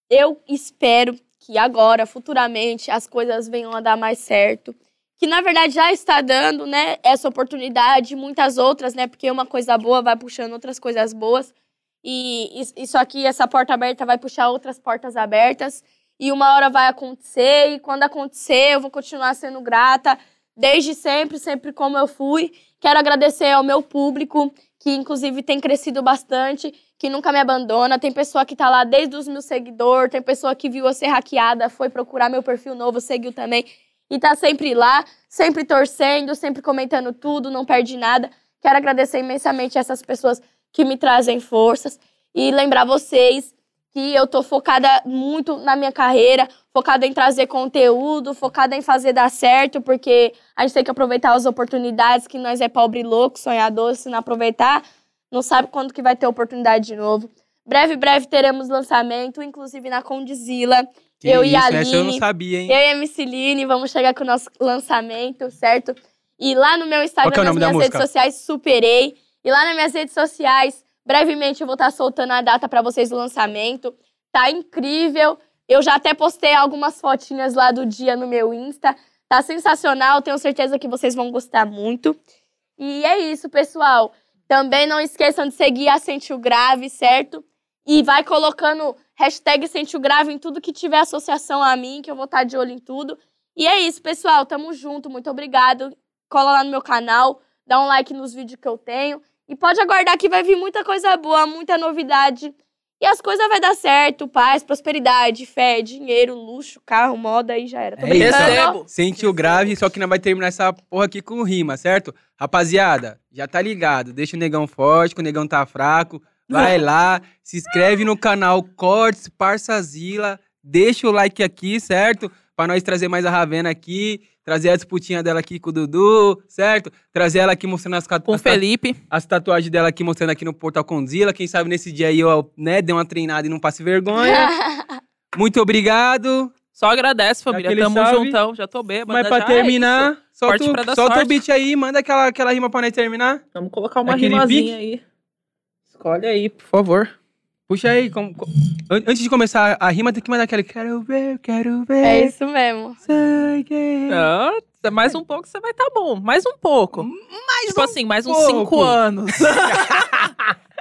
[SPEAKER 3] eu espero que agora, futuramente, as coisas venham a dar mais certo. Que na verdade já está dando, né? Essa oportunidade, e muitas outras, né? Porque uma coisa boa vai puxando outras coisas boas. E is- isso aqui, essa porta aberta, vai puxar outras portas abertas. E uma hora vai acontecer, e quando acontecer, eu vou continuar sendo grata desde sempre, sempre como eu fui. Quero agradecer ao meu público, que inclusive tem crescido bastante, que nunca me abandona. Tem pessoa que tá lá desde os mil seguidores, tem pessoa que viu eu ser hackeada, foi procurar meu perfil novo, seguiu também. E tá sempre lá, sempre torcendo, sempre comentando tudo, não perde nada. Quero agradecer imensamente essas pessoas que me trazem forças e lembrar vocês que eu tô focada muito na minha carreira, focada em trazer conteúdo, focada em fazer dar certo, porque a gente tem que aproveitar as oportunidades que nós é pobre louco, sonhador, se não aproveitar, não sabe quando que vai ter oportunidade de novo. Breve, breve teremos lançamento, inclusive na Condizila. Eu e a
[SPEAKER 1] Essa eu não
[SPEAKER 3] Aline.
[SPEAKER 1] sabia,
[SPEAKER 3] Eu e
[SPEAKER 1] hein?
[SPEAKER 3] a MC Line vamos chegar com o nosso lançamento, certo? E lá no
[SPEAKER 1] Qual
[SPEAKER 3] meu
[SPEAKER 1] que é
[SPEAKER 3] Instagram,
[SPEAKER 1] o
[SPEAKER 3] nas
[SPEAKER 1] nome da
[SPEAKER 3] minhas redes
[SPEAKER 1] música?
[SPEAKER 3] sociais, superei. E lá nas minhas redes sociais, brevemente eu vou estar soltando a data pra vocês do lançamento. Tá incrível. Eu já até postei algumas fotinhas lá do dia no meu Insta. Tá sensacional, tenho certeza que vocês vão gostar muito. E é isso, pessoal. Também não esqueçam de seguir a Sente o Grave, certo? E vai colocando hashtag Sente o Grave em tudo que tiver associação a mim, que eu vou estar de olho em tudo. E é isso, pessoal. Tamo junto, muito obrigado. Cola lá no meu canal, dá um like nos vídeos que eu tenho. E pode aguardar que vai vir muita coisa boa, muita novidade. E as coisas vai dar certo, paz, prosperidade, fé, dinheiro, luxo, carro, moda e já era. Tô
[SPEAKER 1] É
[SPEAKER 3] brincando,
[SPEAKER 1] isso,
[SPEAKER 3] ó.
[SPEAKER 2] Recebo.
[SPEAKER 1] Sentiu grave, só que não vai terminar essa porra aqui com rima, certo? Rapaziada, já tá ligado. Deixa o negão forte, que o negão tá fraco.
[SPEAKER 2] (laughs)
[SPEAKER 1] Vai lá, se inscreve no canal Cortes Parçazila. Deixa o like aqui, certo? Pra nós trazer mais a Ravena aqui. Trazer a disputinha dela aqui com o Dudu, certo? Trazer ela aqui mostrando as, cat-
[SPEAKER 2] Com o
[SPEAKER 1] as, cat-
[SPEAKER 2] Felipe.
[SPEAKER 1] as tatuagens dela aqui, mostrando aqui no Portal Condzilla. Quem sabe nesse dia aí eu né, dei uma treinada e não passe
[SPEAKER 2] (laughs)
[SPEAKER 1] vergonha. Muito obrigado.
[SPEAKER 2] Só agradece, família.
[SPEAKER 1] Aquele
[SPEAKER 2] Tamo
[SPEAKER 1] salve.
[SPEAKER 2] juntão. Já tô bêbado.
[SPEAKER 1] Mas
[SPEAKER 2] já
[SPEAKER 1] pra
[SPEAKER 2] é
[SPEAKER 1] terminar,
[SPEAKER 2] Sorte
[SPEAKER 1] solta,
[SPEAKER 2] pra dar
[SPEAKER 1] o, solta o
[SPEAKER 2] sorte.
[SPEAKER 1] beat aí, manda aquela, aquela rima pra nós terminar.
[SPEAKER 2] isso. Vamos colocar uma
[SPEAKER 1] Aquele
[SPEAKER 2] rimazinha aí. Escolhe aí, por favor.
[SPEAKER 1] Puxa aí. como- co- an- antes de começar a rima, tem que mandar aquele quero ver, quero ver.
[SPEAKER 3] É isso mesmo.
[SPEAKER 1] sangue.
[SPEAKER 2] Ah, mais um pouco você vai tá bom. Mais um pouco. Mais tipo assim, mais uns cinco
[SPEAKER 1] um pouco. (laughs)
[SPEAKER 2] anos.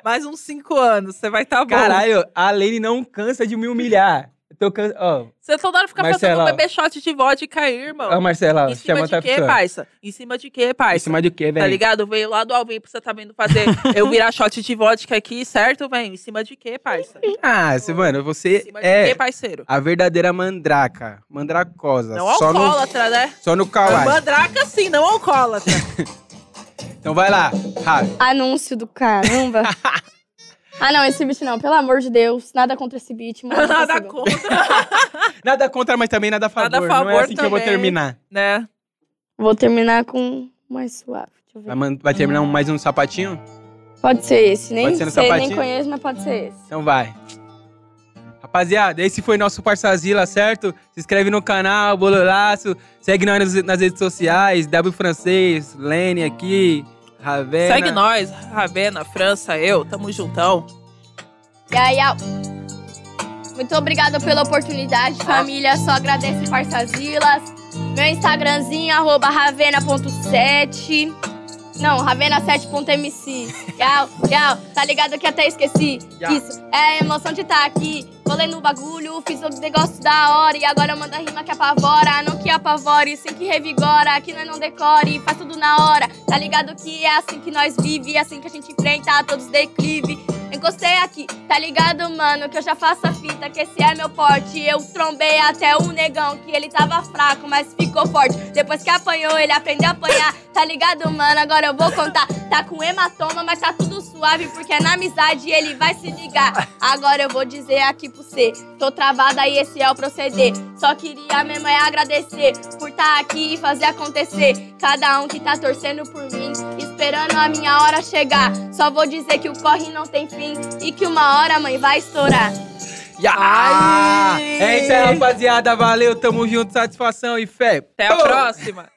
[SPEAKER 2] mais uns cinco anos, você vai tá bom.
[SPEAKER 1] Caralho, a Lene não cansa de me humilhar. Eu Tô can... Ó,
[SPEAKER 2] Você toda hora fica
[SPEAKER 1] Marcela.
[SPEAKER 2] fazendo um bebê shot de vodka aí, irmão.
[SPEAKER 1] ó, Marcela,
[SPEAKER 2] Então, em cima
[SPEAKER 1] chama
[SPEAKER 2] de
[SPEAKER 1] outra
[SPEAKER 2] quê,
[SPEAKER 1] pessoa.
[SPEAKER 2] parça? Em cima de quê, parça?
[SPEAKER 1] Em cima de quê,
[SPEAKER 2] Tá
[SPEAKER 1] velho?
[SPEAKER 2] ligado? Veio lá do Alvin pra você tá vindo
[SPEAKER 1] (laughs)
[SPEAKER 2] fazer eu virar shot de vodka aqui, certo, velho? Em cima de quê, parça? Em
[SPEAKER 1] ah, você, mano, você
[SPEAKER 2] cima de
[SPEAKER 1] é
[SPEAKER 2] quê, parceiro?
[SPEAKER 1] a verdadeira mandraca. Mandracosa.
[SPEAKER 2] Não é
[SPEAKER 1] só, no,
[SPEAKER 2] alcoólatra, né?
[SPEAKER 1] só no kawaii.
[SPEAKER 2] Mandraca sim, não alcoólatra.
[SPEAKER 1] Então vai lá, Ravi.
[SPEAKER 3] Anúncio do caramba. ah, não, esse beat não, pelo amor de Deus. Nada contra esse beat, mano. não
[SPEAKER 2] Nada
[SPEAKER 3] consigo.
[SPEAKER 2] contra,
[SPEAKER 1] Nada contra, mas também nada a favor.
[SPEAKER 2] Nada a
[SPEAKER 1] não é
[SPEAKER 2] favor
[SPEAKER 1] assim que eu vou
[SPEAKER 2] também.
[SPEAKER 1] terminar.
[SPEAKER 2] né?
[SPEAKER 3] Vou terminar com mais suave. Deixa eu
[SPEAKER 1] Vai,
[SPEAKER 3] ver.
[SPEAKER 1] man- vai terminar um- mais um sapatinho?
[SPEAKER 3] Pode ser esse, nem
[SPEAKER 1] Pode ser no
[SPEAKER 3] sei, nem
[SPEAKER 1] sapatinho?
[SPEAKER 3] conheço, mas pode ser esse.
[SPEAKER 1] Então vai. Rapaziada, esse foi nosso Parçazila, certo? Se inscreve no canal, Bololaço. Segue nós nas, nas redes sociais, W Francês, Lene aqui, Ravena.
[SPEAKER 2] Segue nós, Ravena, França, eu, tamo juntão.
[SPEAKER 3] Yau, yau. Muito obrigada pela oportunidade, família. Só agradeço Parçazilas. Meu Instagramzinho, arroba ravena.7. Não, ravena7.mc. Yau, yau. Tá ligado que até esqueci.
[SPEAKER 1] Yau.
[SPEAKER 3] Isso, é a emoção de estar aqui. Colei no bagulho, fiz o negócio da hora. E agora manda rima que apavora. Não que apavore, sim que revigora. Que nós não decore, faz tudo na hora. Tá ligado que é assim que nós vive. É assim que a gente enfrenta todos os declive. Encostei aqui, tá ligado, mano? Que eu já faço a fita, que esse é meu porte. Eu trombei até o negão, que ele tava fraco, mas ficou forte. Depois que apanhou, ele aprendeu a apanhar. Tá ligado, mano? Agora eu vou contar. Tá com hematoma, mas tá tudo suave, porque na amizade ele vai se ligar. Agora eu vou dizer aqui pro cê. Tô travada e esse é o proceder. Só queria mesmo é agradecer por tá aqui e fazer acontecer. Cada um que tá torcendo por mim, esperando a minha hora chegar. Só vou dizer que o corre não tem fim e que uma hora a mãe vai estourar.
[SPEAKER 1] Ya!
[SPEAKER 2] Ai!
[SPEAKER 1] É isso aí, rapaziada. Valeu, tamo junto, satisfação e fé.
[SPEAKER 2] Até a
[SPEAKER 1] Pô!
[SPEAKER 2] próxima.